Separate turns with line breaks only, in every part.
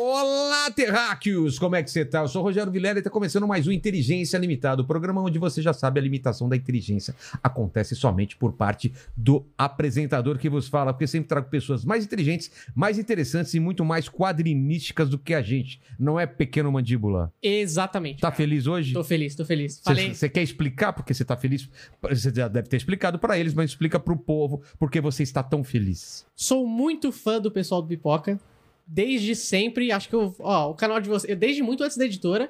Olá, terráqueos! Como é que você tá? Eu sou o Rogério Vilela e tá começando mais um Inteligência Limitada, o programa onde você já sabe a limitação da inteligência acontece somente por parte do apresentador que vos fala, porque eu sempre trago pessoas mais inteligentes, mais interessantes e muito mais quadrinísticas do que a gente. Não é pequeno mandíbula.
Exatamente.
Tá
cara.
feliz hoje?
Tô feliz, tô feliz. Falei.
Você quer explicar porque você tá feliz? Você já deve ter explicado pra eles, mas explica pro povo porque você está tão feliz.
Sou muito fã do pessoal do Pipoca. Desde sempre. Acho que eu. Ó, o canal de vocês. Desde muito antes da editora.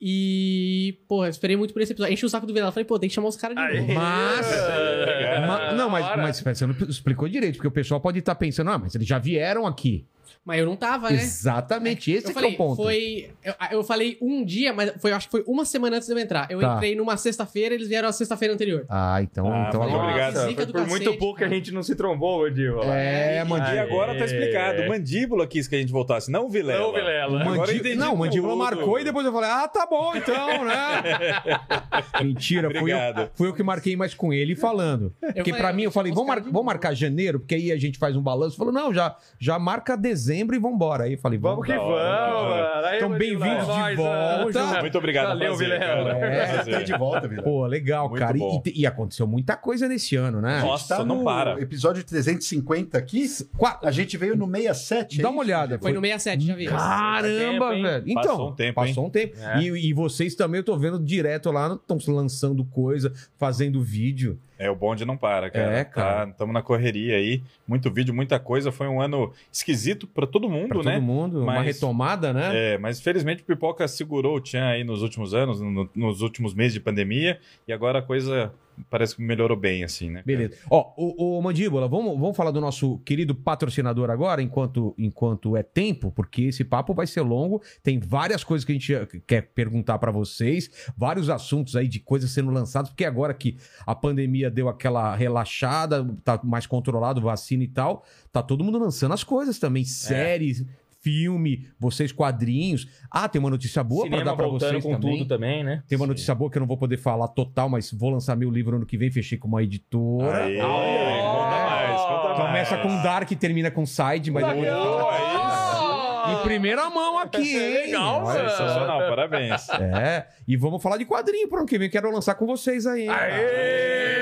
E. Porra, esperei muito por esse episódio. Enchi o saco do Vilela. Falei, pô, tem que chamar os caras de novo.
Mas-
É,
Ma- não, mas,
Bora.
mas você não explicou direito, porque o pessoal pode estar pensando, ah, mas eles já vieram aqui.
Mas eu não tava, né?
Exatamente, esse
eu
que
falei,
é o ponto.
foi. Eu, eu falei um dia, mas foi, acho que foi uma semana antes de eu entrar. Eu
Tá.
entrei numa sexta-feira, eles vieram na sexta-feira anterior.
Ah, então,
Ah,
então
muito
agora.
obrigado.
Zica
Foi
do
por muito
cacete,
pouco que a
cara.
gente não se trombou, Diva. É.
É,
E
mandíbula.
agora tá explicado. Mandíbula quis que a gente voltasse, não o Vilela.
Não, Vilela.
Mandíbula. Agora eu
Mandi...
entendi
Não, mandíbula
tudo.
marcou e depois eu falei, ah, tá bom então, né? Mentira, fui eu,
Obrigado.
fui eu que marquei mais com ele falando. Porque
falei,
pra mim, eu falei,
os
vamos,
caras
mar-
de
vamos marcar janeiro, porque aí a gente faz um balanço. Falou, não, já, já marca dezembro e vambora. Aí eu falei,
Vamos que
Da
vamos,
hora, da hora.
mano. Aí,
Então,
Mandíbula,
bem-vindos de
nós, né?
volta.
tamo junto.
Muito obrigado,
Valeu,
prazer,
Vilela.
cara.
É,
Prazer. tá
volta, Vila.
Pô, legal,
Muito
cara. E-
bom.
E, e aconteceu muita coisa nesse ano, né?
Nossa, não para.
Tá Episódio 350 aqui.
Qua-
A gente veio no 67.
Dá
é
uma
isso?
olhada.
Foi no 67, já vi.
Caramba,
Tempo, hein?
velho. Então,
um Passou um tempo,
passou um tempo.
É.
E, e vocês também, eu tô vendo direto lá, estão lançando coisa, fazendo vídeo.
É, o bonde não para, cara.
É, cara.
Estamos na correria aí. Muito vídeo, muita coisa. Foi um ano esquisito pra todo mundo,
Pra
né?
todo mundo, uma
Mas-
retomada, né?
É, mas felizmente o Pipoca segurou o Tchan aí nos últimos anos, no- nos últimos meses de pandemia. E agora a coisa parece que melhorou bem, assim, né?
É.
Beleza. Ó, ô, ô, Mandíbula, vamos, vamos falar do nosso querido patrocinador agora, enquanto, enquanto é tempo, porque esse papo vai ser longo. Tem várias coisas que a gente quer perguntar pra vocês, vários assuntos aí de coisas sendo lançadas, porque agora que a pandemia deu aquela relaxada, tá mais controlado, vacina e tal, tá todo mundo lançando as coisas
É.
também, séries. Filme, vocês quadrinhos. Ah, tem uma notícia boa pra
Cinema
dar pra
voltando
vocês
com
também.
tudo também, né?
Tem uma notícia boa que eu não vou poder falar total, mas vou lançar meu livro ano que vem, fechei com uma editora.
Aê,
Olha!
conta mais, conta
Começa
mais.
com Dark e termina com Side, mas eu vou...
Pô, aí
Em primeira mão aqui, hein?
Legal,
Olha
mano.
só.
Sensacional, parabéns.
É, e vamos falar de quadrinho pro ano que vem, quero lançar com vocês aí. hein, cara.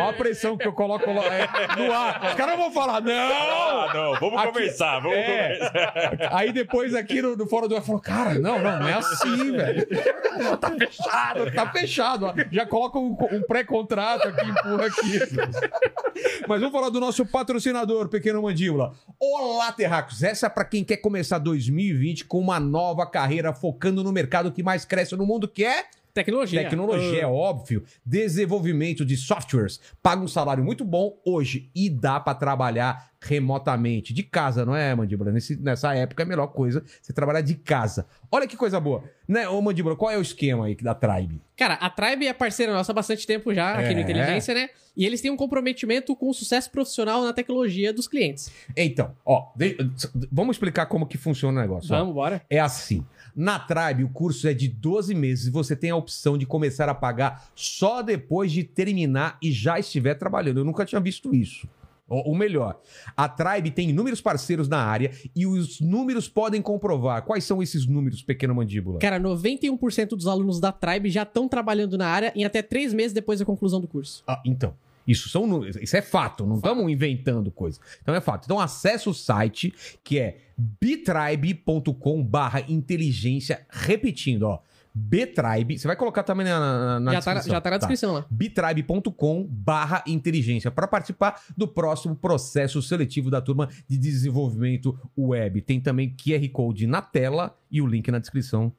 Olha a pressão que eu coloco lá, é, no ar. Os caras vão falar, não!
Ah, não, vamos
Aqui-
conversar, vamos
É.
conversar.
Aí depois aqui no, no Fora do Ar falou, cara, não, não, não é assim, velho. Tá fechado, tá fechado. ó. Já coloca um, co- um pré-contrato aqui, empurra aqui. Mas vamos falar do nosso patrocinador, Pequeno Mandíbula. Olá, Terracos. Essa é pra quem quer começar 2020 com uma nova carreira, focando no mercado que mais cresce no mundo, que é...
Tecnologia.
Tecnologia, é óbvio. Desenvolvimento de softwares. Paga um salário muito bom hoje e dá pra trabalhar remotamente. De casa, não é, Mandíbula? Nesse- nessa época é a melhor coisa você trabalhar de casa. Olha que coisa boa. Né, ô Mandíbula, qual é o esquema aí da Tribe?
Cara, a Tribe é parceira nossa há bastante tempo já aqui no
É.
Inteligência, né? E eles têm um comprometimento com o sucesso profissional na tecnologia dos clientes.
Então, ó, de- vamos explicar como que funciona o negócio. ó.
Vamos, bora.
É assim. Na Tribe, o curso é de 12 meses e você tem a opção de começar a pagar só depois de terminar e já estiver trabalhando. Eu nunca tinha visto isso. Ou ou melhor, a Tribe tem inúmeros parceiros na área e os números podem comprovar. Quais são esses números, pequena mandíbula?
Cara, 91% dos alunos da Tribe já estão trabalhando na área em até três meses depois da conclusão do curso.
Ah, então. Isso são números, isso é fato, não estamos inventando coisa. Então é fato. Então acessa o site que é bitribe.com barra inteligência, repetindo, ó. Btribe, você vai colocar também na, na, na
já, tá, na- já tá
Tá.
na descrição lá.
bitribe.com barra inteligência para participar do próximo processo seletivo da turma de desenvolvimento web. Tem também QR Code na tela e o link na descrição.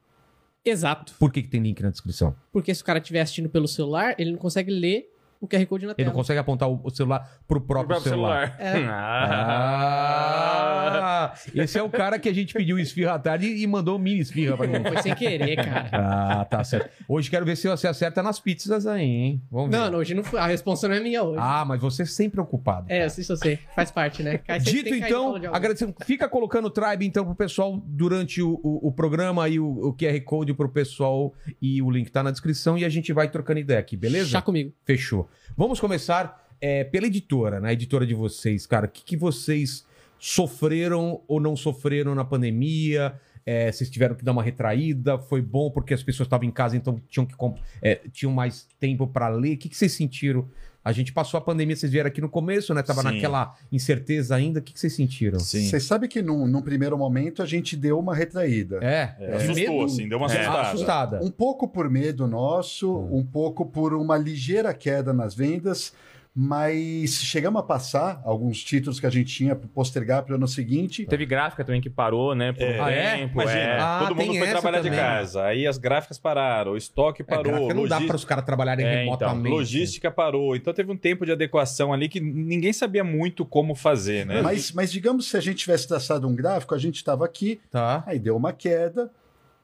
Exato.
Por que, que tem link na descrição?
Porque se o cara estiver assistindo pelo celular, ele não consegue ler o QR Code na
Ele não
tela.
consegue apontar o o celular pro
Pro
próprio
próprio
celular.
celular.
É.
Ah.
Ah, esse é o cara que a gente pediu esfirra à tarde e mandou um mini esfirra pra gente.
Foi sem querer, cara.
Ah, tá certo. Hoje quero ver se você acerta nas pizzas aí, hein? Vamos ver.
Não, não, hoje não foi. A responsa não é minha hoje.
Ah, mas você é sempre ocupado.
É, assista você. Faz parte, né? Cai- sempre
Dito
tem que cair no
então,
colo de alguém.
agradecendo. Fica colocando o Tribe, então, pro pessoal durante o, o- o programa aí o, o QR Code pro pessoal e o link tá na descrição e a gente vai trocando ideia aqui, beleza?
Chá comigo.
Fechou. Vamos começar é, pela editora, né? A editora de vocês, cara. O que, que vocês sofreram ou não sofreram na pandemia? É, vocês tiveram que dar uma retraída? Foi bom porque as pessoas estavam em casa, então tinham que comp- é, tinham mais tempo pra ler. O que, que vocês sentiram? A gente passou a pandemia, vocês vieram aqui no começo, né? Tava
Sim.
naquela incerteza ainda. O que, que vocês sentiram?
Sim.
Vocês sabem que num, num primeiro momento a gente deu uma retraída.
É,
É, assustou,
medo.
assim, deu uma
É,
assustada.
assustada.
Um pouco por medo nosso,
Hum.
um pouco por uma ligeira queda nas vendas, mas chegamos a passar alguns títulos que a gente tinha para postergar para o ano seguinte.
Teve gráfica também que parou, né? Por
É.
um
Ah, é?
tempo.
Imagina,
é.
Ah,
todo mundo
tem
foi
essa
trabalhar de
também.
casa. Aí as gráficas pararam, o estoque
É,
parou,
gráfica não dá assim.
logi-
para os caras trabalharem
É, então,
remotamente.
logística parou. Então teve um tempo de adequação ali que ninguém sabia muito como fazer,
É.
né?
Mas, mas digamos se a gente tivesse traçado um gráfico, a gente estava aqui,
Tá.
aí deu uma queda,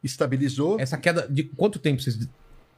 estabilizou
Essa queda de quanto tempo vocês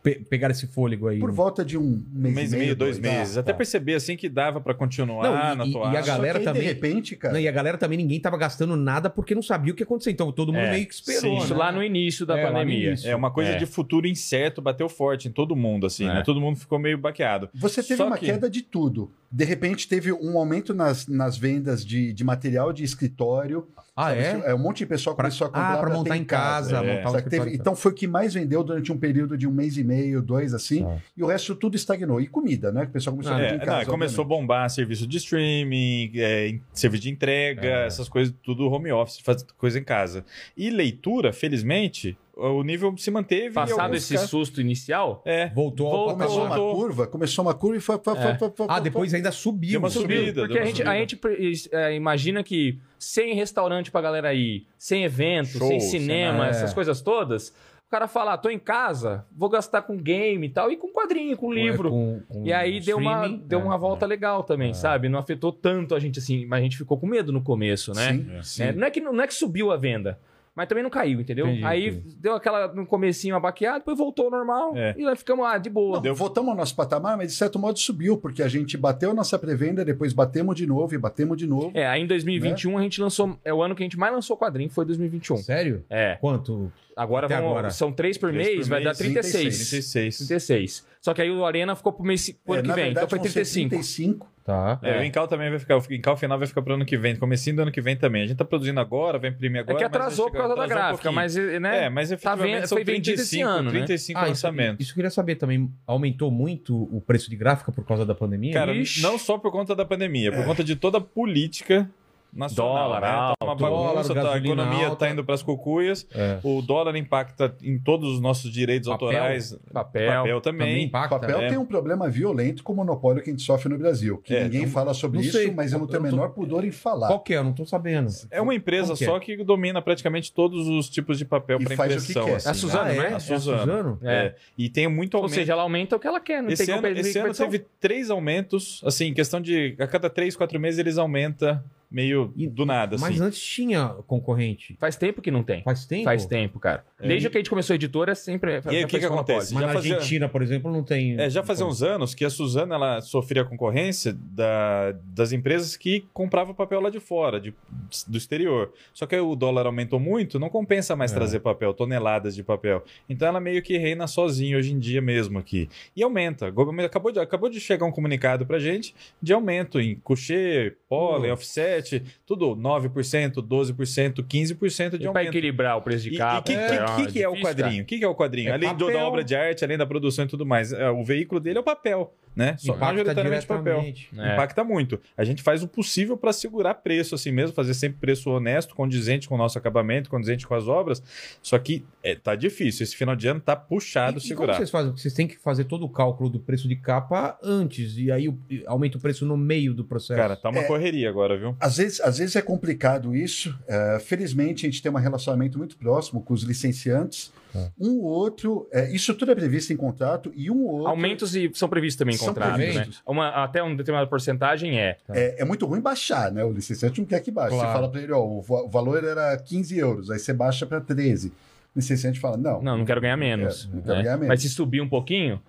pe- pegaram esse fôlego aí?
por volta de um
um
mês,
mês e meio, dois
tá?
meses. Até perceber assim que dava pra
Não,
continuar
e-
na
e- e
toada.
a
Só que
galera
aí,
também-
De repente, cara.
Não, e a galera também ninguém tava gastando nada porque não sabia o que ia acontecer. Então todo mundo
É,
meio que esperou.
sim.
Isso
né?
lá no início da
É, lá no
pandemia.
início.
É uma coisa
É.
de futuro incerto, bateu forte em todo mundo, assim,
É.
né? Todo mundo ficou meio baqueado.
Você teve
Só
uma
que-
queda de tudo. De repente teve um aumento nas, nas vendas de, de material de escritório.
Ah,
Sabe,
é?
se- Um monte de pessoal
Pra-
começou a comprar.
ah, pra
pra
montar
ter
em casa.
casa, é.
montar um
Sabe, teve-
escritório.
então foi o que mais vendeu durante um período de um mês e meio, dois, assim.
Tá.
E o resto tudo estagnou. E comida, né? Que O pessoal começou
Tá
a
Ah,
comprar
É, não,
em casa.
começou a
obviamente.
bombar serviço de streaming, é, em- serviço de entrega,
É.
essas coisas, tudo home office, fazer coisa em casa. E leitura, felizmente, o nível se manteve. e
Passado
alguns
esse
casos-
susto inicial,
É,
Voltou ao
Voltou.
Começou
patamar.
uma
Voltou.
curva, começou uma curva e foi. foi, foi,
É.
foi, foi,
Ah,
foi-
depois ainda subiu.
Deu uma
subiu.
subida.
Porque a gente,
subida.
a gente eh, imagina que sem restaurante pra galera ir, sem evento,
Show,
sem
sem
cinema,
nada.
essas coisas todas, o cara fala, ah, tô em casa, vou gastar com game e tal, e com quadrinho,
um
com livro.
É, Com- com
E aí deu uma,
streaming,
deu
né?
uma volta legal também, sabe? Não afetou tanto a gente assim, mas a gente ficou com medo no começo, né?
Sim.
Sim.
É, não, é que, não é que subiu a venda, mas também não caiu, entendeu?
Entendi,
aí
entendi.
deu aquela, no comecinho, uma baqueada, depois voltou ao normal
É.
e nós ficamos, ah, de boa.
Não, Voltamos ao nosso patamar, mas de certo modo subiu, porque a gente bateu nossa pré-venda, depois batemos de novo e batemos de novo.
É, aí em 2021 a gente lançou, é o ano que a gente mais lançou quadrinho, foi 2021.
Sério?
É.
Quanto?
Agora,
Até
vamos-
agora.
são três por
Três
mês,
por
vai
mês,
dar 36. 36.
36.
Só que aí o Arena ficou pro mês pro
É,
ano que
na
vem,
verdade,
então foi
vão ser
35.
35.
Tá.
É, o Incal também vai ficar, o Incal final vai ficar pro ano que vem, comecinho do ano que vem também. A gente tá produzindo agora, vai imprimir
É
agora.
que
mas vai
atrasou por
chegar-
causa da
atrasou um
gráfica,
pouquinho.
mas eh, né?
É, mas
Tá
efetivamente
vendo-
são
foi vendido
35,
esse ano, né?
35
Ah, isso-
lançamentos.
Isso eu queria saber também. Aumentou muito o preço de gráfica por causa da pandemia?
Cara,
Ixi.
não só por conta da pandemia, por conta de toda a política nacional.
Dólar
né? Tá uma
alto,
bagunça,
dólar,
tá, a
gasolina
economia
alta.
tá indo pras cucuias,
É.
o dólar impacta em todos os nossos direitos
Papel?
autorais,
Papel.
papel é
também
também.
O
impacta.
papel
É.
tem um problema violento com o monopólio que a gente sofre no Brasil, que
É,
ninguém
não-
fala sobre
não
isso,
sei,
mas eu não tenho o
eu não tô-
menor pudor em falar.
Qual que é? Eu não tô sabendo.
É uma empresa
Como que é?
só que domina praticamente todos os tipos de papel
E
para
faz o que
impressão.
quer.
assim,
É a Suzano,
né?
não é?
É
A
a
Suzano.
Suzano?
É.
É. E tem muito
Ou
aumento.
seja, ela aumenta o que ela quer, não
Esse
tem
ano,
competição.
esse ano teve três aumentos, assim, em questão de. A cada três, quatro meses eles aumentam meio
E-
do nada, assim.
Mas antes tinha concorrente.
Faz tempo que não tem.
Faz tempo?
Faz tempo, cara.
É,
Desde
e-
que a gente começou a editora, sempre.
E aí, o que, que acontece?
Mas
Já
na
fazia-
Argentina, por exemplo, não tem.
É, já fazia uns anos que a Suzana ela sofria concorrência da- das empresas que compravam papel lá de fora, de- do exterior. Só que aí o dólar aumentou muito, não compensa mais
É.
trazer papel, toneladas de papel. Então ela meio que reina sozinha hoje em dia mesmo aqui. E aumenta. Go- Acabou de, acabou de chegar um comunicado pra gente de aumento em couchê, pólen,
Hum.
offset, tudo 9%, 12%, 15% de
E pra
aumento.
equilibrar o preço
E-
de
E
capa.
o que, que-
né?
que que é o
difícil,
quadrinho? O que, que é o quadrinho?
É
além do- da
papel.
obra de arte, além da produção e tudo mais, é, o veículo dele é o papel, né? Só
Impacta
majoritariamente papel.
diretamente.
cara. É.
Impacta muito. A gente faz o possível para segurar preço assim mesmo, fazer sempre preço honesto, condizente com o nosso acabamento, condizente com as obras. Só que é, tá difícil. Esse final de ano tá puxado
E- e como
segurar.
vocês fazem? Porque Vocês têm que fazer todo o cálculo do preço de capa antes, e aí o- e aumenta o preço no meio do processo.
Cara, tá uma
É.
correria agora, viu?
A Às vezes, às vezes é complicado isso. É, felizmente, a gente tem um relacionamento muito próximo com os licenciantes.
Tá.
Um ou outro, é, isso tudo é previsto em contrato, e um ou outro.
Aumentos e são previstos também em
São
contrato, né?
previstos.
Uma, até uma determinada porcentagem é.
É, é muito ruim baixar, né? O licenciante não quer que baixe.
Claro.
Você fala para ele, ó, o va- o valor era 15 euros, aí você baixa para 13. O licenciante fala, não.
Não, não quero ganhar menos.
É, não quero
né?
ganhar menos.
Mas se subir um pouquinho,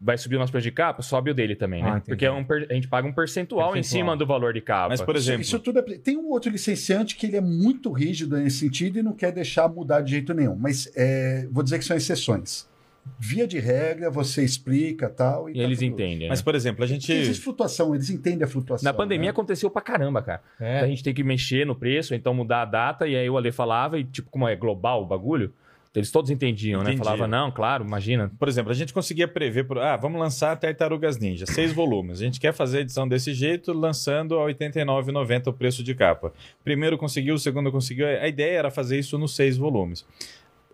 vai subir o nosso preço de capa, sobe o dele também,
Ah,
né?
entendi.
Porque é um per- a gente paga um percentual, em
Percentual.
cima do valor de capa.
Mas, por
Isso-
exemplo,
Isso tudo é pre- Tem um outro licenciante que ele é muito rígido nesse sentido e não quer deixar mudar de jeito nenhum. Mas é, vou dizer que são exceções. Via de regra, você explica tal. E
e
tá
eles
tudo-
entendem.
Mas,
né?
por exemplo, a gente.
Existe flutuação, eles entendem a flutuação.
Na pandemia
né?
aconteceu pra caramba, cara.
É.
A gente tem que mexer no preço, ou então mudar a data, e aí o Ale falava, e tipo, como é global o bagulho, eles todos entendiam, né?
Entendiam.
Falava, não, claro, imagina.
Por exemplo, a gente conseguia prever, por- ah, vamos lançar Tartarugas Ninja, seis volumes. A gente quer fazer a edição desse jeito, lançando a R$ 89,90 o preço de capa. Primeiro conseguiu, o segundo conseguiu. A ideia era fazer isso nos seis volumes.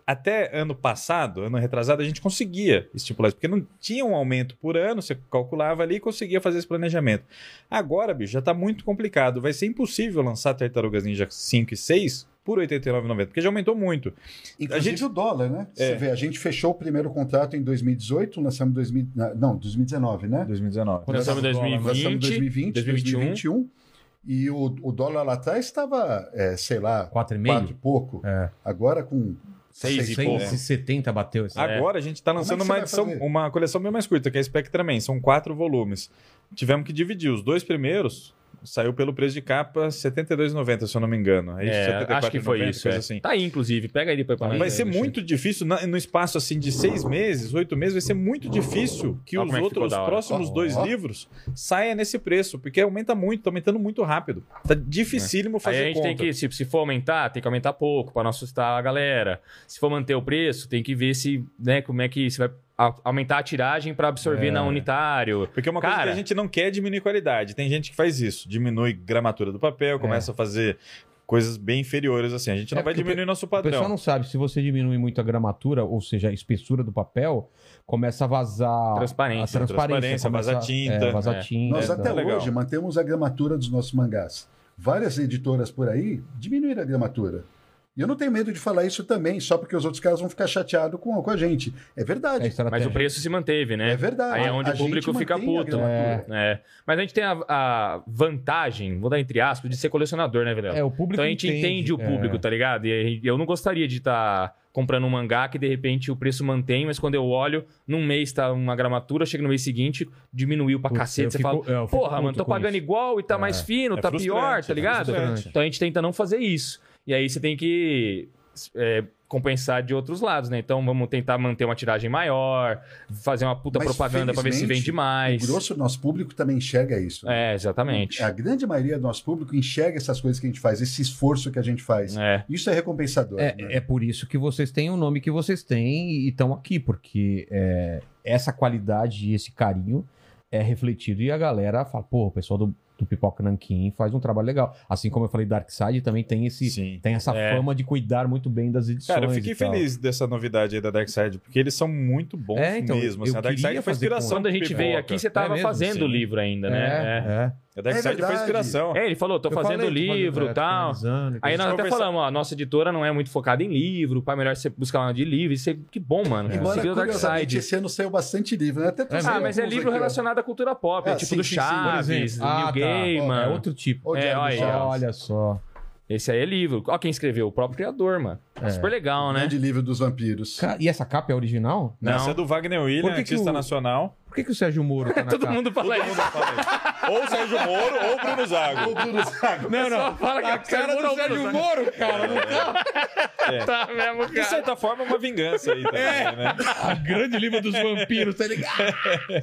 Até ano passado, ano retrasado, a gente conseguia estipular isso, porque não tinha um aumento por ano, você calculava ali e conseguia fazer esse planejamento. Agora, bicho, já tá muito complicado. Vai ser impossível lançar Tartarugas Ninja 5 e 6 por R$ 89,90, porque já aumentou muito.
Inclusive
a gente-
o dólar, né? Você
É.
vê, a gente fechou o primeiro contrato em 2018, lançamos em 2000, na- não, 2019, né?
2019.
Lançamos em
Lançamos em
2020,
2020,
2021.
2021. E o, o dólar lá atrás estava, é, sei lá,
Quatro e
quatro
meio?
e pouco.
É.
Agora com
um,
Seis e pouco.
670 bateu esse.
Agora a gente está lançando
Como é que você
uma edição,
vai fazer?
uma coleção bem mais curta, que é a Spectra Man. São quatro volumes. Tivemos que dividir. Os dois primeiros saiu pelo preço de capa R$ 72,90, se eu não me engano. É isso,
É,
R$
acho que foi
74,90,
isso.
coisa
é.
assim.
Tá aí, inclusive, pega ele pra pra nós.
Vai
aí,
ser
Alexandre.
muito difícil, na- no espaço assim de seis meses, oito meses, vai ser muito difícil que
Olha
os
como é que ficou
outros,
da
os
hora.
próximos
Ó,
dois
ó.
livros saia nesse preço, porque aumenta muito, tá aumentando muito rápido. Tá dificílimo fazer
É. Aí a gente
conta.
tem que, tipo, se for aumentar, tem que aumentar pouco pra não assustar a galera. Se for manter o preço, tem que ver se, né, como é que se vai a- aumentar a tiragem pra absorver
É.
na unitário.
Porque uma coisa
Cara.
que a gente não quer é diminuir qualidade. Tem gente que faz isso, diminui gramatura do papel,
É.
começa a fazer coisas bem inferiores assim. A gente não
É,
vai
porque o
diminuir nosso
O pessoal
padrão.
não sabe, se você diminui muito a gramatura, ou seja, a espessura do papel, começa a vazar
Transparência.
a transparência,
Transparência,
começa-
vaza tinta.
É, vaza
É.
tinta.
Nós até
legal.
hoje mantemos a gramatura dos nossos mangás. Várias editoras por aí diminuíram a gramatura. E eu não tenho medo de falar isso também, só porque os outros caras vão ficar chateados com, com a gente. É
É
verdade.
Mas
estratégia.
o preço se manteve, né?
É verdade.
Aí é onde
A
o público
gente
fica
mantém a
puto.
gramatura.
É. Mas a gente tem a, a vantagem, vou dar entre aspas, de ser colecionador, né, Vilela?
É, o público
então a gente entende, o
é.
público, tá ligado? E aí, eu não gostaria de estar comprando um mangá que de repente o preço mantém, mas quando eu olho, num mês tá uma gramatura, chega no mês seguinte, diminuiu pra
Putz, eu
cacete, você
fico-
fala.
é, eu fico
Porra, mano,
puto
tô
com
pagando
isso.
igual e tá
É.
mais fino,
É
tá
frustrante,
pior,
é
tá ligado?
frustrante.
então a gente tenta não fazer isso. E aí você tem que é, compensar de outros lados, né? Então vamos tentar manter uma tiragem maior, fazer uma puta
Mas,
propaganda pra ver se
felizmente,
vende mais.
O grosso do nosso público também enxerga isso. né?
É, exatamente.
A grande maioria do nosso público enxerga essas coisas que a gente faz, esse esforço que a gente faz.
É.
Isso é recompensador. né?
É, é por isso que vocês têm o nome que vocês têm e estão aqui, porque é, essa qualidade e esse carinho é refletido e a galera fala, pô, o pessoal do, do Pipoca Nanquim faz um trabalho legal. Assim como eu falei, Darkside também tem esse
Sim.
tem essa
É.
fama de cuidar muito bem das edições.
Cara, eu fiquei
e tal.
feliz dessa novidade aí da Darkseid, porque eles são muito bons
É, então,
mesmo.
eu
Assim, a Darkseid
queria
foi
fazer
inspiração.
Quando a
do
gente
Pipoca.
veio aqui, você tava
É mesmo?
fazendo o
Sim.
livro ainda, né?
É, é.
A Darkseid foi
verdade.
inspiração.
É, ele falou, tô
Eu
fazendo
falei,
o
tô fazendo,
livro
é,
e tal.
finalizando e
Aí
coisa.
nós até
Conversa-
falamos, ó, a nossa editora não é muito focada em livro, pá, é melhor você buscar uma de livro. Isso é que bom, mano.
Embora,
Conseguiu o Dark
curiosamente,
Side.
esse ano saiu bastante livro, né? Até trouxe
Ah, mas é
alguns
livro
aqui, ó.
relacionado à cultura pop, é,
É,
tipo
sim,
do
sim, sim.
Por
Chaves,
exemplo,
do New
ah, tá.
Game,
Ó, É
mano.
outro tipo.
Ó, o
É,
Diário do
olha aí,
Chaves.
ó.
Olha só.
Esse aí é livro. Ó, quem escreveu? O próprio criador, mano.
É.
Super legal, né?
Grande livro dos vampiros.
Ca- E essa capa é original?
Não,
Não.
Essa é do Wagner
Por
William,
que que
artista
o-
nacional.
Por que, que o Sérgio Moro tá na
Todo
capa?
mundo fala
Todo
isso.
mundo fala isso. ou Sérgio Moro ou Bruno Zago.
Não, não.
Fala que é
A cara do Sérgio Moro, cara. Não tá...
Tá mesmo,
De
cara.
certa forma, é uma vingança aí também,
É.
né?
A grande livro dos vampiros, tá ligado?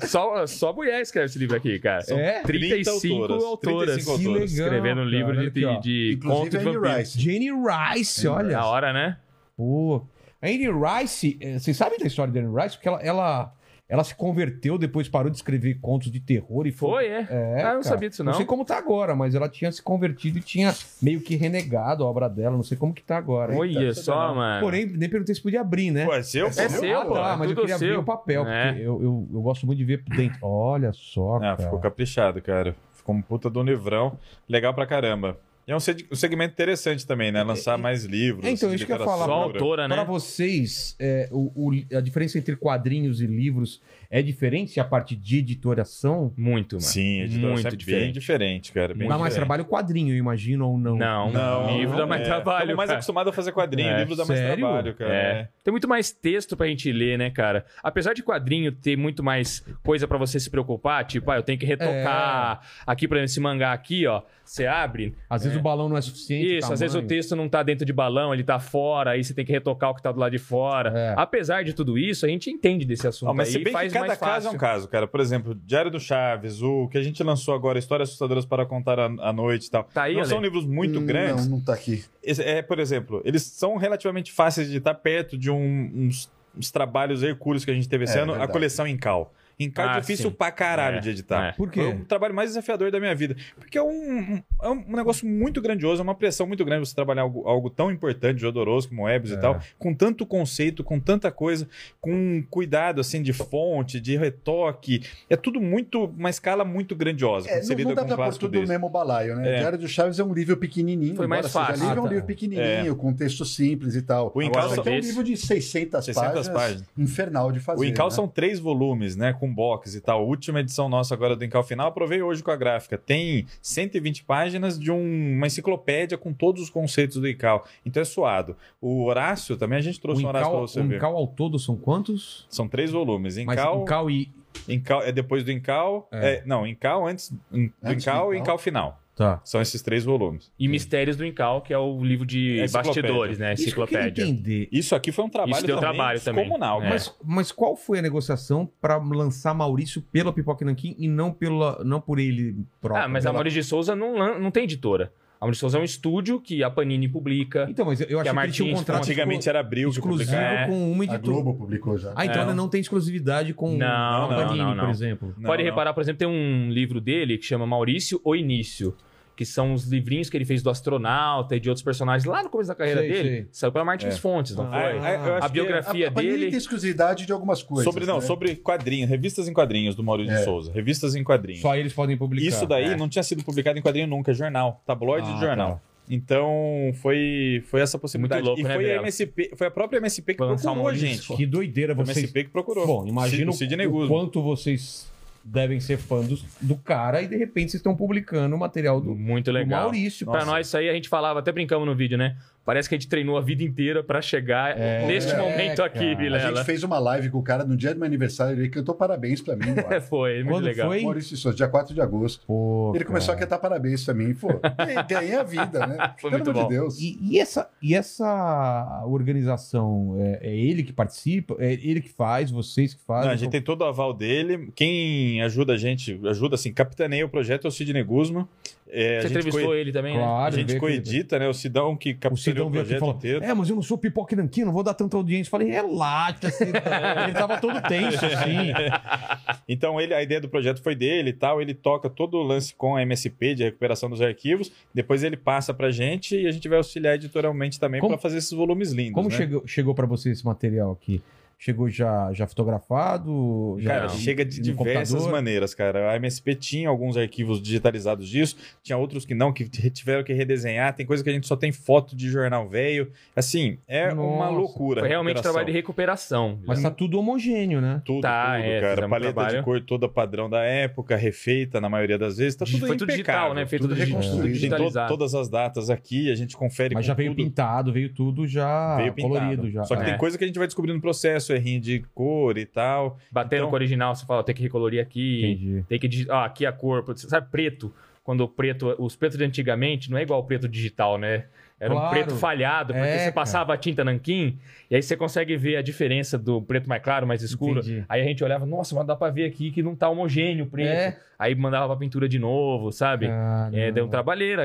Só, só mulher escreve esse livro aqui, cara. São
É?
35
30
autoras.
autoras.
Que legal.
Escrevendo
cara.
um livro
Olha aqui,
de,
ó.
de, de conto
Inclusive,
de
Annie
vampiro.
Rice.
Jane Rice, olha.
Da hora, né?
Pô. A Anne Rice, eh, vocês sabem da história da Anne Rice? Porque ela, ela, ela se converteu, depois parou de escrever contos de terror e
Foi,
foi.
é.
É,
ah, eu
cara.
não sabia disso, não.
Não sei como tá agora, mas ela tinha se convertido e tinha meio que renegado a obra dela. Não sei como que tá agora.
Olha só, mano.
Porém, nem perguntei se podia abrir, né?
Pô, é seu?
É seu,
ah,
pô.
tá, mas eu
Tudo
queria abrir
seu.
o papel,
É.
porque eu, eu, eu gosto muito de ver por dentro. Olha só,
Ah,
cara.
ficou caprichado, cara. Ficou um puta do livrão. Legal pra caramba. E é um seg- um segmento interessante também, né? Lançar mais livros.
É, então, isso que eu ia falar.
Só
literatura.
autora, né?
Para vocês, é, o- o- a diferença entre quadrinhos e livros é diferente a parte de editoração?
Muito, mano.
Sim, é editora
Muito
sempre bem
diferente.
diferente, cara. Bem
Muito
Dá mais
diferente.
trabalho o quadrinho, eu imagino, ou não?
Não,
Não,
livro dá mais
é.
trabalho.
Estamos mais
cara.
acostumado a fazer quadrinho,
É,
livro dá mais
sério?
trabalho, cara.
É. Tem muito mais texto pra gente ler, né, cara? Apesar de quadrinho ter muito mais coisa pra você se preocupar, tipo, ah, eu tenho que retocar.
É.
Aqui, por exemplo, esse mangá aqui, ó, você abre.
Às vezes o balão não é suficiente.
Isso, às vezes o
tamanho.
texto não tá dentro de balão, ele tá fora, aí você tem que retocar o que tá do lado de fora.
É.
Apesar de tudo isso, a gente entende desse assunto.
Ó, mas
aí,
se bem que
faz
cada
mais
caso é
fácil.
um caso, cara. Por exemplo, Diário do Chaves, o que a gente lançou agora, Histórias Assustadoras para Contar à à Noite e tal.
Tá aí,
não
Ale?
são livros muito
Hum,
grandes.
Não, não tá aqui.
Esse- É, por exemplo, eles são relativamente fáceis de estar perto de um- uns, uns trabalhos hercúleos que a gente teve esse
É,
ano,
verdade.
a coleção Incal. Incal
Ah,
é difícil
sim.
pra caralho
É,
de editar.
é.
Por quê?
Foi o trabalho mais desafiador da minha vida. Porque é um, um- é um negócio muito grandioso, é uma pressão muito grande você trabalhar algo, algo tão importante, odoroso como Webs
É.
e tal, com tanto conceito, com tanta coisa, com cuidado assim de fonte, de retoque. É tudo muito, uma escala muito grandiosa.
É,
quando você
não, não
lida
dá
com um
pra pôr
clássico
tudo
desse.
no mesmo balaio, né?
É.
Diário do Chaves é um livro pequenininho.
Foi mais
embora seja
fácil.
livro é
Ah,
um
tá.
livro pequenininho, com texto simples e tal.
O Incal
Agora,
só-
aqui é um
desse-
livro de 600,
600
páginas,
páginas.
infernal de fazer.
O é um Incal
né?
são três volumes, né? Com box e tal. A última edição nossa agora do Incal Final, aprovei hoje com a gráfica. Tem 120 páginas de um- uma enciclopédia com todos os conceitos do Incal. Então é suado. O Horácio também a gente trouxe
Um
um Horácio pra
cal,
você
um
ver.
cal ao todo são quantos?
São três volumes.
Mas
Incal,
um cal e.
Incal- é depois do Incal.
É.
é, não, Incal antes do
Antes
Incal
do
e
Incal.
Incal Final.
Tá.
São esses três volumes.
E Mistérios do Incal, que é o livro de
É enciclopédia.
bastidores, né?
Isso que eu queria
Enciclopédia.
entender.
Isso aqui foi um trabalho,
Isso deu
também, né?
trabalho também.
descomunal,
É.
cara.
Mas, mas qual foi a negociação pra lançar Maurício pela Pipoca Nanquim e não, pela, não por ele próprio?
Ah, mas a
Pela-
Maurício de Souza não, lan- não tem editora. A Maurício de Souza é um estúdio que a Panini publica.
Então, mas eu- eu
a
achei que ele tinha um
Martins
contrato
Antigamente é era abril que
exclusivo
publicava.
publicava.
com uma
É, A
editora.
Globo publicou já.
Ah, então
É.
ela não tem exclusividade com
Não,
a
não,
Panini,
não, não.
por exemplo.
Não,
Pode
não.
reparar, por exemplo, tem um livro dele que chama Maurício O Início, que são os livrinhos que ele fez do astronauta e de outros personagens lá no começo da carreira
Sei,
dele.
sei.
Saiu pela Martins
É.
Fontes, não
Ah,
foi?
Aí, aí, eu
a
acho que- é-
biografia
a, a Panini
dele.
tem exclusividade de algumas coisas.
sobre não,
né?
sobre quadrinhos, revistas em quadrinhos do Maurício de Souza, revistas em quadrinhos.
É. Só eles podem publicar.
Isso daí
é.
não tinha sido publicado em quadrinho nunca, é jornal, tabloide
Ah,
de jornal.
tá.
Então foi foi essa possibilidade
louco,
e
né,
foi a
Bela?
MSP, foi a própria MSP que
Vai lançar
procurou
um
a gente.
livro.
Que doideira
Foi a
vocês.
MSP que procurou.
Bom, imagina
o é Sidney
o
Guzman.
quanto vocês devem ser fãs do, do cara e de repente vocês estão publicando o material do, do
Muito Hum, legal.
Maurício.
Pra
Nossa.
nós, isso aí a gente falava, até brincamos no vídeo, né? Parece que a gente treinou a vida inteira pra chegar
É,
neste
é,
momento aqui,
cara.
A
Vilela.
gente fez uma live com o cara no dia do meu aniversário, ele cantou parabéns pra mim. eu acho.
É, Foi, muito
Quando
legal.
foi?
Maurício de Souza, dia 4 de agosto.
Pô,
Ele começou a cantar parabéns pra mim. Pô, ganhei- ganhei a vida, né?
Foi
Pelo
muito
amor
bom.
de Deus.
E, e essa, e essa organização, é, é ele que participa? É ele que faz? Vocês que fazem?
Não, a gente tem todo o aval dele. Quem ajuda a gente, ajuda assim, capitaneia o projeto é o Sidney Guzman. É, a
Você
gente,
entrevistou
co
ele também, né?
a
Claro,
gente
veio aqui-
coedita, né? O Sidão
O
que capitaneou
Sidão
o
veio aqui e
projeto
falou:
inteiro.
É, mas eu não sou pipoca nanquim, não vou dar tanta audiência. Falei, relaxa, Sidão. Ele tava todo tenso,
É.
assim.
Então, ele, a ideia do projeto foi dele e tal. Ele toca todo o lance com a MSP de recuperação dos arquivos. Depois ele passa pra gente e a gente vai auxiliar editorialmente também
Como-
para fazer esses volumes lindos.
Como
né?
chegou, chegou para você esse material aqui? Chegou já, já fotografado? Já
Cara,
Não.
chega de
no
diversas
computador?
maneiras, cara. A MSP tinha alguns arquivos digitalizados disso, tinha outros que não, que t- tiveram que redesenhar. Tem coisa que a gente só tem foto de jornal velho. Assim, é uma
Nossa.
loucura. a
Foi realmente
recuperação.
trabalho de recuperação.
Mas tá tudo homogêneo, né?
Tudo,
Tá,
tudo,
é,
cara.
fizemos
Paleta de
trabalho.
cor toda padrão da época, refeita na maioria das vezes. Tá tudo
Foi tudo digital,
impecável.
né? Feito
tudo
tudo, digi-
reconstruído.
tudo
Tem to-
digitalizado.
todas as datas aqui, a gente confere
Mas
com
já veio
tudo.
pintado, veio tudo já
Veio pintado.
colorido já.
Só que
É.
tem coisa que a gente vai descobrindo no processo, errinho de cor e tal.
Bateram
Então-
com o original, você fala, ó, tem que recolorir aqui,
Entendi.
tem que digi- ah, aqui a cor, putz, sabe preto? Quando o preto, os pretos de antigamente não é igual o preto digital, né? Era
Claro.
um preto falhado, porque
É,
você
cara.
passava a tinta nanquim e aí você consegue ver a diferença do preto mais claro, mais escuro.
Entendi.
Aí a gente olhava, nossa, mas dá pra ver aqui que não tá homogêneo o preto.
É.
Aí mandava pra pintura de novo, sabe? É, deu um trabalheira,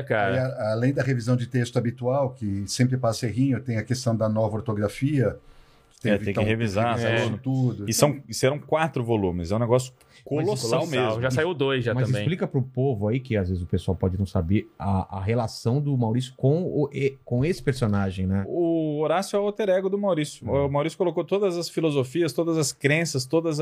É
Aí,
cara.
a- além da revisão de texto habitual, que sempre passa errinho, tem a questão da nova ortografia.
É, tem que revisar,
é.
isso tudo.
E, são, e serão quatro volumes. É um negócio colossal, mesmo.
Já saiu dois já
Mas
também.
explica pro povo aí, que às vezes o pessoal pode não saber, a, a relação do Maurício com, o, e- com esse personagem, né?
O Horácio é o alter ego do Maurício.
Hum.
O Maurício colocou todas as filosofias, todas as crenças, todos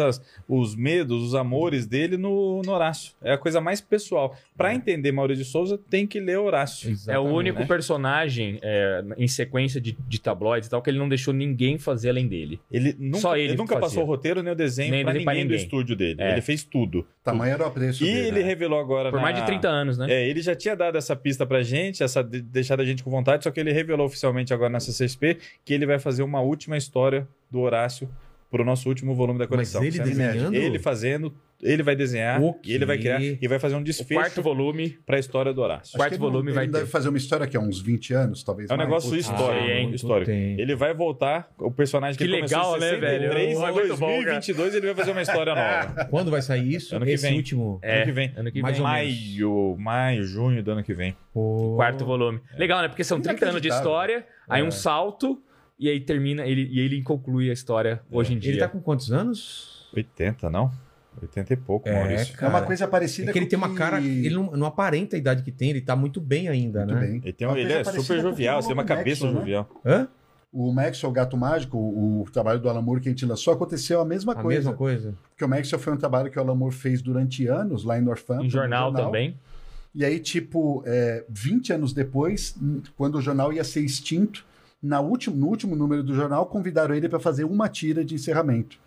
os medos, os amores dele no, no Horácio. É a coisa mais pessoal.
É.
Pra entender Maurício de Souza, tem que ler Horácio.
É o
Exatamente. né?
único personagem é, em sequência de, de tabloides e tal que ele não deixou ninguém fazer além dele.
Ele nunca,
Só ele
nunca
fazia.
passou o roteiro nem o desenho
Nem
pra,
desenho
ninguém
pra
do
ninguém.
estúdio dele.
É.
Ele fez tudo.
Tamanho era o preço
E
dele,
ele
né?
revelou agora.
Por
Ah.
mais de 30 anos, né?
É, ele já tinha dado essa pista pra gente, essa de- deixado a gente com vontade, só que ele revelou oficialmente agora na CCXP que ele vai fazer uma última história do Horácio pro nosso último volume da
Mas
coleção.
ele
Você
desenhando...
Ele fazendo, ele vai desenhar,
Ok.
e ele vai criar e vai fazer um
O quarto
desfecho
volume.
pra história do Horácio.
Acho
quarto
que ele
volume
ele
vai
deve
ter.
fazer uma história que é uns 20 anos, talvez.
É um
mais.
negócio
Ah,
Putz,
histórico,
sei, hein?
hein? é histórico.
Ele...
Ele vai voltar, o personagem que,
Que
ele começou
legal, né,
em 63,
velho? É
em
muito bom, cara.
2022 ele vai fazer uma história nova.
Quando vai sair isso?
Ano que
esse
vem. É,
último...
ano que vem.
É, Ano que
Mais
vem.
ou menos.
Maio, maio, junho do ano que vem.
Pô.
Quarto volume. Legal, né? Porque são 30 anos de
Inacreditável.
história, aí
É.
um salto, e aí termina, ele, e ele conclui a história hoje em dia.
Ele tá com quantos anos?
80, não? 80 e pouco, Maurício.
É uma coisa parecida
É que ele
com
tem uma
que-
cara. Ele não, não aparenta a idade que tem, ele tá muito bem ainda,
Muito
né?
bem.
Ele, tem um-
Uma
ele
coisa
é
parecida
super
com o
jovial,
Lobo
você tem uma cabeça
Maxwell, né?
jovial.
Hã?
O Maxwell, o Gato Mágico, o, o trabalho do Alan Moore que a gente lançou, aconteceu a mesma
a
coisa.
mesma coisa.
Porque o Maxwell foi um trabalho que o Alan Moore fez durante anos lá em Northampton.
um
no
jornal, também.
E aí, tipo, é, 20 anos depois, n- quando o jornal ia ser extinto, na último, no último número do jornal, convidaram ele para fazer uma tira de encerramento.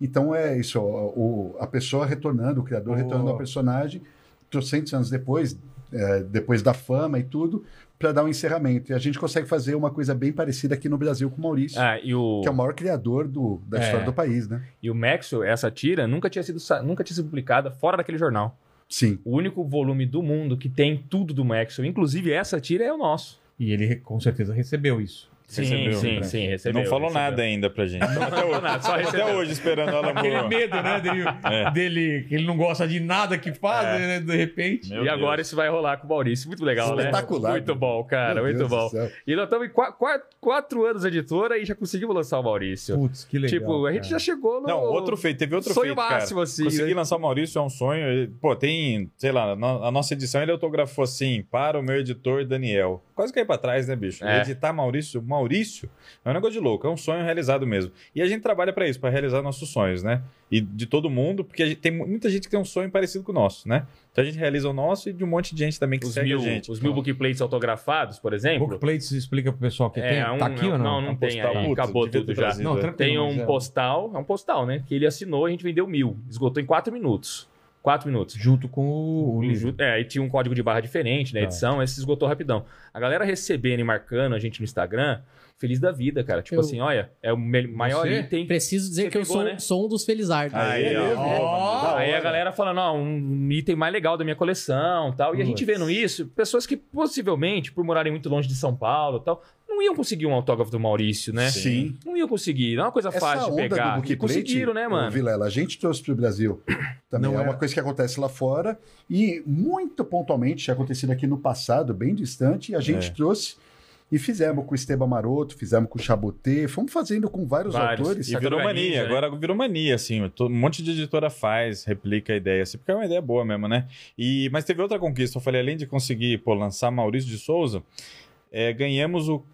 Então é isso, ó, o- a pessoa retornando, o criador
Oh.
retornando ao personagem, trocentos anos depois, é, depois da fama e tudo, para dar um encerramento. E a gente consegue fazer uma coisa bem parecida aqui no Brasil com o Maurício,
Ah, e o,
que é o maior criador do- da
É.
história do país, né?
e o Maxwell, essa tira, nunca tinha, sido, sa- nunca tinha sido publicada fora daquele jornal.
Sim.
O único volume do mundo que tem tudo do Maxwell, inclusive essa tira é o nosso.
E ele com certeza recebeu isso.
Sim,
Recebeu,
sim,
né?
sim, recebeu.
Não falou
recebeu.
nada ainda pra gente. Até
falou
hoje,
nada, só
até
recebeu.
hoje esperando o Alan
Aquele
Moore.
medo, né? Dele,
É.
dele- que ele não gosta de nada que faz, né? De repente.
Meu
e
Deus.
agora isso vai rolar com o Maurício. Muito legal, né?
Espetacular.
Muito bom, cara.
Meu
muito
Deus do
bom.
céu.
E nós estamos em qua- qua- quatro, anos editora e já conseguimos lançar o Maurício.
Putz, que legal.
tipo, a gente já
cara.
chegou no.
Não, outro feito, teve outro
sonho
feito,
máximo,
cara.
assim.
Consegui
né?
lançar o Maurício, é um sonho. Ele- Pô, tem, sei lá, na- a nossa edição ele autografou assim, para o meu editor Daniel. Quase caí pra trás, né, bicho?
É.
Editar Maurício, Maurício, é um negócio de louco, é um sonho realizado mesmo. E a gente trabalha pra isso, pra realizar nossos sonhos, né? E de todo mundo, porque a gente- tem mu- muita gente que tem um sonho parecido com o nosso, né? Então a gente realiza o nosso e de um monte de gente também que
os
segue
mil,
a gente.
os mil bookplates autografados, por exemplo.
Bookplates explica pro pessoal que
É,
tem.
um-
tá aqui
não,
ou não?
não, não
Um
tem
postal,
aí,
putz,
acabou
devia ter
tudo já.
trazido,
Não,
né?
tranquilo.
Tem um
mas é-
postal, é um postal, né? Que ele assinou, a gente vendeu mil. Esgotou em quatro minutos. Quatro minutos.
Junto com o, o livro.
É, e tinha um código de barra diferente na
Tá.
edição, esse esgotou rapidão. A galera recebendo e marcando a gente no Instagram, feliz da vida, cara. Tipo
Eu-
assim, olha, é o me- maior
Você?
item.
Preciso dizer
Você
que eu
pegou,
sou,
né?
sou um dos felizardos.
Aí,
É mesmo?
ó.
Da
Aí a
hora.
galera falando, ó, um item mais legal da minha coleção tal. E a gente
Putz.
vendo isso, pessoas que possivelmente, por morarem muito longe de São Paulo tal, não iam conseguir um autógrafo do Maurício, né?
Sim.
Não iam conseguir, não é uma coisa
Essa
fácil de
onda do
pegar.
bookplate,
Conseguiram, né,
ô,
mano?
Vilela, a gente trouxe para o Brasil. Também
Não
é uma
é-
coisa que acontece lá fora e muito pontualmente, já acontecido aqui no passado, bem distante, a gente
É.
trouxe e fizemos com o Esteban Maroto, fizemos com o Chaboté, fomos fazendo com vários,
Vários.
autores.
é
E virou
Organiza,
mania,
né?
agora virou mania, assim. to- Um monte de editora faz, replica a ideia, assim, porque é uma ideia boa mesmo, né? E, mas teve outra conquista, eu falei, além de conseguir pô, lançar Maurício de Souza, é, ganhamos o,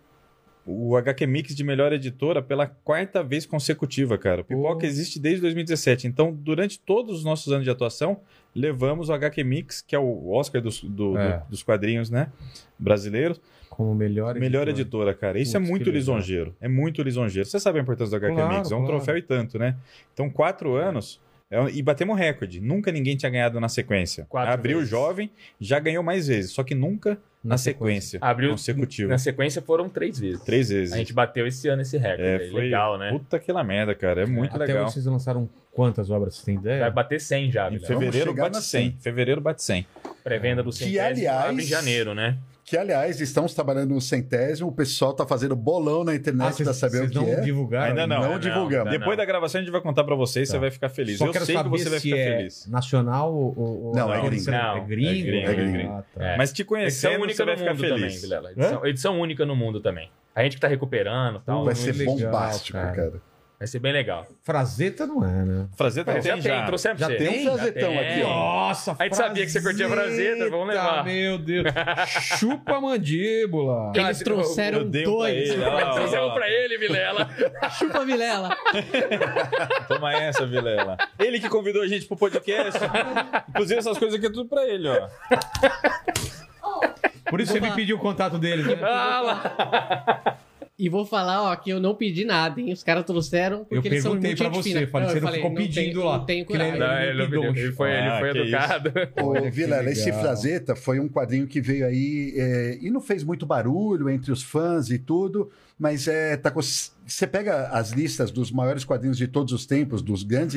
o HQ Mix de melhor editora pela quarta vez consecutiva, cara. O Pipoca
Pô.
existe desde 2017, então durante todos os nossos anos de atuação, levamos o HQ Mix, que é o Oscar dos, do-
É.
do- dos quadrinhos, né? Brasileiros,
Como melhor
melhor
editor. né?
editora, cara. Isso
Putz,
é
que
muito
legal.
lisonjeiro. É muito lisonjeiro. Você sabe a importância do HQ
Claro,
Mix. É um
claro.
troféu e tanto, né? Então, quatro anos. é um- E batemos recorde. Nunca ninguém tinha ganhado na sequência.
Quatro
Abriu
vezes.
jovem, já ganhou mais vezes, só que nunca na, sequência.
Abriu
consecutiva.
Na sequência foram três vezes.
Três vezes.
A gente bateu esse ano esse recorde.
É,
aí.
foi-
Legal, né?
Puta que lá merda, cara. É muito
Até
legal.
hoje vocês lançaram quantas obras? Você tem
Vai
ideia?
bater 100 já,
Em
Vilela.
fevereiro
chegar
bate
na
100. Fevereiro bate 100.
Pré-venda do 100
aliás-
abre em janeiro, né?
Que, aliás, estamos trabalhando no centésimo, o pessoal está fazendo bolão na
Ah,
internet
vocês-
para saber o
vocês
que
não
é.
divulgaram?
Ainda não.
não divulgamos.
ainda
Depois
não.
da gravação a gente vai contar pra vocês,
Tá.
você vai ficar feliz.
Só
eu
quero
sei que
saber
você vai
se
ficar
é
feliz.
nacional ou... ou-
Não, é
ou-
gringo.
É gringo?
É
gringo, é gringo.
Ah, tá.
É.
Mas te
Edição
conhecendo,
única
você vai
no
ficar
mundo também,
feliz.
Vilela. Edição, edição única no mundo também. A gente que tá recuperando e tal.
Vai ser
legal,
bombástico,
cara.
cara.
Vai ser bem legal.
Frazeta não é, né?
Frazeta
Bom,
tem
já
tá já.
tem, trouxe pra
Já
você.
tem?
Tem um Frazetão
Já tem.
É.
aqui, ó.
Nossa,
A gente sabia que você curtia Frazeta, vamos levar.
Meu Deus. Chupa mandíbula.
Cara,
Eles
eu-
eu
trouxeram
dei um pra
dois.
ele, ó.
Trouxemos pra ele, Vilela.
Chupa Vilela.
Toma essa, Vilela. Ele que convidou a gente pro podcast. Inclusive, essas coisas aqui é tudo pra ele, ó.
Por isso você
Vamos
me
lá.
pediu o contato dele,
É.
né?
Ah, lá.
E vou falar, ó, que eu não pedi nada, hein? Os caras trouxeram porque
Eu
eles são
perguntei
muito
pra você,
gente fina.
falei,
eu
você não ficou pedindo lá.
Não tenho
Que nem-
coragem.
Não, ele, não
pediu.
pediu, ele foi, ele
Ah,
foi
que isso.
educado.
Ô,
Olha que
Vila, esse
legal.
Frazeta foi um quadrinho que veio aí é, e não fez muito barulho entre os fãs e tudo, mas é, tá com- você pega as listas dos maiores quadrinhos de todos os tempos, dos grandes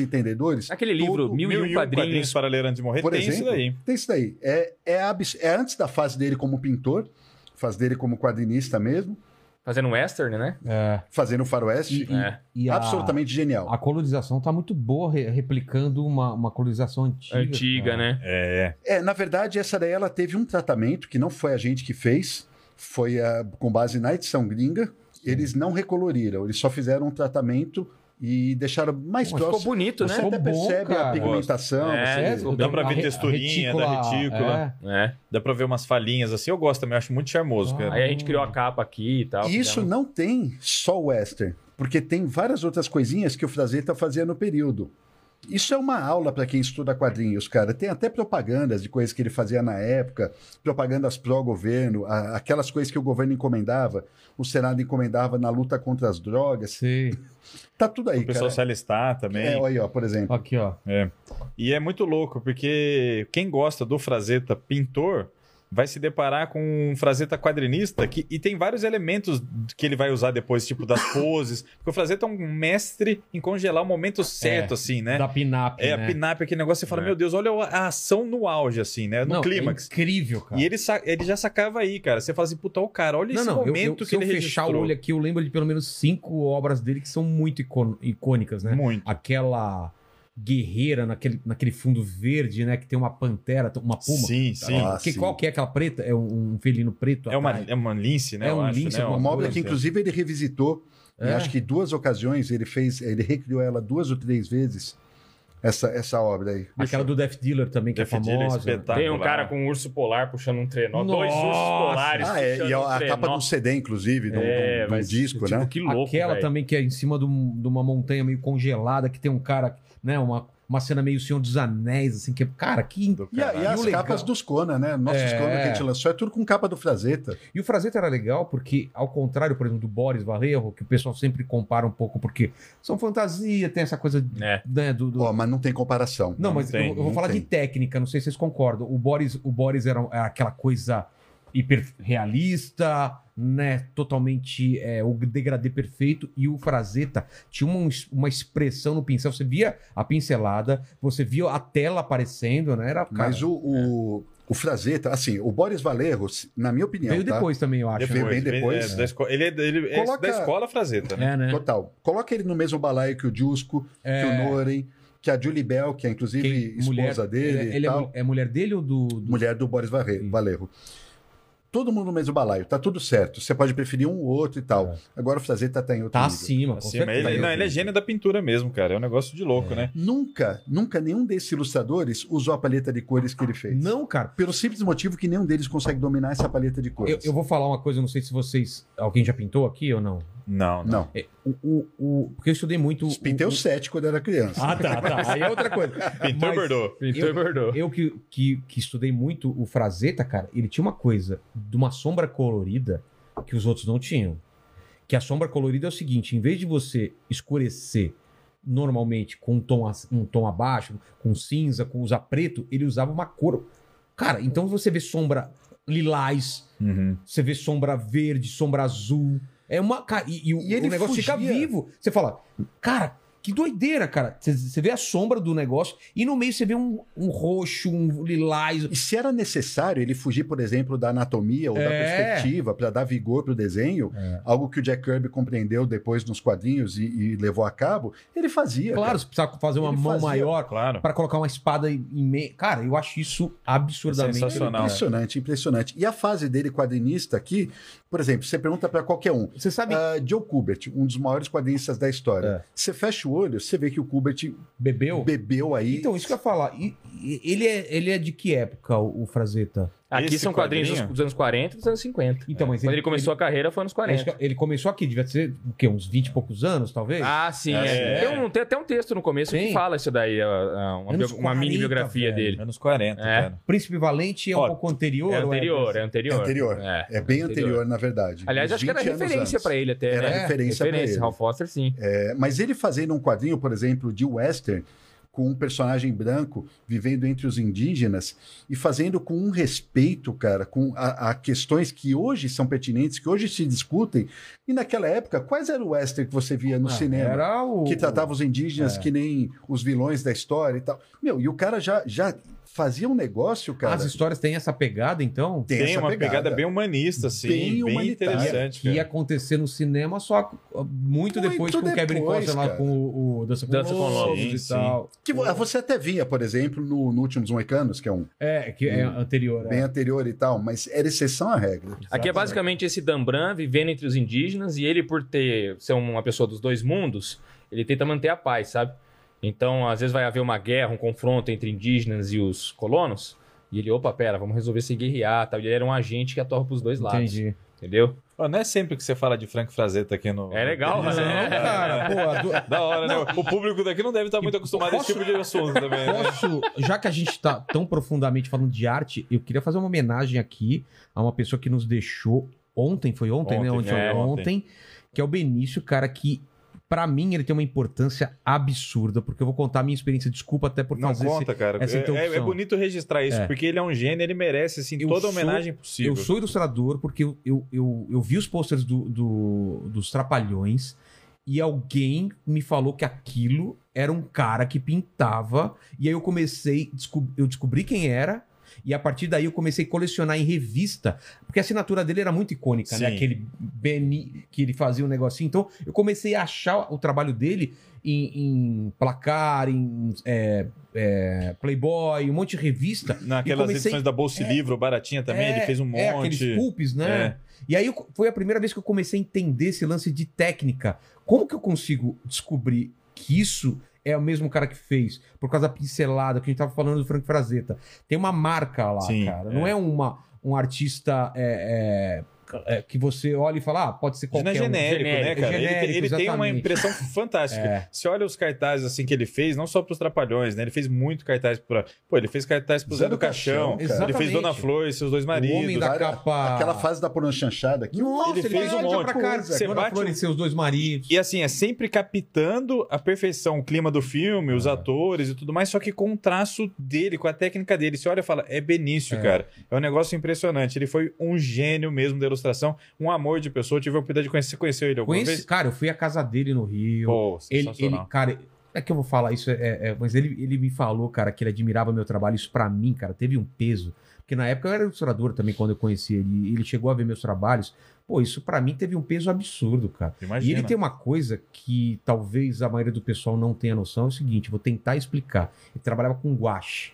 entendedores,
Aquele livro,
Tudo,
Mil e Um Quadrinhos.
para ler antes de
É,
morrer,
Por
tem isso
exemplo?
daí.
Tem isso daí. É, é, abs- é antes da fase dele como pintor, fase dele como quadrinista mesmo,
Fazendo um western, né?
É.
fazendo o faroeste.
E-
É.
E a-
Absolutamente genial.
A colonização tá muito boa, re- replicando uma, uma colonização antiga.
Antiga,
cara.
né?
É,
É, na verdade, essa daí ela teve um tratamento que não foi a gente que fez, foi ah, com base na edição gringa. Eles não recoloriram, eles só fizeram um tratamento e deixaram mais
Mas ficou
Ficou
próximo.
bonito,
Você
né?
Ficou
até
bom,
percebe
cara.
a pigmentação.
É,
você-
ficou
Dá pra
A
ver
re- a
texturinha da retícula.
né?
É.
Dá pra ver umas falhinhas assim. Eu gosto também, eu acho muito charmoso.
Ah.
cara.
Aí a gente criou a capa aqui e tal. né? um
E isso
fizemos-
não tem só o western, porque tem várias outras coisinhas que o Frazetta fazia no período. Isso é uma aula para quem estuda quadrinhos, cara. Tem até propagandas de coisas que ele fazia na época, propagandas pró-governo, a- aquelas coisas que o governo encomendava, o Senado encomendava na luta contra as drogas.
Sei.
Tá tudo aí,
O pessoal
cara.
se alistar também.
É, olha aí, ó, por exemplo.
Aqui, ó.
E é muito louco, porque quem gosta do Frazetta pintor vai se deparar com um Frazetta quadrinista que, e tem vários elementos que ele vai usar depois, tipo das poses. Porque o Frazetta é um mestre em congelar o momento certo, assim, né?
Da Pinap.
É,
né?
a pinap, aquele negócio, você fala,
É.
meu Deus, olha a ação no auge, assim, né? No
Não,
clímax.
É incrível, cara.
E ele, sa- ele já sacava aí, cara. Você fala assim, puta, o cara, olha
Não,
esse
não, eu, eu,
momento
se
que
eu
ele
fechar o
registrou.
olho aqui, eu lembro de pelo menos cinco obras dele que são muito icon- icônicas, né?
Muito.
Aquela guerreira naquele, naquele fundo verde, né? Que tem uma pantera, uma puma.
Sim, sim.
Ah,
que,
sim.
qual que é aquela preta? É um, um felino preto?
É uma,
atrás.
é uma lince, né?
É
eu
um
acho,
lince,
né?
é
Uma obra que,
coisa.
inclusive, ele revisitou. em
É?
acho que duas ocasiões ele fez, ele recriou ela duas ou três vezes. Essa, essa obra aí.
Aquela do Death Dealer também, que
Death
é
Dealer é
famosa.
espetáculo.
Tem um
Tá,
cara
lá.
com um urso polar puxando um trenó.
Nossa!
Dois ursos polares.
Ah, é, e
puxando um
a, a
trenó.
capa do CD, inclusive, um, do,
É,
do,
mas,
disco,
tipo,
né?
Que louco.
Aquela
velho.
também que é em cima de, um- de uma montanha meio congelada, que tem um cara, né? Uma, uma cena meio Senhor dos Anéis, assim, que. Cara, que.
Do
E, a- e
caralho.
a-
as
E o legal-
capas dos Kona, né? Nossos
É.
Kona que a gente lançou é tudo com capa do Frazetta.
E o Frazetta era legal porque, ao contrário, por exemplo, do Boris Vallejo, que o pessoal sempre compara um pouco, porque são fantasia, tem essa coisa
É.
né, do, do-
Ó, mas não tem comparação.
Não, mas
tem,
eu, eu vou
não
falar
tem.
de técnica, não sei se vocês concordam. O Boris, o Boris era, era aquela coisa hiperrealista, né? Totalmente é, o degradê perfeito. E o Frazetta tinha uma, uma expressão no pincel. Você via a pincelada, você via a tela aparecendo, né? Era, cara,
mas o, o, o Frazetta, assim, o Boris Valerro, se- na minha opinião,
veio
tá?
depois também, eu acho.
Veio
né?
bem
Ele-
depois.
é, da escola- ele é, ele é
Coloca-
da escola Frazetta, né?
É, né?
Total. Coloca ele no mesmo balaio que o Jusco,
É.
que o Noren, que a Julie Bell, que é inclusive
Quem-
esposa dele
ele,
e
ele é,
tal.
mu- é mulher dele ou do, do-
Mulher do Boris Varre-
Sim.
Valerro. Todo mundo no mesmo balaio, tá tudo certo. Você pode preferir um ou outro e tal.
É.
Agora o Frazetta tá em outro
tá
nível.
acima, com
Assim, mas
certeza.
ele, não, ele é gênio da pintura mesmo, cara. É um negócio de louco, né?
Nunca, nunca nenhum desses ilustradores usou a paleta de cores que ele fez.
Não, cara.
Pelo simples motivo que nenhum deles consegue dominar essa paleta de
Eu,
cores.
eu vou falar uma coisa, não sei se vocês. Alguém já pintou aqui ou não?
Não, não.
Não.
O, o, o- porque eu estudei muito. o-
Pintei
o-
os sete quando era criança.
Ah, tá, tá. Aí é outra coisa.
Pintor
Mas-
Bordeaux.
Pintou e bordou.
Eu que, que, que estudei muito o Frazetta, cara, ele tinha uma coisa de uma sombra colorida que os outros não tinham. Que a sombra colorida é o seguinte: em vez de você escurecer normalmente com um tom, ac- um tom abaixo, com cinza, com usar preto, ele usava uma cor. Cara, então você vê sombra lilás,
Uhum.
você vê sombra verde, sombra azul. É uma. ca- E, e o,
E ele
o negócio fica
fugia.
vivo. Você fala, cara, Que doideira, cara. Você- Você vê a sombra do negócio e no meio você vê um, um roxo, um lilás.
E se era necessário ele fugir, por exemplo, da anatomia ou da
É.
perspectiva para dar vigor para o desenho,
É.
algo que o Jack Kirby compreendeu depois nos quadrinhos e, e levou a cabo, ele fazia.
Claro,
cara.
você precisa fazer uma
Ele
mão
fazia.
maior
Claro.
pra colocar uma espada em em meio. Cara, eu acho isso
É
absurdamente.
sensacional. Não,
Impressionante, impressionante. E a fase dele quadrinista aqui, por exemplo, você pergunta para qualquer um.
Você sabe,
ah, Joe Kubert, um dos maiores quadrinistas da história. Você fecha o olho, você vê que o Kubert
bebeu?
bebeu aí.
Então, isso que eu ia falar. E- e- ele, é, ele é de que época, o, o Frazetta?
Aqui
Esse
são quadrinhos
quadrinho?
dos, dos anos 40 e dos anos 50.
Então, mas
Quando ele começou a carreira foi anos
é isso que
40.
eu- Ele, começou aqui, devia ser o quê? Uns 20 e poucos anos, talvez?
Ah, sim.
É.
é. Tem, um- tem até um texto no começo
Sim.
que fala isso daí, ó, ó, uma,
Anos
bio- uma
40,
mini biografia
velho.
dele.
Anos 40,
É.
cara.
Príncipe Valente é um
Ó,
pouco anterior?
É
ou
anterior, é anterior.
É anterior.
É.
É bem anterior, na verdade.
Aliás,
Uns
acho que era
20 anos
referência
antes.
pra ele até.
Era
né?
referência pra ele.
Ralph Foster, sim.
É, mas ele fazendo um quadrinho, por exemplo, de western, com um personagem branco vivendo entre os indígenas e fazendo com um respeito, cara, com a, a questões que hoje são pertinentes, que hoje se discutem. E naquela época, quais era o western que você via no
Ah,
cinema?
Era o...
Que tratava os indígenas
É.
que nem os vilões da história e tal. Meu, e o cara já, já fazia um negócio, cara.
As histórias têm essa pegada, então?
tem
Tem
essa
uma pegada, bem humanista, assim.
Bem
Bem,
humanitária.
interessante,
Que ia
cara.
acontecer no cinema só uh, muito,
Muito
depois com o Kevin
depois,
Costa lá
cara.
com o, o Dança com
Dança com
Lobos
Lobos,
e
sim,
tal.
Que vo- você até via, por exemplo, no, no Últimos Moicanos, que é um
É, que é anterior.
bem
é.
anterior e tal, mas era exceção à regra.
Aqui é basicamente esse Dambran vivendo entre os indígenas e ele, por ter ser uma pessoa dos dois mundos, ele tenta manter a paz, sabe? Então, às vezes vai haver uma guerra, um confronto entre indígenas e os colonos. E ele, opa, pera, vamos resolver se guerrear, tal. E ele era um agente que atuava pros dois lados,
Entendi.
entendeu?
Ó, não é sempre que você fala de Frank Frazetta aqui no.
É legal,
no-
né?
Não, cara, pô, a do-
Da hora, né? O público daqui não deve estar muito acostumado a esse tipo de assunto também. Né?
Posso, já que a gente tá tão profundamente falando de arte, eu queria fazer uma homenagem aqui a uma pessoa que nos deixou ontem, foi ontem, né?
Ontem,
Ontem,
é,
ontem, que é o Benício, cara, que pra mim ele tem uma importância absurda, porque eu vou contar a minha experiência, desculpa até por
Não
fazer esse-
conta, cara.
essa
É- É,
interrupção.
é bonito registrar isso,
É.
porque ele é um gênio, ele merece assim,
Eu
toda
sou-
a homenagem possível.
Eu sou ilustrador porque eu, eu, eu, eu vi os posters do, do- dos Trapalhões e alguém me falou que aquilo era um cara que pintava. E aí eu comecei, desco- eu descobri quem era. E a partir daí eu comecei a colecionar em revista, porque a assinatura dele era muito icônica, né?
Sim.
Aquele Beni que ele fazia um negocinho. Então eu comecei a achar o trabalho dele em, em placar, em é, é, Playboy, um monte de revista.
Naquelas
e comecei-
edições da Bolsa e Livro, baratinha também,
É,
ele fez um monte.
É, aqueles pulpes, né?
É.
E aí eu- foi a primeira vez que eu comecei a entender esse lance de técnica. Como que eu consigo descobrir que isso é o mesmo cara que fez? Por causa da pincelada que a gente tava falando do Frank Frazetta. Tem uma marca lá,
Sim,
cara.
é.
Não é uma, um artista é, é, é, que você olha e fala, ah, pode ser
Não
qualquer
é genérico, né,
Genérico,
cara? Ele- ele
genérico,
tem uma
exatamente.
impressão
um.
fantástica.
É,
Você olha os cartazes assim que ele fez, não só pros Trapalhões, né? Ele fez muito cartaz pra. Pô, ele fez cartaz pro Zé do Caixão.
cara.
Exato.
Ele fez
Exatamente.
Dona Flor e seus dois maridos.
o homem da
várias-
capa...
Aquela fase da pornochanchada que
Nossa,
ele fez um
olha
monte.
pra cara,
Você
Dona
bate
Flor
um-
e seus dois maridos.
E assim, é sempre captando a perfeição, o clima do filme,
É.
os atores e tudo mais, só que com o traço dele, com a técnica dele. Você olha e fala, é Benício,
É.
cara. É um negócio impressionante. Ele foi um gênio mesmo da ilustração, um amor de pessoa. Eu tive a oportunidade de conhecer. Você conheceu ele alguma
Conheci-
vez?
Cara, eu fui à casa dele no Rio.
Pô,
Ele, ele,
sensacional.
cara, é que eu vou falar isso, é, é, mas ele, ele me falou, cara, que ele admirava meu trabalho. Isso pra mim, cara, teve um peso. Porque na época eu era ilustrador também, quando eu conheci ele. e Ele chegou a ver meus trabalhos. Pô, isso pra mim teve um peso absurdo, cara.
Imagina.
E ele tem uma coisa que talvez a maioria do pessoal não tenha noção. É o seguinte, vou tentar explicar. Ele trabalhava com guache.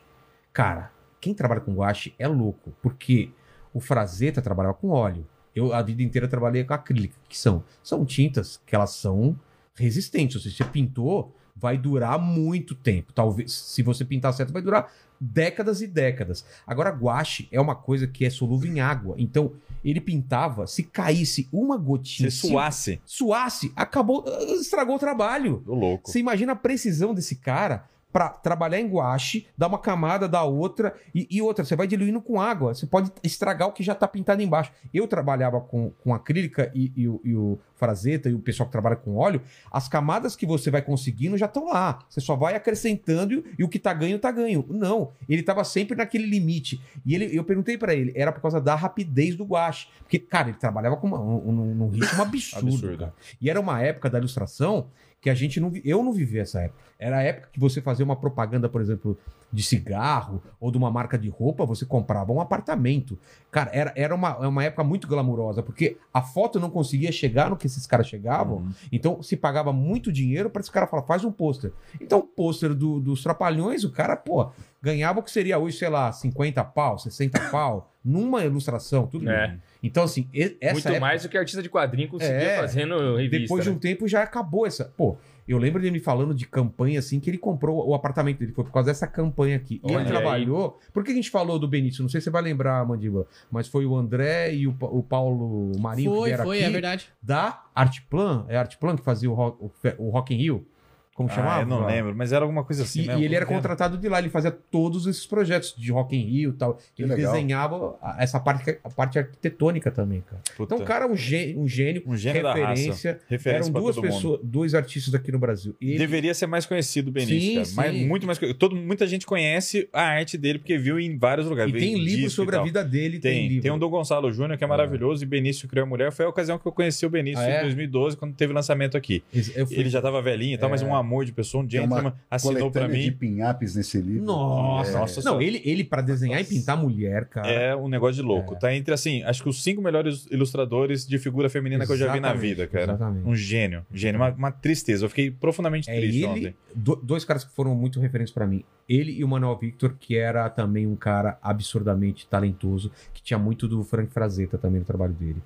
Cara, quem trabalha com guache é louco. Porque o Frazetta trabalhava com óleo. Eu a vida inteira trabalhei com acrílica, que são, são tintas que elas são resistentes. Ou seja, você pintou, vai durar muito tempo. Talvez, se você pintar certo, vai durar décadas e décadas. Agora, guache é uma coisa que é solúvel em água. Então, ele pintava, se caísse uma gotinha,
Se
se
suasse.
suasse, acabou, ah, estragou o trabalho.
Do louco.
Você imagina a precisão desse cara pra trabalhar em guache, dar uma camada, dar outra e, e outra. Você vai diluindo com água, você pode estragar o que já tá pintado embaixo. Eu trabalhava com, com acrílica e, e o- e o Frazetta e o pessoal que trabalha com óleo, as camadas que você vai conseguindo já estão lá. Você só vai acrescentando e, e o que tá ganho, tá ganho. Não, ele tava sempre naquele limite. E ele, eu perguntei pra ele, era por causa da rapidez do guache. Porque, cara, ele trabalhava com uma- um, um- num um ritmo absurdo.
Absurdo.
cara. E era uma época da ilustração que que a gente não. vi- Eu não vivi essa época. Era a época que você fazia uma propaganda, por exemplo, de cigarro ou de uma marca de roupa, você comprava um apartamento. Cara, era, era uma, é uma época muito glamurosa, porque a foto não conseguia chegar no que esses caras
Uhum.
chegavam,
Ah,
então se pagava muito dinheiro para esse cara falar, faz um pôster. Então, o pôster do- dos Trapalhões, o cara, pô, ganhava o que seria hoje, sei lá, 50 pau, 60 pau, numa ilustração,
Hum.
tudo
É.
bem. Então, assim, e- essa
Muito
época-
mais do que artista de quadrinho conseguia
É.
fazendo revista.
depois de um
né?
tempo já acabou essa. Pô, eu lembro dele me falando de campanha assim que ele comprou o apartamento dele. Foi por causa dessa campanha aqui. E
Olha
ele
aí.
trabalhou. Por que a gente falou do Benício? Não sei se você vai lembrar, Mandíbula, mas foi o André e o, Pa- o Paulo Marinho que
Foi,
vieram
foi,
aqui
é verdade.
da Artplan. É a Artplan que fazia o Rock, o Fe- o Rock in Rio? Como chamava?
Ah, eu não lembro, mas era alguma coisa assim
E,
mesmo.
e ele era
Não lembro.
contratado de lá, ele fazia todos esses projetos de Rock in Rio e tal. Ele
legal.
desenhava a- essa parte, a parte arquitetônica também, cara.
Puta,
Então o cara é um gê- um gênio,
um gênio da raça.
referência.
Referência
Eram
pra
duas
todo mundo.
pessoas, dois artistas aqui no Brasil. Ele,
Deveria ser mais conhecido o Benício,
Sim,
cara. Mas
sim.
muito mais. co- Todo, muita gente conhece a arte dele porque viu em vários
e
lugares. viu
tem
em
livro
disco e
sobre a
tal.
vida dele, tem,
Tem,
livro.
tem um do Gonçalo Júnior que é maravilhoso e Benício criou a mulher. Foi a ocasião que eu conheci o Benício
Ah, é?
em 2012, quando teve lançamento aqui.
Eu fui-
Ele já tava velhinho e tal, mas um amor de pessoa, um
Tem uma
gentleman, assinou pra
Coletânea
mim.
de pinhapes nesse livro.
Nossa,
É. Nossa
não,
Senhora.
ele, ele para desenhar e pintar mulher, cara.
É um negócio de louco. Tá entre, assim, acho que os cinco melhores ilustradores de figura feminina que eu já vi na
Exatamente,
vida, cara.
Exatamente.
Um gênio, um gênio. Uma, uma tristeza. Eu fiquei profundamente
É
triste
ele,
ontem.
do- dois caras que foram muito referentes pra mim. Ele e o Manuel Victor, que era também um cara absurdamente talentoso, que tinha muito do Frank Frazetta também no trabalho dele.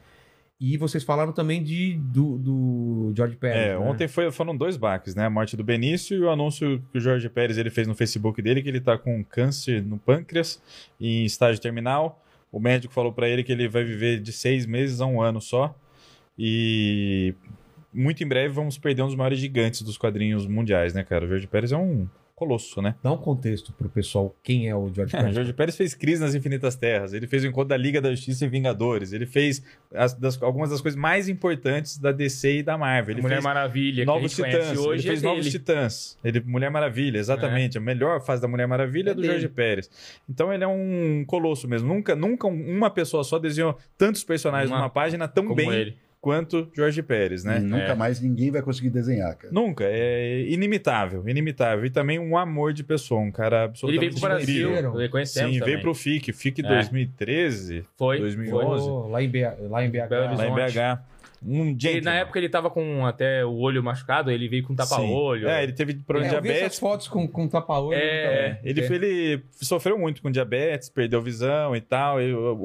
E vocês falaram também de, do, do George Pérez.
É,
né?
ontem foi- foram dois baques, né? A morte do Benício e o anúncio que o Jorge Pérez ele fez no Facebook dele que ele tá com câncer no pâncreas em estágio terminal. O médico falou pra ele que ele vai viver de seis meses a um ano só. E muito em breve vamos perder um dos maiores gigantes dos quadrinhos mundiais, né, cara? O Jorge Pérez é um colosso, né?
Dá um contexto pro pessoal quem é o George
O
Pérez.
Jorge Pérez fez Crise nas Infinitas Terras, ele fez o encontro da Liga da Justiça e Vingadores, ele fez as- das- algumas das coisas mais importantes da DC e da Marvel. Ele
Mulher
fez
Maravilha,
Novos
que a gente
Titãs.
conhece hoje
ele fez
é
Novos
dele.
Titãs. Ele, Mulher Maravilha, exatamente. A melhor fase da Mulher Maravilha é,
É
do
dele.
Jorge Pérez. Então ele é um colosso mesmo. Nunca, nunca um- uma pessoa só desenhou tantos personagens
Uma-
numa página tão
como
bem
ele.
quanto Jorge Pérez, né?
E nunca
É.
mais ninguém vai conseguir desenhar, cara.
Nunca, é inimitável, inimitável. E também um amor de pessoa, um cara
Ele
absolutamente
veio pro Brasil,
incrível.
reconhecemos
Sim,
também.
veio pro FIC, FIC
É.
2013,
Foi.
2011.
Foi Lá em, B- lá em BH.
Belo
lá em
Horizonte.
BH. Um
Ele,
gente.
na época ele tava com até o olho machucado, ele veio com um tapa-olho.
É, ele teve problema de
É, eu vi
diabetes,
essas fotos com, com tapa-olho.
É,
então,
Ele, ele sofreu muito com diabetes, perdeu visão e tal. e o-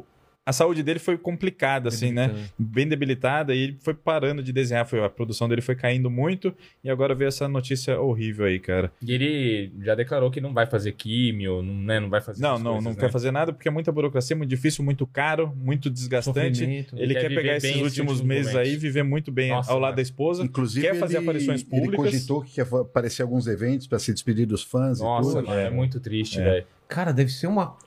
o- a saúde dele foi complicada, assim, né? Bem debilitada. E ele foi parando de desenhar. Foi, a produção dele foi caindo muito. E agora veio essa notícia horrível aí, cara.
E ele já declarou que não vai fazer químio, não, né, não vai fazer
Não,
essas
não,
coisas,
não
né?
quer fazer nada porque é muita burocracia, muito difícil, muito caro, muito desgastante.
sofrimento.
Ele
Quer
quer
viver
pegar
bem
esses
esses
últimos
últimos
meses
momentos.
aí, viver muito bem
Nossa,
ao lado
cara.
da esposa.
Inclusive,
quer fazer
ele,
aparições
ele
públicas.
cogitou que ia fa- aparecer em alguns eventos para se despedir dos fãs e
Nossa,
tudo.
mano, é muito triste,
É.
velho.
Cara, deve ser uma...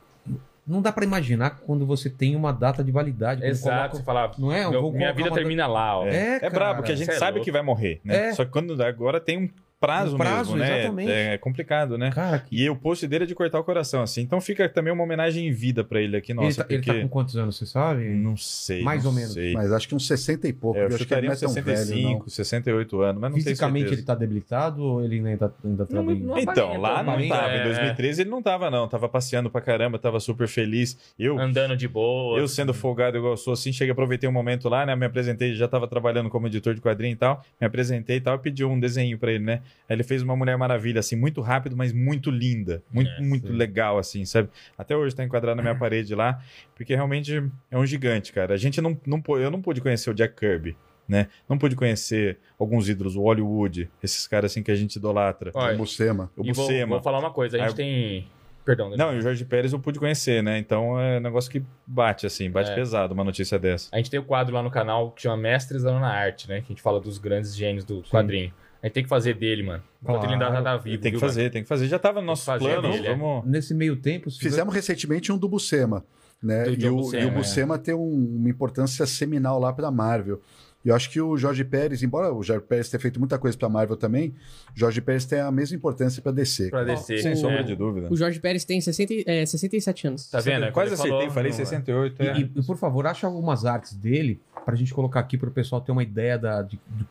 Não dá pra imaginar quando você tem uma data de validade. quando
Exato,
coloca-
falar,
Não é? Eu
meu-
vou
minha
colocar
vida
uma-
termina lá, ó.
É.
É,
É brabo, que a gente
cê é
sabe
louco.
que vai morrer, né?
É.
Só que quando agora tem um prazo,
Um prazo,
mesmo, né?
exatamente.
É é complicado, né?
Cara, que...
E o post dele é de cortar o coração, assim. Então fica também uma homenagem em vida pra ele aqui, nossa,
ele, tá, ele
porque... Hum,
tá com quantos anos, você sabe?
Não sei,
Mais
não
ou menos.
sei.
Mas acho que uns 60 e pouco.
É, eu
eu acho que ele
chutaria
não é
uns
tão
65,
velho, não.
68 anos, mas não tenho
Fisicamente ele
certeza.
tá debilitado ou ele ainda, ainda tá
Não,
bem?
não-
Então, lá não
aparenta,
tava. Em
é.
2013 ele não tava, não. Tava passeando pra caramba, tava super feliz. Eu,
Andando de boa.
eu sendo folgado igual eu sou, assim, cheguei, aproveitei um momento lá, né? Me apresentei, já tava trabalhando como editor de quadrinho e tal. Me apresentei e tal, e pedi um desenho pra ele, né? Aí ele fez uma Mulher Maravilha, assim, muito rápido, mas muito linda. Muito,
É,
muito
sim.
legal, assim, sabe? Até hoje tá enquadrado na minha parede lá, porque realmente é um gigante, cara. A gente não, não pô- eu não pude conhecer o Jack Kirby. Né? Não pude conhecer alguns ídolos, o Hollywood, esses caras assim que a gente idolatra.
Olha,
O Buscema.
o
e vou,
Buscema.
vou falar uma coisa, a gente
Aí-
tem... Perdão, Daniel.
Não, e o Jorge Pérez eu pude conhecer, né? Então é um negócio que bate, assim, bate
É.
pesado uma notícia dessa.
A gente tem o quadro lá no canal que chama Mestres da Nona Arte, né? Que a gente fala dos grandes gênios do quadrinho. A gente tem que fazer dele, mano. Enquanto ele ainda
Claro.
tá
E
vivo.
tem que
viu,
fazer, tem que fazer. Já tava no nosso
fazer
plano,
dele, é.
vamos...
Nesse meio tempo... se-
Fizemos recentemente um do Buscema. Né?
Do
E,
John
o,
Buscema,
e o
é.
Buscema tem um- uma importância seminal lá para Marvel. E eu acho que o Jorge Pérez, embora o Jorge Pérez tenha feito muita coisa para Marvel também, Jorge Pérez tem a mesma importância para DC.
Pra descer.
Sem
O-
sombra
É.
de dúvida.
O Jorge Pérez tem 60, e- é, 67 anos.
Tá vendo? É
Quase
quando ele
acertei,
falou,
falei
não,
68. é.
E, e, por favor, acha algumas artes dele pra gente colocar aqui pro pessoal ter uma ideia da, de- do,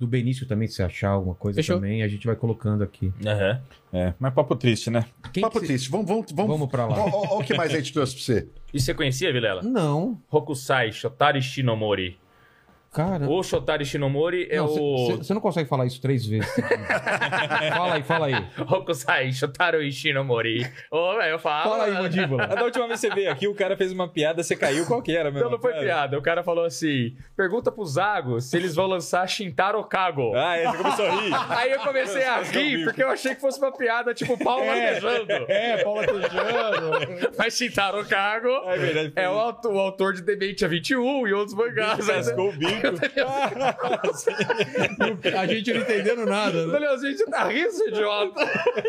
do Benício também, se achar alguma coisa
Fechou.
também, a gente vai colocando aqui.
Aham.
É, mas papo triste, né?
Quem
Papo
que cê-
triste. Vamos, vamos, vamos.
Vamos pra lá.
Olha o que mais a gente trouxe pra você.
E você conhecia, Vilela?
Não,
Hokusai Shotari Shinomori.
cara.
O Shotari Shinomori é o.
Você não consegue falar isso três vezes. fala aí, fala aí.
Hokusai Shotaro Shinomori. Ô, velho, eu falo.
Fala aí,
mano.
mandíbula.
Da última vez que você veio aqui, o cara fez uma piada, você caiu, qual que era, meu?
Então não foi piada. O cara falou assim: pergunta pro Zago se eles vão lançar Shintaro Kago.
Ah, é, você começou a rir.
Aí eu comecei a rir porque eu achei que fosse uma piada tipo pau manejando.
É, Paula Tejano.
Mas Shintaro Kago
É verdade.
é o autor, o autor de Dementia 21 e outros mangás. né?
Rasgou o bico.
A gente não entendendo nada. né?
Eu falei, "Ô, gente, você tá rindo, seu idiota?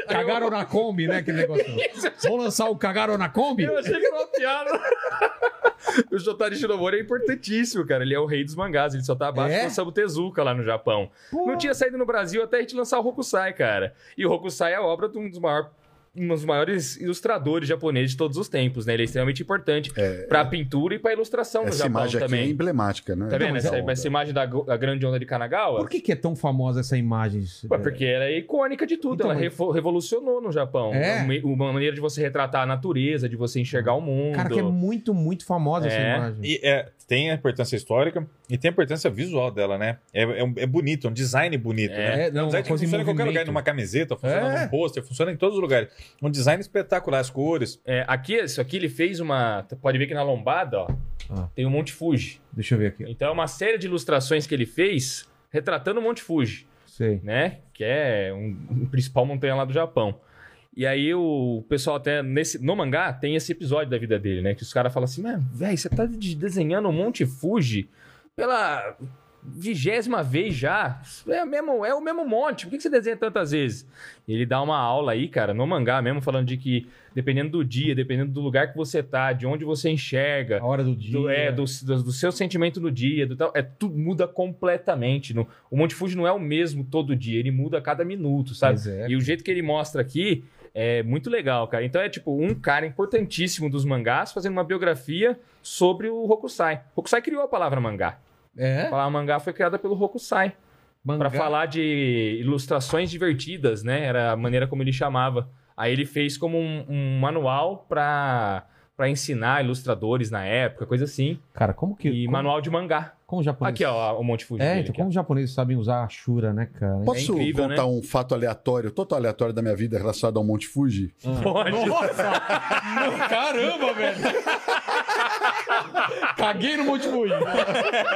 Cagaram na Kombi, né? Aquele negócio. Vão lançar o Cagaram na Kombi?
Eu achei que era uma piada. o Shotari Shinomori é importantíssimo, cara. Ele é o rei dos mangás. Ele só tá abaixo
É?
do Osamu Tezuka lá no Japão. Não tinha saído no Brasil até a gente lançar o Hokusai, cara. E o Hokusai é a obra de um dos maiores um dos maiores ilustradores japoneses de todos os tempos, né? Ele é extremamente importante
É.
pra pintura e pra ilustração no
Essa
Japão
imagem aqui é
também.
emblemática, né?
Tá vendo
Então,
essa,
onda.
essa imagem da, go- da grande onda de Kanagawa?
Por que, que é tão famosa essa imagem?
Ué, porque ela é icônica de tudo,
Então,
ela
mas-
revo- revolucionou no Japão.
É?
Uma, uma maneira de você retratar a natureza, de você enxergar o mundo.
Cara, que é muito, muito famosa
É.
essa imagem.
E é, tem a importância histórica e tem a importância visual dela, né? É, é, um- é bonito, é um design bonito, né?
É, não,
tipo,
Um design
uma
que
coisa em
funciona em qualquer lugar,
movimento.
numa camiseta, funciona
É.
num pôster, funciona em todos os lugares. Um design espetacular, as cores.
É, aqui, isso aqui ele fez uma. Pode ver que na lombada, ó,
Ah.
tem o Monte Fuji.
Deixa eu ver aqui.
Então é uma série de ilustrações que ele fez retratando o Monte Fuji,
Sei.
né? Que é um, um principal montanha lá do Japão. E aí o pessoal até nesse no mangá tem esse episódio da vida dele, né? Que os caras falam assim, mano, velho, você tá de- desenhando o Monte Fuji pela vigésima vez já. É, o mesmo, é o mesmo monte. Por que que você desenha tantas vezes? E ele dá uma aula aí, cara, no mangá mesmo, falando de que dependendo do dia, dependendo do lugar que você tá, de onde você enxerga,
A hora do dia.
do, é, do, do- do seu sentimento no dia, do tal, é tudo muda completamente. No- o Monte Fuji não é o mesmo todo dia, ele muda a cada minuto, sabe?
Mas é.
E o jeito que ele mostra aqui é muito legal, cara. Então é tipo um cara importantíssimo dos mangás fazendo uma biografia sobre o Hokusai. Hokusai criou a palavra mangá. A
É?
palavra mangá foi criada pelo Hokusai para
Mangá.
falar de ilustrações divertidas, né? Era a maneira como ele chamava. Aí ele fez como um, um manual para para ensinar ilustradores na época, coisa assim.
Cara, como que.
E
como,
manual de mangá.
como o japonês.
Aqui, ó, o Monte Fuji.
É,
dele
então,
aqui, ó.
como os japoneses sabem usar a Shura, né, cara?
Posso
incrível,
contar um fato aleatório, total aleatório da minha vida relacionado ao Monte Fuji?
Pode.
Caramba, velho! Caguei no Monte Fuji.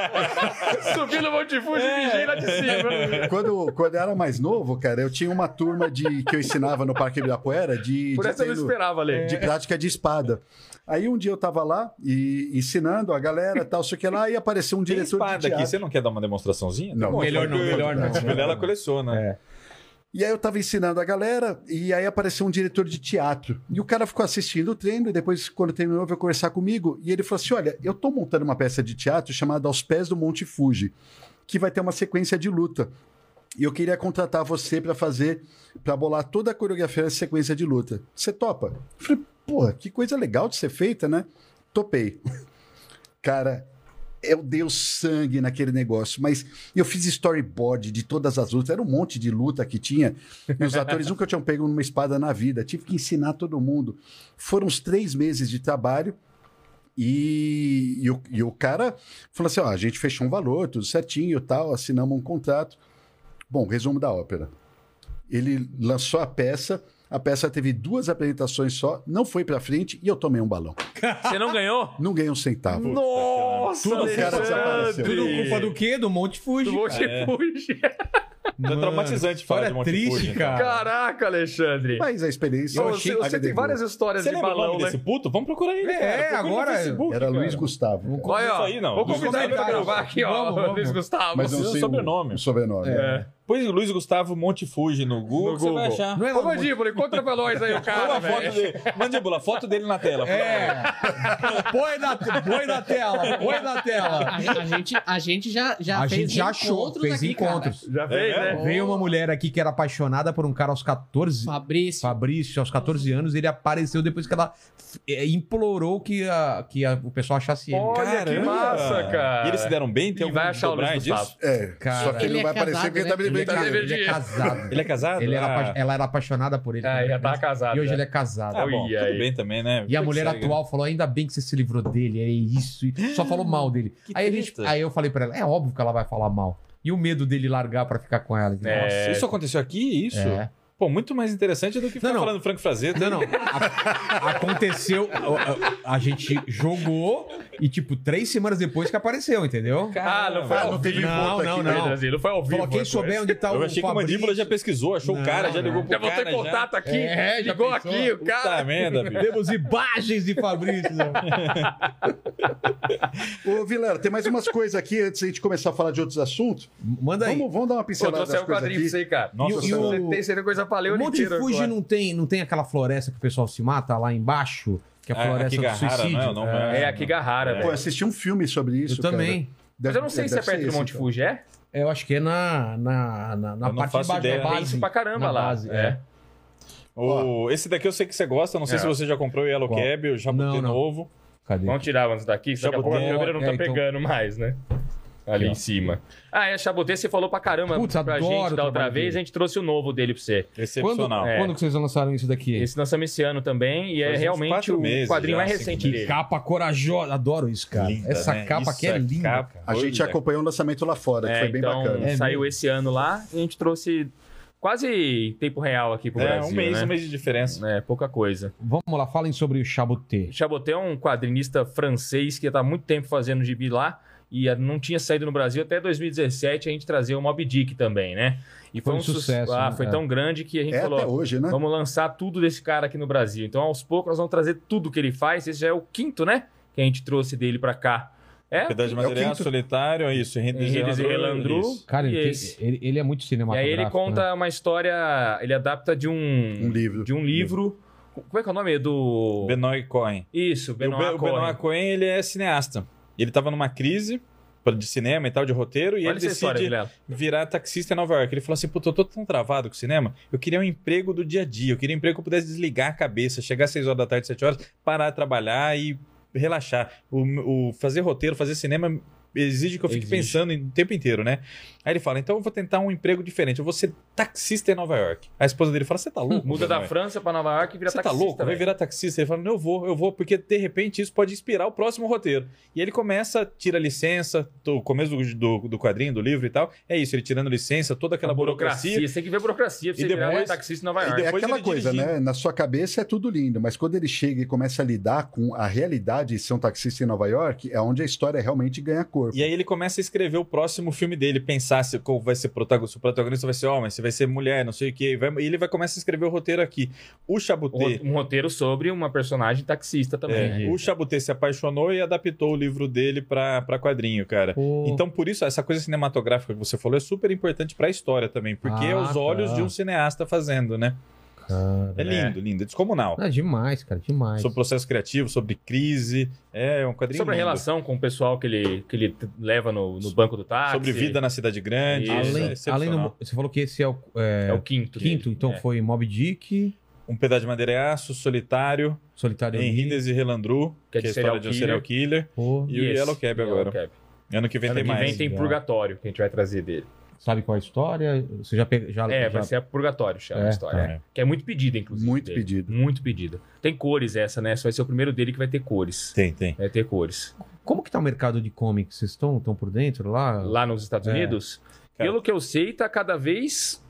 Subi no Monte Fuji
É.
e mijei lá de cima.
Quando, quando eu era mais novo, cara, eu tinha uma turma de que eu ensinava no Parque Ibirapuera de,
Por
de
essa eu não
treino-
esperava,
É.
Lê.
de prática de espada. Aí um dia eu tava lá e ensinando a galera, tal, sei o que lá, e apareceu um
Tem
diretor de
espada aqui,
teatro.
você não quer dar uma demonstraçãozinha? é
Não.
Melhor não, melhor não.
Melhor ela coleciona.
É.
E aí eu tava ensinando a galera, e aí apareceu um diretor de teatro. E o cara ficou assistindo o treino, e depois, quando terminou, veio conversar comigo. E ele falou assim: Olha, eu tô montando uma peça de teatro chamada Aos Pés do Monte Fuji, que vai ter uma sequência de luta. E eu queria contratar você pra fazer, pra bolar toda a coreografia da sequência de luta. Você topa? Eu falei, porra, que coisa legal de ser feita, né? Topei. Cara, eu dei o sangue naquele negócio, mas eu fiz storyboard de todas as lutas, era um monte de luta que tinha, e os atores nunca tinham pego numa espada na vida, tive que ensinar todo mundo. Foram uns três meses de trabalho, e, e o, e o cara falou assim: ó, a gente fechou um valor, tudo certinho e tal, assinamos um contrato. Bom, resumo da ópera. Ele lançou a peça, a peça teve duas apresentações só, não foi pra frente e eu tomei um balão.
Você não ganhou?
Não ganhei um
Hum.
centavo.
Nossa,
Tudo os caras
Alexandre!
desapareceram.
Tudo culpa do quê? Do Monte Fuji.
Do Monte Fuji.
É traumatizante falar
história
de Monte
triste,
Fuji, então.
cara.
Caraca, Alexandre.
Mas a experiência.
Ô, você você tem
agregou.
várias histórias
Você
de
lembra o
balão,
nome
né?
desse puto? Vamos procurar ele.
É,
cara. Procura no
agora-
Facebook,
Era
cara.
Luiz Gustavo.
Olha, ó,
Isso aí não.
vou
Nos
convidar ele pra
comentários.
gravar aqui, ó,
Vamos, vamos.
Luiz Gustavo.
Mas eu
Você
não
é
sei o
sobrenome.
O sobrenome.
É.
Pois Luiz Gustavo Montefuji no Google,
No
você vai
Google.
achar.
Não é
Ô,
não,
Mandíbula, encontra pra nós aí o
Põe
cara,
uma
velho.
foto dele. Mandíbula, foto dele na tela.
É. Põe na, põe na tela, põe na tela.
A, a gente, a gente já, já
a
fez
gente já achou,
reencontros
fez
aqui,
encontros.
Já fez,
É,
né?
Veio uma mulher aqui que era apaixonada por um cara aos 14
cara. Fabrício.
Fabrício, aos 14 anos, ele apareceu depois que ela eh, implorou que, a, que a- o pessoal achasse ele.
Olha que massa, cara.
E eles se deram bem? Tem
E vai
algum
achar o Luiz
dobrar
Gustavo.
disso?
É,
Cara,
só que
ele
ele não
é
vai
casado,
aparecer porque ele
né?
tá me
Ele é,
lembrando.
ca-
de-
ele é casado.
Ele é casado?
Ele era
Ah,
apa- Ela era apaixonada por ele.
Ah,
também,
já tava
mas-
casado.
E hoje
já.
ele é casado.
Tá bom,
Olha
tudo
aí.
bem também, né?
E a mulher
Segue.
atual falou: ainda bem que você se livrou dele, é isso. E só falou mal dele.
Que
Aí, a gente,
treta.
aí eu falei pra ela: é óbvio que ela vai falar mal. E o medo dele largar pra ficar com ela.
É.
Nossa, isso aconteceu aqui? Isso?
É.
Pô, muito mais interessante do que ficar
Não, não.
falando Franco Frazetta.
Não, não. A- aconteceu. A, a- a gente jogou e, tipo, três semanas depois que apareceu, entendeu?
Ah, não foi
Ah,
ao
não
vivo.
teve
Não,
voto
não,
aqui,
não.
né?
Brasil, Não foi ao vivo. né?"
Falou, quem
foi.
souber onde tá o.
Eu achei que o
Fabrício-
Mandíbula já pesquisou, achou
Não,
o cara, já tá
não.
ligou pro
Já botou
cara.
em contato aqui.
É, já
ligou
pensou?
aqui, o
Já. Puta
cara.
merda, bicho.
Temos imagens de Fabrício.
Ô, Vilela, tem mais umas coisas aqui antes da gente começar a falar de outros assuntos.
Manda aí.
Vamos, vamos dar uma
Pô,
pincelada
trouxe
das
um
coisas
quadrinho pra
aqui.
você, cara.
Nossa,
E o-
Você tem, você tem coisa pra ler
O
o
Um Monte
inteiro
Fuji
agora.
não tem, não tem aquela floresta que o pessoal se mata lá embaixo? Que é a
Ah,
floresta do
Akigahara,
suicídio?
não é o nome?
É.
É, aqui Garrara,
Pô,
velho.
assisti um filme sobre isso.
eu
cara.
também.
Mas
Deve-
eu não sei se é
deve ser
perto do
esse,
Monte
cara.
Fuji, é?
É, Eu acho que é na, na, na, na
Eu não
parte de
faço
baixo
ideia.
da
Tem
base.
Tem isso pra caramba
na
lá.
base,
É.
é.
O, esse daqui eu sei que você gosta, não sei
É.
se você já comprou o Yellow
Qual?
Cab, o Jabuti
Não, não.
Novo.
Cadê?
Vamos tirar antes daqui, só que a pouco a
Chaboté,
câmera não tá
é, então-
pegando mais, né? Ali
Aqui, ó.
em cima. Ah, é, Chabotê, você falou pra caramba
Putz,
pra
adoro
gente
o
da outra
trabalho
vez,
dele.
a gente trouxe o novo dele pra você.
Quando,
Excepcional.
É.
quando que vocês lançaram isso daqui?
Esse lançamos esse ano também, e é
Faz uns
realmente
quatro
o
meses
quadrinho
já,
mais
assim,
recente
que
Que
dele.
capa corajosa. Adoro isso, cara.
Linda,
Essa
né?
capa
Isso
aqui é linda.
capa.
cara.
A gente
Olha.
acompanhou o lançamento lá fora, que
É,
foi bem
então,
bacana.
É
saiu
mesmo.
esse ano lá e a gente trouxe quase em tempo real aqui pro
É,
Brasil,
um mês,
né?
um mês de diferença.
É, pouca coisa.
Vamos lá, falem sobre o Chabotê.
Chaboté é um quadrinista francês que tá há muito tempo fazendo gibi lá e a- não tinha saído no Brasil até 2017 a gente trazia o Mob Dick também, né? E
Foi um
su-
sucesso,
Ah,
né?
foi
É.
tão grande que a gente
É
falou,
até hoje, né?
Vamos lançar tudo desse cara aqui no Brasil. Então, aos poucos, nós vamos trazer tudo que ele faz. Esse já é o quinto, né? Que a gente trouxe dele pra cá. É?
Pedaço de
É o
material,
quinto.
solitário, é isso. Rendes e
Henrique
Relandru.
Relandru.
isso.
Cara, ele,
E
tem-
esse?
ele, ele é muito
E aí
cinematográfico.
ele
né?
conta uma história. Ele adapta de
Um
um,
livro.
de um livro. Como é que é o nome? Do.
Benoit Cohen.
Isso,
E o Be-
Benoit
o Benoit
Cohen.
Cohen, ele é cineasta. Ele tava numa crise pra- de cinema e tal, de roteiro, e
Olha
ele
essa
decide
história, Vilela.
virar taxista em Nova York. Ele falou assim, puta, eu tô tão travado com o cinema, eu queria um emprego do dia a dia, eu queria um emprego que eu pudesse desligar a cabeça, chegar às 6 horas da tarde, 7 horas, parar de trabalhar e relaxar. O, o fazer roteiro, fazer cinema exige que eu fique
Exige.
pensando em- o tempo inteiro, né? Aí ele fala, então eu vou tentar um emprego diferente, eu vou ser taxista em Nova York. A esposa dele fala, você tá louco?
Muda da
Benoit?
França pra Nova York e vira
Você tá
taxista.
louco? Vai
velho.
virar taxista? Ele fala, não, eu vou, eu vou, porque de repente isso pode inspirar o próximo roteiro. E ele começa, tira licença, o começo do, do, do quadrinho, do livro e tal. É isso, ele tirando licença, toda aquela
A burocracia.
burocracia.
Você tem que ver a burocracia pra
E
você virar
depois-
taxista em Nova
e
York.
É
depois
aquela
ele
coisa,
dirigindo.
né? Na sua cabeça é tudo lindo, mas quando ele chega e começa a lidar com a realidade de ser um taxista em Nova York, é onde a história realmente ganha corpo.
E aí ele começa a escrever o próximo filme dele, pensar se qual vai ser protagonista, se o protagonista vai ser homem, se vai ser mulher, não sei o quê. E vai- e ele vai começar a escrever o roteiro aqui. O Chabutê.
Um roteiro sobre uma personagem taxista também. né?
é, o Chabutê se apaixonou e adaptou o livro dele pra pra quadrinho, cara.
Pô,
Então, por isso, essa coisa cinematográfica que você falou é super importante pra história também, porque é
Ah,
os olhos
tá.
de um cineasta fazendo, né?
cara.
É lindo, lindo, é descomunal.
Ah, demais, cara, demais.
Sobre processo criativo, sobre crise, é um quadrinho
Sobre a
lindo.
relação com o pessoal que ele, que ele t- leva no, no banco do táxi.
Sobre vida na cidade grande,
Isso,
é
Além, além do,
excepcional.
você falou que esse é o é,
É o quinto.
quinto,
dele.
então
É.
foi Mob Dick,
um pedaço de madeireaço, solitário,
Solitário
em
Henrique.
Rindes e Relandru,
Que é
que, é a
de
história de um serial
serial
killer,
Pô,
e o
esse,
Yellow Cab
Yellow
agora.
Cab.
Ano que vem
Ano
tem
que
mais. né?
vem tem
legal.
Purgatório, que a gente vai trazer dele.
sabe qual é a história? Você já pegou. Já,
É,
já...
vai ser a Purgatório, chama
É,
a história.
tá.
né? Que é muito pedida, inclusive.
Muito
dele.
pedido.
Muito pedida. Tem cores essa, né? Esse vai ser o primeiro dele que vai ter cores.
Tem, tem.
Vai ter cores.
Como que tá o mercado de comics? Vocês estão estão por dentro lá?
Lá nos Estados
É.
Unidos,
Cara.
pelo que eu sei, tá cada vez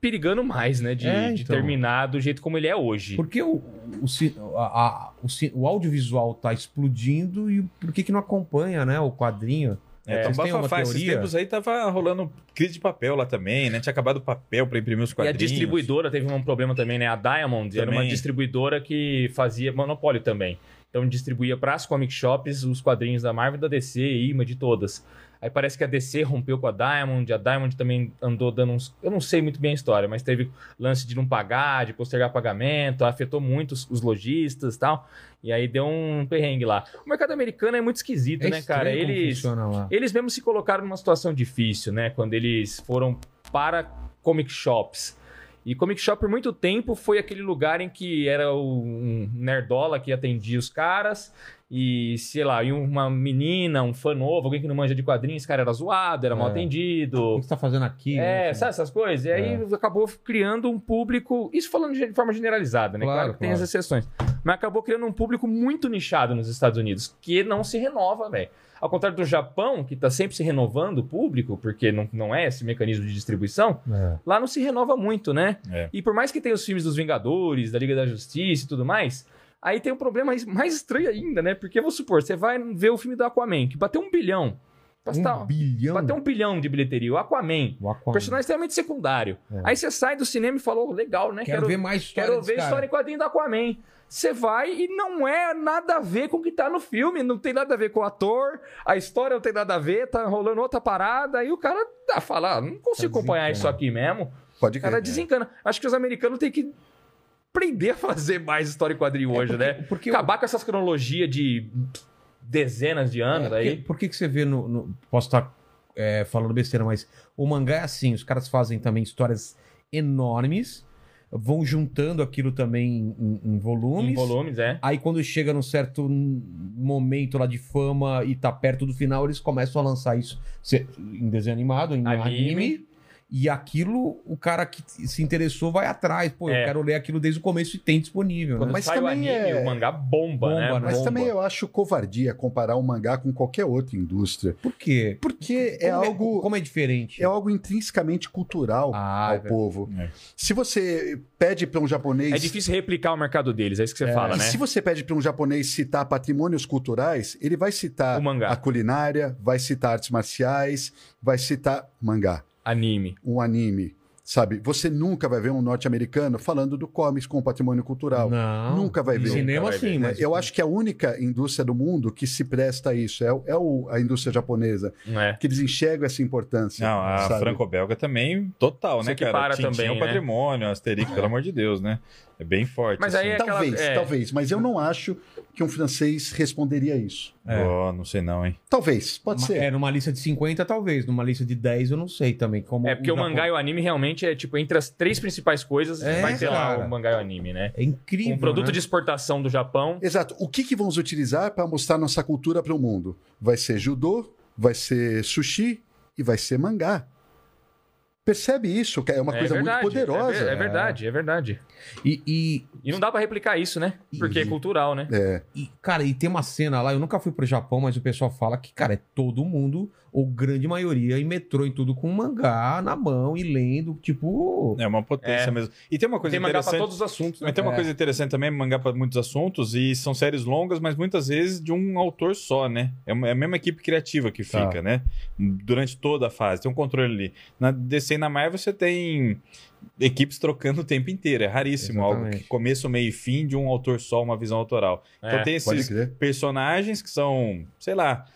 perigando mais, né? De,
É,
de
então.
terminar do jeito como ele é hoje.
Por que o, o, ci- a- a- o, ci- o audiovisual tá explodindo e por que, que não acompanha, né? O quadrinho.
É,
Vocês
então,
têm uma
bafafá, esses
teoria?
tempos aí tava rolando crise de papel lá também, né? Tinha acabado o papel pra imprimir os
E a
quadrinhos.
distribuidora teve um problema também, né? A Diamond era uma
Também.
distribuidora que fazia monopólio também. Então distribuía para as comic shops os quadrinhos da Marvel, da DC, IMA, de todas. Aí parece que a DC rompeu com a Diamond, a Diamond também andou dando uns. Eu não sei muito bem a história, mas teve lance de não pagar, de postergar pagamento, afetou muito os, os lojistas e tal. E aí deu um perrengue lá. O mercado americano é muito esquisito, né, cara?
estranho como
Eles.
funciona lá.
Eles mesmos se colocaram numa situação difícil, né? Quando eles foram para comic shops. E comic shop por muito tempo foi aquele lugar em que era o- um nerdola que atendia os caras e, sei lá, e uma menina, um fã novo, alguém que não manja de quadrinhos, esse cara era zoado, era mal
É.
atendido.
O que você tá fazendo aqui?
É,
né? É.
sabe essas coisas? E aí acabou criando um público. Isso falando de de forma generalizada, né?
Claro,
Claro, que tem as
claro.
exceções. Mas acabou criando um público muito nichado nos Estados Unidos, que não se renova, velho. Ao contrário do Japão, que tá sempre se renovando o público, porque não, não é esse mecanismo de distribuição,
É.
lá não se renova muito, né?
É.
E por mais que tenha os filmes dos Vingadores, da Liga da Justiça e tudo mais, aí tem um problema mais estranho ainda, né? Porque, vou supor, você vai ver o filme do Aquaman, que bateu um bilhão.
Um bilhão.
Bateu um bilhão de bilheteria. O Aquaman.
O Aquaman.
Personagem extremamente secundário.
É.
Aí você sai do cinema e falou, legal, né?
Quero, ver mais história
quero
desse
ver
cara.
história em quadrinho do Aquaman. Você vai e não é nada a ver com o que tá no filme. Não tem nada a ver com o ator, a história não tem nada a ver, tá rolando outra parada. Aí o cara tá falando, não consigo
Tá desencana.
acompanhar
É.
isso aqui mesmo.
Pode
O cara
crer.
desencana. Acho que os americanos têm que aprender a fazer mais história em quadrinho hoje, né?
É, Porque o-
Acabar com essas cronologias de dezenas de anos
É,
aí.
Por que, por que que você vê no. no- posso estar é, falando besteira, mas o mangá é assim, os caras fazem também histórias enormes, vão juntando aquilo também em, em volumes.
Em volumes, é.
Aí quando chega num certo n- momento lá de fama e tá perto do final, eles começam a lançar isso se- em desenho animado, em anime.
Anime.
E aquilo, o cara que se interessou vai atrás. Pô, eu
É.
quero ler aquilo desde o começo e tem disponível. né?
Quando
Mas
sai o
também
anime,
é-
o mangá bomba,
Bomba, né?
né?
Mas
Bomba.
também eu acho covardia comparar o mangá com qualquer outra indústria.
Por quê?
Porque é
Como
algo,
Como é diferente?
é algo intrinsecamente cultural
Ah, é
ao
verdade.
povo.
É.
Se você pede para um japonês.
É difícil replicar o mercado deles, é isso que você
É,
fala,
e
né?
Se você pede para um japonês citar patrimônios culturais, ele vai citar
O mangá.
a culinária, vai citar artes marciais, vai citar mangá,
Anime.
um anime. Sabe? Você nunca vai ver um norte-americano falando do comics com patrimônio cultural.
Não.
Nunca vai
No
ver.
Cinema
Nunca vai
né?
sim,
ver.
mas
É, Eu acho que a única indústria do mundo que se presta a isso é, o- é o- a indústria japonesa,
Não é?
que eles enxergam essa importância.
Não, a
sabe?
franco-belga também, total,
Você
né,
que
cara?
para
Tintim
também,
é um
né?
patrimônio, Asterix, pelo amor de Deus, né? É bem forte.
Mas aí é aquela-
Talvez,
é.
talvez, mas eu não acho que um francês responderia isso.
é... oh, não sei não, hein?
Talvez, pode
Ma-
ser.
É, numa lista de 50, talvez. Numa lista de 10, eu não sei também. Como
É porque o
Japão-
mangá e o anime realmente é tipo entre as três principais coisas,
É,
vai ter
cara.
lá o mangá e o anime, né?
É incrível.
um produto
né?
de exportação do Japão.
Exato. O que, que vamos utilizar para mostrar nossa cultura para o mundo? Vai ser judô, vai ser sushi e vai ser mangá. Percebe isso? que É uma
é
coisa
verdade,
muito
É,
poderosa.
ver- é verdade, é verdade.
E, e-
E não dá pra replicar isso, né? Porque é
E-
cultural, né?
É.
e, cara, e tem uma cena lá, eu nunca fui pro Japão, mas o pessoal fala que, cara, é todo mundo, ou grande maioria, em metrô e tudo, com mangá na mão e lendo, tipo...
É uma potência
É.
mesmo. E tem uma coisa
Tem mangá pra
interessante...
todos os assuntos, né?
Mas tem uma
É.
coisa interessante também, mangá para muitos assuntos, e são séries longas, mas muitas vezes de um autor só, né? É uma- é a mesma equipe criativa que
Tá.
fica, né? Durante toda a fase, tem um controle ali. Na DC e na Marvel você tem equipes trocando o tempo inteiro, é raríssimo. Algo
Exatamente.
que começo, meio e fim de um autor só, uma visão autoral. Então
É,
tem
Pode
esses
crer.
personagens que são, sei lá,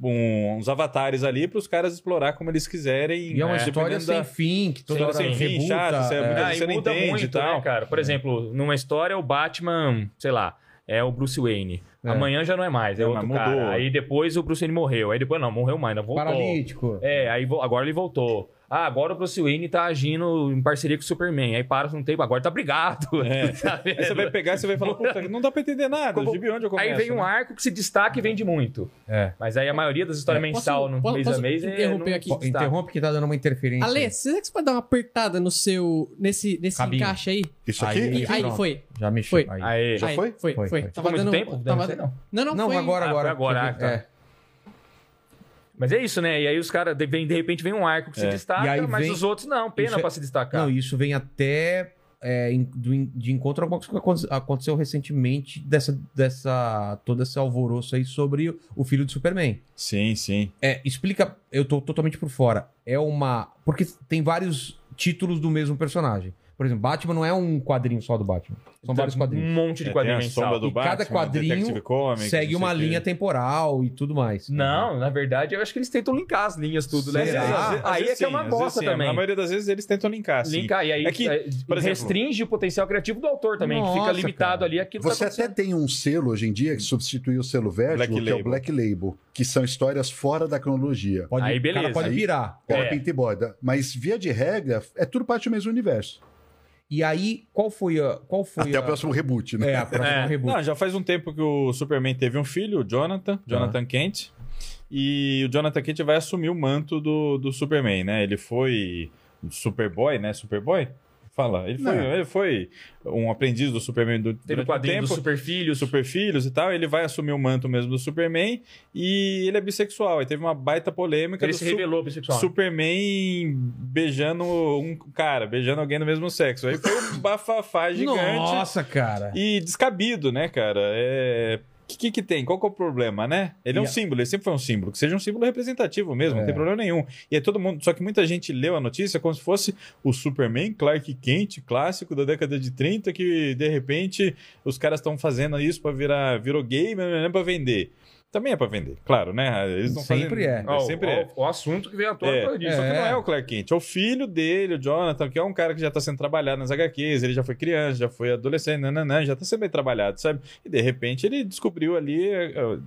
um- uns avatares ali para os caras explorar como eles quiserem.
E é uma
né?
história
Dependendo
sem
da-
fim, que toda
Sem
hora
fim,
rebuta,
chato, isso é muito-
Ah,
você
e
não
muda
entende e
muito,
tal. É.
né, cara? Por exemplo, numa história, o Batman, sei lá, é o Bruce Wayne.
É.
Amanhã já não é mais, é
Não,
outro
mas
cara.
mudou.
Aí depois o Bruce Wayne morreu. Aí depois, não, morreu mais, não voltou.
Paralítico.
É, aí vo- agora ele voltou. Ah, agora o Bruce Wayne tá agindo em parceria com o Superman. Aí para um tempo, agora tá brigado.
É.
Sabe?
Aí você vai pegar e você vai falar,
né?"
puta, não dá pra entender nada.
Como-
De onde eu começo?
Aí vem um
né?
arco que se destaca e vende muito.
É.
Mas aí a maioria das histórias
É,
mensal,
posso-
no
posso-
mês a
posso
mês, é,
interromper
não
aqui?
se
Pô,
destaca.
Interrompe que tá dando uma interferência.
Ale, será que você pode dar uma apertada no seu. nesse, nesse
Cabinho.
encaixe aí?
Isso
Aí-
aqui?
E- aí,
pronto.
foi.
Já mexeu.
Foi.
Aí.
Aí.
Já
Aí,
foi?
Foi,
Foi,
foi.
foi.
Tava
muito
dando. um
tempo?
tava-
Não sei não.
Não, não,
Não,
foi.
agora,
Ah, foi
agora.
agora,
Deixa eu ver.
ah, tá. Mas é isso, né? E aí os caras, de- vem- de repente vem um arco que se
É.
E aí
destaca, mas
vem-
os outros não, pena
Isso é-
pra se destacar.
Não, isso vem até é, em- do en- de encontro a alguma coisa que aconte- aconteceu recentemente dessa, dessa todo esse alvoroço aí sobre o filho de Superman.
Sim, sim.
É, explica, eu tô totalmente por fora. É uma, porque tem vários títulos do mesmo personagem. Por exemplo, Batman não é um quadrinho só do Batman.
Então,
São vários quadrinhos.
Um monte de
É,
quadrinho
tem a sombra
mensal.
do
E cada
Batman,
quadrinho
Detective Comics,
Segue
não sei
uma
o quê.
linha temporal e tudo mais.
Não, na verdade, eu acho que eles tentam linkar as linhas tudo, né?
Será?
Às vezes-
Às vezes- às
Aí é
vezes
que é
sim,
uma
às vezes
bosta
sim.
também.
Na maioria das vezes eles tentam linkar, sim.
Linkar, e aí
É que,
é,
por exemplo-
restringe o potencial criativo do autor também, que fica
Nossa,
limitado
cara.
ali aquilo
Você
que tá
até tem um selo hoje em dia que substituiu o selo Vertigo,
Black
que é
Label.
o Black Label, que são histórias fora da cronologia.
Pode,
Aí,
o cara
beleza.
pode
Aí-
pirar.
Bola,
É.
pinta e borda. Mas, via de regra, é tudo parte do mesmo universo.
E aí, qual foi a. Qual foi
Até
a...
o próximo reboot, né?
É, a próxima
É.
reboot.
Não, já faz um tempo que o Superman teve um filho, o Jonathan, Jonathan Kent. E o Jonathan Kent vai assumir o manto do, do Superman, né? Ele foi Superboy, né? Superboy? Fala, ele foi,
Não.
ele foi um aprendiz do Superman do,
Teve o
durante um
quadrinho
tempo.
dos superfilhos,
Superfilhos e tal, ele vai assumir o manto mesmo do Superman e ele é bissexual. E teve uma baita polêmica
ele
do
se
Su-
revelou bissexual.
Superman beijando um cara, beijando alguém do mesmo sexo. Aí foi um bafafá gigante.
Nossa, cara.
E descabido, né, cara? É. O que, que tem? Qual que é o problema, né? Ele é um
E a-
símbolo, ele sempre foi um símbolo. Que seja um símbolo representativo mesmo,
É.
não tem problema nenhum. E é todo mundo. Só que muita gente leu a notícia como se fosse o Superman Clark Kent clássico da década de 30, que de repente os caras estão fazendo isso pra virar. Virou game, pra vender. Também é pra vender, claro, né? Eles não
Sempre
fazem-
Ó,
Sempre
ó,
é.
O assunto que veio à tona
É.
por causa disso.
Só que
É.
não é o Clark Kent, é o filho dele, o Jonathan, que é um cara que já tá sendo trabalhado nas HQs, ele já foi criança, já foi adolescente, nananã, já tá sendo bem trabalhado, sabe? E de repente ele descobriu ali eh, eh,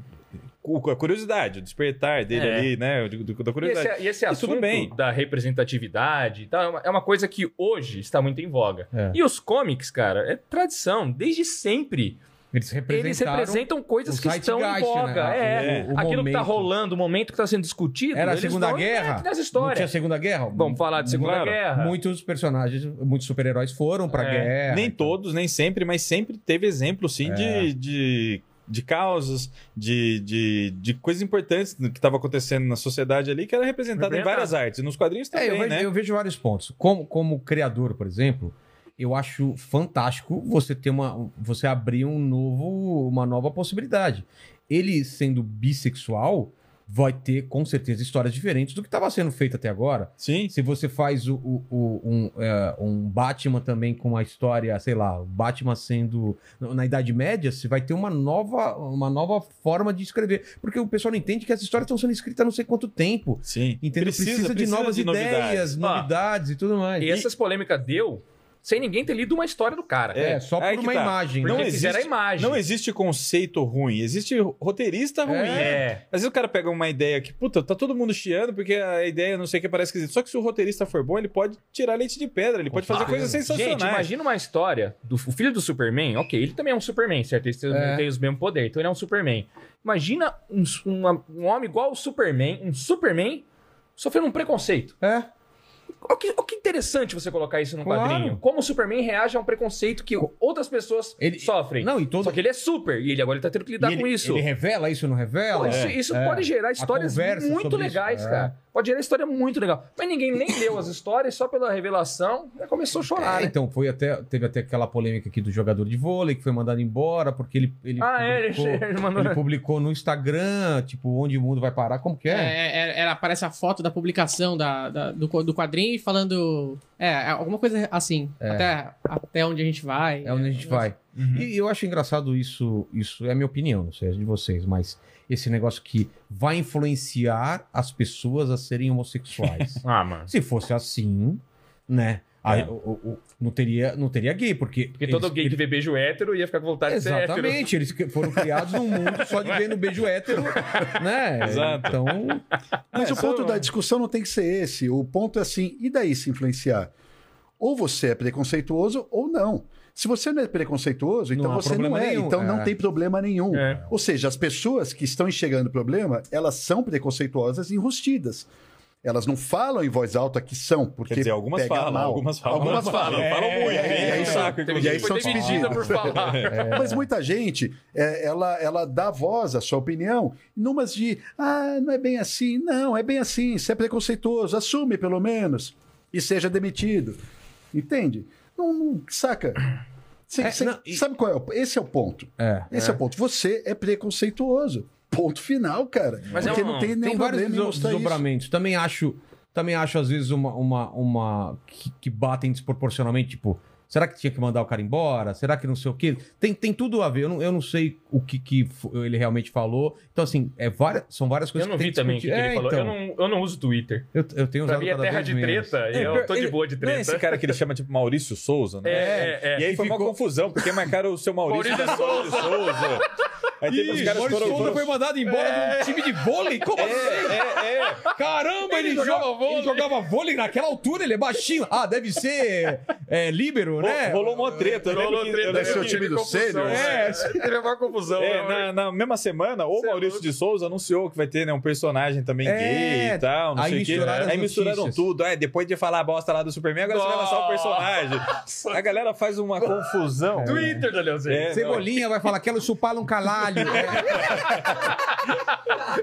cu- a curiosidade, o despertar dele
É.
ali, né? do- do- Da
E
curiosidade.
esse, é, e esse
E
assunto
tudo bem.
da representatividade e tal, é uma- é uma coisa que hoje está muito em voga.
É.
E os comics, cara, é tradição. Desde sempre.
Eles
Eles
representaram.
representam coisas
o
que estão em
zeitgeist,
voga.
né?
É.
É.
O
Aquilo que tá
momento.
rolando, o momento que tá sendo discutido.
Era a
eles
Segunda
dão
Guerra?
Nessa
Não tinha
história.
Segunda Guerra?
Vamos falar de Segunda
Claro.
Guerra.
Muitos personagens, muitos super-heróis foram pra
É.
guerra.
Nem todos, nem sempre, mas sempre teve exemplo, sim,
então. É.
de, de, de causas, de, de, de coisas importantes que estava acontecendo na sociedade ali, que era representada em
Representado.
várias artes. Nos quadrinhos
É,
também,
eu, vejo,
né?
eu vejo vários pontos. Como, como criador, por exemplo, eu acho fantástico você ter uma. você abrir um novo, uma nova possibilidade. Ele sendo bissexual, vai ter com certeza histórias diferentes do que estava sendo feito até agora.
Sim.
Se você faz o, o- o- um, é, um Batman também com a história, sei lá, o Batman sendo na Idade Média, você vai ter uma nova, uma nova forma de escrever. Porque o pessoal não entende que as histórias estão sendo escritas há não sei quanto tempo.
Sim.
Entendeu? Precisa, de novas ideias, novidades, É,
Ó,
e tudo mais.
E essas polêmicas deu sem ninguém ter lido uma história do cara.
É, só
aí
por
que
uma
tá.
imagem.
Porque
Não
né?
existe-
fizeram a imagem.
Não existe conceito ruim, existe roteirista ruim.
É.
Às vezes o cara pega uma ideia que, puta, tá todo mundo chiando porque a ideia não sei o que parece esquisito. Só que se o roteirista for bom, ele pode tirar leite de pedra, ele pode fazer
certeza.
coisas sensacionais.
Gente, imagina uma história do o filho do Superman. Ok, ele também é um Superman, certo? Ele tem-
É.
tem os mesmos poderes, então ele é um Superman. Imagina um, su- uma- um homem igual o Superman, um Superman, sofrendo um preconceito.
É.
Olha que, ó que interessante você colocar isso num
Claro.
quadrinho. Como o Superman reage a um preconceito que outras pessoas
Ele-
sofrem.
Não, e todo.
Só que ele é super, e ele agora ele tá tendo que lidar
e ele,
com isso.
Ele revela isso, não
Pô,
revela?
isso
É.
isso
É.
pode gerar histórias
conversa
muito
sobre isso,
legais,
é.
cara. Pode gerar história muito legal. Mas ninguém nem leu as histórias, só pela revelação, já começou a chorar,
É,
né?
então, foi até, teve até aquela polêmica aqui do jogador de vôlei que foi mandado embora porque ele, ele,
Ah, é, ele,
publicou,
ele mandou.
ele publicou no Instagram, tipo, onde o mundo vai parar, como que
É,
é?
é, era- aparece a foto da publicação da, da- do, co- do quadrinho e falando. É, alguma coisa assim. Até, até onde a gente vai.
É, onde a gente vai.
Uhum.
E eu acho engraçado isso, isso é a minha opinião, não sei a de vocês, mas esse negócio que vai influenciar as pessoas a serem homossexuais.
Ah, mano.
Se fosse assim, né? aí
É.
o- o- o- não, teria, não teria gay, porque.
Porque todo
eles-
gay que vê beijo hétero ia ficar com vontade de ser hétero.
Exatamente, eles que- foram criados num mundo só de vendo beijo hétero, né?
Exato.
Então,
Mas
É,
o
só-
ponto da discussão não tem que ser esse. O ponto é assim, e daí se influenciar? Ou você é preconceituoso ou não. Se você não é preconceituoso,
Não
então
há
você não
problema
é,
nenhum,
então
é.
não tem problema nenhum.
É.
Ou seja, as pessoas que estão enxergando o problema, elas são preconceituosas e enrustidas. Elas não falam em voz alta que são, porque
Quer dizer, algumas
pega
falam,
mal.
algumas falam.
Algumas falam.
falam muito.
é,
enche
é,
o saco,
Teve
inclusive.
e aí
gente que
são É.
foi demitida por
despedidos.
falar.
Mas muita gente, é, ela, ela dá voz à sua opinião, numas de, ah, não é bem assim, não, é bem assim, você é preconceituoso, assume pelo menos, e seja demitido. Entende? Não, não- saca? Cê-
É,
cê-
não, e-
Sabe qual é? o- Esse é o ponto.
é.
Esse é. o ponto. Você é preconceituoso. Ponto final, cara.
Mas é
Porque
um-
não tem nenhum
Tem vários
problema em
deso-
mostrar isso.
desdobramentos. Também acho Também acho, às vezes, uma. uma, uma que, que batem desproporcionalmente, tipo. Será que tinha que mandar o cara embora? Será que não sei o quê? Tem, tem tudo a ver. Eu não, eu não sei o que, que fo- ele realmente falou. Então, assim, é várias, são várias
Eu
coisas
não
que tem
vi também o que,
discutir.
que ele
É,
falou.
então,
Eu, não, eu não uso Twitter.
eu, eu tenho
Pra
usado
mim é
cada
terra
vez
de
menos.
treta. e eu tô de
ele-
boa de
Não é
treta.
esse cara que ele chama tipo Maurício Souza, né?
É, é, é.
E aí foi uma
Ficou-
confusão, porque marcaram o seu Maurício,
Maurício
mas Maurício Souza. Aí teve os
Ih,
caras
Maurício
foram-
Souza
foram-
foi mandado embora de um time de vôlei? Como assim?
É, é.
Caramba, ele, jogava, vôlei. ele jogava vôlei naquela altura, ele é baixinho. Ah, deve ser é, líbero, né?
Ro- Rolou uma treta. eu lembro
Rolou
que- um
treta,
eu
né?
lembro
Esse é o
que-
time
Teve
do
confusão,
sênior?
É, teve uma confusão.
É,
né?
na, na mesma semana, o
Cê é
Maurício
louco.
de Souza anunciou que vai ter né, um personagem também
É,
gay e tal, não
aí
sei o quê.
misturaram as
Aí misturaram
notícias.
tudo. Ah, depois de falar a bosta lá do Superman, agora você vai lançar o personagem. A galera faz uma confusão.
Twitter, Danielzinho.
É,
Cebolinha vai falar, quero chupar um calalho. É.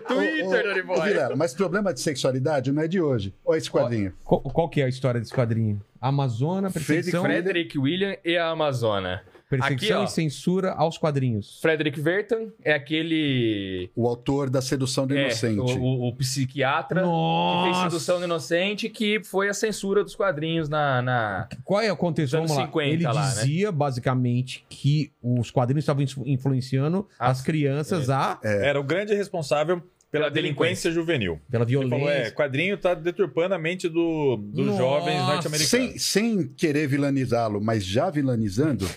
Twitter,
Ô, ô,
Daniboy.
ô, Vilela, mas problema de sexualidade não é de hoje. Olha esse quadrinho.
qual, qual que é a história desse quadrinho? Amazona, perseguição,
Fred-
Frederick William e a Amazona.
perseguição
aqui, ó.
e censura aos quadrinhos.
Frederick Vertan é aquele.
O autor da Sedução do
é,
Inocente.
o, o- o psiquiatra que fez sedução do inocente, que foi a censura dos quadrinhos na. na-
Qual é o contexto?
Dos anos
Vamos lá.
50
Ele
lá, né?
dizia, basicamente, que os quadrinhos estavam influ- influenciando as,
As- é.
crianças a,
É. Era o grande responsável pela
Pela
delinquência juvenil.
pela
Ele
violência.
falou, é, quadrinho tá deturpando a mente do, dos
Nossa.
jovens
Sem,
norte-americanos.
sem querer vilanizá-lo, mas já vilanizando,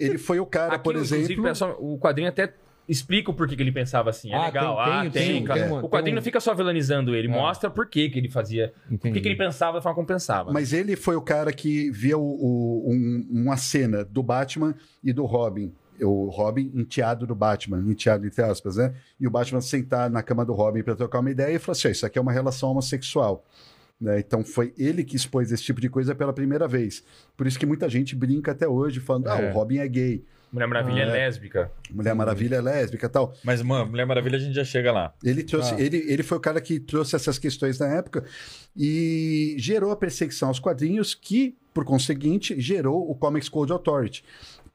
ele foi o cara,
Aqui,
por
inclusive,
exemplo.
pessoal, o quadrinho até explica o porquê que ele pensava assim. É
Ah,
legal.
tem-
ah,
tem-
tem.
tem,
cara.
tem
uma-
o quadrinho
tem um-
não fica só vilanizando ele,
É.
mostra por que que ele fazia. Por que que ele pensava da forma como pensava.
Mas ele foi o cara que via o- o- um- uma cena do Batman e do Robin. O Robin enteado do Batman, enteado entre aspas, né? E o Batman sentar na cama do Robin para trocar uma ideia e falar assim: "Ah, isso aqui é uma relação homossexual. né? Então foi ele que expôs esse tipo de coisa pela primeira vez. Por isso que muita gente brinca até hoje, falando: ah,
É.
o Robin é gay,
Mulher Maravilha
Ah.
é lésbica.
Mulher Maravilha é lésbica tal.
Mas, mano, Mulher Maravilha a gente já chega lá.
Ele trouxe,
Ah.
ele, ele foi o cara que trouxe essas questões na época e gerou a perseguição aos quadrinhos que, por conseguinte, gerou o Comics Code Authority,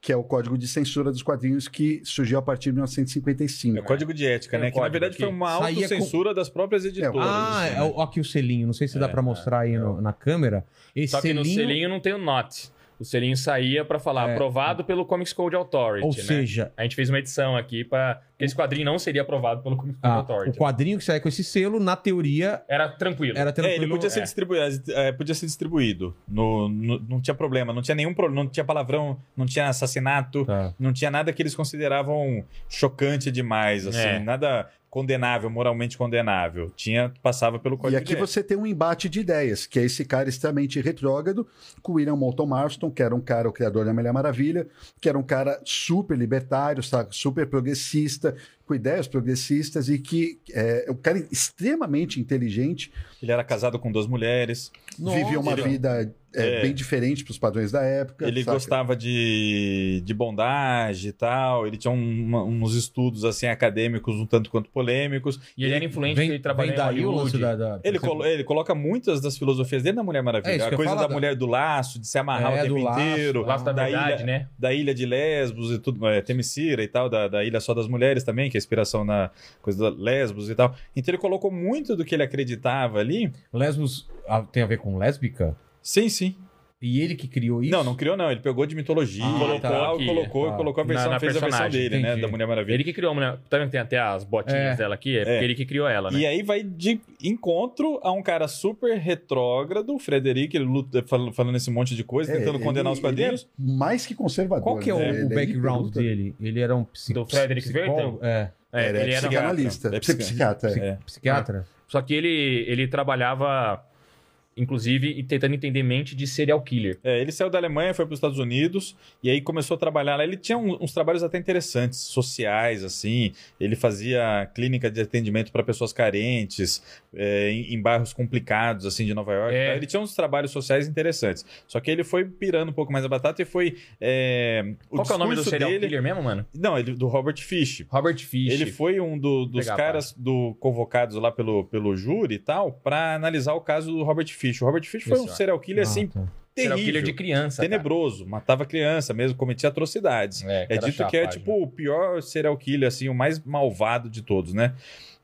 que é o código de censura dos quadrinhos que surgiu a partir de
É
1955.
o código de ética,
Tem
né?
um
Que na
código
verdade
aqui.
foi uma
Saía com-
autocensura das próprias editoras.
Ah, é,
né?
o- aqui o selinho. Não sei se dá pra mostrar aí no- na câmera. Esse
É, Só que
selinho,
no selinho não tem o not. O selinho saía pra falar
É.
aprovado pelo Comics Code Authority,
ou
né?
seja,
A gente fez uma edição aqui para porque esse quadrinho não seria aprovado pelo Comics Code
ah, o
Authority.
quadrinho que saía com esse selo, na teoria,
Era tranquilo.
era
É,
tranquilo.
ele podia ser,
é.
distribuído, é, podia ser distribuído. No, no- não tinha problema, não tinha nenhum problema, não tinha palavrão, não tinha assassinato,
Tá.
não tinha nada que eles consideravam chocante demais, assim,
É.
nada condenável, moralmente condenável. Tinha, passava pelo
E
código
aqui
de ética.
você tem um embate de ideias, que é esse cara extremamente retrógrado, com William Moulton Marston, que era um cara, o criador da Mulher Maravilha, que era um cara super libertário, sabe, super progressista, com ideias progressistas e que é é um cara extremamente inteligente,
Ele era casado com duas mulheres,
vivia uma
ele-
vida é,
é.
bem diferente para os padrões da época.
ele
saca?
gostava de, de bondage e tal, ele tinha um- uma- uns estudos, assim, acadêmicos um tanto quanto polêmicos.
E ele era influente,
Vem,
ele trabalhava
vem daí
em
o lance
Hollywood.
da... da-
Ele, colo- ele coloca muitas das filosofias dele na Mulher
É
Maravilha.
isso que
a
eu
coisa
ia
da
falar,
mulher do laço, de se amarrar
É,
o tempo
do laço,
inteiro.
O laço da verdade,
ilha,
né?
Ah, da ilha de Lesbos e tudo, é, Temesira e tal, da, da ilha só das mulheres também, que é inspiração na coisa da Lesbos e tal. Então ele colocou muito do que ele acreditava ali.
Lesbos ah, tem a ver com lésbica?
Sim, sim.
E ele que criou isso?
Não, não criou não. Ele pegou de mitologia,
Ah,
colocou,
tá.
algo,
Aqui,
colocou,
tá.
colocou a versão,
Na- na
fez a versão
personagem,
dele, né,
entendi.
da Mulher Maravilha.
Ele que criou a mulher. Tá vendo que tem até as botinhas
É.
dela aqui? É,
É.
porque ele que criou ela, né?
E aí vai de encontro a um cara super retrógrado, o Frederico, ele luta- fal- falando esse monte de coisa,
É,
tentando
ele-
condenar os
ele
quadrinhos.
é mais que conservador.
Qual que é o,
né?
o
Ele
background
hiperluta.
dele? Ele era um psi-
Do Frederick
psicólogo? É,
É,
Era
ele era.
psicanalista.
É
É
psiquiatra.
psiquiatra. é.
É.
psiquiatra?
Só que ele, ele trabalhava, inclusive, tentando entender mente de serial killer.
É, ele saiu da Alemanha, foi para os Estados Unidos e aí começou a trabalhar lá. Ele tinha um- uns trabalhos até interessantes, sociais, assim. Ele fazia clínica de atendimento para pessoas carentes, é, em, em bairros complicados, assim, de Nova York.
É.
tá? Ele tinha uns trabalhos sociais interessantes. Só que ele foi pirando um pouco mais a batata e foi. é,
Qual que é o nome do
discurso
serial
dele-
killer mesmo, mano?
Não, ele, do Robert Fish.
Robert Fish. tá.
Ele foi um do- dos
Pegar a
caras do, convocados lá pelo, pelo júri e tal, para analisar o caso do Robert Fish. O Robert Fish foi
Isso,
um
ó.
serial killer, assim,
Ah, tá.
Era o
terrível,
killer de criança. cara.
tenebroso, matava criança mesmo, cometia atrocidades. É
cara, né?
dito
chato,
que é
página.
tipo o pior serial killer, assim, o mais malvado de todos, né?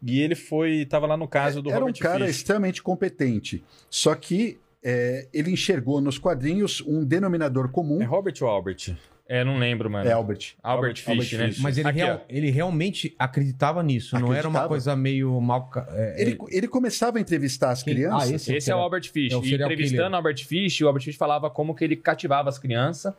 E ele foi, tava lá no caso do
Era um
Robert
cara
Fish.
extremamente competente. Só que é, ele enxergou nos quadrinhos um denominador comum.
É Robert ou Albert?
É, não lembro, mano.
É Albert.
Albert, Fish,
Albert
né?
Fish.
Mas ele,
Aqui,
real- ele realmente acreditava nisso, não era uma
Acreditava.
coisa meio mal. ca- é,
Ele, ele começava a entrevistar as
Quem-
crianças.
Ah, esse?
Esse é o Albert Fish.
É o
e
serial
entrevistando
killer.
o Albert Fish, o Albert Fish falava como que ele cativava as crianças,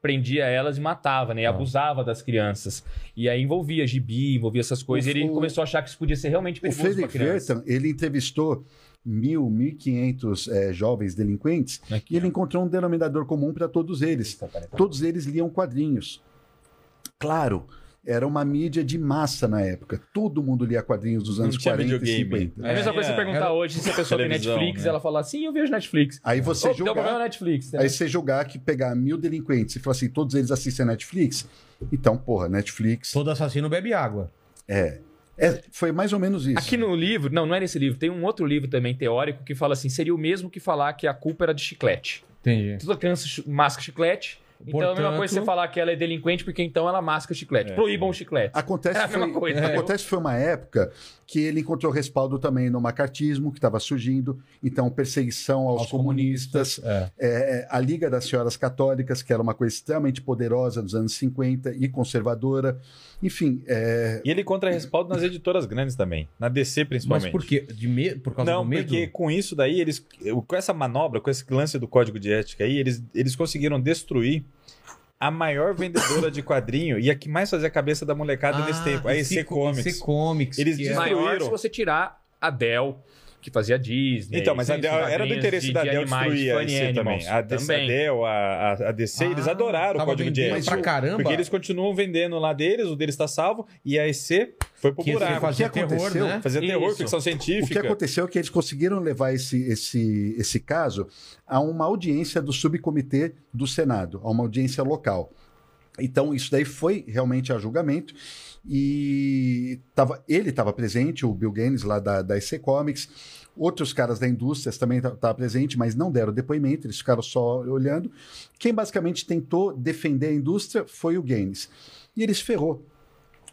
prendia elas e matava, né? E
Ah.
abusava das crianças. E aí envolvia gibi, envolvia essas coisas.
O-
e ele
o-
começou a achar que isso podia ser realmente
tipo
O
perigoso pra
Frederick
criança.
Verton, ele entrevistou mil, mil e quinhentos é, jovens delinquentes
Aqui,
e ele encontrou um denominador comum para todos eles. Todos eles liam quadrinhos. Claro, era uma mídia de massa na época. Todo mundo lia quadrinhos dos
Não
anos
tinha
40 e
videogame.
50.
É a mesma coisa que você
Era-
perguntar hoje se a pessoa tem
Televisão,
Netflix
né?
ela falar assim, eu vejo Netflix.
Aí você
Ô, Tem um problema
julgar,
na Netflix. né?
aí você julgar que pegar mil delinquentes e falar assim, todos eles assistem a Netflix. Então, porra, Netflix.
Todo assassino bebe água.
É, É, foi mais ou menos isso.
Aqui no livro, não, não é nesse livro, tem um outro livro também teórico que fala assim: seria o mesmo que falar que a culpa era de chiclete.
Entendi.
Toda criança chi- masca chiclete. Então é a mesma
Portanto-
coisa você falar que ela é delinquente, porque então ela masca chiclete.
É.
Proíbam o chiclete.
Acontece,
É a
que foi,
mesma coisa,
é.
entendeu?
acontece que foi uma época que ele encontrou respaldo também no macartismo, que estava surgindo, então perseguição aos,
Aos
comunistas,
É.
é, a Liga das Senhoras Católicas, que era uma coisa extremamente poderosa dos anos 50 e conservadora, enfim, é,
E ele contra respaldo nas editoras grandes também, na DC principalmente.
Mas por quê? De medo? Por causa
Não,
do medo?
porque com isso daí, eles. Com essa manobra, com esse lance do código de ética aí, eles, eles conseguiram destruir a maior vendedora de quadrinho e a que mais fazia a cabeça da molecada
Ah,
nesse tempo. A EC Comics.
EC Comics.
Eles
que é-
destruíram.
Maior se você tirar a Dell, que fazia Disney.
Então, mas a
É, sim,
Dell-
quadrinhos
era do interesse
de-
da
de
Dell
animais,
destruir a
funny
DC
animals
também. A, DC, a Dell, a, a- a DC, eles
Ah,
adoraram o
tava
código de
vendendo
ética.
Pra caramba.
Porque eles continuam vendendo lá deles, o deles tá salvo, e a EC foi pro
que
buraco.
fazia
O que
terror,
aconteceu?
né?
Fazia terror,
Isso.
ficção
o que
científica.
aconteceu é que eles conseguiram levar esse, esse, esse caso a uma audiência do subcomitê do Senado, a uma audiência local. Então, isso daí foi realmente a julgamento. E tava, ele estava presente, o Bill Gaines lá da, da EC Comics, outros caras da indústria também estavam presente, mas não deram depoimento, eles ficaram só olhando. Quem basicamente tentou defender a indústria foi o Gaines. E eles ferrou.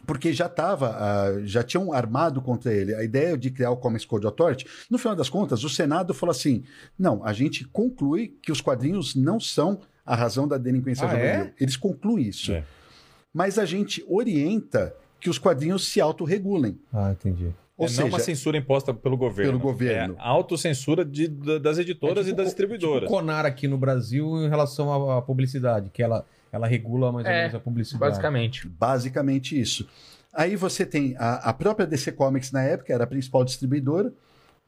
Porque já estava, já tinham armado contra ele a ideia de criar o Comics Code Authority. No final das contas, o Senado falou assim: não, a gente conclui que os quadrinhos não são a razão da delinquência
Ah,
juvenil. Eles concluem isso.
É.
Mas a gente orienta que os quadrinhos se autorregulem.
Ah, entendi.
Ou
é
seja,
não uma censura imposta pelo governo.
Pelo governo.
É a autocensura de, da- das editoras
É tipo
e das
co-
distribuidoras.
O Conar aqui no Brasil em relação à, à publicidade, que ela, ela regula mais ou
É,
menos a publicidade.
Basicamente.
basicamente isso. Aí você tem a, a própria DC Comics na época, era a principal distribuidora,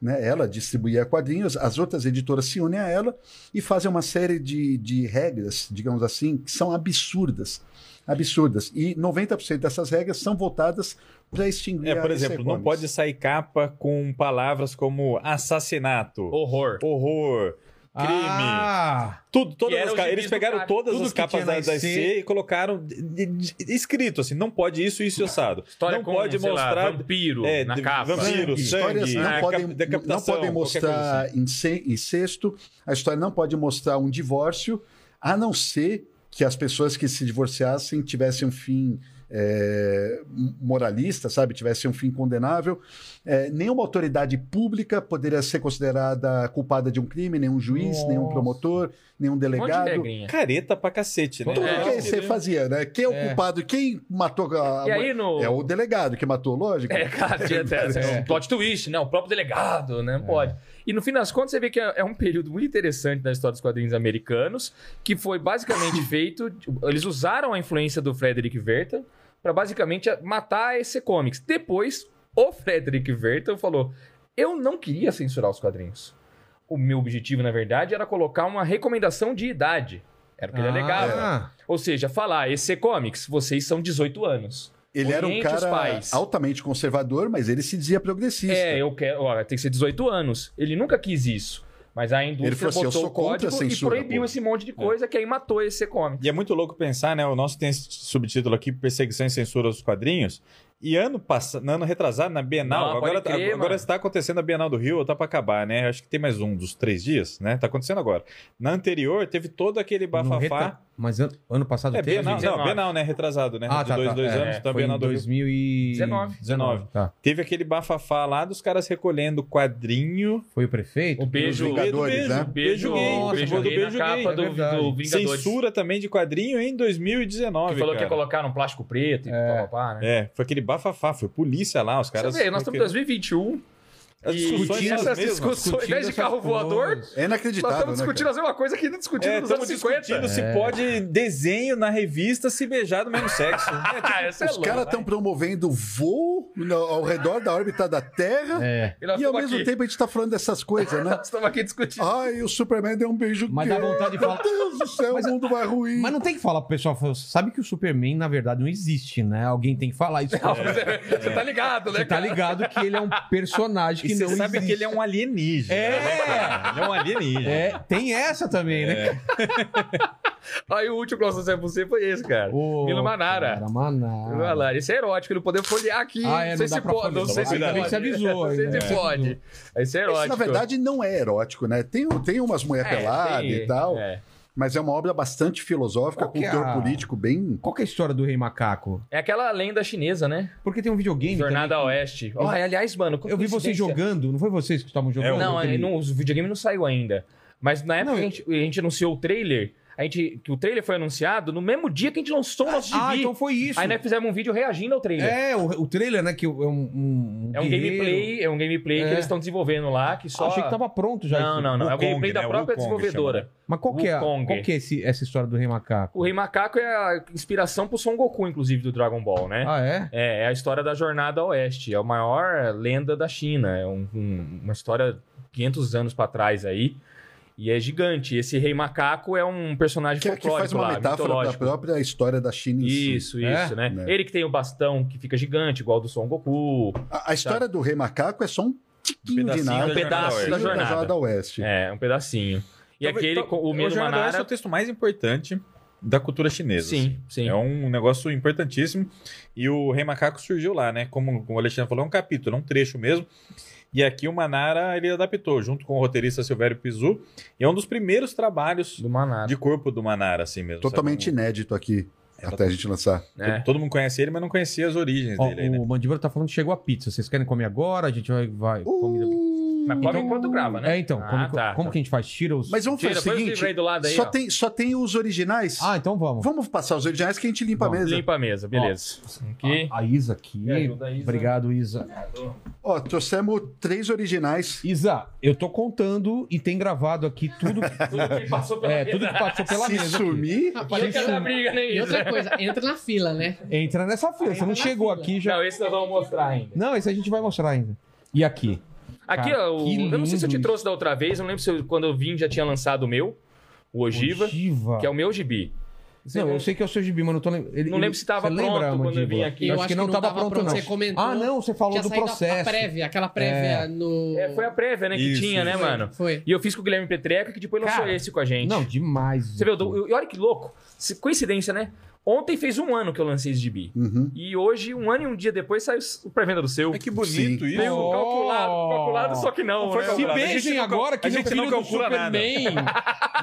né? ela distribuía quadrinhos, as outras editoras se unem a ela e fazem uma série de, de regras, digamos assim, que são absurdas. Absurdas. E 90% dessas regras são voltadas para extinguir
É, por
a
exemplo,
DC
não
Comics.
pode sair capa com palavras como assassinato,
Horror.
horror, crime.
Ah!
Tudo,
Que
todas
era
as
o
capas.
gibi do
Eles pegaram
cara.
todas
Tudo
as
que
capas
tinha na
da, da
IC
IC e colocaram de- de- de- escrito assim: não pode isso, isso e assado.
História
não
com,
pode
sei lá,
mostrar.
vampiro
é,
na
de-
capa.
vampiro. tiro,
histórias
sangue,
não,
ah,
podem,
cap- decapitação,
não
qualquer
podem mostrar ince- incesto, a história não pode mostrar um divórcio, a não ser que as pessoas que se divorciassem tivessem um fim é, moralista, sabe? Tivessem um fim condenável. É, nenhuma autoridade pública poderia ser considerada culpada de um crime, nenhum juiz,
Nossa.
nenhum promotor, nenhum
Um monte de
delegado.
regrinha.
Careta pra cacete, né?
Tudo
É,
que você fazia, né? Quem é o
É.
culpado? Quem matou a...
E aí no.
É o delegado que matou, lógico.
É, cara, tinha até
É.
um plot twist, né? O próprio delegado, né? Não pode. E no fim das contas, você vê que é é um período muito interessante da história dos quadrinhos americanos, que foi basicamente feito. Eles usaram a influência do Frederick Verton pra basicamente matar esse comics. Depois, o Frederick Verton falou: Eu não queria censurar os quadrinhos. O meu objetivo, na verdade, era colocar uma recomendação de idade. Era o
é
que ele alegava.
Ah,
Ou seja, falar, EC Comics, vocês são 18 anos.
Ele era um
Oriente os
cara
pais.
altamente conservador, mas ele se dizia progressista.
É, eu quero. Ó, tem que ser 18 anos. Ele nunca quis isso. Mas a
Ele
indústria
falou assim,
botou
eu sou
o código
contra a
e
censura,
proibiu
pô.
esse monte de coisa que aí matou esse comic.
E é muito louco pensar, né? O nosso tem esse subtítulo aqui, Perseguição e Censura aos Quadrinhos. E ano passado, ano retrasado, na Bienal,
Não,
agora, tá,
pode crer,
agora
mano.
está acontecendo a Bienal do Rio, ou tá pra acabar, né? Acho que tem mais um dos três dias, né? Tá acontecendo agora. Na anterior, teve todo aquele
No
bafafá.
reta- Mas an- ano passado
É
teve?
Bienal, não,
19.
Bienal, né? Retrasado, né?
Ah,
de
tá,
dois,
tá.
dois
É,
anos, então a
Foi em
Bienal do Rio.
2019.
19.
Tá.
Teve aquele bafafá lá dos caras recolhendo quadrinho.
Foi o prefeito?
O beijo.
Vingadores, né?
Beijo, gay.
Nossa,
beijo
do
gay
beijo
na
gay.
capa
é
do,
verdade.
do Vingadores.
Censura também de quadrinho em 2019.
que falou que ia
cara.
colocar um plástico preto e
É.
pá, pá, pá, né?
É, foi aquele bafafá, foi polícia lá, os caras.
Você vê, um, nós estamos em 2021
As
e
discussões são as
essas
mesmas.
discussões, em vez de
Discutindo
carro
essas
voador,
coisas.
É
nós
inacreditável.
estamos
né,
discutindo
cara?
a mesma coisa que discutimos
É,
nos
estamos
anos 50.
discutindo se
É.
pode desenho na revista se beijar do mesmo sexo. É, tipo,
Ah, essa é
Os
louca.
caras estão promovendo voo no- ao redor da órbita da Terra
É.
nós
e ao
estamos
mesmo
aqui-
tempo a gente tá falando dessas coisas, né?
nós estamos aqui discutindo.
Ai, o Superman deu um beijo
Mas
gay.
dá vontade de falar.
Meu Deus do céu,
Mas-
o mundo vai ruim.
Mas não tem que falar pro pessoal. fala, Você sabe que o Superman, na verdade, não existe, né? Alguém tem que falar isso. pra
é
você.
Você tá ligado, né?
Você tá
cara?
ligado que ele é um personagem que
e você
não
sabe
existe.
que ele é um alienígena.
É.
né, cara? Ele é um alienígena.
É, tem essa também, né?
Aí o último que nós trouxemos pra você foi esse, cara.
Ô,
Milo Manara.
cara,
Olha
Manara.
lá, Esse é erótico, ele poder folhear aqui.
Ah, é,
não sei
não dá
se
pra
pode.
folhear.
Não sei se
Ainda
pode.
bem
que você avisou,
Não sei
ainda
se
bem.
pode. Esse é
Isso,
erótico.
na verdade, não é erótico, né? Tem, tem umas mulher
É,
pelada
tem-
e tal,
É.
mas é uma obra bastante filosófica,
Qual
com
que é
teor
a-
político bem.
Qual que é a história do Rei Macaco?
É aquela lenda chinesa, né?
Porque tem um videogame.
Jornada
também.
a Oeste. Ó, aliás, mano.
Eu vi vocês
coincidência. É,
jogando, não foi vocês que estavam jogando?
Não,
é,
Aquele-
aí não, os videogame não saiu ainda. Mas na época
Não,
que a gente, a gente anunciou o trailer, a gente, que o trailer foi anunciado, no mesmo dia que a gente lançou o nosso gibi.
Ah, então foi isso.
Aí nós fizemos um vídeo reagindo ao trailer. É.
É, o, o trailer, né? Que é um. um,
um
guerreiro.
gameplay, é um gameplay
É.
que eles estão desenvolvendo lá, que só.
Achei que tá- tava pronto já.
Não,
isso.
não, não. é o
Wukong,
gameplay da
né?
própria
Wukong
desenvolvedora.
chama.
Mas qual que é, a-
Wukong.
qual que é esse- essa história do Rei Macaco?
O Rei Macaco é a inspiração pro Son Goku, inclusive, do Dragon Ball, né?
Ah, é?
É, é a história da Jornada ao Oeste. É a maior lenda da China. É um- um- uma história 500 anos pra trás aí. E é gigante. Esse Rei Macaco é um personagem
Que, que faz
folclórico
uma
lá,
metáfora da assim.
mitológico.
própria história da China em si.
Isso,
É?
isso, né?
Né.
Ele que tem o bastão que fica gigante, igual do Son Goku.
A, a história do Rei Macaco é só um tiquinho de
Pedacinho
nada.
da
pedaço
jornada.
da jornada.
Oeste.
É, um pedacinho. E
Talvez-
aquele,
tal-
com o Mino
Jornada Oeste é Então, o
Manara...
texto mais importante da cultura chinesa. assim.
Sim, sim.
É um negócio importantíssimo. E o Rei Macaco surgiu lá, né? Como o Alexandre falou, é um capítulo, é um trecho mesmo. E aqui o Manara ele adaptou, junto com o roteirista Silvério Pizu. E é um dos primeiros trabalhos
Do Manara.
um de corpo do Manara, assim mesmo.
Totalmente
sabe?
inédito aqui, até a gente lançar.
né?
É. Todo mundo conhece ele, mas não conhecia as origens
Ó,
dele aí, né?
o Mandíbula tá falando que chegou a pizza. Vocês querem comer agora? A gente vai. vai comida-
Mas come
Então-
enquanto grava, Uh, né?
É, então.
Ah,
como
tá,
como
tá.
que a gente faz? Tira os.
Mas vamos
Tira,
fazer
põe
o
o livro aí
seguinte:
do lado aí,
só,
ó.
tem, só tem os originais.
Ah, então vamos.
Vamos passar os originais que a gente limpa
Vamos.
a mesa.
Limpa a mesa, beleza. Aqui.
Tá? A, a Isa aqui.
Me ajuda, Isa.
Obrigado, Isa.
Ó, trouxemos três originais.
Isa, eu tô contando e tem gravado aqui tudo.
Tudo que passou pela
é,
mesa.
tudo que passou pela
Se
mesa. aqui.
sumir,
Rapaz,
Olha que
isso-
da briga, né,
E
isso?
outra coisa, entra na fila, né?
Entra nessa fila. Você não
Entra na
chegou
fila.
aqui já.
Não, esse nós vamos mostrar ainda.
Não, esse a gente vai mostrar ainda. E aqui?
Aqui,
Cara,
ó, o-
que
eu não sei se eu te
lindo
trouxe da outra vez, eu não lembro se eu- quando eu vim já tinha lançado o meu, o Ogiva,
Ogiva.
que é o meu gibi. Você
Não, eu
não-
sei que é o seu gibi, mas não tô lembrando.
Não lembro se tava
Você
pronto
lembra,
quando eu
Mandíbula?
vim aqui.
Eu
Eu
acho, que não tava, pronto, não.
Você comentou.
Ah, não, você falou
Tinha
do
saído a- A
processo.
prévia, aquela prévia no.
É, foi a prévia, né, que
Isso,
tinha, né,
isso.
mano?
Foi.
E eu fiz com o Guilherme Petreca, que depois lançou
Cara,
esse com a gente.
Não, demais.
Você viu? do- E olha que louco. se- Coincidência, né? Ontem fez um ano que eu lancei esse gibi.
Uhum.
E hoje, um ano e um dia depois, saiu o pré-venda do seu.
Olha É que bonito
Sim.
isso.
Meio
Ó.
calculado, calculado, só que não.
Não foi
né?
calculado.
Se
A gente
beijem
não cal-
agora, que
a
meu
gente
filho
não
do
calcula nada.
Superman.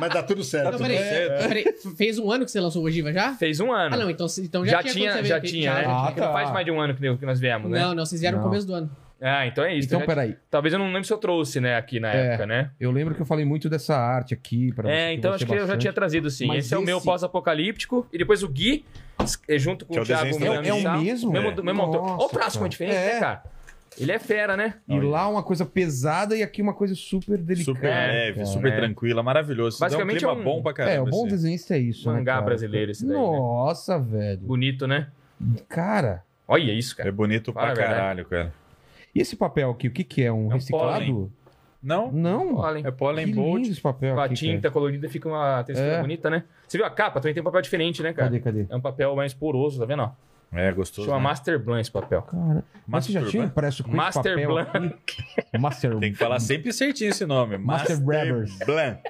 mas dá tudo certo.
Tá
Não,
tudo
é
peraí.
certo.
peraí, Fez um ano que você lançou o Ogiva já?
Fez um ano.
Ah, não, então, então já,
já, tinha,
quando você
já
veio aqui.
tinha, né?
Ah,
Porque Não
tá.
faz mais de um ano que que nós viemos, né?
Não, não, vocês vieram
Não.
no começo do ano.
Ah, então é isso.
Então,
Já-
peraí.
Talvez eu não lembro se eu trouxe, né, aqui na
É.
época, né?
Eu lembro que eu falei muito dessa arte aqui. Pra você,
É, então acho
gostei
que eu já
bastante.
tinha trazido sim.
Mas
esse, é o meu
esse-
pós-apocalíptico. E depois o Gui, é, junto com
Que é
o
o desenho
Thiago
do
Milano
É, é
e
o
tal.
mesmo?
Mesmo, do- mesmo autor. Olha o
Nossa,
próximo, é
cara.
diferente,
É.
né, cara? Ele é fera, né?
E lá uma coisa pesada e aqui uma coisa super delicada.
Super leve,
cara.
super
É.
tranquila, maravilhoso. Isso dá
Basicamente
um
é
clima
um-
bom pra caramba.
É, o bom
assim.
desenhista é isso, né,
Mangá
cara?
brasileiro esse daí, né?
Nossa, velho.
Bonito, né?
Cara,
Olha isso, cara.
É bonito
Fala a
pra
verdade.
caralho, cara.
e esse papel aqui, o que que é? Um
É um
reciclado?
Não?
Não.
Olha, hein?
É
Que
Pollen Bolt.
lindo esse papel
Com a
aqui,
tinta colorida fica uma textura
É.
bonita, né? Você viu a capa? Também tem um papel diferente, né,
cara.
cara?
Cadê, cadê?
É um papel mais poroso, tá vendo? ó?
É, gostoso.
Chama
né?
Master Blanc esse papel.
Cara, mas você já
Masturba.
tinha impresso com esse
Master
papel aqui? Master
Tem que falar sempre certinho esse nome.
Master
Master,
Brabbers.
Blanc.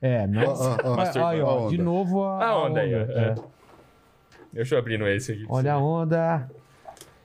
É,
Ó,
nossa.
ó, ó.
Olha, aí,
Ó a
ó,
onda.
de novo a,
A onda aí, ó.
É.
Deixa eu abrir no esse aqui.
Olha a onda.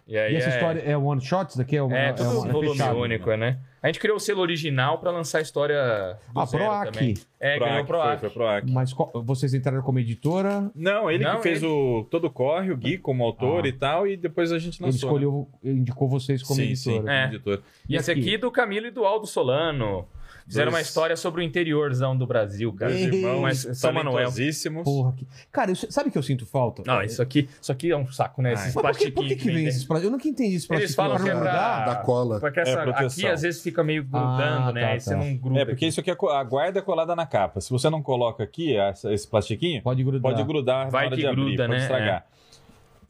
E aí
E essa
é-
história é one shot? Isso daqui é uma.
É, tudo
uma-
volume
fechado.
único, né? A gente criou o selo original pra lançar a história do
A
zero
Ah, Proac.
também. É, ganhou o
Proac,
Proac.
foi, foi Proac.
Mas qual- vocês entraram como editora,
Não, ele
Não,
que fez
ele-
o todo o corre, o Gui como autor
Ah.
e tal, e depois a gente
ele
lançou. né?
escolheu, ele indicou vocês como
sim, sim,
editora.
como
É.
editor.
E esse
aqui?
aqui do Camilo e do Aldo Solano. Fizeram
Dois-
uma história sobre o interiorzão do Brasil, cara.
Dois irmãos
Mas São Manuel.
talentosíssimos.
Porra, que... cara, eu- sabe o que eu sinto falta?
Não, isso aqui, isso aqui é um saco, né?
Ah,
Esses
Mas por que,
plastiquinhos.
por que, que
que
vem
vem
esses plásticos? Eu nunca entendi esses plásticos.
Eles falam
Pra
que é pra...
mudar da cola.
Porque
É,
essa, aqui
proteção.
às vezes fica meio grudando,
Ah,
né?
tá,
Aí você
tá.
não gruda.
É, porque
aqui.
isso aqui é co- a guarda é colada na capa. Se você não coloca aqui essa- esse plastiquinho,
Pode grudar.
pode grudar na
Vai
hora
que
de abrir,
gruda,
pode
né?
estragar.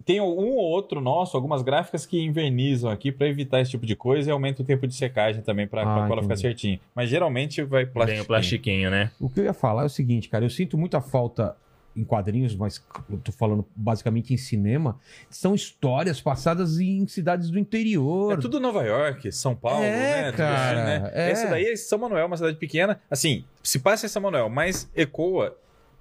Tem um ou outro nosso, algumas gráficas que invernizam aqui para evitar esse tipo de coisa e aumenta o tempo de secagem também para
Ah,
a cola ficar
entendi.
certinho. Mas geralmente
Vem
vai é um plastiquinho.
o plastiquinho, né?
O que eu ia falar é o seguinte, cara, eu sinto muita falta em quadrinhos, mas eu tô falando basicamente em cinema, que são histórias passadas em cidades do interior.
É tudo Nova York, São
É,
Paulo, né? Tudo
cara,
assim, né?
é.
Esse daí é São Manuel, uma cidade pequena. Assim, se passa em São Manuel, mas ecoa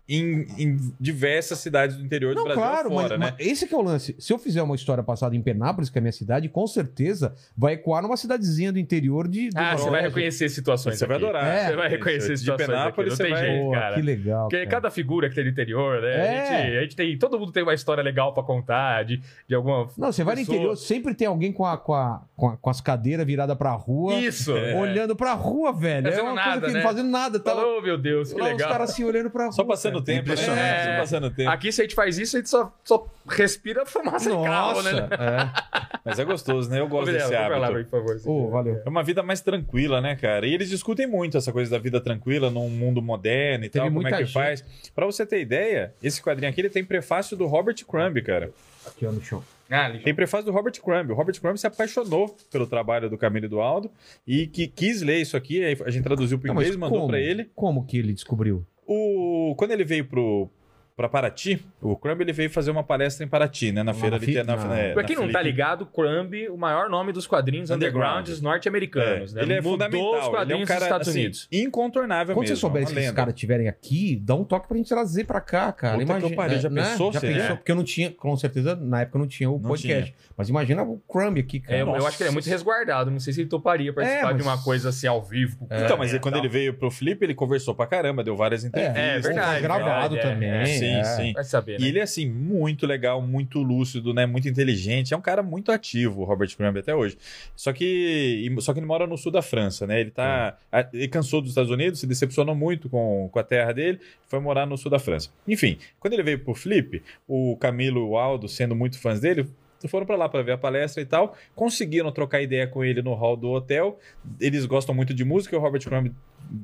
em, em diversas cidades do interior
Não,
do Brasil
claro,
fora,
mas,
né?
mas esse que é o lance. Se eu fizer uma história passada em Penápolis, que é a minha cidade, com certeza vai ecoar numa cidadezinha do interior de... do
Ah, você vai
Noroeste.
reconhecer situações.
Então, Você vai
aqui.
adorar.
É.
Você vai reconhecer
De
situações. aqui,
Penápolis,
não
você
tem
vai-
jeito,
Pô,
cara.
que legal,
Porque
cara.
cada figura que tem no interior, né? A,
É.
gente, a gente tem. Todo mundo tem uma história legal pra contar, de, de alguma.
Não, você vai no
pessoa-
interior, sempre tem alguém com, a, com, a, com, a- com as cadeiras viradas pra rua,
Isso!
É.
olhando pra rua, velho. é
Fazendo
uma
nada,
coisa que
né?
fazendo nada. Tá lá,
Falou, meu Deus, que
lá os
legal.
caras assim olhando pra rua.
Só passando
cara.
tempo, né?
Impressionante.
É.
Só passando tempo.
Aqui, se a gente faz isso, a gente só, só respira fumaça de carro,
Nossa,
né?
é.
Mas é gostoso, né? Eu
Ô,
gosto
Vilela,
desse
vai pra lá,
hábito.
por favor.
Ô, valeu.
É uma vida mais tranquila, né, cara? E eles discutem muito essa coisa da vida tranquila num mundo moderno e
Teve
tal, como é
muita
que
gente.
faz. Pra você ter ideia, esse quadrinho aqui ele tem prefácio do Robert Crumb, cara.
Aqui, ó, no chão.
Ah, legal.
Tem prefácio do Robert Crumb. O Robert Crumb se apaixonou pelo trabalho do Camilo e do Aldo e que quis ler isso aqui. aí A gente traduziu para
Não,
inglês,
mas
mandou
como?
para ele.
Como que ele descobriu?
O quando ele veio pro para Paraty, o Crumb ele veio fazer uma palestra em Paraty, né, na
Lá
feira
na
literária.
fi-
na-
na-
é,
Pra
na
quem não
Flip.
tá ligado, Crumb, o maior nome dos quadrinhos
Underground.
undergrounds norte-americanos,
É,
né?
ele é
Mudou
fundamental.
os quadrinhos
ele é um cara
dos Estados
assim,
Unidos.
incontornável
Quando você
mesmo.
souber
é
se
uma
esses
lenda.
caras estiverem aqui, dá um toque pra gente trazer pra cá, cara.
Puta que
imagina. né?
eu parei, já pensou,
Já
será?
pensou? Porque eu não tinha, com certeza, na época eu não tinha o
Não
podcast. Mas imagina o Crumb aqui, cara.
É, eu- eu
Nossa.
acho que ele é muito resguardado. Não sei se ele toparia participar
É, mas- É.
de uma coisa assim ao vivo. com
Então,
câmera
mas
e
aí, quando
é, tal.
ele veio pro Flip, ele conversou pra caramba, deu várias entrevistas.
É, verdade,
Tá gravado
verdade, é,
também.
é.
sim,
é.
sim.
Vai saber, né?
E ele é assim, muito legal, muito lúcido, né? Muito inteligente. É um cara muito ativo, o Robert Crumb, até hoje. Só que, e- só que ele mora no sul da França, né? Ele tá. a- Ele cansou dos Estados Unidos, se decepcionou muito com, com a terra dele, foi morar no sul da França. Enfim, quando ele veio pro Flip, o Camilo e o Aldo, sendo muito fãs dele. Foram pra lá pra ver a palestra e tal, conseguiram trocar ideia com ele no hall do hotel. Eles gostam muito de música, o Robert Crumb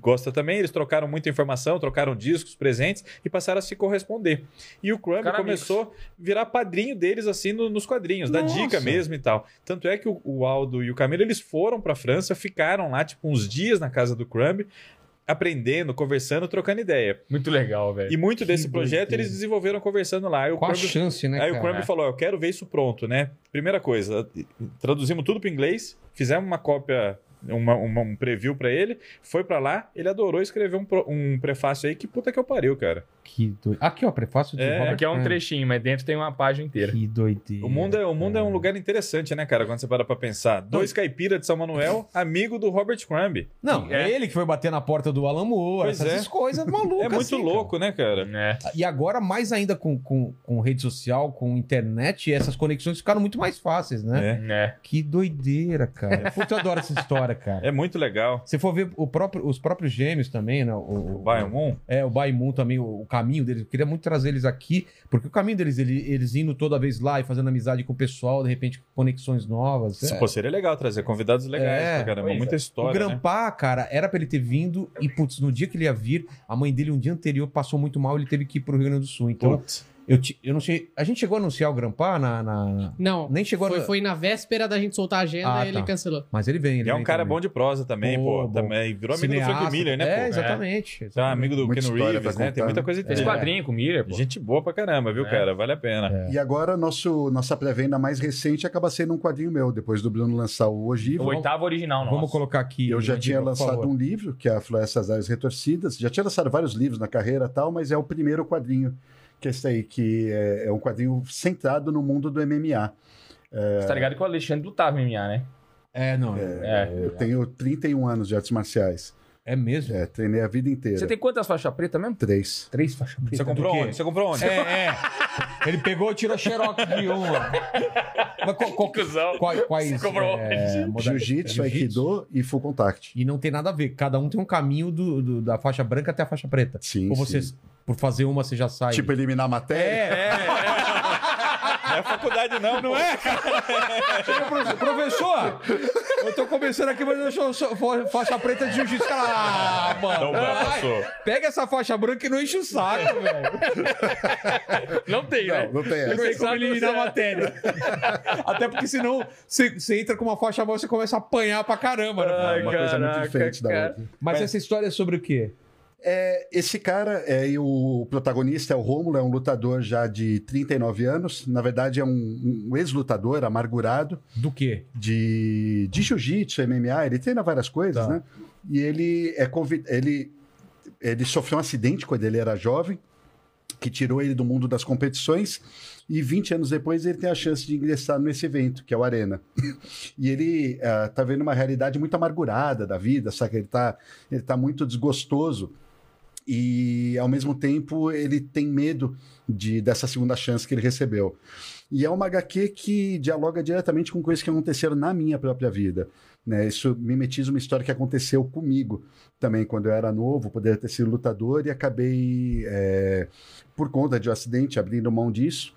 gosta também. Eles trocaram muita informação, trocaram discos, presentes e passaram a se corresponder. E o Crumb
Cara,
começou a virar padrinho deles, assim, no- nos quadrinhos, da
Nossa.
dica mesmo e tal. Tanto é que o, o Aldo e o Camilo, eles foram pra França, ficaram lá, tipo, uns dias na casa do Crumb, aprendendo, conversando, trocando ideia.
Muito legal, velho.
é E muito desse projeto
doideira.
eles desenvolveram conversando lá. Aí o
Qual a
Crumb-
chance, né,
Aí o
cara?
Crumb falou: ó, É, Eu quero ver isso pronto, né? Primeira coisa, traduzimos tudo para inglês, fizemos uma cópia, uma- uma- um preview para ele, foi para lá, ele adorou escrever um, pro- um prefácio aí que puta que eu pariu, cara.
Que doido. Aqui, ó, prefácio de
É,
Robert
Aqui é um
Crumb.
trechinho, mas dentro tem uma página inteira.
Que doideira.
O mundo, é, o mundo é um
cara.
lugar interessante, né, cara? Quando você para pra pensar. Dois caipiras de São Manuel, amigo do Robert Crumb.
Não, é.
É.
ele que foi bater na porta do Alan Moore,
assim, Pois
essas
é.
coisas malucas.
É muito
assim, cara.
louco, né, cara?
É.
E agora, mais ainda com, com, com rede social, com internet, essas conexões ficaram muito mais fáceis, né?
É.
É.
Que doideira, cara. Puta, eu adoro essa história, cara.
É muito legal.
Se for ver o próprio- os próprios gêmeos também, né? O,
O Baimon,
É, o Baimun também, o, o caminho deles. Eu queria muito trazer eles aqui, porque o caminho deles, ele- eles indo toda vez lá e fazendo amizade com o pessoal, de repente, conexões novas.
se
É.
pô, seria legal trazer convidados legais
É,
pra caramba.
pois é.
Muita
O
história, né?
Grampá, cara, era pra ele ter vindo e, putz, no dia que ele ia vir, a mãe dele, um dia anterior, passou muito mal, ele teve que ir pro Rio Grande do Sul. Então,
Putz.
eu, ti- eu não sei. A gente chegou a anunciar o Grampá na. na- na-
Não,
Nem chegou
foi,
a.
foi na véspera da gente soltar a agenda
Ah,
e ele
tá.
cancelou.
Mas ele vem, ele
E é
vem
um cara
também.
bom de prosa também,
Pô,
pô.
bom.
também. Virou amigo do Frank
Cineasta.
Miller, né,
É,
pô?
exatamente.
Então, amigo do
Muita
Ken
história
Reeves,
pra
né? Tem
contar.
muita coisa
Fez
É.
interessante.
quadrinho com o Miller, pô.
Gente boa pra caramba, viu,
É.
cara? Vale a pena.
E agora nosso, nossa pré-venda mais recente acaba sendo um quadrinho meu, depois do Bruno lançar o
O
Ogiva.
oitavo original nosso.
Vamos colocar aqui.
Eu já
Diego,
tinha
por
lançado
favor.
um livro, que é a Floresta das Áreas Retorcidas. Já tinha lançado vários livros na carreira e tal, mas é o primeiro quadrinho que é esse aí, que é, é um quadrinho centrado no mundo do MMA.
Você tá ligado que o Alexandre lutava MMA, né?
É, não.
É.
Eu tenho 31 anos de artes marciais.
É mesmo?
É, treinei a vida inteira.
Você tem quantas faixas preta mesmo?
Três.
Três faixas preta.
Você comprou
do quê?
onde? Você comprou onde?
É, é. Ele pegou e tirou xerox de uma. Mas qual, qual,
Cusão.
quais- quais,
Você
um
comprou
é, modalidades?
Jiu-jitsu, Aikido e Full Contact.
E não tem nada a ver. Cada um tem um caminho do, do- da faixa branca até a faixa preta.
Sim,
Ou você,
sim.
por fazer uma, você já sai.
Tipo, eliminar a matéria.
é, é.
Não é faculdade, não. Não é?
Chega, professor, professor, eu tô começando aqui, mas eu sou, sou fa- faixa preta de jiu-jitsu. Cara, Ah, mano.
Não, mano, passou.
Ai, Pega essa faixa branca e não enche o saco, velho.
Não tem, né?
Não, não tem
É. Eu
essa.
não sei como
sabe
eliminar a
você.
matéria. Até porque senão você você entra com uma faixa branca e você começa a apanhar pra caramba. né?
Ai,
É Uma coisa muito
Caraca,
diferente da
cara.
outra.
Mas essa história é sobre o quê?
É, esse cara é e o protagonista, é o Rômulo, é um lutador já de 39 anos. Na verdade, é um, um ex-lutador amargurado
Do quê?
de, de jiu-jitsu, MMA. Ele treina várias coisas,
Tá.
né? E ele é convi- ele ele sofreu um acidente quando ele era jovem, que tirou ele do mundo das competições. E 20 anos depois ele tem a chance de ingressar nesse evento, que é o Arena. E ele ah, tá vendo uma realidade muito amargurada da vida, saca? Ele tá, ele tá muito desgostoso. E ao mesmo tempo ele tem medo de, dessa segunda chance que ele recebeu. E é uma HQ que dialoga diretamente com coisas que aconteceram na minha própria vida. Né? Isso mimetiza uma história que aconteceu comigo também quando eu era novo, poderia ter sido lutador e acabei, é, por conta de um acidente, abrindo mão disso.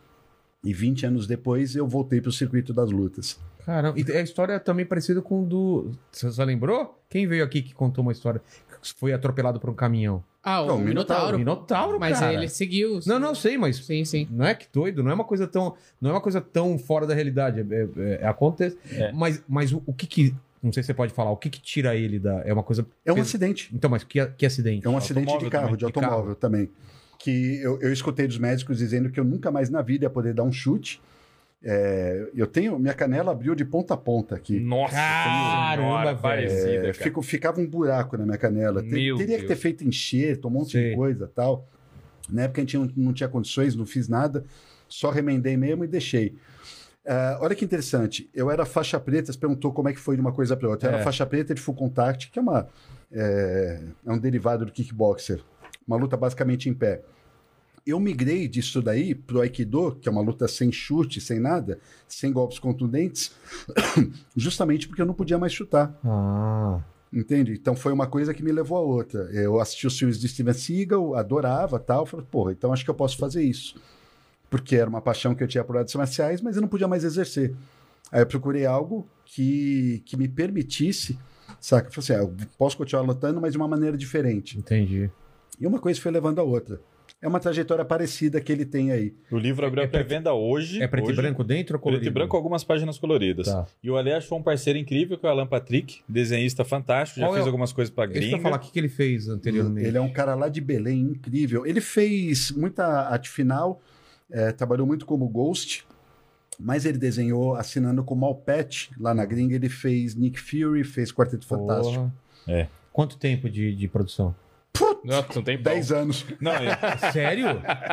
E 20 anos depois eu voltei para o circuito das lutas.
Caramba, e a história é também parecida com do. Você só lembrou? Quem veio aqui que contou uma história que foi atropelado por um caminhão?
Ah, o
Não, o
Minotauro.
Minotauro.
Minotauro,
Mas
cara.
ele seguiu.
Não, não sei, mas
Sim, sim.
não é que doido, não é uma coisa tão, não é uma coisa tão fora da realidade, é- é- é- acontece.
É.
Mas, mas o, o que que, não sei se você pode falar, o que que tira ele da, é uma coisa,
É um
Fez-
acidente.
então, mas que, que acidente?
É um acidente de
automóvel
carro,
também,
de
de carro.
automóvel também. Que eu, eu escutei dos médicos dizendo que eu nunca mais na vida ia poder dar um chute. É, eu tenho. Minha canela abriu de ponta a ponta aqui.
Nossa,
Caramba, velho.
parecida,
É,
cara.
fico- ficava um buraco na minha canela. Te-
Meu
teria que
Deus.
ter feito enxerto, um monte
Sim.
de coisa tal. Na época a gente não, não tinha condições, não fiz nada, só remendei mesmo e deixei. Ah, olha que interessante, eu era faixa preta, você perguntou como é que foi de uma coisa para outra. Eu
É.
era faixa preta de full contact, que é, uma, é, é um derivado do kickboxer, uma luta basicamente em pé. Eu migrei disso daí pro Aikido, que é uma luta sem chute, sem nada, sem golpes contundentes, justamente porque eu não podia mais chutar.
Ah,
Entende? Então foi uma coisa que me levou a outra. Eu assisti os filmes de Steven Seagal, adorava tal. Falei, porra, então acho que eu posso fazer isso. Porque era uma paixão que eu tinha por artes marciais, mas eu não podia mais exercer. Aí eu procurei algo que, que me permitisse, saca? Eu falei assim, ah, eu posso continuar lutando, mas de uma maneira diferente.
entendi.
E uma coisa foi levando a outra. É uma trajetória parecida que ele tem aí.
O livro abriu
É
a pré-venda hoje.
É preto
hoje.
e branco dentro ou colorido?
Preto e branco, algumas páginas coloridas.
Tá.
E o Alê achou um parceiro incrível, que é o Alan Patrick, desenhista fantástico, já
Qual é
fez
o-
algumas coisas pra
Deixa
gringa.
eu falar o que que ele fez anteriormente.
Ele é um cara lá de Belém, incrível. Ele fez muita arte final, eh, trabalhou muito como Ghost, mas ele desenhou assinando como Alpet lá na gringa. Ele fez Nick Fury, fez Quarteto Fantástico.
Porra.
É.
Quanto tempo de, de produção?
Nossa, não tem pau.
10 anos.
Não, é,
Sério?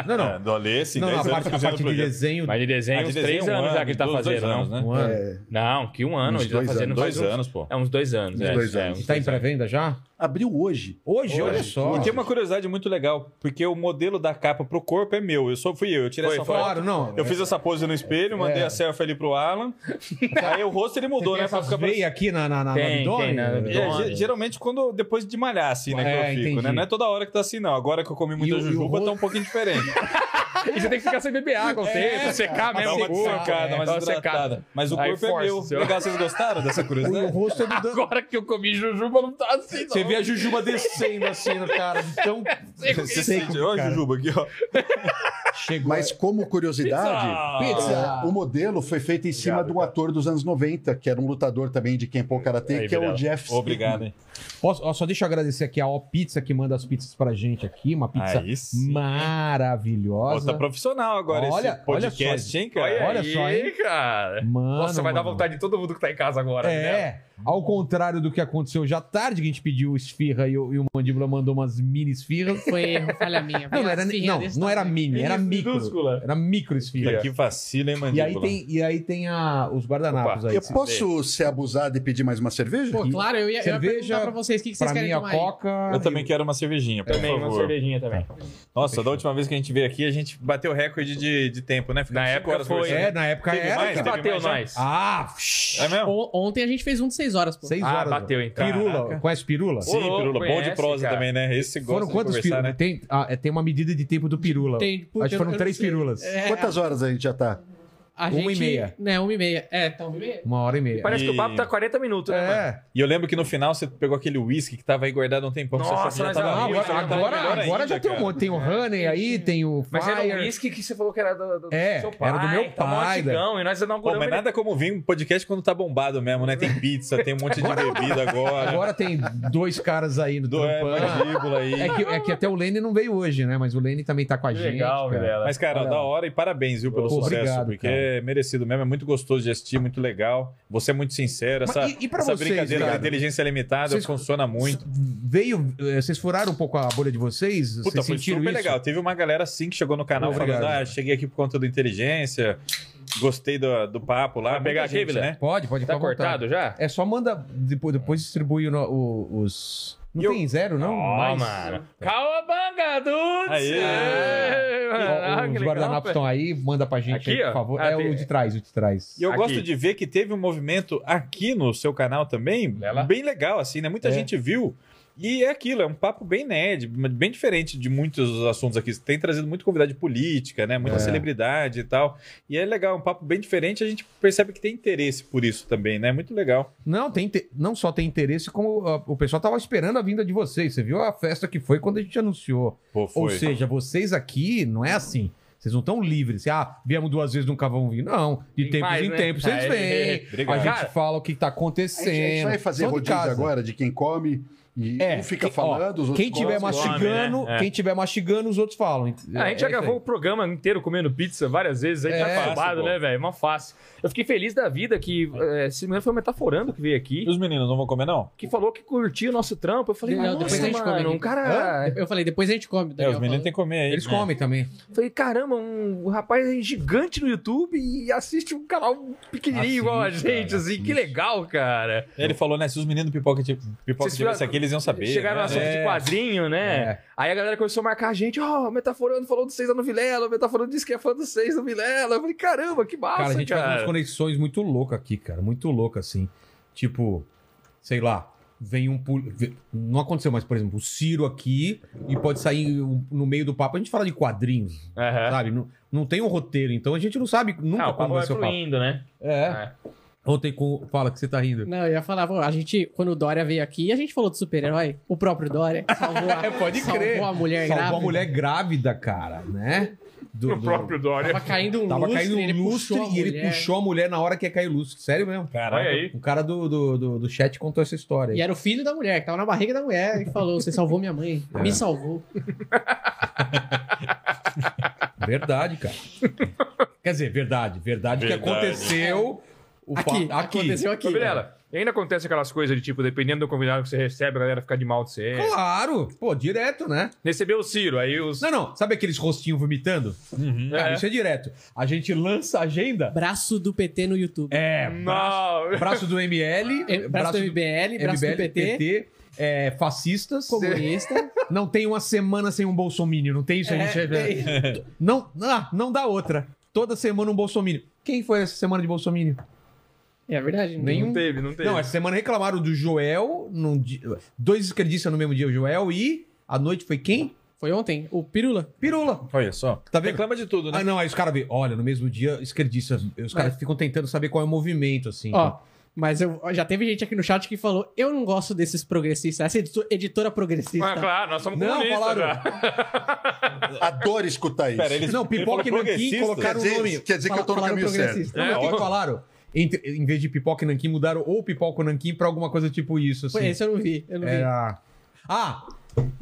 Não, não.
é, do Alê, sim,
não,
10
a
anos
parte, a
fazendo
parte de
projeto.
desenho,
Mas de desenho,
Ah, de
uns
desenho,
três
um
anos já que
ano,
ele tá
dois
fazendo,
anos,
não?
né?
um ano.
É,
Não, que um ano,
Uns
ele tá
dois
fazendo
anos,
faz
Dois
uns-
anos, pô.
É uns dois anos,
Uns
é.
dois
é,
anos.
uns
E tá em
dois anos.
pré-venda já?
abriu hoje.
Hoje, olha
Hoje.
só.
E tem uma curiosidade muito legal, porque o modelo da capa pro corpo é meu. Eu só fui eu, eu tirei
Foi,
essa foto.
Claro, não.
Eu fiz essa pose no
É.
espelho, mandei a selfie ali pro Alan. Aí o rosto ele mudou,
Tem
né? Pra
essas
ficar parecendo-
veias aqui na, na, na no
Tem,
abdômen?
tem, na-
É.
É,
Dona.
ge- geralmente quando depois de malhar, assim, né?
É,
que eu fico,
entendi.
né? Não é toda hora que tá assim, não. Agora que eu comi
E
muita
o- e o
jujuba,
rosto-
tá um pouquinho diferente.
E você tem que ficar sem beber água, um tempo, secar
Dá
mesmo.
Tá uma
o corpo,
secada, mais
dá uma
hidratada. Mas o
Aí
corpo é
força,
meu.
seu-
Legal, vocês gostaram dessa
O
curiosidade?
rosto é do Dan-
Agora que eu comi jujuba, não tá assim, não.
Você vê a Jujuba descendo assim no cara. Então,
Seco,
Você
seco,
sente, ó,
cara.
Jujuba aqui, ó.
chegou.
Mas como
Ah,
curiosidade,
Tá Pizza!
eh, o modelo foi feito em cima
Obrigado,
de um ator dos anos 90, que era um lutador também de Kenpo Karate,
Aí,
que é o
Vilela.
Jeff.
Obrigado, hein?
Posso- ó, só deixa eu agradecer aqui a O Pizza que manda as pizzas pra gente aqui. Uma pizza
Aí sim. Pô,
maravilhosa.
tá profissional agora
Olha-
esse podcast, hein, cara?
Olha,
Olha só,
só, hein, cara.
Mano,
Nossa, vai dar
mano.
vontade de todo mundo que tá em casa agora, né?
É, ao contrário do que aconteceu já tarde, que a gente pediu esfirra e o, e o Mandíbula mandou umas mini esfirras.
Foi erro, falha minha.
Não, não era,
Assim,
não,
desse
não era
tamanho.
mini, era
Mini
micro.
minúscula.
Era micro esfirra.
Que vacilo, hein,
E
mandíbula?
aí tem, e aí tem a, os guardanapos
Opa.
aí.
Eu posso ser abusado e pedir mais uma cerveja?
Pô, claro, eu ia, eu ia
Cerveja,
perguntar pra vocês o que, que vocês
Pra mim,
querem
a
tomar aí?
coca.
Eu também
e-
quero uma cervejinha, por
Também, uma
favor.
cervejinha também.
Tá.
Nossa, da última vez que a gente veio aqui, a gente bateu recorde de, de tempo, né? Ficamos
Na
cinco
época foi,
conversando.
É, na época
Teve
era.
mais,
cara.
teve
Bateu
mais, né?
nós.
Ah,
É mesmo?
O- ontem a gente fez um de 6 horas, pô.
seis
Ah,
horas.
bateu então.
Pirula,
Caraca.
conhece pirula?
Sim,
Ô, louco,
Pirula, bom de
conhece,
prosa
cara.
também, né? Esse gosta
Foram
de
quantos
conversar,
pirulas?
né?
Tem, ah, é, tem uma medida de tempo do pirula.
Tem- pô,
Acho que
eu- eu
foram
não
três
sei.
pirulas.
É,
Quantas horas a gente já tá?
a
Uma e
gente-
meia.
Né, uma e meia. É, tá uma e meia.
Uma hora e meia.
Parece que o
E-
papo tá 40 minutos, né, mano?
É.
E eu lembro que no final você pegou aquele uísque que tava aí guardado há um tempão. que você
Nossa,
achou que
mas
já tava
Ah,
Não,
ruim,
agora,
já tava
agora,
melhor
agora
ainda,
já tem um
cara.
monte. Tem o Honey aí, tem o Fire.
Mas era um uísque que você falou que era do, do
É,
seu pai.
era do meu
tá mó
pai,
antigão, e nós
Pô,
inauguramos
mas nada como vir um podcast quando tá bombado mesmo, né? Tem pizza, tem um monte de bebida agora.
tá. Agora tem dois caras aí no
do é,
trampando.
mandíbula aí.
É que, é que até o Lene não veio hoje, né? Mas o Lene também tá com a
ele.
gente.
Legal,
cara.
Vilela.
Mas, cara,
Olha
da
lá.
hora e parabéns, viu, pelo
Pô,
sucesso,
obrigado,
porque
cara.
é merecido mesmo, é muito gostoso de assistir, muito legal. Você é muito sincero,
Mas
essa,
e- e pra
essa
vocês,
brincadeira da
cara?
inteligência limitada
Vocês-
funciona muito.
Veio. eh, Vocês furaram um pouco a bolha de vocês?
Puta,
vocês
foi
sentiram
super
isso?
legal. Teve uma galera assim que chegou no canal
Obrigado.
falando: ah, cheguei aqui por conta do inteligência, gostei do, do papo lá.
Vai pegar
Muita
aqui, Vila?
Pode, pode fica à
Tá
vontade.
cortado já?
É só manda. Depois, depois distribui o no- o- os. Não
E eu-
tem zero, não?
Ó,
Mais?
mano. Calabanga, dudes!
Aê!
Aê,
Ó,
mano. Ah, que
os
legal,
guardanapos
pô.
estão aí, manda pra gente aí,
Aqui, ó?
por favor.
Ah,
é
tem-
o de trás, o de trás.
E eu
Aqui.
gosto de ver que teve um movimento aqui no seu canal também,
Lela.
bem legal, assim, né? Muita
É.
gente viu. E é aquilo, é um papo bem nerd, bem diferente de muitos assuntos aqui. Você tem trazido muito convidado de política, né?
É.
Muita celebridade e tal. E é legal, é um papo bem diferente. A gente percebe que tem interesse por isso também, né? Muito legal.
Não, tem inte- não só tem interesse, como ó, o pessoal tava esperando a vinda de vocês. Você viu a festa que foi quando a gente anunciou.
Pô,
Ou seja, vocês aqui não é assim. Vocês não estão livres. assim, Ah, viemos duas vezes, nunca vão vir. Não, de
Tem
tempos
mais,
em
né?
tempos vocês
Aê.
vêm.
Obrigado.
A gente
Cara,
fala o que tá
A
acontecendo.
gente, a gente vai fazer
São de
rodízio
casa.
agora de quem come e
É,
um fica
quem- ó,
falando, os outros
Quem tiver
gostam.
homem,
mastigando,
né? É.
quem tiver mastigando, os outros falam.
Ah, a gente já gravou o programa inteiro comendo pizza várias vezes, aí
É.
tá acabado,
Fácil, pô.
né, velho? Uma fácil. Eu fiquei feliz da vida que é, esse menino foi o metaforando que veio aqui,
E os meninos não vão comer, não?
que falou que curtia o nosso trampo. Eu falei,
Não,
nossa,
depois a gente come
mano,
aqui.
um cara...
Eu falei, depois a gente come.
É,
Daniel
os meninos
falou.
têm que comer aí.
Eles
né?
É.
comem também.
Falei, caramba, um rapaz é gigante no YouTube e assiste um canal pequenininho
Assiste,
igual a gente,
cara,
assim.
assiste.
Que legal, cara.
Ele falou, né? Se os meninos do pipoca, ti- pipoca
Vocês
tivessem
tiveram-
aqui, eles iam saber.
Chegaram no
né?
assunto
É.
de quadrinho, né?
É.
Aí a galera começou a marcar a gente. Ó, o Metaforando falou do Seis no Vilela, o Metaforando disse que é fã do Seis no Vilela. Eu falei, caramba, que massa,
Cara,
cara.
a gente faz umas conexões muito loucas aqui, cara. Muito louca, assim. Tipo, sei lá, vem um. pol- vem- Não aconteceu, mas, por exemplo, o Ciro aqui e pode sair um- no meio do papo. A gente fala de quadrinhos,
Aham.
sabe? Não, não tem um roteiro, então a gente não sabe nunca
É. Ah, o
como
papo
vai
vai
ser o papo.
fluindo, né?
É. Ontem com. Fala que você tá rindo.
Não, eu ia falar, pô, a gente, quando o Dória veio aqui, a gente falou do super-herói, o próprio Dória salvou a,
É, Pode crer.
salvou a mulher
Salvou
grávida.
a mulher grávida, cara, né? Do, do-
Dória.
Tava caindo um
Tava
lustre,
caindo
ele
um lustre
puxou a
e ele
mulher.
puxou a mulher na hora que ia cair o lustre. Sério mesmo.
Caraca.
Olha aí.
O cara do, do, do, do chat contou essa história. aí.
E era o filho da mulher, que tava na barriga da mulher, e falou, você salvou minha mãe,
É.
me salvou.
Verdade, cara. Quer dizer, verdade. Verdade, que
Verdade.
aconteceu. O fa-
Aqui, aconteceu aqui.
Ô, Vilela,
né?
ainda acontece aquelas coisas de tipo, dependendo do convidado que você recebe, a galera fica de mal de você.
Claro, pô, direto, né?
Recebeu o Ciro, aí os.
Não, não, sabe aqueles rostinhos vomitando? Cara,
É.
isso é direto. A gente lança a agenda.
Braço do PT no YouTube.
É, braço,
Não!
braço do ML,
É, braço, do MBL, braço do PT,
PT, é, fascistas.
comunista.
Não tem uma semana sem um bolsominion, não tem isso a gente. Não, ah, não dá outra. Toda semana um bolsominion. Quem foi essa semana de bolsominion?
É verdade. né?
Nenhum.
Não teve, não teve.
Não, essa semana reclamaram do Joel. num di- Dois esquerdistas no mesmo dia, o Joel e. A noite foi quem?
Foi ontem, o Pirula.
Pirula.
Olha só.
Tá vendo?
Reclama de tudo, né?
Ah, não, aí os caras vê, olha, no mesmo dia, esquerdistas. Os caras ficam tentando saber qual é o movimento, assim.
Ó, mas eu, já teve gente aqui no chat que falou, eu não gosto desses progressistas, essa editora, editora progressista.
Ah, claro, nós somos
Não,
comunistas.
falaram. É,
já.
Adoro escutar isso.
Pera, eles-
Não, pipoca e
ele falou
nanquim
progressista?
Quer
colocaram o nome.
dizer, quer dizer que eu tô no
Falaram
caminho certo.
progressista.
Não,
É,
mas o que
ó.
falaram? Entre- em vez de pipoca e nanquim, mudaram ou pipoca ou nanquim pra alguma coisa tipo isso, assim.
Foi esse eu não vi, eu não vi.
Era. Ah!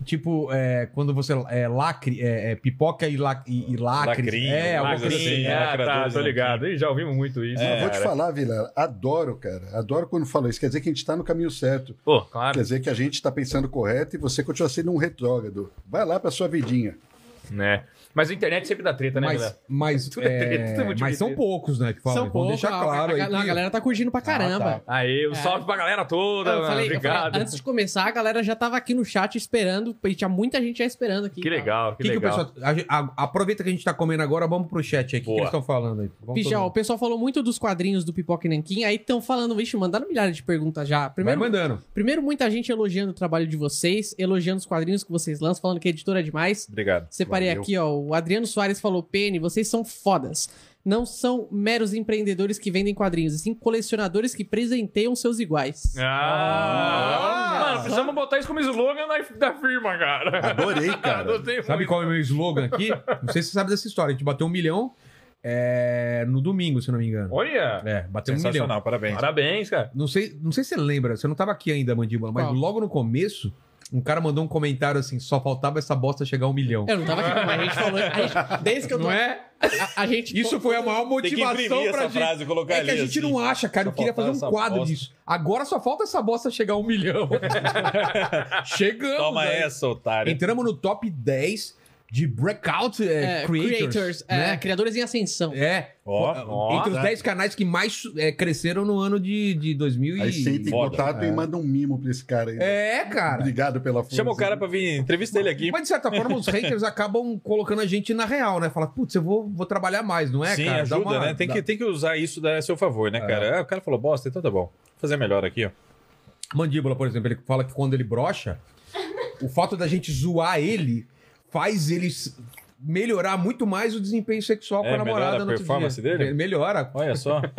Tipo, é, quando você. É, lacre. É, é, pipoca e, lac, e, e lacres.
Lacrinho,
é, alguma
coisa
coisa assim.
assim,
Lacrinha, ah, tá,
lacradores,
tô
né?
ligado. Ih, já ouvimos muito isso.
É.
Vou te falar, Vila, adoro, cara. Adoro quando fala isso. Quer dizer que a gente tá no caminho certo.
Pô, claro.
Quer dizer que a gente tá pensando correto e você continua sendo um retrógrado. Vai lá pra sua vidinha.
Né? Mas a internet sempre dá treta, né, galera?
Mas, mas,
Tudo é treta,
é,
tudo é muito
mas são
treta.
poucos, né, que falam.
São
Vamos
poucos.
deixar claro
a,
aí
a- a
que- Ah,
galera tá curtindo pra caramba.
Aí, um
É.
salve pra galera toda.
Eu
mano.
falei- eu falei,
Obrigado.
antes de começar, a galera já tava aqui no chat esperando. E tinha muita gente já esperando aqui.
Que
cara.
legal, que,
Que que o
legal.
pessoal- a- a- aproveita que a gente tá comendo agora, vamos pro chat aí. O que, que
Boa.
eles estão falando aí? Vamos
Bicho,
todo
ó, o
mundo.
pessoal falou muito dos quadrinhos do Pipoca e Nanquim, aí estão falando, vixe, mandaram milhares de perguntas já.
Vai
Primeiro,
mandando.
primeiro, muita gente elogiando o trabalho de vocês, elogiando os quadrinhos que vocês lançam, falando que a editora é
tá-
demais.
Obrigado.
Separei
Valeu.
aqui, ó, o Adriano Soares falou, Pene, vocês são fodas. Não são meros empreendedores que vendem quadrinhos, e sim colecionadores que presenteiam seus iguais.
É.
Ah, mano, precisamos botar isso como slogan da, da firma, cara.
Adorei, cara.
Adotei
Sabe
muito.
qual é o meu slogan aqui? Não sei se você sabe dessa história. A gente bateu um milhão é, no domingo, se eu não me engano.
Olha,
É, bateu um milhão.
Sensacional, parabéns.
parabéns, cara.
Não sei, não sei se você lembra, você não tava aqui ainda, Mandíbula, mas
Qual?
logo no começo, um cara mandou um comentário assim, só faltava essa bosta chegar a um milhão.
Eu não tava aqui, mas a gente falou. a gente- desde que eu tô.
Não é?
A, a gente.
Isso foi a maior
Tipo, Tem que
motivação
imprimir
pra
essa
gente.
frase e colocar
É que a
ali,
gente
assim.
não acha, cara. Eu
Só
queria fazer um
faltava essa
quadro
bosta.
disso. Agora só falta essa bosta chegar a um milhão. Chegamos.
Toma
né?
essa, otário.
Entramos no top 10 de Breakout eh,
é,
Creators.
é,
né?
criadores em ascensão.
É.
Ó,
ó,
entre os
tá.
10 canais que mais eh, cresceram no ano de, de 2000
Aí você entra em
e...
Foda.
contato e manda um mimo pra esse cara aí. né?
É, cara.
Obrigado pela força.
Chama o cara pra vir, entrevista ele aqui.
Mas, de certa forma, os haters acabam colocando a gente na real, né? Fala, putz, eu vou, vou trabalhar mais, não é,
Sim,
cara? Dá
ajuda,
uma-
né? Tem,
dá- É.
que, tem que usar isso a seu favor, né, cara? Ah, o cara falou bosta, então tá bom. Vou fazer melhor aqui, ó.
Mandíbula, por exemplo, ele fala que quando ele brocha, o fato da gente zoar ele faz ele s- melhorar muito mais o desempenho sexual com
É,
a namorada
melhora a
no outro
performance
dia.
dele?
Me- Melhora.
Olha só.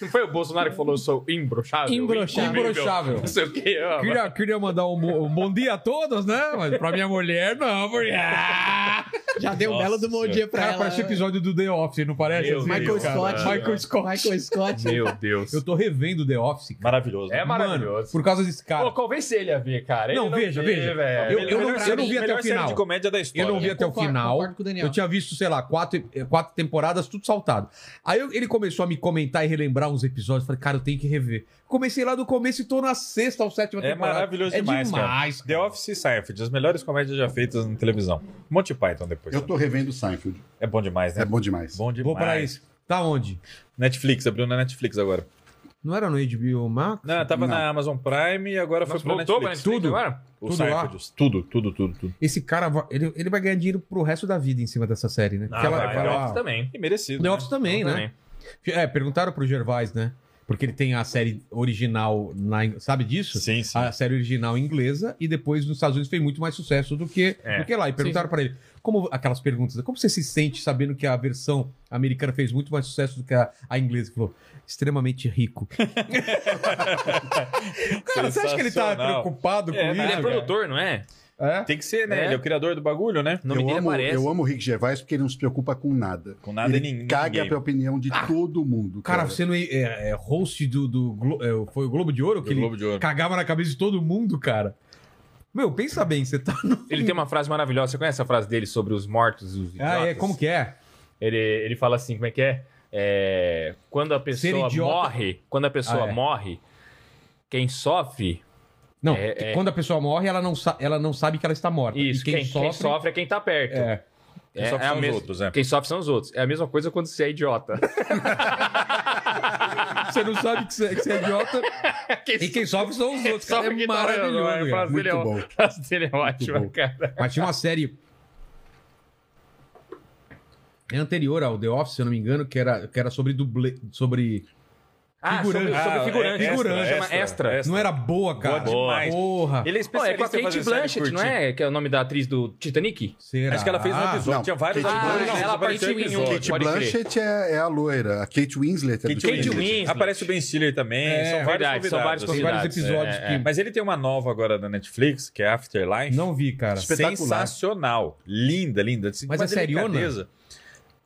Não foi o Bolsonaro que falou eu sou imbroxável?
Imbroxável.
Inconcebível,
Imbroxável.
Não sei o que. ó, mas-
Queria, queria mandar um, bo- um bom dia a todos, né? Mas pra minha mulher, não, porque. Ah!
Já deu um
Nossa
belo do bom
senhora.
dia pra
Cara,
ela. né?
parece episódio do The Office, não parece?
Meu
Michael
Deus,
Scott.
cara.
Michael Scott.
Michael Scott.
Meu Deus.
Eu tô revendo The Office. cara.
Maravilhoso.
É
Mano,
maravilhoso.
por causa desse cara.
Pô, convence ele a ver, cara. Ele
Não, veja,
vê,
veja.
velho.
Eu- eu não-
é Melhor
eu
série-
não vi até
melhor
o
série
final.
de comédia da história. né?
Eu não vi até o
Concordo,
final.
concordo com o Daniel.
Eu tinha visto, sei lá, quatro, eh, quatro temporadas, tudo saltado. Aí eu- ele começou a me comentar e relembrar uns episódios. Falei, cara, eu tenho que rever. Comecei lá do começo e tô na sexta ou sétima
É
temporada.
maravilhoso
é
demais, cara.
demais
The Office e Seinfeld, as melhores comédias já feitas na televisão. Monty Python depois.
Eu tô revendo Seinfeld.
É bom demais, né?
É bom demais.
Bom demais.
Vou pra isso. Tá onde?
Netflix, abriu na Netflix agora.
Não era no HBO Max?
Não, tava
Não.
na Amazon Prime e agora
Nossa,
foi pra
voltou pra
Netflix.
Netflix
Tudo.
agora?
O
Tudo lá?
Seinfeld, tudo, tudo, tudo, tudo.
Esse cara, va- ele, ele vai ganhar dinheiro pro resto da vida em cima dessa série, né?
Ah,
Porque ela-
vai,
ela-
The Office também.
E merecido.
The
né?
Office também, né?
Também.
É, perguntaram pro Gervais, né? Porque ele tem a série original, na, in- sabe disso?
Sim, sim.
a série original inglesa e depois nos Estados Unidos fez muito mais sucesso do que,
É.
do que lá. E perguntaram pra ele, como aquelas perguntas, né? como você se sente sabendo que a versão americana fez muito mais sucesso do que a, a inglesa? Ele falou, extremamente rico. Cara, você acha que ele tá
Sensacional.
preocupado com
É,
isso?
Ele é
Ah,
produtor, não é?
É?
Tem que ser, né?
É.
Ele é o criador do bagulho, né?
O nome
eu,
dele
amo,
aparece.
eu amo o Rick Gervais porque ele não se preocupa com nada.
Com nada e
ele
ninguém.
caga pra opinião de todo mundo.
Cara,
Cara,
você não é, é- é host do, do Glo- é, foi o Globo de Ouro que
Do
ele
Globo de Ouro.
cagava na cabeça de todo mundo, cara. Meu, pensa bem, você tá no...
Ele tem uma frase maravilhosa. Você conhece a frase dele sobre os mortos e os idiotas?
Ah, é, como que é?
Ele, ele fala assim, como é que é? É, quando a pessoa
idiota-
morre, quando a pessoa
Ah, é.
morre, quem sofre,
Não,
É, é.
quando a pessoa morre, ela não, sa- ela não sabe que ela está morta.
isso,
E
quem, quem sofre... é quem tá perto.
É.
Quem sofre
a
são os
mes-
outros, é.
Quem sofre são os outros. É a mesma coisa quando você é idiota.
Você não sabe que você, que você é idiota. e quem sofre são os outros. Cara, é
quem tá olhando,
maravilhoso.
é, A
cara.
frase dele é ó-
Muito bom.
a frase dele é ótima,
bom.
cara.
Mas tinha uma série. É anterior ao The Office, se eu não me engano, que era, que era sobre dublê. Sobre.
Ah, sobre,
Figurante.
sobre
Ah,
figurante.
é,
Figurante,
extra,
chama extra.
extra.
Não era boa, cara.
Boa demais.
Porra.
Ele é
Pô, é com a
especialista
Kate
em fazer série
Blanchett, não
curtinha.
é? Que é o nome da atriz do Titanic?
Será? Ah,
Acho que ela fez um episódio.
não.
tinha vários
Kate
episódios.
Blanchett-
mas
ela
apareceu
apareceu em um.
episódio.
Kate
pode crer.
Blanchett é, é a loira. A Kate Winslet é do
Kate
Winslet.
Winslet.
Winslet. Aparece o Ben Stiller também.
É,
são vários
verdade, são vários
convidados. assim.
Tem vários
Convidados,
episódios
é, é.
que.
Mas ele tem uma nova agora da Netflix, que é Afterlife.
Não vi, cara.
Espetacular.
Sensacional. Linda, linda. Assim,
Mas
uma
é seriona?
delicadeza.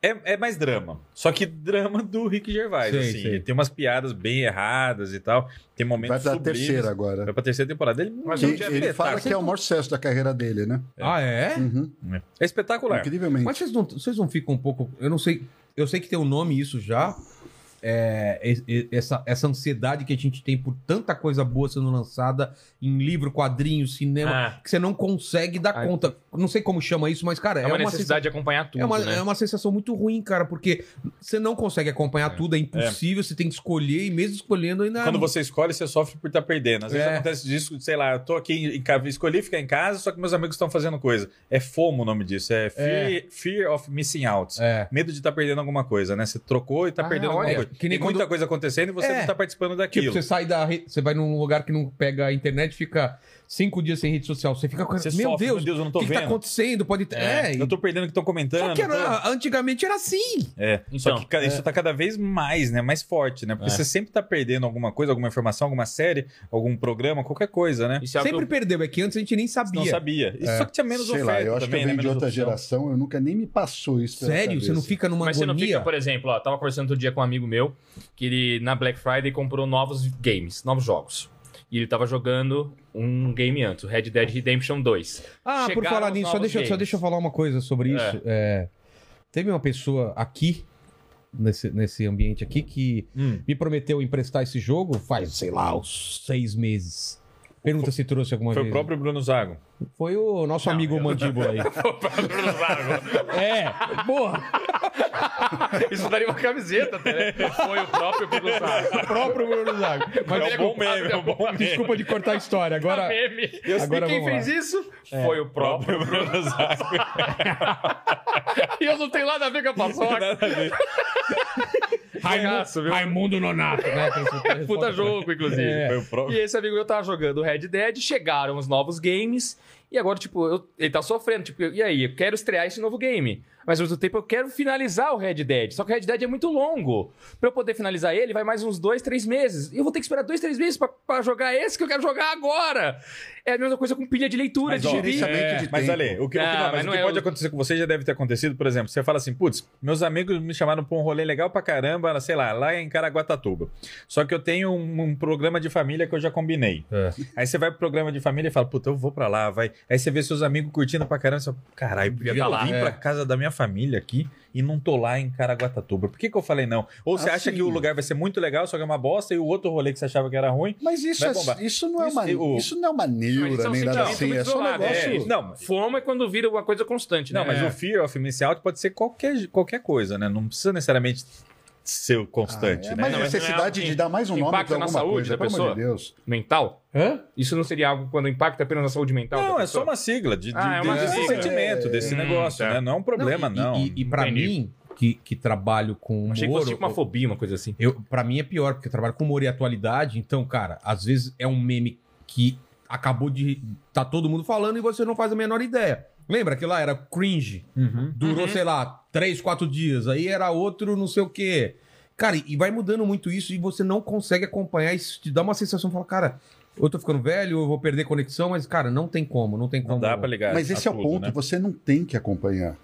É, é mais drama. Só que drama do Rick Gervais,
Sei,
assim.
sei.
Tem umas piadas bem erradas e tal. Tem
Vai
momentos
pra
sublimes.
terceira agora.
Vai pra terceira temporada. Ele,
Mas
Que
eu tinha
ele fala
espetáculo.
que é o maior sucesso da carreira dele, né?
Ah, é?
Uhum.
É espetacular.
Incrivelmente.
Mas vocês não, vocês não ficam um pouco. Eu não sei. Eu sei que tem um nome isso já. é, e- e- essa, essa ansiedade que a gente tem por tanta coisa boa sendo lançada em livro, quadrinho, cinema,
Ah,
que você não consegue dar
Ai.
conta. Não sei como chama isso, mas, cara,
É uma necessidade de acompanhar tudo,
É uma,
né?
é uma sensação muito ruim, cara, porque você não consegue acompanhar tudo, é impossível, você tem que escolher, e mesmo escolhendo ainda.
Quando você escolhe, você sofre por estar perdendo. Às vezes
É.
acontece disso, sei lá, eu tô aqui em casa, escolhi ficar em casa, só que meus amigos estão fazendo coisa. É FOMO o nome disso, é Fear, fear of Missing Out.
É.
Medo de estar perdendo alguma coisa, né? Você trocou e tá
Ah,
perdendo
olha,
alguma coisa.
que nem
Tem muita
quando-
coisa acontecendo e você
É.
não tá participando
Tipo,
daquilo.
você sai da. re- Você vai num lugar que não pega a internet, fica cinco dias sem rede social. Você fica com.
Você
meu,
sofre,
Deus,
meu Deus, eu não tô
o que, que tá
vendo.
acontecendo? Pode. ter- É,
É, eu tô perdendo o que estão comentando.
Só que era-
tá?
antigamente era assim.
É. Só
Então,
que ca- isso tá cada vez mais, né? Mais forte, né? Porque
É.
você sempre tá perdendo alguma coisa, alguma informação, alguma série, algum programa, qualquer coisa, né? É.
Isso é
Sempre
algo que
perdeu, é que antes a gente nem
Você
sabia.
Não sabia. Isso Só que tinha menos
Sei
oferta
lá, eu acho
também,
que eu
né?
venho de
Menos
outra
opção.
geração, eu nunca nem me passou isso. pela
Sério? Você
cabeça.
não fica numa
Mas você não
agonia?
fica, por exemplo, ó, tava conversando outro dia com um amigo meu, que ele na Black Friday comprou novos games, novos jogos. E ele tava jogando um game antes, o Red Dead Redemption 2.
Ah, por
Chegaram
falar
os
nisso, só
novos
deixa, só
games.
deixa eu falar uma coisa sobre isso. É, teve uma pessoa aqui, nesse, nesse ambiente aqui, que me prometeu emprestar esse jogo faz, sei lá, uns seis meses. Pergunta se trouxe alguma
Foi o
vez.
próprio Bruno Zago.
Foi o nosso amigo Mandíbula aí. é, porra,
Isso daria uma camiseta, até,
É.
né? Foi o próprio Bruno
o próprio Bruno Zago. Mas
É um É bom meme, é um
né?
bom meme.
desculpa de cortar a história.
é
Agora,
Eu sei
Agora
um quem
vamos lá. É.
fez isso? Foi o próprio.
Bruno Zago.
E eu não tenho nada a ver com a paçoca.
Nada a ver.
Raimundo,
Raimundo Nonato, né? Tem-
Puta jogo, inclusive.
É.
Foi o próprio.
E esse amigo meu tava jogando Red Dead, chegaram os novos games, e agora, tipo, eu- ele tá sofrendo. Tipo, e aí, eu quero estrear esse novo game. Mas ao mesmo tempo eu quero finalizar o Red Dead. Só que o Red Dead é muito longo. Pra eu poder finalizar ele, vai mais uns dois, três meses. E eu vou ter que esperar dois, três meses pra, pra jogar esse que eu quero jogar agora. É a mesma coisa com pilha de leitura,
Mas,
de
ó,
gibi.
gerenciamento
é,
de
mas
tempo.
Ale, o que, o que-
Ah,
não, mas
mas
o
não
que
é
pode
o-
acontecer com você já deve ter acontecido, por exemplo, você fala assim, putz, meus amigos me chamaram pra um rolê legal pra caramba, sei lá, lá em Caraguatatuba. Só que eu tenho um, um programa de família que eu já combinei. Aí você vai pro programa de família e fala, puta, eu vou pra lá, vai. Aí você vê seus amigos curtindo pra caramba, você fala, caralho, por que
Devia
eu
tá lá."
vim
É.
pra casa da minha família aqui e não tô lá em Caraguatatuba? Por que que eu falei não? Ou você acha
Assim.
que o lugar vai ser muito legal, só que é uma bosta, e o outro rolê que você achava que era ruim...
Mas isso,
Vai
é-
bombar.
isso não é
Isso-
uma,
o-
isso não é uma neura, nem nada
simplesmente
assim.
muito
É só um
isolado,
negócio.
é.
Não,
Fome é quando vira uma coisa constante, né?
Não, mas o fear of missing out pode ser qualquer, qualquer coisa, né? Não precisa necessariamente ser o constante,
Ah,
Não,
né?
é, Mas a
mas não é
necessidade
algo que
de dar mais um nome
impacta
pra
na
alguma
saúde da
coisa, pelo amor
pessoa.
de Deus.
mental?
Hã?
Isso não seria algo quando impacta apenas na saúde mental? Tá
Não,
da
é só
pessoa?
uma sigla de, de-
Ah, é uma
desse
sigla.
sentimento, desse
Hum,
negócio,
tá.
né? Não é um problema,
e-
não.
E, e, pra
Entendi.
mim, que, que trabalho com humor.
Achei que fosse tipo uma
eu-
fobia, uma coisa assim.
Eu, pra mim é pior, porque eu trabalho com humor e atualidade, então, cara, às vezes é um meme que acabou de. tá todo mundo falando e você não faz a menor ideia. Lembra que lá era cringe? Durou, sei lá, três, quatro dias, aí era outro não sei o quê. Cara, e vai mudando muito isso e você não consegue acompanhar, isso te dá uma sensação, fala, cara, eu tô ficando velho, eu vou perder conexão, mas, cara, não tem como, não tem como.
Não dá pra ligar.
Mas
a
esse é o
tudo,
ponto,
né?
você não tem que acompanhar.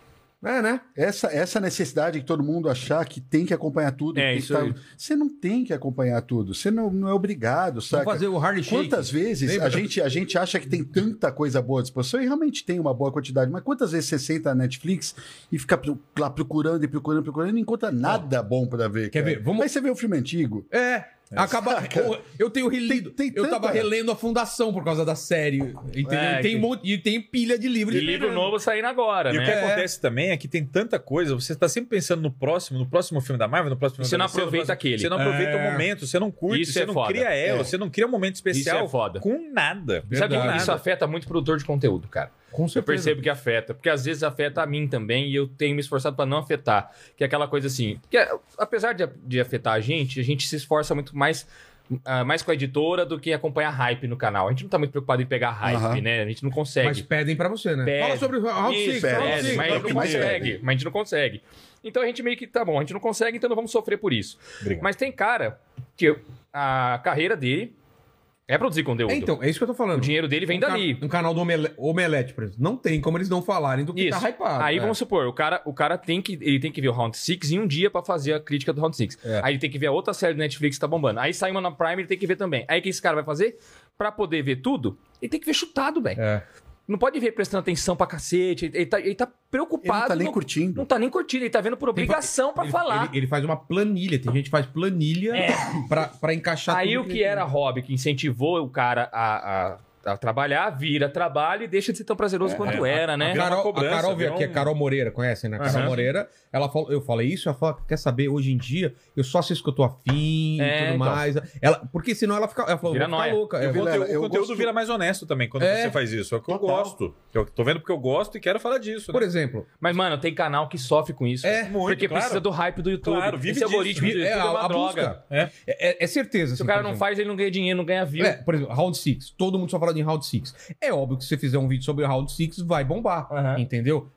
É, né?
Essa, essa necessidade de todo mundo achar que tem que acompanhar tudo.
É,
tem que
isso
tá-
aí.
Você não tem que acompanhar tudo. Você não, não é obrigado,
Vamos
saca?
fazer o hard shake.
Quantas vezes
Lembra?
a gente, a gente acha que tem tanta coisa boa à disposição e realmente tem uma boa quantidade, mas quantas vezes você senta na Netflix e fica pro- lá procurando e procurando, procurando e não encontra nada bom pra ver?
Quer
cara?
ver? Vamos-
Aí você vê um filme antigo.
É. Acaba. Pô, Eu tenho relido.
Tem- tem
eu tava
tanta-
relendo a fundação por causa da série. Entendeu?
É,
e, tem
que-
um monte- e tem pilha de livro.
E livro novo saindo agora,
E o
né?
que
É.
acontece também é que tem tanta coisa, você tá sempre pensando no próximo, no próximo filme da Marvel, no próximo
E
filme
você
da
não
DC, no
aproveita
próximo-
aquele.
Você não aproveita
É.
o momento, você não curte,
Isso
você
é
não
foda.
cria ela,
É.
você não cria um momento especial
Isso é foda.
com nada.
Sabe
Verdade.
que isso afeta muito o produtor de conteúdo, cara.
Com
Eu
certeza.
percebo que afeta, porque às vezes afeta a mim também e eu tenho me esforçado pra não afetar. Que é aquela coisa assim, que é, apesar de, de afetar a gente, a gente se esforça muito mais ah, mais com a editora do que acompanhar hype no canal. A gente não tá muito preocupado em pegar hype,
Aham.
né? A gente não
Mas
consegue.
pedem pra você, né?
Pede.
Fala sobre o Round
Isso,
Six.
pede,
Round
é,
Six.
mas a gente não
Round Six.
consegue, mas a gente não consegue. Então a gente meio que tá bom, a gente não consegue, então não vamos sofrer por isso.
Obrigado.
Mas tem cara que a carreira dele é produzir conteúdo.
É, então, é isso que eu tô falando.
o dinheiro dele vem
Um ca-
dali.
Um canal do Omele- Omelete, por exemplo. Não tem como eles não falarem do que
Isso.
tá hypado.
Aí
é.
vamos supor, o cara, o cara tem que ele tem que ver o Round 6 em um dia pra fazer a crítica do Round 6.
É.
Aí ele tem que ver a outra série do Netflix que tá bombando. Aí sai uma na Prime, ele tem que ver também. Aí o que esse cara vai fazer? Pra poder ver tudo, ele tem que ver chutado, velho.
É.
Não pode ver prestando atenção pra cacete. Ele, ele tá, ele tá
Ele não
preocupado.
tá nem
no-
curtindo.
não tá nem curtindo, ele tá vendo por obrigação pra
Ele-
falar. É.
Ele, ele faz uma planilha. Tem gente que faz planilha pra, pra encaixar
Aí
tudo
o que era hobby que incentivou o cara a, a- a trabalhar, vira trabalho e deixa de ser tão prazeroso quanto era,
A
né?
Virou uma
Carol,
cobrança,
a Carol veio
virou
aqui,
um-
a Carol Moreira, conhecem, né? A Carol
Aham.
Moreira, ela falou, eu falei isso, ela fala, quer saber, hoje em dia, eu só assisto que eu tô afim
É,
e tudo
então.
mais. Ela, porque senão ela fica, ela falou,
Vira
vou ficar
nóia.
louca.
E
É,
o conteúdo,
Vilela, eu
o conteúdo
gosto-
vira mais honesto também quando
É.
você faz isso. É o que eu
Total.
gosto. Eu tô vendo porque eu gosto e quero falar disso.
por
né?
exemplo,
Mas, mano, tem canal que sofre com isso.
É,
cara.
muito,
Porque
claro.
precisa do hype do YouTube.
Claro, vive
Esse
disso.
algoritmo do
é,
YouTube é,
a,
uma
a
droga.
busca.
É.
É, é- é certeza.
Se
assim,
o cara
por
não
exemplo.
faz, ele não ganha dinheiro, não ganha view.
É, por exemplo, Round 6. Todo mundo só falando em Round 6. É óbvio que se você fizer um vídeo sobre Round 6, vai bombar.
Aham.
Entendeu?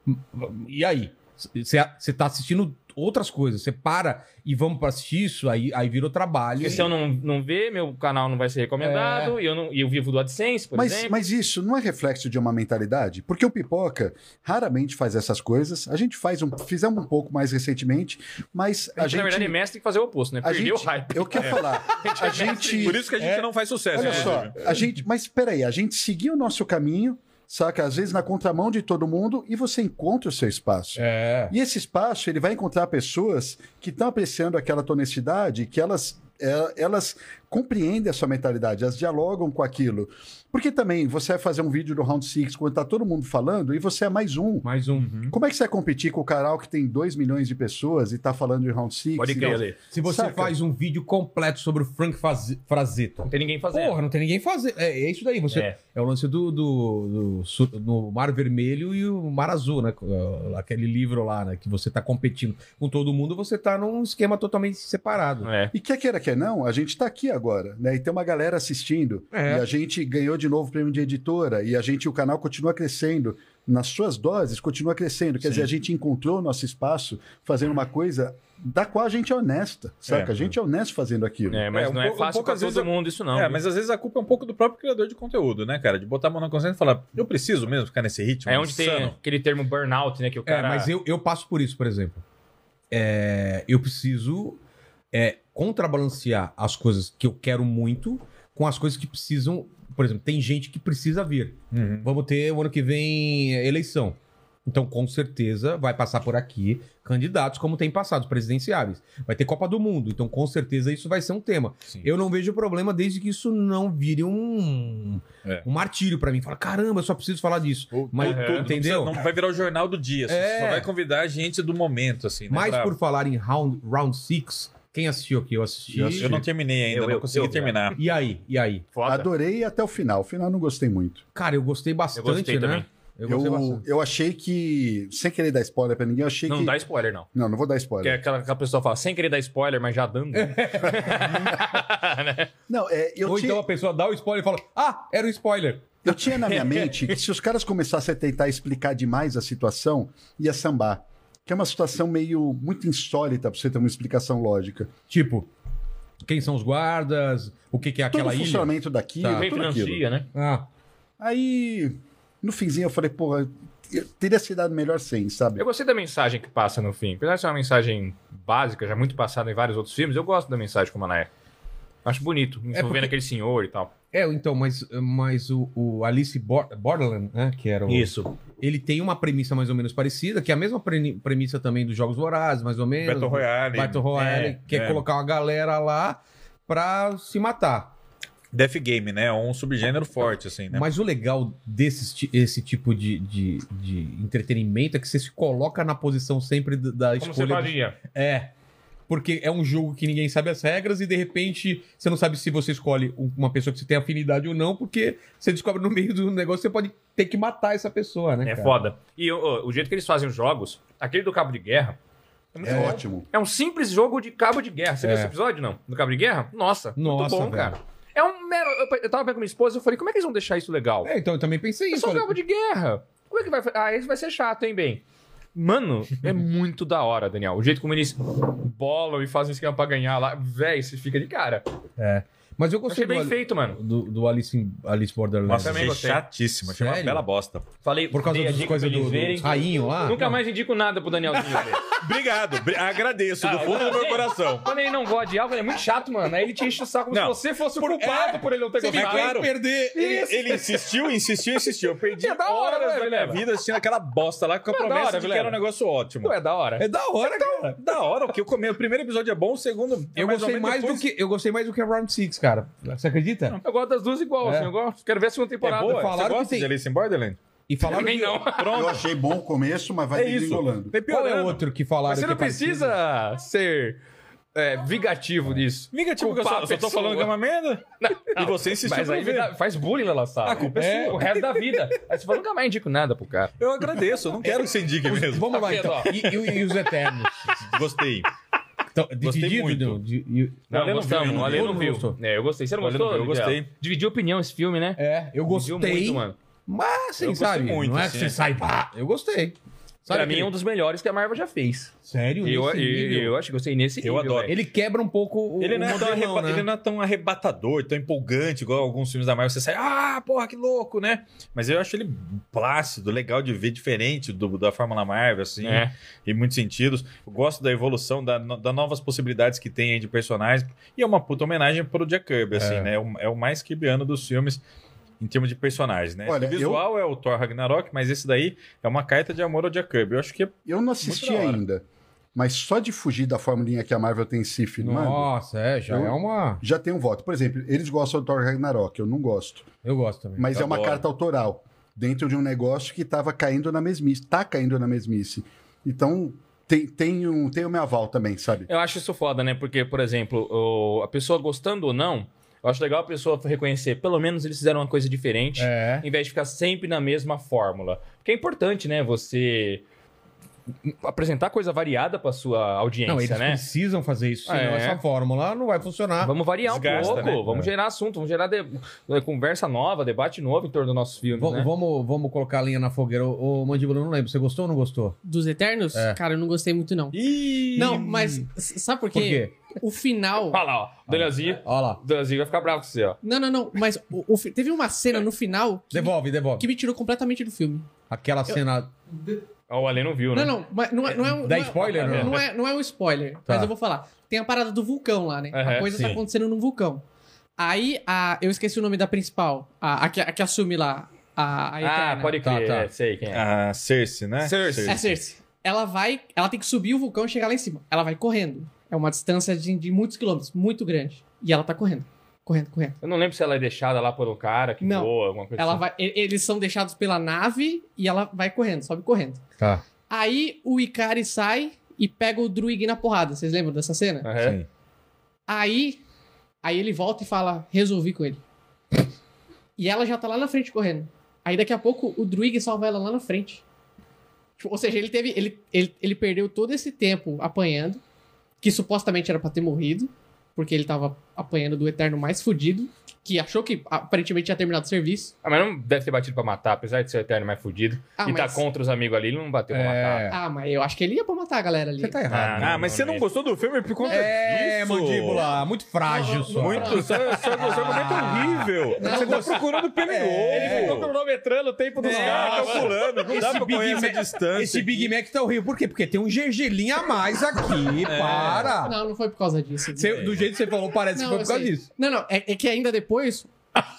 E aí? Você tá assistindo outras coisas. Você para e vamos pra assistir isso, aí, aí virou trabalho.
Porque se eu não, não ver, meu canal não vai ser recomendado e eu, não, e eu vivo do AdSense, por
Mas,
exemplo.
mas isso não é reflexo de uma mentalidade? Porque o Pipoca raramente faz essas coisas. A gente faz um, fizemos um pouco mais recentemente, mas a,
Porque,
gente.
Na verdade, é mestre tem que fazer o oposto, né?
a
Perder
gente-
o hype.
Eu quero falar. A gente.
Por isso que é assim, né? a gente
É.
não faz sucesso.
Olha
inclusive.
só, a gente. Mas peraí, a gente seguiu o nosso caminho, saca? Às vezes na contramão de todo mundo e você encontra o seu espaço.
É.
E esse espaço, ele vai encontrar pessoas que estão apreciando aquela tua honestidade, que elas, é, elas compreendem a sua mentalidade, elas dialogam com aquilo. Porque também, você vai fazer um vídeo do Round six quando tá todo mundo falando e você é mais um.
Mais um.
Como é que você vai competir com o canal que tem 2 milhões de pessoas e tá falando de Round six?
Pode crer ali.
Se você
Saca?
faz um vídeo completo sobre o Frank Faz- Frazetta.
Não tem ninguém fazendo.
Porra, não tem ninguém fazer. É, é isso daí. Você, é.
É.
o lance do, do, do su- no Mar Vermelho e o Mar Azul, né? Aquele livro lá, né? Que você tá competindo com todo mundo, você tá num esquema totalmente separado.
É.
E quer queira, quer não, a gente tá aqui agora, né? E tem uma galera assistindo.
É.
E a gente ganhou de novo o prêmio de editora. E a gente, o canal continua crescendo. Nas suas doses, continua crescendo. Quer dizer, a gente encontrou o nosso espaço fazendo uma coisa da qual a gente é honesta, saca?
É.
A gente é honesto fazendo aquilo.
É, mas
É, um
não é
pou- um
fácil
pouco
pra
às
todo
vezes eu-
mundo isso, não.
é,
viu?
mas às vezes a culpa é um pouco do próprio criador de conteúdo, né, cara? De botar a mão na consciência e falar, eu preciso mesmo ficar nesse ritmo.
É onde tem
insano?"
aquele termo burnout, né? Que o
Tipo, É,
cara.
mas eu, eu passo por isso, por exemplo. É, eu preciso é, contrabalancear as coisas que eu quero muito com as coisas que precisam. Por exemplo, tem gente que precisa vir.
né?
Uhum.
Vamos ter o ano que vem é, eleição. Então, com certeza, vai passar por aqui candidatos como tem passado, presidenciáveis. Vai ter Copa do Mundo. Então, com certeza, isso vai ser um tema.
Sim.
Eu não vejo problema desde que isso não vire um,
É.
um martírio pra mim. Fala, caramba, eu só preciso falar disso. Mas,
Tudo, não precisa-
entendeu?
Não, vai virar o jornal do dia. assim,
É.
Só vai convidar a gente do momento, assim. né,
Mas
pra-
por falar em round, round six, quem assistiu aqui? Eu assisti.
Eu assisti. Eu não terminei ainda,
Eu-
não
eu-
consegui
eu-
terminar.
E aí? E aí?
Foda.
Adorei até o final. O final eu não gostei muito.
Cara, eu gostei bastante,
gostei
né?
também.
Eu
Eu,
gostei
eu,
bastante.
achei que, sem querer dar spoiler pra ninguém, eu achei
Não
que.
dá spoiler, não.
Não, não vou dar
Porque é
spoiler.
aquela, aquela pessoa fala, sem querer dar spoiler, mas já dando. Né?
Não, é, eu
Ou
tinha-
então a pessoa dá o spoiler e fala: Ah, era um spoiler.
Eu tinha na minha mente que se os caras começassem a tentar explicar demais a situação, ia sambar. Que é uma situação meio muito insólita pra você ter uma explicação lógica.
Tipo, quem são os guardas? O que, que é
Todo
aquela
o
ilha?
funcionamento daquilo,
Tá.
Quem
tudo aquilo.
financia, né?
Ah,
Aí, no finzinho, eu falei, porra, eu teria se dado melhor sem, sabe?
Eu gostei da mensagem que passa no fim. Apesar de ser uma mensagem básica, já muito passada em vários outros filmes, eu gosto da mensagem como ela é. Acho bonito, envolvendo
É porque-
aquele senhor e tal.
é, então, mas, mas o, o Alice Bor- Borderland, né? Que era o.
Isso.
Ele tem uma premissa mais ou menos parecida, que é a mesma preni- premissa também dos Jogos Vorazes, mais ou menos.
Battle Royale.
Battle Royale,
É,
que é,
é.
colocar uma galera lá pra se matar.
Death Game, né? É um subgênero forte, assim, né?
Mas o legal desse ti- esse tipo de, de, de entretenimento é que você se coloca na posição sempre d- da
Como você
escolha. do-
faria?
É. Porque é um jogo que ninguém sabe as regras e de repente você não sabe se você escolhe um- uma pessoa que você tem afinidade ou não, porque você descobre no meio do negócio você pode ter que matar essa pessoa, né?
É
cara?
foda. E ô, o jeito que eles fazem os jogos, aquele do Cabo de Guerra, é muito
É
bom.
ótimo.
É um simples jogo de cabo de guerra. Você
É.
viu esse episódio, não? Do cabo de guerra? Nossa,
Nossa,
muito bom,
velho.
cara. É um mero... Eu, eu tava vendo com minha esposa, eu falei, como é que eles vão deixar isso legal?
É, então eu também pensei
É
isso.
só um
falei,
cabo de guerra. Como é que vai... Ah, isso vai ser chato, hein, bem? Mano, é muito da hora, Daniel. O jeito como eles bolam e fazem um esquema pra ganhar lá. Véi, você fica de cara.
Mas eu
Eu
gostei
Achei
do,
bem
Ali-
feito, mano.
do, do Alice, in- Alice Borderlands.
Nossa,
também
achei
gostei.
chatíssimo. Achei uma
Sério?
bela bosta.
Falei,
Por causa
dei a
das
dica
coisas
pra
do, ah,
eles verem.
do rainho lá.
Nunca mais indico nada pro Danielzinho. velho.
Obrigado. bri- Agradeço
Ah,
do fundo do meu coração.
Quando ele não gosta de algo, ele é muito chato, mano. Aí ele te enche o saco como
Não.
se você fosse o culpado por ele não ter
é. Você me
gostado.
fez perder. É,
Ele, ele insistiu, insistiu, insistiu. Eu perdi
É da hora,
horas
né,
da minha
Vilela?
vida assistindo aquela bosta lá com a
É da
promessa
hora,
de que
Vilela.
era um negócio ótimo.
Pô, é da hora.
É da hora, cara.
Então,
Da hora, o que eu comi. O primeiro episódio é bom, o segundo é
Eu
mais ou
gostei,
menos,
mais
depois-
do que, eu gostei mais do que a Round six, cara. cara. Você acredita?
Eu gosto das duas igual,
É.
assim. Eu gosto. Quero ver a segunda temporada.
é boa? Você
Falaram que
gosta
tem-
de Alice in Borderland?
E falaram
Também
que...
não.
Eu achei bom o começo, mas vai
É isso.
desenrolando.
Tem
Qual é
piorando.
outro que falaram
Você
que
não
é parecido?
precisa ser é, vingativo nisso.
Miga, tipo, que eu
Culpar
só,
a
só tô
pessoa.
falando que é uma merda? E você insistiu
Mas
pra
aí
eu ver.
me dá- faz bullying lá na sala.
A culpa é
O
sua.
resto da vida. Aí você fala, nunca mais indico nada pro cara.
Eu agradeço, eu não quero que você indique mesmo.
Vamos lá,
Tá
então. E, e- e os Eternos?
Gostei.
Então,
Gostei muito.
não? De- e-
Não,
Ale não viu,
gostamos.
não
O Ale
viu.
não
Todo
viu.
mundo gostou.
É, eu gostei. Você não
O Ale não
gostou?
viu, eu
Miguel?
gostei.
Dividiu opinião esse filme, né?
É, eu gostei.
Dividiu muito, mano.
Mas, assim,
Eu gostei
sabe?
muito,
não é
assim,
que você
é.
sai, pá. Eu gostei. Sabe
Pra mim
aquele-
é um dos melhores que a Marvel já fez.
Sério?
Eu,
Nesse
eu,
nível?
eu acho que gostei nesse
Eu
nível,
adoro.
velho.
Ele quebra um pouco o
Ele não, é tão
modelão,
arreba-
né?
ele não é tão arrebatador, tão empolgante, igual alguns filmes da Marvel. Você sai, ah, porra, que louco, né? Mas eu acho ele plácido, legal de ver, diferente do, da Fórmula Marvel, assim,
É.
em muitos sentidos. Eu gosto da evolução, da, no- das novas possibilidades que tem aí de personagens. E é uma puta homenagem pro Jack Kirby, assim, né? É o, é o mais kirbiano dos filmes em termos de personagens, né?
Olha,
o visual é o Thor Ragnarok, mas esse daí é uma carta de amor ao Jack Kirby. Eu acho que é
Eu não assisti
Muito da hora.
ainda, mas só de fugir da formulinha que a Marvel tem se firmando,
Nossa, é, já
Eu-
é uma...
já tem um voto. Por exemplo, eles gostam do Thor Ragnarok, eu não gosto.
Eu gosto também.
Mas
Eu
é uma
adoro.
carta autoral, dentro de um negócio que estava caindo na mesmice, tá caindo na mesmice. Então, tem, tem, um, tem o meu aval também, sabe?
Eu acho isso foda, né? Porque, por exemplo, o- a pessoa gostando ou não, eu acho legal a pessoa reconhecer. Pelo menos eles fizeram uma coisa diferente.
É.
Em vez de ficar sempre na mesma fórmula. Porque é importante, né? Você apresentar coisa variada pra sua audiência,
Não, eles
né?
precisam fazer isso,
Ah,
senão
é?
essa fórmula não vai funcionar.
Vamos variar
Desgasta,
um pouco,
né?
vamos
É.
gerar assunto, vamos gerar de- eh, conversa nova, debate novo em torno do nosso filme,
Vamos,
né?
vamos, vamos colocar a linha na fogueira. Ô, ô Mandíbula, eu não lembro. Você gostou ou não gostou?
Dos Eternos?
É.
Cara, eu não gostei muito, não.
Ih!
Não, mas s- sabe por
Por
quê?
quê?
O final.
Olha lá, ó. Danielzinho,
Olha lá.
Danielzinho vai ficar bravo com você, ó.
Não, não, não. Mas o- o fi- teve uma cena no final que,
Devolve, devolve.
que me tirou completamente do filme.
Aquela cena.
Ó, O Ale não viu, né?
Não, não, mas não é, não é um.
Dá
não é-
spoiler,
não?
não?
é, não é um spoiler,
Tá.
mas eu vou falar. Tem a parada do vulcão lá, né?
Aham,
a coisa
sim.
tá acontecendo num vulcão. Aí, a, eu esqueci o nome da principal, a, a, que, a que assume lá. A, a
Ah,
Eterna.
pode
Tá,
crer,
tá.
é, sei quem é.
A Cersei, né?
Cersei.
É Cersei. Ela vai. Ela tem que subir o vulcão e chegar lá em cima. Ela vai correndo. É uma distância de, de muitos quilômetros, muito grande. E ela tá correndo. Correndo, correndo.
Eu não lembro se ela é deixada lá por um cara que
Não.
voa, alguma coisa
Ela
assim.
vai, e- eles são deixados pela nave e ela vai correndo, sobe correndo.
Tá.
Aí o Ikari sai e pega o Druig na porrada. Vocês lembram dessa cena?
Aham.
Sim.
Aí, aí ele volta e fala: resolvi com ele. e ela já tá lá na frente correndo. Aí daqui a pouco o Druig salva ela lá na frente. Tipo, Ou seja, ele teve. Ele, ele, ele perdeu todo esse tempo apanhando, que supostamente era pra ter morrido, porque ele tava apanhando do Eterno mais fudido, que achou que aparentemente tinha terminado o serviço.
Ah, mas não deve ter batido pra matar, apesar de ser o Eterno mais fudido.
Ah,
e
mas,
tá contra os amigos ali, ele não bateu pra matar.
É.
ah, mas eu acho que ele ia pra matar a galera ali.
Você tá
Ah,
errado.
ah, mas você não gostou do filme por conta
É,
disso?
Mandíbula. Muito frágil só.
Muito, seu, seu, seu argumento é horrível.
Não,
você tá
gostei.
procurando pelo
É.
ovo. Ah,
cronometrando o tempo
dos caras,
tá é calculando. Não dá pra
Big
correr essa
Mac-
distância.
Esse
aqui.
Big Mac tá horrível. Por quê? Porque tem um gergelim a mais aqui.
É.
Para.
Não, não foi por causa disso.
Você- do jeito que você falou, parece que foi
eu
por causa
sei.
disso.
Não, não, é, é que ainda depois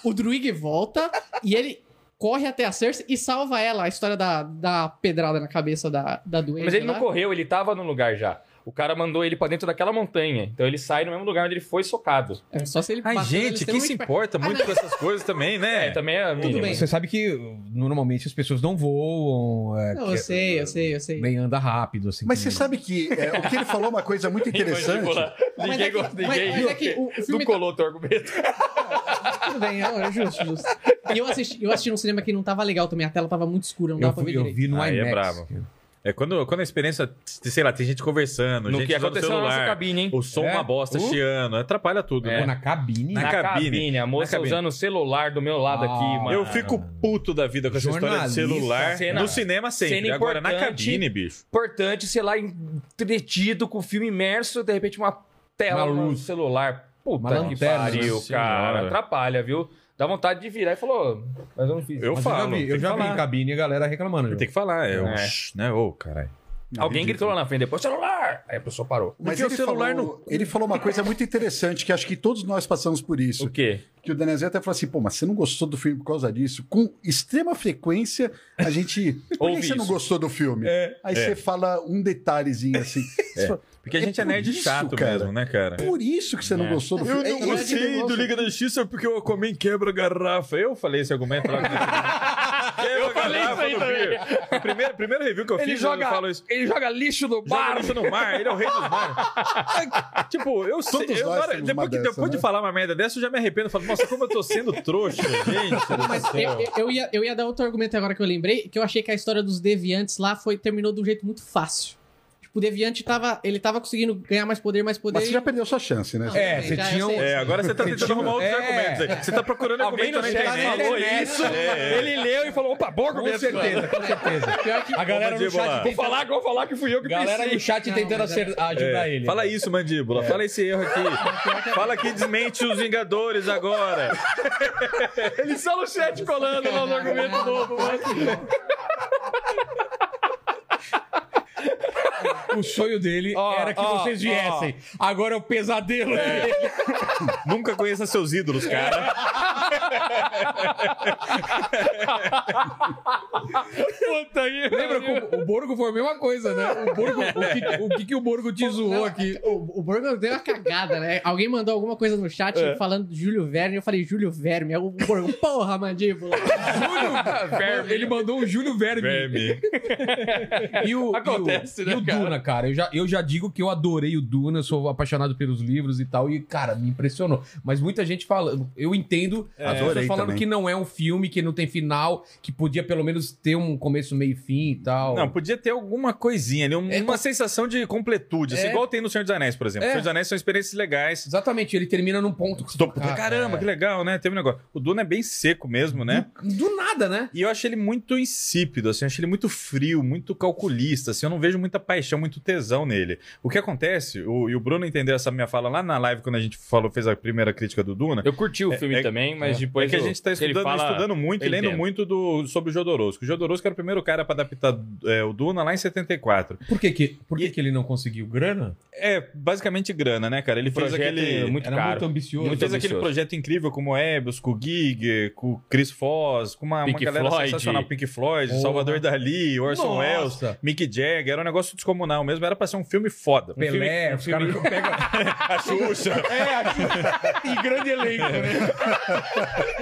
o Druig volta e ele corre até a Cersei e salva ela. A história da, da pedrada na cabeça da, da doente.
Mas ele não
lá.
correu, ele tava no lugar já. O cara mandou ele pra dentro daquela montanha. Então ele sai no mesmo lugar onde ele foi socado.
É só se ele
Ai,
passou, ele
gente, quem
extremamente
se
perto.
importa muito com essas coisas também, né?
É, também é mínimo.
bem.
Você sabe que uh, normalmente as pessoas não voam. É,
Não,
que-
eu sei, eu sei, eu sei.
Nem anda rápido, assim.
Mas
que
você
nem-
sabe que é, o que ele falou é uma coisa muito interessante.
Mandíbula.
Mas
Ninguém
é que-
gosta,
mas-
ninguém.
mas é que o- o filme
não colou o teu argumento.
Tudo bem, não, é justo, justo. E eu assisti, eu assisti num cinema que não tava legal também, a tela tava muito escura, não
Eu,
dava pra ver
fui- eu
direito.
vi no
Aí é
IMAX.
bravo. É quando, quando a experiência, sei lá, tem gente conversando,
No
gente
que
usando
aconteceu na
celular,
nossa cabine, hein? Hum?
O som
É?
uma bosta,
Uh. É.
chiando, atrapalha tudo,
Pô,
né?
na cabine.
Na cabine.
A moça
cabine.
usando o celular do meu lado aqui,
Ah,
mano.
Eu fico puto da vida com essa história de
Jornalista,
celular.
cena-
no cinema sempre,
cena
agora na
importante.
cabine, bicho.
Importante, sei lá, entretido com o filme imerso, de repente uma tela
Uma
no
luz.
celular. Puta
Uma
que
lanterna.
pariu,
Nossa
cara.
Senhora.
Atrapalha, viu? Dá vontade de virar e falou, mas eu não fiz.
Eu
Mas
falo,
Eu já vi,
tem
eu
que
já vi
falar.
em cabine e a galera reclamando.
Tem
João.
que falar, é,
É.
o shh, né? Ô, caralho.
Alguém
Acredito.
gritou lá na frente depois, celular! Aí a pessoa parou.
Mas
Enfiou
ele,
o celular
falou, ele falou uma coisa muito interessante, que acho que todos nós passamos por
no...
isso.
O quê?
Que o Danazé até falou assim, pô, mas você não gostou do filme por causa disso? Com extrema frequência, a gente... Mas Por que
Ouve
você não
isso.
gostou do filme? Aí
é.
você fala um detalhezinho assim. Você fala,
Porque a
É
gente é,
por
nerd
isso,
chato
cara.
mesmo, né, cara?
Por isso que você não
É.
gostou do filme. É- é esse negócio.
da Justiça porque o Aquaman quebra a garrafa. Eu falei esse argumento lá. eu
falei isso aí também.
Primeiro, primeiro review que eu
Ele
fiz,
joga,
eu falo isso.
ele joga lixo no
Joga
bar.
isso no mar, ele é o rei dos mares. É, tipo, eu sei.
Todos
eu,
nós
na hora-
temos uma
depois que-
dessa,
depois de
né?
falar uma merda dessa, eu já me arrependo. Eu falo, nossa, como eu tô sendo trouxa, gente.
Mas eu, eu- eu ia, eu ia dar outro argumento agora que eu lembrei, que eu achei que a história dos deviantes lá foi, terminou de um jeito muito fácil. Tipo, o deviante tava, ele tava conseguindo ganhar mais poder, mais poder.
Mas você já perdeu sua chance, né?
É,
Não, tudo bem,
você
já,
tinha
eu sei.
um-
É, agora você tá tentando arrumar outros
É.
argumentos aí. Você tá procurando
Alguém
argumento
no
na
chat
internet. É.
falou isso. Ele leu e falou, opa, bom
Com
argumento.
certeza, com certeza.
Pior que-
A galera no
Mandíbula.
chat
Vou
tentando,
falar, vou falar que fui eu que
galera no
pensei.
chat
Não,
tentando
mas é-
acertar- ajudar ele. né? É.
Fala isso, mandíbula. Fala esse erro aqui. Fala que desmente os Vingadores agora.
Ele só é no chat colando
é
lá no argumento novo, mano.
O sonho dele
Ó,
era que
ó, É.
vocês viessem. Agora é o pesadelo dele.
Nunca conheça seus ídolos, cara.
Puta aí.
Lembra como o Borgo foi a mesma coisa, né? O, Borgo, o, que, o que que o Borgo te zoou
Não,
aqui?
O, o Borgo deu uma cagada, né? Alguém mandou alguma coisa no chat
É.
falando de Júlio Verne. Eu falei, Júlio Verme. Aí o Borgo, porra, mandíbula.
Júlio Verme. Ele mandou o Júlio Verme.
Verme.
E o,
Acontece,
e o, e
né,
o
cara?
Duna, cara. Eu já, eu já digo que eu adorei o Duna, eu sou apaixonado pelos livros e tal. E, cara, me impressionou. Mas muita gente fala. Eu entendo as pessoas
adorei
falando
também.
que não é um filme, que não tem final, que podia pelo menos ter um começo, meio e fim e tal.
Não, podia ter alguma coisinha ali, um- uma sensação de completude, assim,
então- É.
igual tem no Senhor dos Anéis, por exemplo.
É.
O Senhor dos Anéis são experiências legais.
Exatamente, ele termina num ponto que você
Tô-
fala, cara,
Caramba, que legal, né? Teve um negócio. O Duna é bem seco mesmo, né?
Do nada, né?
E eu achei ele muito insípido, assim, eu achei ele muito frio, muito calculista, assim, eu não vejo muita paixão, muito tesão nele. O que acontece, o- e o Bruno entendeu essa minha fala lá na live quando a gente falou, fez a primeira crítica do Duna,
Eu curti o filme
é-
também, mas
é
depois.
que a
eu-
gente está
ele
estudando,
fala-
estudando muito e
eu
lendo
entendo.
muito do, sobre o Jodorowsky. O Jodorowsky era o primeiro cara para adaptar é, o Duna lá em 74.
Por que, que, por que,
E-
que ele não conseguiu grana?
É, basicamente grana, né, cara? Ele fez
Projeto é
aquele...
muito
Era
caro.
muito ambicioso.
Ele
muito
fez aquele
ambicioso.
projeto incrível com o Moebius, com o Gig, com o Chris Foss, com uma, uma
Pink
galera
Floyd.
sensacional. Pink Floyd,
Porra.
Salvador Dali, Orson
Nossa.
Welles, Mick Jagger. Era um negócio descomunal mesmo. Era pra ser um filme foda.
filme-
Pelé,
um
os caras
filme-
pegam.
A Xuxa.
É, aqui, e grande elenco, né?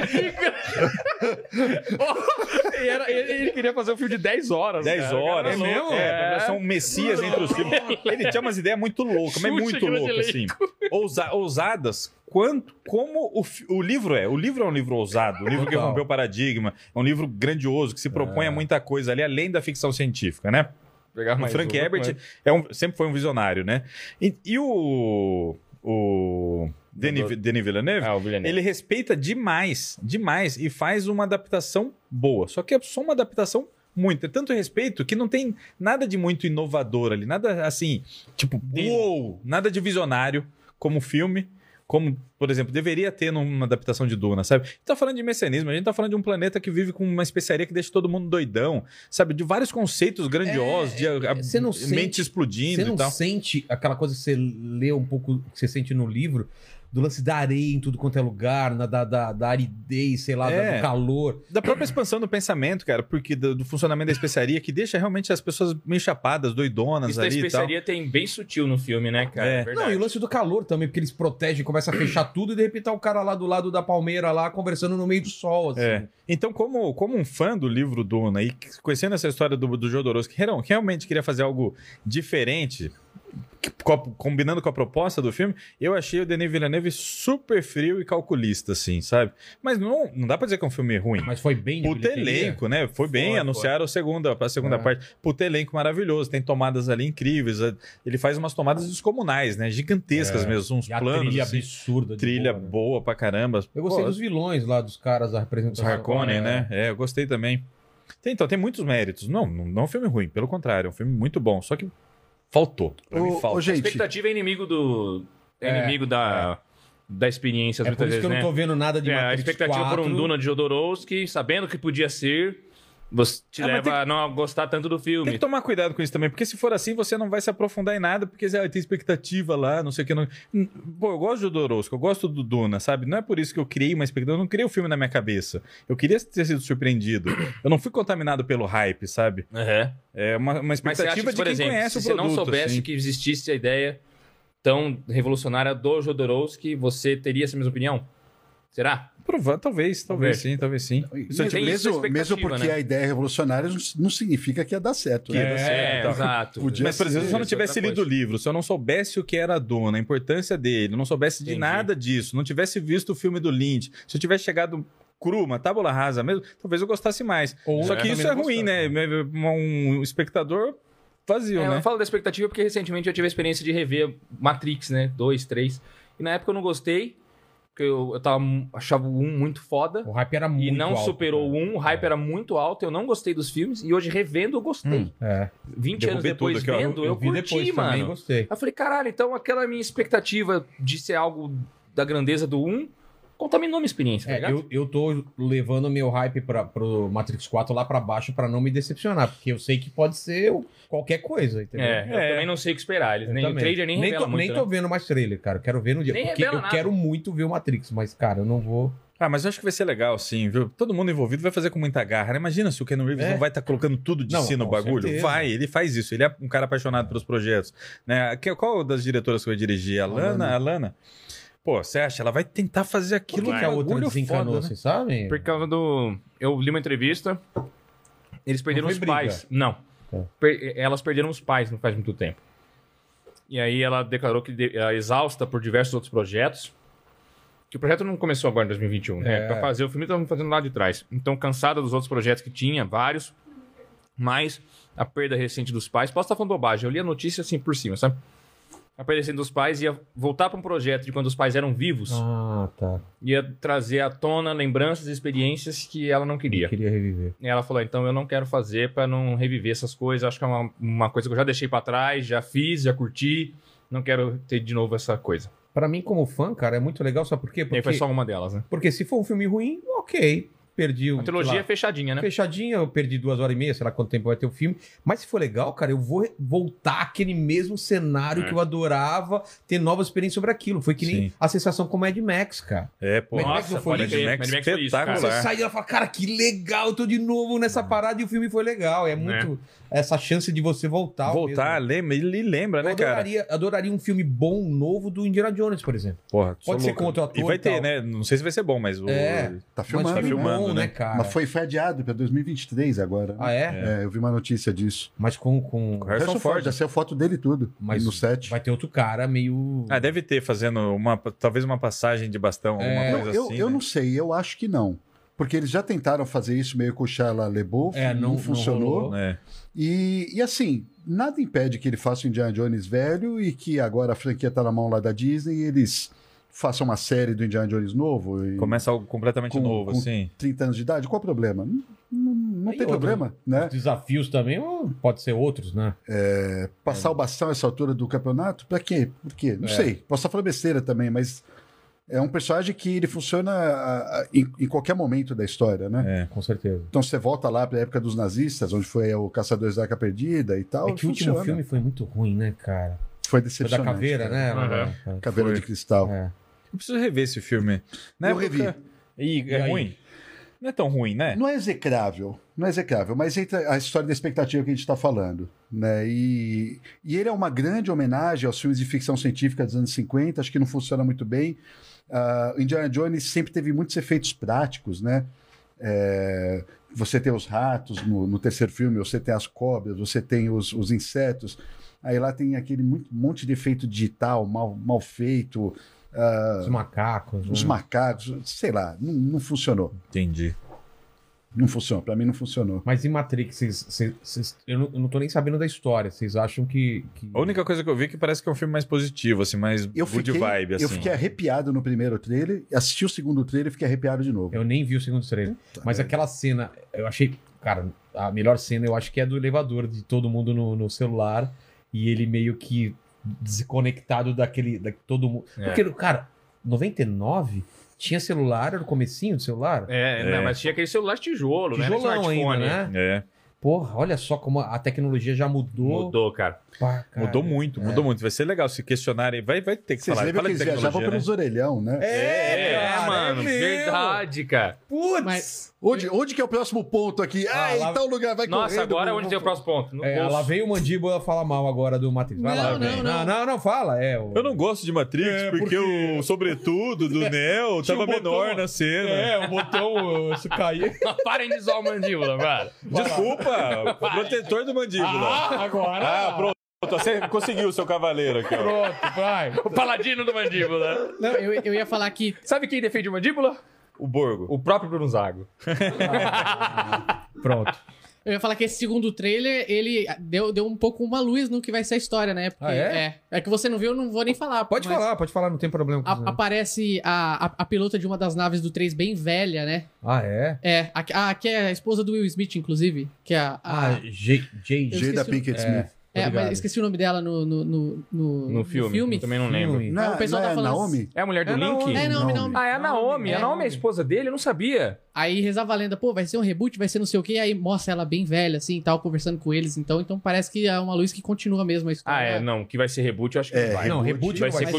E era- ele, ele queria fazer um filme de 10 horas.
10
cara. O cara
horas.
é
né?
louco.
É,
É.
pra ser um messias entre os filmes. Ele tinha umas ideias muito loucas, mas
Xuxa,
muito
grande
loucas, assim. Ousa- ousadas. Quanto, como o, fi- o livro é? O livro é um livro ousado, um livro que
Total.
rompeu paradigma, é um livro grandioso, que se propõe a muita coisa ali, além da ficção científica, né?
Pegar
O
mais
Frank
uma,
Herbert
mas-
é um- sempre foi um visionário, né? E, e o, o Denis, Denis Villeneuve,
Ah, o Villeneuve.
ele respeita demais, demais, e faz uma adaptação boa. Só que é só uma adaptação muito. É tanto respeito que não tem nada de muito inovador ali, nada assim, tipo, uou, nada de visionário como filme. Como, por exemplo, deveria ter numa adaptação de Duna, sabe? A gente tá falando de messianismo, a gente tá falando de um planeta que vive com uma especiaria que deixa todo mundo doidão, sabe? De vários conceitos grandiosos, de a- a-
É, você não sente-
mente explodindo
Você não
e tal.
sente aquela coisa que você lê um pouco, que você sente no livro, do lance da areia em tudo quanto é lugar, na- da, da, da aridez, sei lá, da-
É.
do calor.
Da própria expansão do pensamento, cara, porque do, do funcionamento da especiaria, que deixa realmente as pessoas meio chapadas, doidonas
Isso da
ali e tal.
especiaria tem bem sutil no filme, né, cara?
É.
É verdade.
Não, e o lance do calor também, porque eles protegem, começa a fechar tudo e de repente tá o cara lá do lado da palmeira lá conversando no meio do sol, assim.
É. Então, como, como um fã do livro Duna e conhecendo essa história do, do Jodorowsky, que real- realmente queria fazer algo diferente, que- co- combinando com a proposta do filme, eu achei o Denis Villeneuve super frio e calculista, assim, sabe? Mas não, não dá pra dizer que é um filme ruim.
Mas foi bem de
Puta
bilheteria.
elenco, né? Foi bem,
Foi,
anunciaram a segunda, a segunda
É.
parte. Puta elenco maravilhoso, tem tomadas ali incríveis. a- Ele faz umas tomadas descomunais, né? Gigantescas
É.
mesmo, uns
E a
planos.
trilha
assim.
absurda. de
Trilha
boa, né?
boa pra caramba.
Eu gostei
Pô,
dos vilões lá, dos caras, a
os
representação.
Harkonnen,
É.
né? É, eu gostei também. Tem, então, tem muitos méritos. Não, não não é um filme ruim, pelo contrário, é um filme muito bom. Só que faltou. Pra mim,
Ô,
falta.
ô,
A
gente,
expectativa é inimigo do. É
É,
inimigo da,
É.
da experiência,
É
muitas
por isso
vezes,
que eu
né?
não tô vendo nada de
É, a
Matrix
expectativa por
4.
um Duna de Jodorowsky, sabendo que podia ser. você te
Ah, mas
leva
tem
a não gostar tanto do
Tem que
filme.
tomar cuidado com isso também, porque se for assim, você não vai se aprofundar em nada, porque ah, tem expectativa lá, não sei o que. Não... Hum, Pô, eu gosto do Dorosco, eu gosto do Duna, sabe? Não é por isso que eu criei uma expectativa, eu não criei o filme na minha cabeça. Eu queria ter sido surpreendido. Eu não fui contaminado pelo hype, sabe?
Aham.
É uma, uma
Mas você acha
expectativa
que, por
de quem
exemplo,
conhece
se
o
você
produto.
não soubesse
assim.
que existisse a ideia tão revolucionária do Jodorowsky, você teria essa mesma opinião? Será?
Prova- Talvez, talvez sim, talvez sim. Isso é
E
tipo...
tem isso
mesmo,
na expectativa,
mesmo porque
né?
a ideia é revolucionária não- não significa que ia dar certo.
Que ia
né?
dar certo. então.
é, exato.
Podia
Mas, por exemplo, se eu não
Isso é outra
tivesse lido o
coisa.
livro, se eu não soubesse o que era a Dona, a importância dele, não soubesse de
Entendi.
nada disso, não tivesse visto o filme do Lynch, se eu tivesse chegado cru, uma tábula rasa mesmo, talvez eu gostasse mais.
Ou-
Só que
É,
isso é
também não
ruim, né? Um espectador vazio,
É,
né?
Eu falo da expectativa porque recentemente eu tive a experiência de rever Matrix, né? 2, 3. E na época eu não gostei, porque eu, eu tava, achava o 1 muito foda.
O hype era Um muito
E não
alto,
superou o
cara.
1, o hype era muito alto, eu não gostei dos filmes, e hoje revendo eu gostei.
É.
20 anos
Derrubei
depois
tudo aqui, ó.
vendo, eu,
vi
curti,
depois
mano.
também, gostei.
Eu falei, caralho, então aquela minha expectativa de ser algo da grandeza do 1 contaminou minha experiência, tá
É,
ligado?
eu, eu tô levando meu hype pra, pro Matrix 4 lá pra baixo pra não me decepcionar, porque eu sei que pode ser o- qualquer coisa, entendeu?
É, eu
É.
também não sei o que esperar. Eles
Eu
nem, o
também.
trailer nem, revela
tô,
muito,
nem
né?
tô vendo mais trailer, cara. Quero ver no dia.
Nem
porque
revela
eu
nada.
quero muito ver o Matrix, mas, cara, eu não vou.
Ah, mas eu acho que vai ser legal, sim, viu? Todo mundo envolvido vai fazer com muita garra, né? Imagina se o Ken Reeves
É.
não vai estar colocando tudo de
Não,
si no
com
bagulho.
certeza.
Vai, ele faz isso. Ele é um cara apaixonado pelos projetos. Né? Que- Qual das diretoras que vai dirigir? A Lana? A Lana? Pô, você acha? Ela vai tentar fazer
Por
aquilo
é
que, que a
um
outra
bagulho
desencanou, assim.
foda, né?
vocês sabem?
Por causa do. Eu li uma entrevista. Eles perderam
foi
os
briga.
pais. Não.
Tá.
Per- Elas perderam os pais não faz muito tempo. E aí ela declarou que de- ela é exausta por diversos outros projetos. Que o projeto não começou agora em 2021, né?
É.
Pra fazer o filme, estavam fazendo lá de trás. Então, cansada dos outros projetos que tinha, vários. Mas a perda recente dos pais. Posso estar falando bobagem, eu li a notícia assim por cima, sabe? A perda recente dos pais ia voltar pra um projeto de quando os pais eram vivos
Ah, tá.
ia trazer à tona lembranças e experiências que ela não
Eu
queria.
queria reviver.
E ela falou: então eu não quero fazer pra não reviver essas coisas. Acho que é uma, uma coisa que eu já deixei pra trás, já fiz, já curti. Não quero ter de novo essa coisa.
Pra mim, como fã, cara, é muito legal, sabe por quê?
E aí foi
Porque,
só uma delas, né?
porque se for um filme ruim, ok. Perdi o.
A
sei
trilogia
lá,
é fechadinha, né?
Fechadinha, eu perdi duas horas e meia, sei lá quanto tempo vai ter o filme. Mas se for legal, cara, eu vou re- voltar àquele mesmo cenário
É.
que eu adorava, ter nova experiência sobre aquilo. Foi que nem
Sim.
a sensação com o Mad Max, cara.
É, pô.
Mad Max não foi
Mad
isso?
Max
Mad Max foi isso, cara.
espetacular.
Você sai e ela fala, cara, que legal, eu tô de novo nessa parada e o filme foi legal. É muito essa chance de você voltar. ao
Voltar,
mesmo.
lembra, ele lembra,
Eu
né, cara?
adoraria, adoraria um filme bom, novo do Indiana Jones, por exemplo.
Porra, sou
Pode ser
louco.
com outro ator
E vai
e
ter,
tal.
né? Não sei se vai ser bom, mas o...
É.
Tá
Mas
filmando,
filme
né?
bom,
filmando, né?
né, cara?
Mas foi fadiado para 2023 agora. né?
Ah, é?
É, eu vi uma notícia disso.
Mas com. com...
Com Harrison Ford.
Já saiu foto dele e tudo.
Mas
no set.
Vai ter outro cara meio.
É,
Ah, deve ter fazendo uma, talvez uma passagem de bastão, alguma
É.
Não,
coisa
eu,
assim.
eu
né?
não sei, eu acho que não. Porque eles já tentaram fazer isso meio com o Shia LeBeau,
É, não-
não,
não
funcionou.
rolou.
É.
e, e assim, nada impede que ele faça o Indiana Jones velho e que agora a franquia tá na mão lá da Disney e eles façam uma série do Indiana Jones novo e
Começa algo completamente
Com-
novo,
com-
assim.
30 anos de idade, qual o problema? Não, não- não
E
tem
outro,
problema,
Os
né?
Desafios também, ou pode ser outros, né?
Passar o bastão essa altura do campeonato, pra quê? Por quê? Não
É.
sei. Posso estar falando besteira também, mas é um personagem que ele funciona ah, ah, em, em qualquer momento da história, né?
É.
Com certeza.
Então você volta lá para a época dos nazistas, onde foi o Caçadores da Arca Perdida e tal.
é que o último
Ah, funciona.
filme foi muito ruim, né, cara?
foi
Foi
decepcionante.
da caveira,
cara.
né?
Aham.
Caveira
Foi.
de Cristal.
É.
Eu preciso rever esse filme.
Eu revi.
Ih,
E
é
aí?
ruim? Não é tão ruim, né?
Não é execrável, não é execrável, mas entra a história da expectativa que a gente está falando. Né? E, e ele é uma grande homenagem aos filmes de ficção científica dos anos 50, acho que não funciona muito bem. Ah, Indiana Jones sempre teve muitos efeitos práticos, né? É, você tem os ratos no, no terceiro filme, você tem as cobras, você tem os, os insetos. Aí lá tem aquele muito- monte de efeito digital mal, mal feito,
Os macacos.
os
né?
Ah. macacos, sei lá, não, não funcionou.
Entendi.
Não funcionou, pra mim não funcionou.
Mas e Matrix? Vocês- vocês- vocês- eu, não, eu não tô nem sabendo da história. Vocês acham que. que-
A única coisa que eu vi é que parece que é um filme mais positivo, assim, mais
Eu
good
fiquei,
vibe, assim.
eu fiquei arrepiado no primeiro trailer, assisti o segundo trailer e fiquei arrepiado de novo.
Eu nem vi o segundo trailer. Mas aquela cena, eu achei. Cara, a melhor cena eu acho que é do elevador, de todo mundo no, no celular e ele meio que desconectado daquele. Da, todo mundo.
É.
Porque, cara, 99, tinha celular, era o comecinho do celular.
É,
É.
não, mas tinha aquele celular de tijolo, né? Era
Tijolão ainda,
smartphone.
né?
É,
Porra, olha só como a tecnologia já mudou.
Mudou, cara.
Pá, cara.
mudou muito, mudou muito. Vai ser legal se questionarem. Vai, vai ter que
é. Vocês
falar.
lembram
Fala
que
de
eles viajavam
tecnologia, né?
pelos orelhão, né?
É, cara,
mano.
é mesmo.
verdade, cara.
Putz!
Mas-
Onde, onde que é o próximo ponto aqui? Ah,
Ah, lá-
em tal lugar, vai
Nossa,
correndo.
agora é
vamos-
onde tem o próximo ponto? No
É,
bolso.
lá veio o mandíbula falar mal agora do Matrix. Vai
Não,
lá,
não,
vem.
não.
não, não, não, fala. É, o-
né? Eu não gosto de Matrix
É,
porque,
porque-
o sobretudo do Neo
Tinha
tava
um botão-
menor na cena.
É,
É, o botão se cair.
Parem de zoar o mandíbula, cara.
Desculpa, protetor do mandíbula.
Ah, agora.
Ah, pronto. Você conseguiu o seu cavaleiro aqui, ó.
Pronto, vai.
O paladino do mandíbula.
Não, eu, eu ia falar que
Sabe quem defende o mandíbula?
O Borgo.
O próprio Bruno Zago.
Pronto.
Eu ia falar que esse segundo trailer, ele deu, deu um pouco uma luz no que vai ser a história, né? Porque
Ah, é?
é. É que você não viu, eu não vou nem falar.
Pode
mas
falar, pode falar, não tem problema com
a-
isso. não.
aparece a, a, a pilota de uma das naves do 3 bem velha, né?
Ah, é?
É. A, a, que é a esposa do Will Smith, inclusive. Que é a. a-
Ah, J. J.
Eu
Jada
esqueci o-
Pinkett
É.
Smith.
é,
obrigado.
mas esqueci o nome dela no, no, no, no,
No filme. Eu também não lembro.
Filme.
Na,
o pessoal
não
tá
é
falando-
Naomi?
É a mulher do
É, não,
Link?
É, não,
Naomi.
não.
Ah, é a Naomi.
É,
A Naomi é a esposa dele, eu não sabia.
Aí rezava a lenda, pô, vai ser um reboot, vai ser não sei o quê. Aí mostra ela bem velha, assim e tal, conversando com eles. Então, então parece que é uma luz que continua mesmo a história.
Ah, é, não. Que vai ser reboot, eu acho que
É,
não vai.
Não, reboot
vai
não
ser
vai.
eu-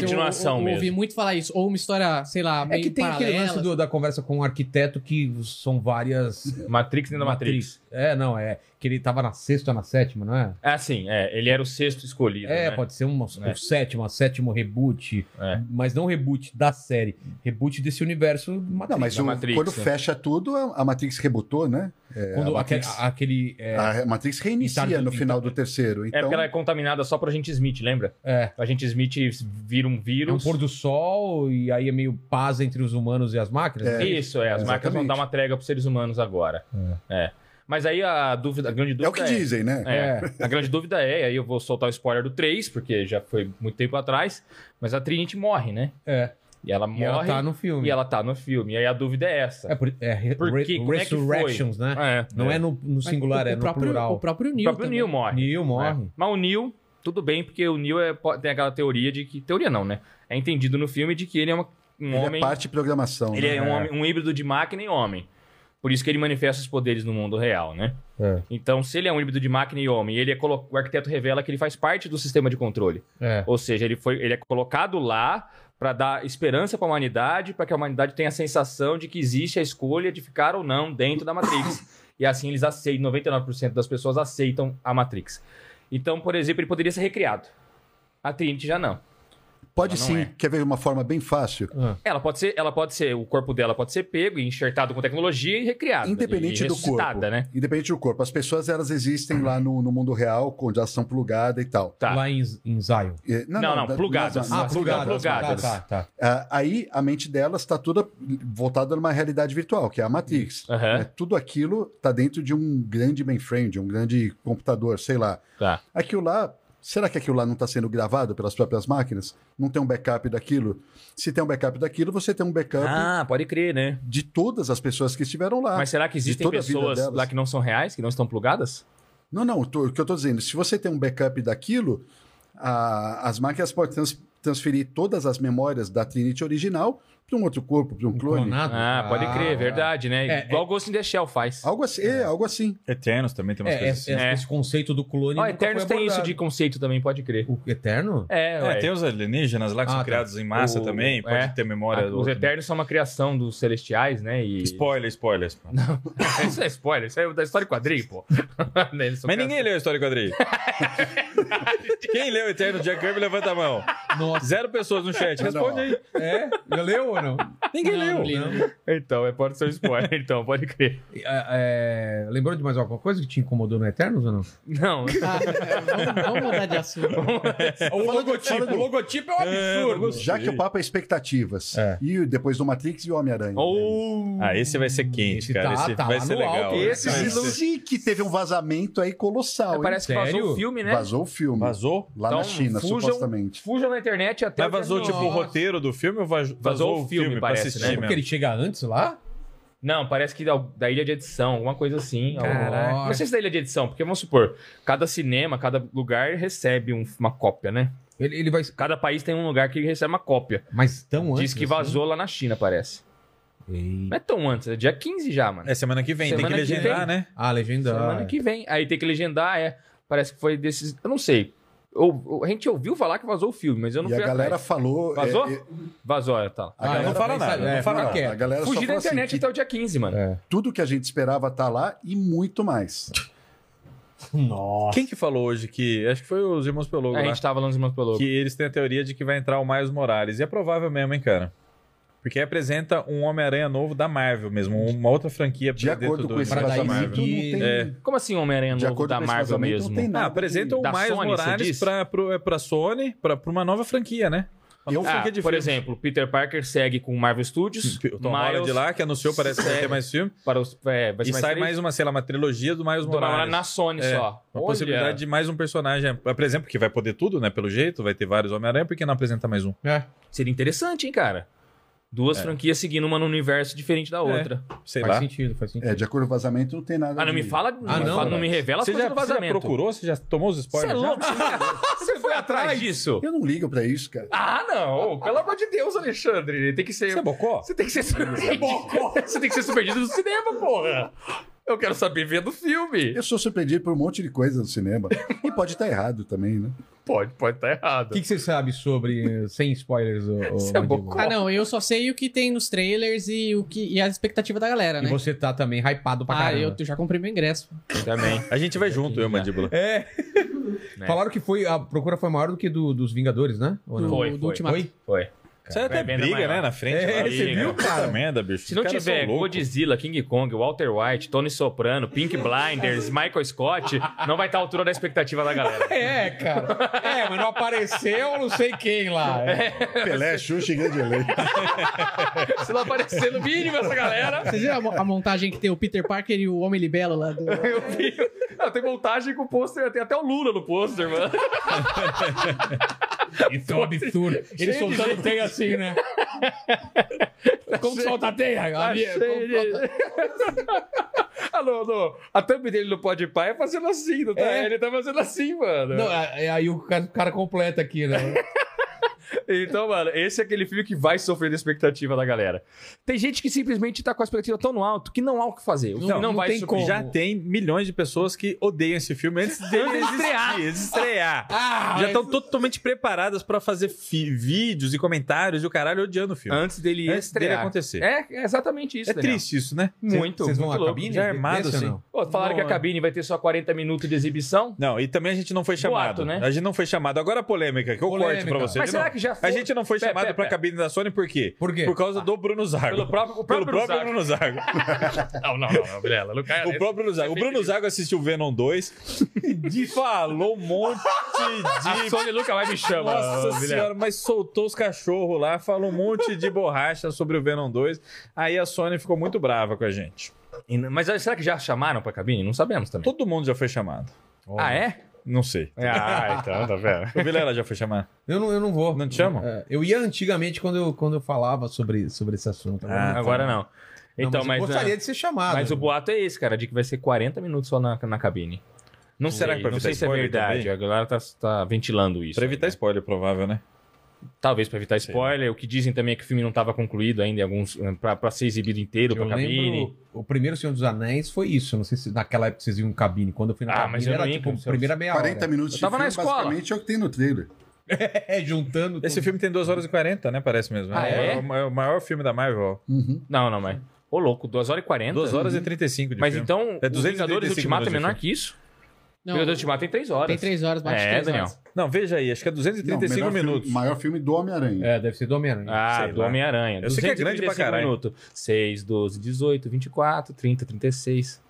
eu,
continuação
eu, ouvi
mesmo.
muito falar isso. Ou uma história, sei lá,
É
meio assim.
que tem aquele
paralela,
lance do- da conversa com o arquiteto que são várias.
Matrix dentro da Matrix.
É, não, é. Que ele tava na sexta ou na sétima, não é?
É assim, é, ele era o sexto escolhido.
É,
né?
pode ser uma,
É.
o sétimo, a sétimo reboot.
É.
Mas não reboot da série. Reboot desse universo Matrix.
Ah, Não, mas
da
o-
Matrix,
quando
né?
fecha tudo, a a Matrix rebutou, né? É,
Quando
a
aquele.
Matrix,
aquele é,
a Matrix reinicia
Então,
no final
então-
do terceiro. Então,
É porque ela é contaminada só pro agente Smith, lembra?
é,
O agente Smith vira
é
um
um
vírus.
pôr do sol e aí é meio paz entre os humanos e as máquinas. né?
É.
Isso, é. As máquinas vão
Exatamente.
dar uma trégua pros seres humanos agora. É. Mas aí a dúvida, a grande
é
dúvida.
o que dizem, né?
É,
É.
a grande dúvida é, e aí eu vou soltar o spoiler do 3, porque já foi muito tempo atrás, mas a Trinity morre, né?
É.
E ela
E ela
morre
tá no filme.
e ela tá no filme. E aí a dúvida é essa.
É, por, é re-
Por
re-
quê? Como é que foi?
Resurrections, né?
É.
Não é, no, no
assim, Mas
singular,
o,
é
o
no
próprio,
plural.
O próprio né?
O
Neo.
próprio
também.
Neo morre.
Neil morre.
É. Mas o Neil, tudo bem, porque o Neil é, po- tem aquela teoria de que. Teoria não, né? É entendido no filme de que ele é uma- um
Ele
homem.
é parte de programação.
ele
né?
é um, homem- um híbrido de máquina e homem. Por isso que ele manifesta os poderes no mundo real, né?
É.
Então, se ele é um híbrido de máquina e homem, ele é colo- o arquiteto revela que ele faz parte do sistema de controle.
É.
Ou seja, ele, foi, ele é colocado lá para dar esperança para a humanidade, para que a humanidade tenha a sensação de que existe a escolha de ficar ou não dentro da Matrix. e assim eles aceitam, 99% das pessoas aceitam a Matrix. Então, por exemplo, ele poderia ser recriado. A Trinity já não.
Pode
Ela não
sim,
é.
quer ver uma forma bem fácil?
Ela pode ser, ela pode ser, o corpo dela pode ser pego e enxertado com tecnologia e recriado.
Independente
e
do corpo.
ressuscitada, né?
Independente do corpo. As pessoas, elas existem lá no, no mundo real, onde elas são plugadas e tal.
Tá.
Lá em, em Zion.
E-
Não, não,
É, da-
plugadas.
nas-
Ah, plugadas, plugadas.
Tá, tá, tá.
Ah, aí a mente delas está toda voltada numa realidade virtual, que é a Matrix.
Aham.
É, tudo aquilo está dentro de um grande mainframe, de um grande computador, sei lá.
Tá.
Aquilo lá, será que aquilo lá não está sendo gravado pelas próprias máquinas? Não tem um backup daquilo? Se tem um backup daquilo, você tem um backup
Ah, pode crer, né?
de todas as pessoas que estiveram lá.
Mas será que existem
Ah, toda a vida
pessoas
delas.
lá que não são reais, que não estão plugadas?
Não, não, tô- o que eu estou dizendo, se você tem um backup daquilo, a- as máquinas podem trans- transferir todas as memórias da Trinity original para um outro corpo, para um clone.
Clonado.
Ah, pode crer,
tá.
verdade, né?
É,
Igual
é-
o Ghost in the Shell faz.
Algo assim, é, algo assim.
Eternos também tem umas
É, é,
coisas assim.
é,
É.
Esse conceito do clone. nunca
Ó,
foi
Eternos tem isso
abordado.
de conceito também, pode crer.
O Eterno?
É,
É,
ué.
tem os alienígenas lá que
Ah,
são
tá.
criados em massa
O-
também, pode
é.
ter memória.
Ah,
do
os
outro.
Eternos são uma criação dos Celestiais, né? E...
Spoiler, spoiler. spoiler.
isso é spoiler, isso é da história em quadrinho, pô. Né, Eles são criação-
Mas ninguém leu a história do quadrinho. Quem leu Eterno Jack Kirby, levanta a mão.
Nossa.
Zero pessoas no chat, responde aí.
É? Já leu ou não?
Ninguém não, não li, não.
Então, é, pode ser um spoiler, então, pode crer.
É, é, lembrou de mais alguma coisa que te incomodou no Eternos ou não?
Não,
Ah, vamos, vamos mudar de assunto.
o logotipo. O logotipo é um absurdo.
Já que o papo é expectativas.
É.
E depois do Matrix e o Homem-Aranha.
Ou.
Ah, esse vai ser quente,
Esse
cara.
tá-
esse
tá
vai
lá
ser
no
legal.
alto.
né?
Esse É,
Vai
Esse
ser-
sim que teve um vazamento aí colossal, hein?
Parece que vazou
Sério?
o filme, né?
Vazou o filme.
Vazou?
Lá na
Então,
China,
fujam-
supostamente.
Fujam na internet até.
Mas
o dia
vazou, tipo, o
dezenove.
roteiro do filme ou vazou, vazou o filme, pra
parece,
assistir
né?
Será
mesmo?
que ele chega antes lá?
Não, parece que da, da ilha de edição, alguma coisa assim.
Caraca.
Alguma... Não sei se da ilha de edição, porque vamos supor, cada cinema, cada lugar recebe um- uma cópia, né?
Ele, ele vai.
Cada país tem um lugar que recebe uma cópia.
Mas tão antes.
Diz que vazou lá na China, parece.
assim? Ei.
Não é tão antes, é dia 15 já, mano.
É semana que vem,
Semana
tem que
que
legendar, né?
Ah, legenda.
Semana que vem. Aí tem que legendar, é. Parece que foi desses. Eu não sei. Ou- ou- a gente ouviu falar que vazou o filme, mas eu não
E a
fui
galera
atrás.
falou.
Vazou? Ah,
é, é,
Vazou, olha, tá. lá.
a galera
não fala
pensa-
nada, não
é,
fala
não,
que é.
A galera só
Fugir da
fala assim,
internet então.
que
até o dia 15, mano.
É.
tudo que a gente esperava tá lá e muito mais.
Nossa.
Quem que falou hoje que. Acho que foi os irmãos
É,
Pelogo
A
lá.
gente tava falando dos irmãos Pelogo.
Que eles têm a teoria de que vai entrar o Miles Morales. E é provável mesmo, hein, cara? Porque apresenta um Homem-Aranha novo da Marvel mesmo, um, uma outra franquia
De acordo com esse
Pra dar
vazamento, não
exibir,
tem.
é.
Como assim Homem-Aranha
De
novo
acordo
da
com esse
Marvel
vazamento,
mesmo?
não tem
Ah,
nada.
apresenta o
Da
Miles
Sony, você
Morales
diz?
pra, pro, é, pra Sony, pra, pra uma nova franquia, né? Uma
Eu-
nova
Ah,
franquia de
por
filmes.
exemplo, Peter Parker segue com Marvel Studios.
O Tom Holland
Miles
lá, que anunciou, parece que vai ter mais filme.
para os, é, vai ser
E sai
três.
mais uma, sei lá, uma trilogia do Miles
Do Marvel
Morales.
na Sony
É,
só.
Uma
Olha,
possibilidade de mais um personagem. Por exemplo, que vai poder tudo, né? Pelo jeito, vai ter vários Homem-Aranha, por que não apresenta mais um?
É.
Seria interessante, hein, cara? Duas
É.
franquias seguindo uma num universo diferente da outra.
Sei
Faz
lá.
sentido, faz sentido.
É, de acordo com o vazamento, não tem nada.
Ah, não me
de-
fala, não, me
não,
fala- não me
Alex.
revela as
Você
coisas do
já, você já
um vazamento.
procurou? Você já tomou os
Você
spoilers?
é
já?
louco? Você foi atrás disso?
Eu não ligo pra isso, cara.
Ah, não. Pelo amor de Deus, Alexandre. Tem que ser...
Você é bocó?
Você tem que ser surpreendido. Você tem que ser surpreendido no cinema, porra. Eu quero saber ver do filme.
Eu sou surpreendido por um monte de coisa no cinema. e pode estar errado também, né?
Pode, pode estar
O
errado.
que, que você sabe sobre. eh, sem spoilers, ô, ô,
Você é
Mandíbula?
bocó.
Ah, não, eu só sei o que tem nos trailers e, o que, e a expectativa da galera,
E
né?
você tá também hypado pra
Ah,
caramba.
eu já comprei meu ingresso.
Também.
A gente vai junto, eu,
já.
Mandíbula.
É.
Né?
Falaram que foi. A procura foi maior do que do- dos Vingadores, né? Ou
Do,
não?
Foi,
do
foi.
Ultimato.
Foi?
Foi.
Você até
Vai bem, né,
briga,
maior.
né? Na frente.
É, você
lá, briga.
viu, cara?
Puta merda, bicho.
Se não
Os caras
tiver
são loucos.
Godzilla, King Kong, Walter White, Tony Soprano, Pink Blinders, Michael Scott, não vai estar à altura da expectativa da galera.
É, cara. É, mas não apareceu não sei quem lá.
Pelé, Xuxa e grande elenco.
Se não aparecer no mínimo essa galera.
Vocês viram a, mo- a montagem que tem o Peter Parker e o Homem Libelo lá? Do...
Eu vi. Não, tem montagem com o pôster, tem até o Lula no pôster, mano.
Isso é um absurdo. Ele soltando teia assim, né? Como solta a teia?
Tá
Ali,
cheio de- Alô, alô. Ah, A thumb dele no pode pai é fazendo assim, não tá?
É.
Ele tá fazendo assim, mano.
Não, é- é aí o cara, o cara completa aqui, né?
Então, mano, esse é aquele filme que vai sofrer da expectativa da galera. Tem gente que simplesmente tá com a expectativa tão no alto que não há o que fazer. O filme não,
não
vai
tem
subir.
como.
Já tem milhões de pessoas que odeiam esse filme antes dele
Antes de
existir,
estrear.
antes de estrear.
Ah,
Já
mas-
estão totalmente preparadas pra fazer fi- vídeos e comentários e o caralho odiando o filme.
Antes dele
Antes dele
estrear.
acontecer.
É, é exatamente isso,
é
Daniel.
triste isso, né?
Muito,
Vocês vão
muito
à
louco.
cabine?
Já armado,
Desse ou
assim.
não?
Pô, falaram
Não,
que a
é.
cabine vai ter só 40 minutos de exibição.
Não, e também a gente não foi
Boato,
chamado.
né?
A gente não foi chamado. Agora a polêmica, que eu
Polêmica.
corte pra você.
Mas
de
será
novo.
que já foi?
A gente não foi
Pé,
chamado
pé,
pra
pé.
cabine da Sony por quê?
Por quê?
Por causa do Bruno Zago.
Ah, Pelo próprio- o
Pelo
próprio Zago. é
Bruno Zago.
Não, não, não, não, Vilela. Não cai
O
nessa.
próprio Bruno Zago. O Bruno Zago assistiu Venom 2 e falou um monte
A
de.
Sony nunca mais me chama. Ah,
Nossa
Vilela.
senhora, mas soltou os cachorros lá, falou um monte de borracha sobre o Venom 2. Aí a Sony ficou muito brava com a gente.
E não- Mas será que já chamaram pra cabine? Não sabemos também.
Todo mundo já foi chamado. né?
Ah, é?
Não sei.
Ah, então, tá vendo?
O Vilela já foi chamado.
Eu não, eu não vou.
Não te chamam?
É, eu ia antigamente quando eu, quando eu falava sobre, sobre esse assunto.
Ah,
não.
Agora não.
Não,
Então,
mas
mas,
eu gostaria
ah,
de ser chamado.
mas o boato é esse, cara, de que vai ser 40 minutos só na, na cabine. Não sei,
Será que pra
não
evitar
sei se é
spoiler
verdade.
também?
A galera tá, tá ventilando isso.
Pra evitar
ainda.
spoiler, provável, né?
Talvez pra evitar
Sei.
spoiler. O que dizem também é que o filme não estava concluído ainda, em alguns eh, pra, pra ser exibido inteiro
eu
pra cabine.
lembro, o primeiro Senhor dos Anéis foi isso. Não sei se naquela época vocês iam em cabine. Quando eu fui na
Ah,
cabine,
mas eu
era
não ia
tipo
com os seus-
primeira meia
40
hora.
minutos de
tava na
filme,
escola.
basicamente é o que tem no trailer.
É, juntando.
Esse
tudo.
filme tem 2 horas e 40, né? Parece mesmo.
Ah, é?
o maior, o maior filme da Marvel.
Uhum.
Não, não, mas. Ô, louco, 2 horas e 40.
2 horas e 35 de
Mas
filme.
então,
É
é os Vingadores
235
Ultimato é
minutos de
menor que isso?
Não,
Vingadores Ultimato tem 3 horas.
tem três horas, bate
tipo, É,
três
Daniel.
horas.
Não, veja aí, acho que é
Não,
235
melhor filme-
minutos.
maior filme do Homem-Aranha.
É, deve ser do Homem-Aranha.
Ah,
Sei
do
lá.
Homem-Aranha.
Eu sei que é grande pra
235
caralho.
Minuto. 6, 12, 18, 24, 30, 36.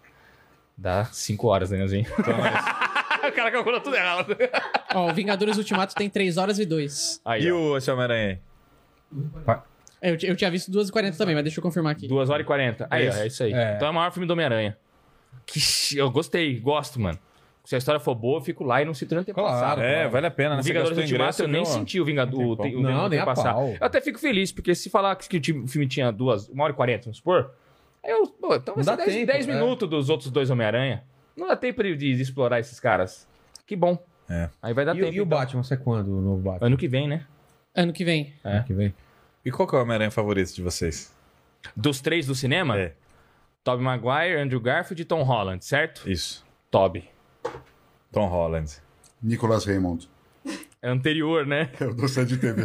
Dá 5 horas, Danielzinho.
Então,
o cara calculou tudo errado.
Ó, o Vingadores Ultimato tem 3 horas e 2.
Aí,
E
ó,
o esse Homem-Aranha?
É, Eu, ti- eu tinha visto 2 e 40 também, mas deixa eu confirmar aqui.
2 horas e 40. Aí, ó,
Esse.
é isso aí.
É.
Então é o maior filme do Homem-Aranha. Que chi- Eu gostei, gosto, mano. Se a história for boa, eu fico lá e não sinto nem ter
Claro.
passado.
É,
claro.
vale a pena.
O
né? Você
Vingadores
gastou
Ultimato,
ingresso,
eu nem
viu?
senti o Vingador
Não
o,
tem
te- o
como.
Venom
Não,
ter
nem a
passado.
pau.
Eu até fico feliz, porque se falar que o time- o filme tinha duas, uma hora e quarenta, vamos supor, aí eu, pô, então
Não
vai ser
dá
10,
tempo,
dez
é.
minutos dos outros dois Homem-Aranha. Não dá tempo de, de explorar esses caras. Que bom. Aí vai dar
É. E,
tempo.
e o
então.
Batman, sai quando o novo Batman?
Ano que vem, né?
Ano que vem.
É.
que vem.
E qual que é o Homem-Aranha favorito de vocês?
Dos três do cinema?
É.
Tobey Maguire, Andrew Garfield e Tom Holland, certo?
É, Isso.
Tobey.
Tom Holland.
Nicolas Raymond.
É anterior, né?
É o doce de TV.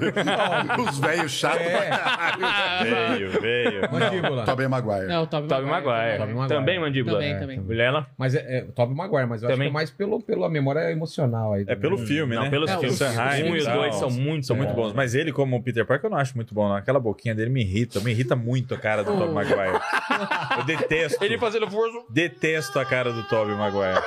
Os velhos chatos.
É.
pra caralho.
Veio, veio.
Mandíbula.
Tobey Maguire.
Não, o Tobey
É. Tobey Maguire.
Tobey Maguire.
Também mandíbula.
Também, também.
Vilela?
Mas é, é Tobey Maguire, mas eu
Também.
acho que é mais pelo, pela memória emocional aí.
É pelo filme,
Não,
né?
pelos
É,
o
filmes.
Sanheim
um e
e
os
tal.
dois são muito,
São
É.
muito bons. Mas ele, como o Peter Parker, eu não acho muito bom. não. Aquela boquinha dele me irrita. Me irrita muito a cara do Tobey Maguire. Eu detesto.
Ele fazendo força.
Detesto a cara do Tobey Maguire.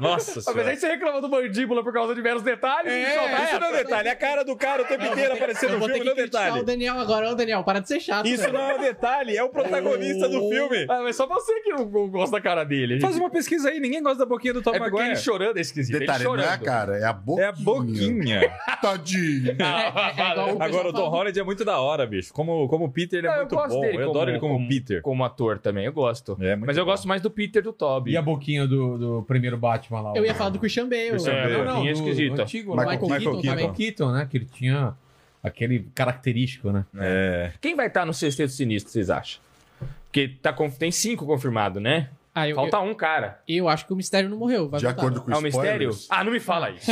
Nossa
Apesar
senhora.
de você reclamou do mandíbula por causa de meros detalhes,
É,
só dá
Isso
essa.
não é detalhe. A cara do cara o tempo inteiro aparecendo
Eu
no
vou ter
filme
que
não é
criticar o
detalhe.
Daniel agora. Ô, Daniel, para de ser chato.
Isso não é um detalhe. É o protagonista do filme.
Ah, mas só você que não não gosta da cara dele.
Faz uma pesquisa aí. Ninguém gosta da boquinha do
É
Tobey
porque ele
Maguire.
chorando é esquisito.
Detalhe,
ele
não é a
chorando.
cara, é a boquinha.
É a boquinha.
É, é, é
Tadinho.
igual pessoal
Agora, o Tom
fala-
Holland é muito da hora, bicho. Como, como Peter, ele é
Não,
muito bom. eu adoro ele como, Peter.
Como ator também, eu gosto.
É, muito
mas eu
bom.
gosto mais do Peter do Toby.
E a boquinha do, do primeiro Batman lá.
Eu
o-
ia falar do Christian Bale.
Christian
É,
Bale.
Não, não,
boquinha
do-
esquisita.
do antigo,
Michael,
lá.
Michael
Michael
Keaton,
Keaton.
também.
Michael Keaton, né? Que ele tinha aquele característico, né?
É.
Quem vai estar no Sexteto Sinistro, vocês acham? Porque tá, com- tem cinco confirmado, né?
Ah, eu,
Falta um, cara.
eu, eu acho que o mistério não morreu. Vai
De
voltar.
acordo com
É um mistério?
spoilers,
Ah, não me fala isso.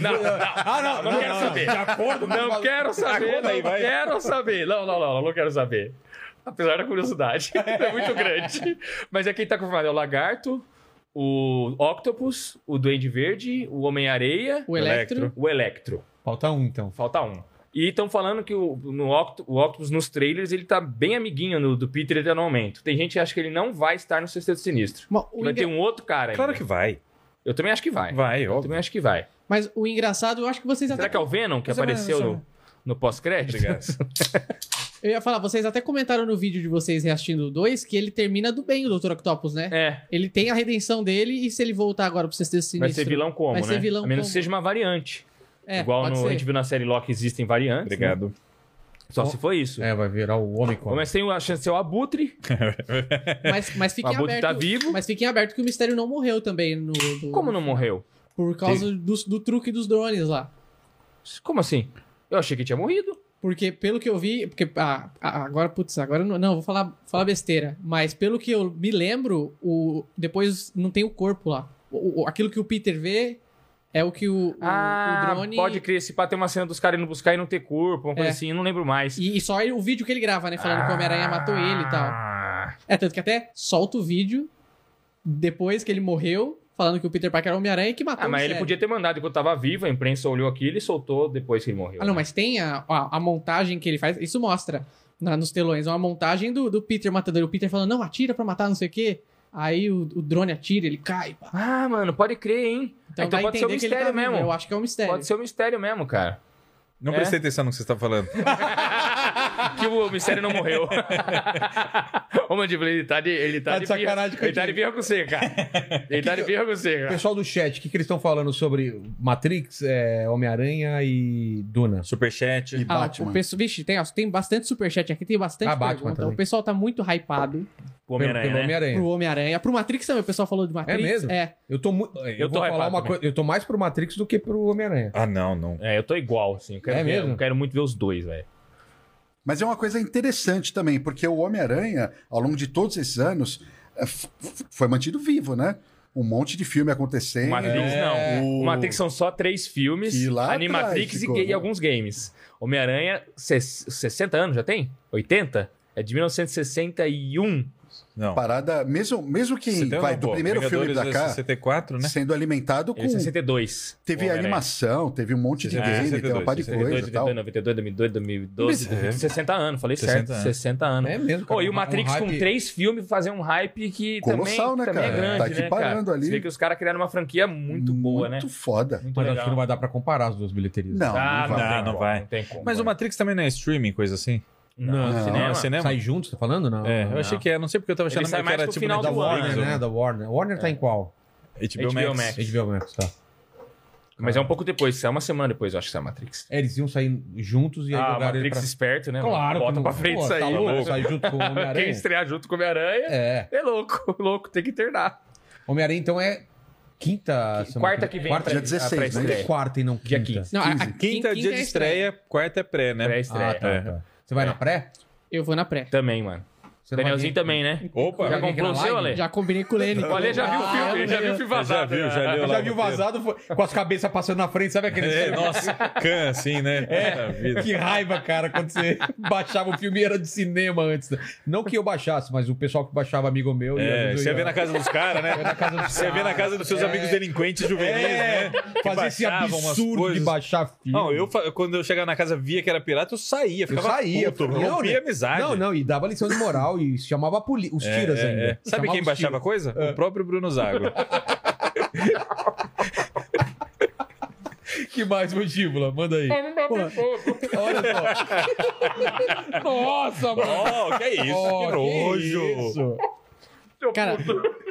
não, não,
Ah, não,
não,
não,
quero
não,
saber.
de acordo com-
não quero saber,
Acorda aí,
não
vai.
quero saber. Não, não, não, não, não quero saber. Apesar da curiosidade, é muito grande. Mas é quem tá confirmado, é o Lagarto, o Octopus, o Duende Verde, o Homem-Areia,
O Electro.
o Electro.
Falta um, então.
Falta um. E estão falando que o, no Oct- o Octopus nos trailers ele tá bem amiguinho no- do Peter até no momento. Tem gente que acha que ele não vai estar no Sexteto Sinistro.
Bom, o
Vai
engra-
ter um outro cara ainda.
Claro que vai.
Eu também acho que vai.
Vai,
Eu
óbvio.
também acho que vai.
Mas o engraçado, eu acho que vocês
Será
até.
que é o Venom que
Mais ou menos,
apareceu
mais ou
no, no pós-crédito?
Obrigado.
Eu ia falar, vocês até comentaram no vídeo de vocês reassistindo o 2 que ele termina do bem, o Dr. Octopus, né?
É,
Ele tem a redenção dele e se ele voltar agora pro Sexteto
vai
Sinistro...
ser vilão como,
Vai
né?
ser vilão
A menos
como.
que seja uma variante.
É,
Igual
pode
no,
ser.
a gente viu na série Loki existem variantes. né?
Obrigado.
Só se foi isso.
É, vai virar o Omicron.
Mas tem a chance de ser o Abutre.
Mas, mas fiquem
O Abutre
abertos...
tá vivo.
Mas fiquem abertos que o mistério não morreu também no... no-
Como não morreu?
Por causa do, do truque dos drones lá.
Como assim? Eu achei que tinha morrido.
Porque pelo que eu vi, porque ah, ah, agora putz, agora eu não, não vou falar, falar besteira, mas pelo que eu me lembro, o depois não tem o corpo lá. O, o- aquilo que o Peter vê é o que o, o-
ah,
o drone
pode crer. Se pá, tem uma cena dos caras indo buscar e não ter corpo, uma coisa
É.
assim, eu não lembro mais.
e, e só ele- o vídeo que ele grava, né, falando que o Homem-Aranha matou ele e tal.
Ah,
É tanto que até solta o vídeo depois que ele morreu, falando que o Peter Parker era o Homem-Aranha e que matou
Ah,
o
mas ele
Mistério.
podia ter mandado enquanto tava vivo, a imprensa olhou aquilo e soltou depois que ele morreu.
Ah, não,
né?
mas tem a, a, a montagem que ele faz, isso mostra na- nos telões, é uma montagem do, do Peter matando ele. O Peter falando, não, atira pra matar, não sei o quê. Aí o, o drone atira, ele cai. Pá.
Ah, mano, pode crer, hein? Então,
dá a
pode ser um
entender que ele
mistério
vivo.
mesmo.
Eu acho que é um mistério.
Pode ser um mistério mesmo, cara.
Não
É?
prestei atenção no que você está falando.
que o mistério não morreu. Ô, Mandíbula, ele tá de. Ele tá,
Tá de
birra.
sacanagem com a
Ele tá de
gente.
birra com você, cara. Ele tá de birra com você,
O
cara.
pessoal do chat, o que, que eles estão falando sobre Matrix, é, Homem-Aranha e Duna?
Superchat.
E
Ah,
Batman.
o pessoal, vixe, tem, ó, tem bastante superchat aqui, tem bastante
Ah, Batman
pergunta.
também.
O pessoal tá muito hypado
O
Pelo- pelo
né? É.
Homem-Aranha.
pro Homem-Aranha. Pro Matrix também, o pessoal falou de Matrix.
mesmo?
É.
Eu tô muito. Eu,
Eu tô
vou falar
hypado
uma
também.
coisa. Eu tô mais pro Matrix do que pro Homem-Aranha.
Ah, não, não.
É, eu tô igual, assim. Eu quero,
É
ver-
mesmo?
eu quero muito ver os dois, velho.
Mas é uma coisa interessante também, porque o Homem-Aranha, ao longo de todos esses anos, é, f- f- foi mantido vivo, né? Um monte de filme acontecendo.
O Matrix não. O Matrix são só três filmes:
É. Que lá
Animatrix
atrás
e,
ficou,
e
né?
alguns games. Homem-Aranha, ses- 60 anos já tem? 80? É de 1961.
Não.
Parada, mesmo, mesmo que vai, do primeiro filme pra cá,
64, né?
sendo alimentado com.
É 62.
Teve
Homem-Aranha.
animação, teve um monte de
É,
game, teve
62,
uma par de
62,
coisa
82,
e tal.
92, 2002, 2012.
É.
60 anos, falei
60
certo.
anos.
60 anos.
É mesmo,
Pô, e o
Um
Matrix
hype-
com três filmes fazer um hype que também,
Colossal, né,
também
cara?
é grande,
Tá aqui
né,
parando
cara?
ali.
Você vê que os caras criaram uma franquia muito boa, né?
Muito foda.
Muito
Mas acho
legal.
que não vai dar pra comparar as duas bilheterias.
Não,
Ah,
não vai.
não,
tem
não
como,
vai.
Não tem como.
Mas o Matrix também não é streaming, coisa assim?
Não,
Não,
cinema.
é cinema?
Sai junto, você tá falando? Não.
É, eu
não.
achei que era. Não sei porque eu tava achando
Ele sai
que
mais
era
pro
tipo
final
Da
do
Netflix,
ano,
Warner,
ou-
né? Da Warner. Warner tá em qual?
HBO,
HBO
Tipo, Max.
Max.
HBO Max, tá.
Mas é um pouco depois, é uma semana depois, eu acho que sai o Matrix.
É, eles iam sair juntos e aí
Ah, o
jogaram ele
Matrix
pra...
esperto, né?
Claro. que
Bota
não-
pra frente
Pô,
isso aí.
Tá louco,
mano.
sai junto com o
Quem
Homem-Aranha.
estrear junto com o Homem-Aranha
É.
é. louco, louco, tem que internar.
Homem-Aranha, então, é Quinta. semana
Quarta que vem.
Quarta,
a
dia
pré-
16,
a
né?
Ainda é
pré-estreia.
quarta e não quinta.
Dia
Não, a- a-
Quinta é dia
é estreia.
de estreia, quarta é pré, né?
Pré-estreia.
Ah, tá,
É.
tá. Você vai na pré?
Eu vou na pré.
Também, mano.
Você não vai
Danielzinho
nem-
também, né?
Opa,
Já
vem aqui
comprou o
na
seu,
live?
Ale?
Já combinei com o Ah, Lene.
O Ale já
Ah,
viu o filme, ele já viu o filme vazado. né?
Já viu, já
Eu
viu.
já vi o vazado foi- com as cabeças passando na frente, sabe aquele?
É, nossa, can assim, né? Puta vida.
É. Que raiva, cara, quando você baixava o filme era de cinema antes. Não que eu baixasse, mas o pessoal que baixava amigo meu. e às
É,
vezes eu
você
ia-
vê na casa dos caras, né?
casa dos
Você vê na casa dos seus amigos delinquentes juvenis,
É,
né?
fazer esse
baixavam umas
absurdo de
coisas.
baixar filme.
Não, eu fa- quando eu chegava na casa via que era pirata, eu saía,
Eu
ficava
saía,
puto,
eu-
rompia
né?
amizade.
Não, não, e dava lição de moral e chamava a poli... os
É,
tiras
é,
ainda.
é. Sabe
Chamava
quem
os É.
baixava
tiras.
coisa? O próprio Bruno Zago.
Que mais, mandíbula? Manda aí. Olha só. Nossa, mano.
oh, que isso,
Ó,
que
que
nojo.
isso.
Cara,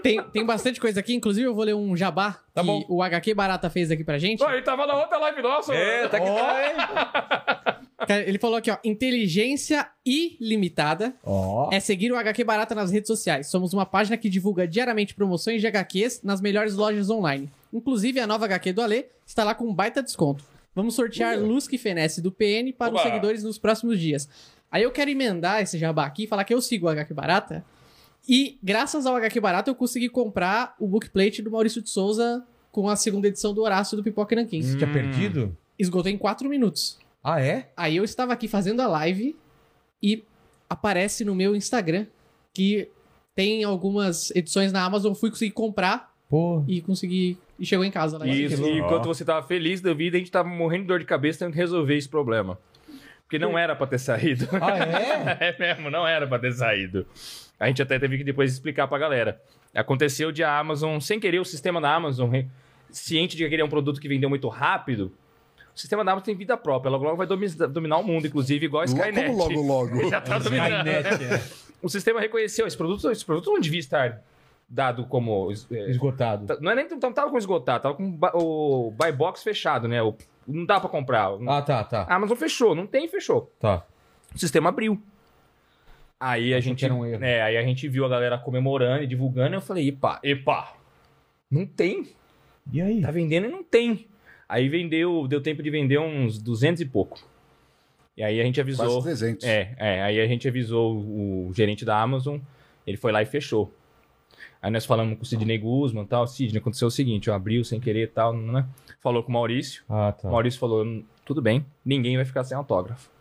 tem, tem bastante coisa aqui. Inclusive, eu vou ler um jabá
Tá
que
bom.
o HQ Barata fez aqui pra gente.
Ó, Ele tava na outra live nossa.
É,
Oh,
tá que tá, hein?
então.
Cara, ele falou aqui, ó. Inteligência ilimitada
Ó.
é seguir o HQ Barata nas redes sociais. Somos uma página que divulga diariamente promoções de HQs nas melhores lojas online. Inclusive, a nova HQ do Ale está lá com um baita desconto. Vamos sortear Luz que Fenece do PN para os
Oba.
seguidores nos próximos dias. Aí eu quero emendar esse jabá aqui e falar que eu sigo o HQ Barata. E graças ao HQ Barata eu consegui comprar o bookplate do Maurício de Souza com a segunda edição do Horácio do Pipoca e Nanquim.
Você tinha
Hum.
perdido?
Esgotou em 4 minutos.
Ah, é?
Aí eu estava aqui fazendo a live e aparece no meu Instagram que tem algumas edições na Amazon, fui conseguir comprar
Pô.
e consegui. E chegou em casa né? lá.
Isso,
louco.
e enquanto você tava feliz da vida, a gente tava morrendo de dor de cabeça tendo que resolver esse problema. Porque não era pra ter saído.
Ah, é?
É mesmo, não era pra ter saído. A gente até teve que depois explicar pra galera. Aconteceu de a Amazon, sem querer, o sistema da Amazon, re- ciente de que ele é um produto que vendeu muito rápido, o sistema da Amazon tem vida própria. Logo, logo vai domi- dominar o mundo, inclusive, igual a Skynet.
Como logo, logo?
Já tá dominando. O sistema reconheceu, esse produto, esse produto não devia estar dado como... eh,
Esgotado.
Tá- Não é nem não tava com esgotado, tava com ba- o buy box fechado, né? O- não dá pra comprar.
Ah, tá, tá.
A Amazon fechou, não tem, fechou.
Tá.
O sistema abriu. Aí a gente,
que era um erro.
é, aí a gente viu a galera comemorando e divulgando, e eu falei, epa, epa. Não tem,
E aí?
tá vendendo e não tem. Aí vendeu, deu tempo de vender uns 200 e pouco. E aí a gente
Quase
avisou.
300.
É, é, aí a gente avisou o gerente da Amazon, ele foi lá e fechou. Aí nós falamos com o Sidney Guzman e tal, Sidney, aconteceu o seguinte, eu abriu sem querer e tal, né? Falou com o Maurício,
Ah, tá.
o Maurício falou, tudo bem, ninguém vai ficar sem autógrafo.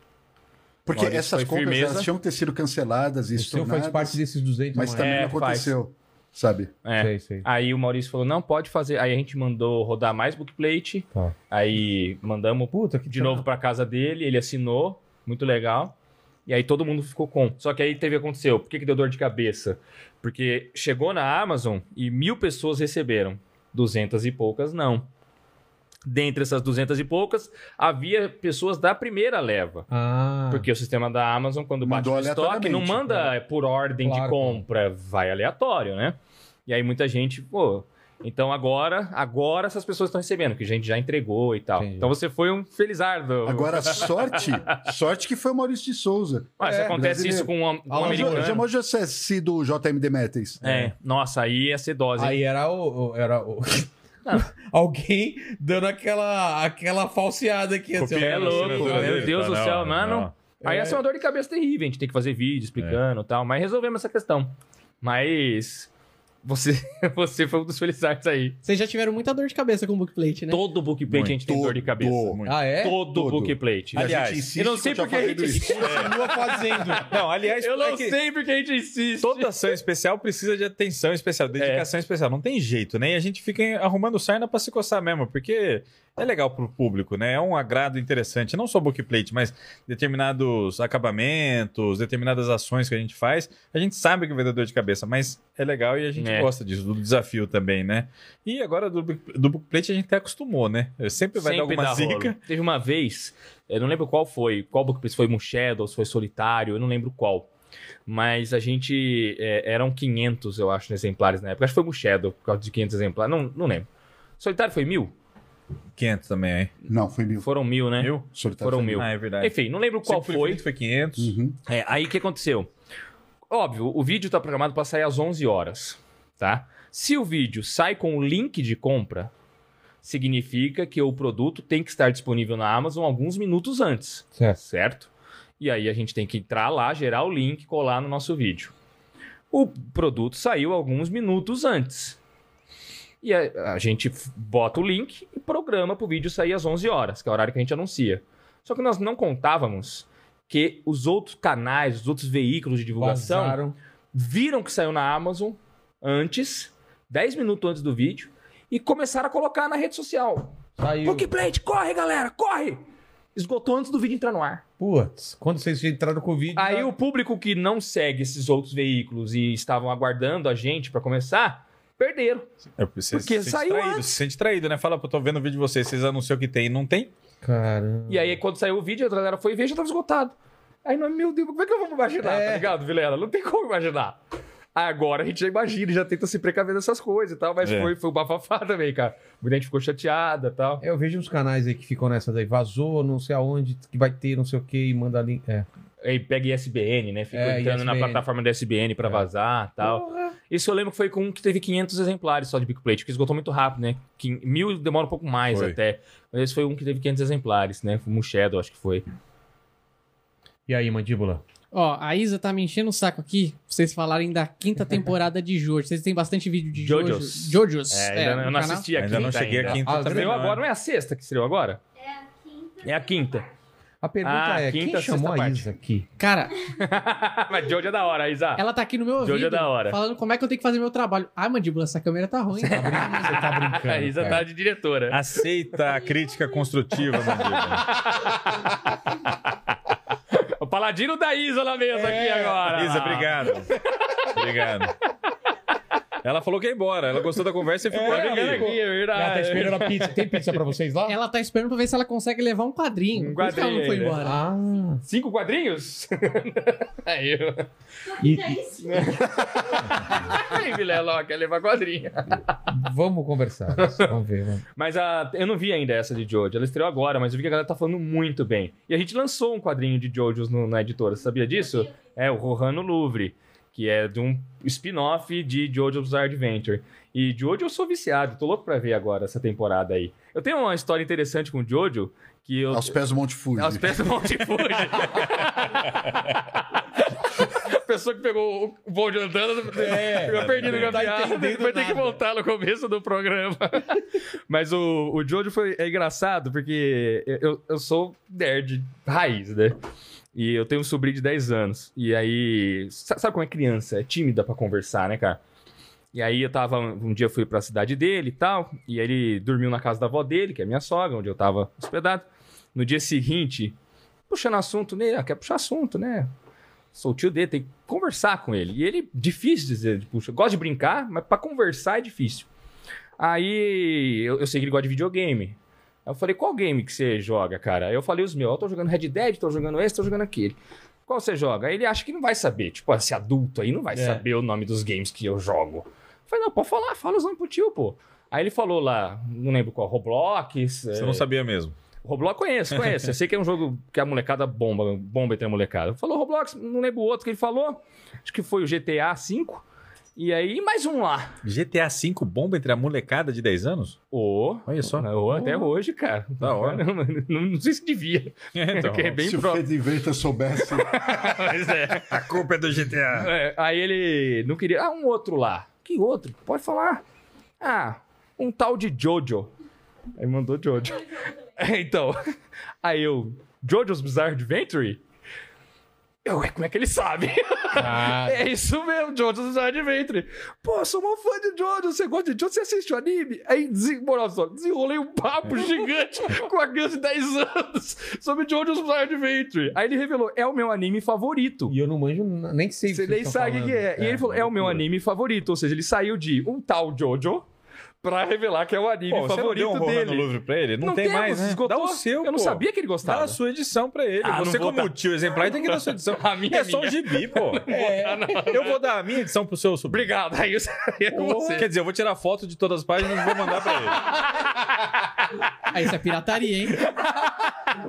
Porque
Maurício,
essas
foi
compras
firmeza.
elas tinham que ter sido canceladas e
O seu
estornadas,
faz parte desses 200,
mas
não
também
é?
É,
não aconteceu, sabe?
É.
Sei, sei.
Aí o Maurício falou, não, pode fazer. Aí a gente mandou rodar mais bookplate,
Tá.
aí mandamos
Puta, que
de novo pra casa dele, ele assinou, muito legal. E aí todo mundo ficou com. Só que aí teve aconteceu. Por que, que deu dor de cabeça? Porque chegou na Amazon e mil pessoas receberam, duzentas e poucas não. Dentre essas duzentas e poucas, havia pessoas da primeira leva.
Ah.
Porque o sistema da Amazon, quando bate
Mandou
no estoque, não
aleatoriamente, né?
manda é por ordem
Claro,
de
claro.
compra, vai aleatório, né? E aí muita gente, pô. Então agora, agora essas pessoas estão recebendo, que a gente já entregou e tal.
Entendi.
Então você foi um felizardo.
Agora, sorte, sorte que foi o Maurício de Souza.
Mas
É,
acontece
brasileiro.
isso com um, am- um
Ah,
Já-
americano.
Já imagina se tivesse sido o JM Demetrius.
É, nossa, aí ia ser dose. hein?
Aí era o. o- Era o... Alguém dando aquela, aquela falseada aqui. assim, ó.
é louco, meu Deus do céu, mano. Aí essa é uma dor de cabeça terrível, a gente tem que fazer vídeo explicando
É.
e tal, mas resolvemos essa questão. Mas você, você foi um dos felizardos aí.
Vocês já tiveram muita dor de cabeça com o bookplate, né?
Todo bookplate a gente tem dor de cabeça.
Ah, é?
Todo,
Todo.
bookplate.
Aliás,
eu não sei porque a gente
Continua fazendo.
Não, aliás,
Eu não
é que
sei porque a gente insiste.
toda ação especial precisa de atenção especial,
É.
dedicação especial. Não tem jeito, né? E a gente fica arrumando sarna pra se coçar mesmo, porque é legal pro público, né? É um agrado interessante. Não só bookplate, mas determinados acabamentos, determinadas ações que a gente faz. A gente sabe que vai dar dor de cabeça, mas é legal e a gente
É.
gosta disso, do desafio também, né? E agora do, book- do bookplate a gente até acostumou, né? Sempre vai dar alguma
dá rolo.
zica.
Teve uma vez, eu não lembro qual foi, qual bookplace foi Moonshadow, se foi Solitário, eu não lembro qual. Mas a gente, é, eram 500, eu acho, exemplares na época. Acho que foi Moonshadow, por causa de 500 exemplares, não, não lembro. Solitário foi mil?
500 também, hein?
Não, foi mil.
Foram mil, né?
Mil?
Solitário
Foram
foi
mil.
Ah, é verdade.
Enfim, não lembro qual
Sempre
foi.
Foi 500.
Uhum.
É, aí o que aconteceu? Óbvio, o vídeo tá programado pra sair às 11 horas, tá? Se o vídeo sai com o link de compra, significa que o produto tem que estar disponível na Amazon alguns minutos antes,
Certo.
certo? E aí a gente tem que entrar lá, gerar o link, colar no nosso vídeo. O produto saiu alguns minutos antes. E a, a gente f- bota o link e programa para o vídeo sair às 11 horas, que é o horário que a gente anuncia. Só que nós não contávamos que os outros canais, os outros veículos de divulgação
Vazaram.
viram que saiu na Amazon antes, 10 minutos antes do vídeo, e começaram a colocar na rede social.
Saiu.
Bookplate, corre, galera, corre! Esgotou antes do vídeo entrar no ar.
Putz, quando vocês entraram com o vídeo.
Aí
já-
o público que não segue esses outros veículos e estavam aguardando a gente pra começar, perderam.
É porque você
Porque
se sente
saiu
traído,
antes.
se sente traído, né? Fala, pô, tô vendo o vídeo de vocês, vocês anunciam que tem e não tem.
Caramba.
E aí, quando saiu o vídeo, a galera foi ver já tava esgotado. Aí, não, meu Deus, como é que eu vou imaginar,
É.
tá ligado, Vilela? Não tem como imaginar. Agora a gente já imagina, e já tenta se precaver dessas coisas e tal, mas
É.
foi, foi um bafafá também, cara. Muita gente ficou chateada e tal.
Eu vejo uns canais aí que ficam nessa daí. Vazou, não sei aonde, que vai ter, não sei o que, e manda ali. É.
Aí pega ISBN, né? Fica
É,
entrando na
ISBN.
plataforma da ISBN pra
É.
vazar e tal. Isso eu lembro que foi com um que teve 500 exemplares só de Big Plate, que esgotou muito rápido, né? Que, mil demora um pouco mais
Foi.
até. Mas esse foi um que teve 500 exemplares, né? Foi um Shadow, acho que foi.
E aí, mandíbula?
Ó, a Isa tá me enchendo o saco aqui pra vocês falarem da quinta temporada de Jojo. Vocês têm bastante vídeo de Jojo.
Jojos.
Jojos.
É, ainda
no
eu não
canal.
assisti a
Ainda
quinta.
não cheguei
ainda.
a quinta
Ah,
também,
estreou
não,
agora,
né?
não é a sexta que estreou agora? É a quinta. É a quinta.
A pergunta
Ah,
é:
quinta,
quem chamou
sexta
a
parte.
Isa aqui?
Cara,
Mas Jojo é da hora, Isa.
ela tá aqui no meu
Jojo
ouvido.
é da hora.
Falando como é que eu tenho que fazer meu trabalho. Ai, mandíbula, essa câmera tá ruim.
Você tá
a
brincando.
Isa
cara.
tá de diretora.
Aceita a crítica construtiva, Mandíbula.
O paladino da Isa na mesa aqui agora.
Isa, obrigado. Obrigado. Ela falou que ia embora. Ela gostou da conversa e ficou
Tá ficando
aqui.
aqui, é verdade.
Ela tá esperando a pizza. Tem pizza pra vocês
É
lá?
ela tá esperando pra ver se ela consegue levar um quadrinho.
Um
Por isso que ela não foi
quadrinho ainda.
embora.
Ah.
Cinco quadrinhos? Aí eu.
E,
Aí, Vilela, ó, quer levar quadrinho.
vamos conversar. Vamos ver. Vamos.
Mas a, eu não vi ainda essa de Jojo. Ela estreou agora, mas eu vi que a galera tá falando muito bem. E a gente lançou um quadrinho de Jojo's no- na editora, você sabia disso? É, o Rohan no Louvre, que é de um spin-off de Jojo's Bizarre Adventure. E Jojo eu sou viciado, tô louco pra ver agora essa temporada aí. Eu tenho uma história interessante com Jojo, que eu...
Aos pés do Monte Fuji.
Aos pés do Monte Fuji. A pessoa que pegou o bonde andando, eu perdi no gambiarra, vai ter que voltar no começo do programa. Mas o, o Jojo foi, é engraçado, porque eu, eu sou nerd raiz, né? E eu tenho um sobrinho de 10 anos. E aí. sa- Sabe como é criança? É tímida pra conversar, né, cara? E aí eu tava. Um dia eu fui pra cidade dele e tal. E aí ele dormiu na casa da avó dele, que é minha sogra, onde eu tava hospedado. No dia seguinte, puxando assunto nele, ah, quer puxar assunto, né? Sou o tio dele, tem que conversar com ele. E ele, difícil dizer, ele puxa, gosta de brincar, mas pra conversar é difícil. Aí eu, eu sei que ele gosta de videogame. Aí eu falei, qual game que você joga, cara? Aí eu falei os meus, eu tô jogando Red Dead, tô jogando esse, tô jogando aquele. Qual você joga? Aí ele acha que não vai saber. Tipo, esse adulto aí
É.
não vai saber o nome dos games que eu jogo. Eu falei, não, pode falar, fala os nomes pro tio, pô. Aí ele falou lá, não lembro qual, Roblox.
Você
eh,
não sabia mesmo.
Roblox conheço, conheço. Eu sei que é um jogo que a molecada bomba, bomba entre a molecada. Falou Roblox, não lembro o outro que ele falou. Acho que foi o GTA V. E aí, mais um lá.
GTA V bomba entre a molecada de 10 anos?
Ô,
Olha só.
ô, até hoje, cara.
Da hora.
Não, não- não sei se devia.
Então,
porque é bem
Se o
próximo.
Fediverta soubesse,
Mas é.
a culpa é do GTA.
É, Aí ele não queria. Ah, um outro lá. Que outro? Pode falar. Ah, um tal de Jojo. Aí mandou Jojo. É, Então, aí eu. Jojo's Bizarre Adventure? Eu, ué, como é que ele sabe? É isso mesmo, Jojo's Bizarre Adventure. Pô, eu sou um fã de Jojo, você gosta de Jojo, você assiste o anime? Aí, desen- moral só, desenrolei um papo gigante com a criança de 10 anos sobre Jojo's Bizarre Adventure. Aí ele revelou, é o meu anime favorito.
E eu não manjo, na- nem sei o que
Você
vocês
nem
estão
sabe o que
falando.
é. E ele falou, é o meu
loucura.
anime favorito. Ou seja, ele saiu de um tal Jojo pra revelar que é o anime
Pô, você não
favorito
deu um Rohan no
dele.
Louvre pra ele? Não, tem
temos,
mais, né?
esgotou.
Dá o seu,
Eu não
pô.
sabia que ele gostava.
Dá a sua edição pra ele.
Ah,
Você,
não vou
como
dar.
tio exemplar, tem que dar a sua edição.
A minha
é só um
minha.
gibi, pô. É. Eu vou dar a minha edição pro seu sobrinho.
Obrigado, aí isso aí é com você.
Quer dizer, eu vou tirar foto de todas as páginas e vou mandar pra ele.
Ah, isso é pirataria, hein?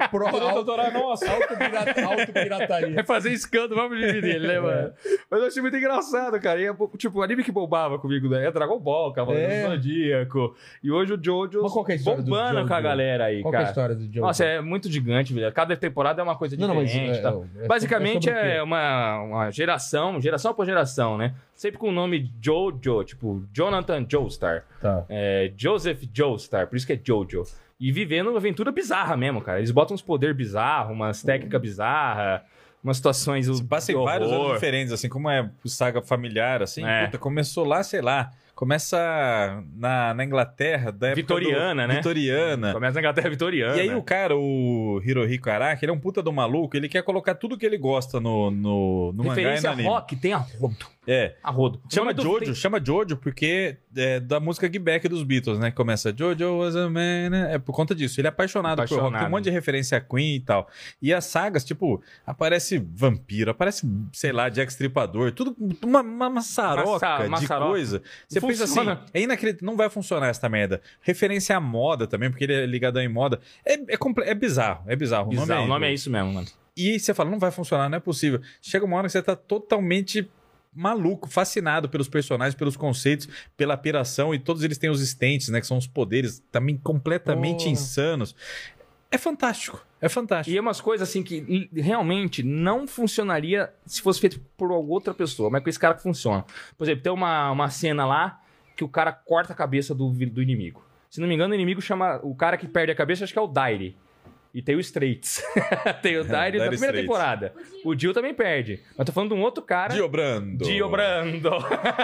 Pro, auto,
Doutora, nossa.
autopirata- autopirataria.
É fazer escândalo, vamos dividir ele, né, mano? Mas eu achei muito engraçado, cara. E é, tipo, o anime que bombava comigo né? é Dragon Ball, Cavaleiro
É.
do Zodíaco. E hoje o Jojo
Mas qual que é a história do
bombando
Jojo?
com a galera aí,
Qual que é a
cara.
história do Joe?
Nossa, é muito gigante, velho. Cada temporada é uma coisa diferente. tá? Basicamente é, uma, uma geração, geração por geração, né? Sempre com o nome Jojo, tipo Jonathan Joestar,
Tá.
é, Joseph Joestar, por isso que é Jojo. E vivendo uma aventura bizarra mesmo, cara. Eles botam uns poder bizarro, umas técnicas bizarras, umas situações.
Uhum. Passa em
de
vários
horror.
anos diferentes, assim, como é saga familiar, assim,
É.
puta, começou lá, sei lá, começa na, na Inglaterra, da época
Vitoriana,
do-
né?
Vitoriana.
Começa na Inglaterra Vitoriana.
E aí o cara, o Hirohiko Araki, ele é um puta do maluco, ele quer colocar tudo que ele gosta no, no, no mangá e no
Referência
anime.
rock tem a rodo.
É.
A rodo. O nome
Chama
do-
Jojo,
tem-
chama Jojo porque é da música Get Back dos Beatles, né? Que começa Jojo was a man, né? É por conta disso. Ele é apaixonado, por rock,
Apaixonado.
tem um monte de referência a Queen e tal. E as sagas, tipo, aparece vampiro, aparece, sei lá, Jack Stripador, tudo uma, uma maçaroca
Massa-
de
maçaroca.
coisa. Você pensa assim,
Funciona.
é inacreditável, não vai funcionar essa merda. Referência à moda também, porque ele é ligadão em moda. É, é, comple- é bizarro, é bizarro.
Bizarro, o nome é
isso.
isso mesmo, mano.
E aí você fala, não vai funcionar, não é possível. Chega uma hora que você tá totalmente maluco, fascinado pelos personagens, pelos conceitos, pela piração, e todos eles têm os stents, né? Que são os poderes também completamente
Porra.
insanos. É fantástico, é fantástico.
E é umas coisas assim que l- realmente não funcionaria se fosse feito por outra pessoa, mas com esse cara que funciona. Por exemplo, tem uma, uma cena lá que o cara corta a cabeça do, vi- do inimigo. Se não me engano, o inimigo chama. O cara que perde a cabeça, acho que é o Daire. E tem o Straits. tem o Daire da
Dire
primeira
É, Straits.
temporada. O Jill também perde. Mas tô falando de um outro cara.
Diobrando.
Diobrando.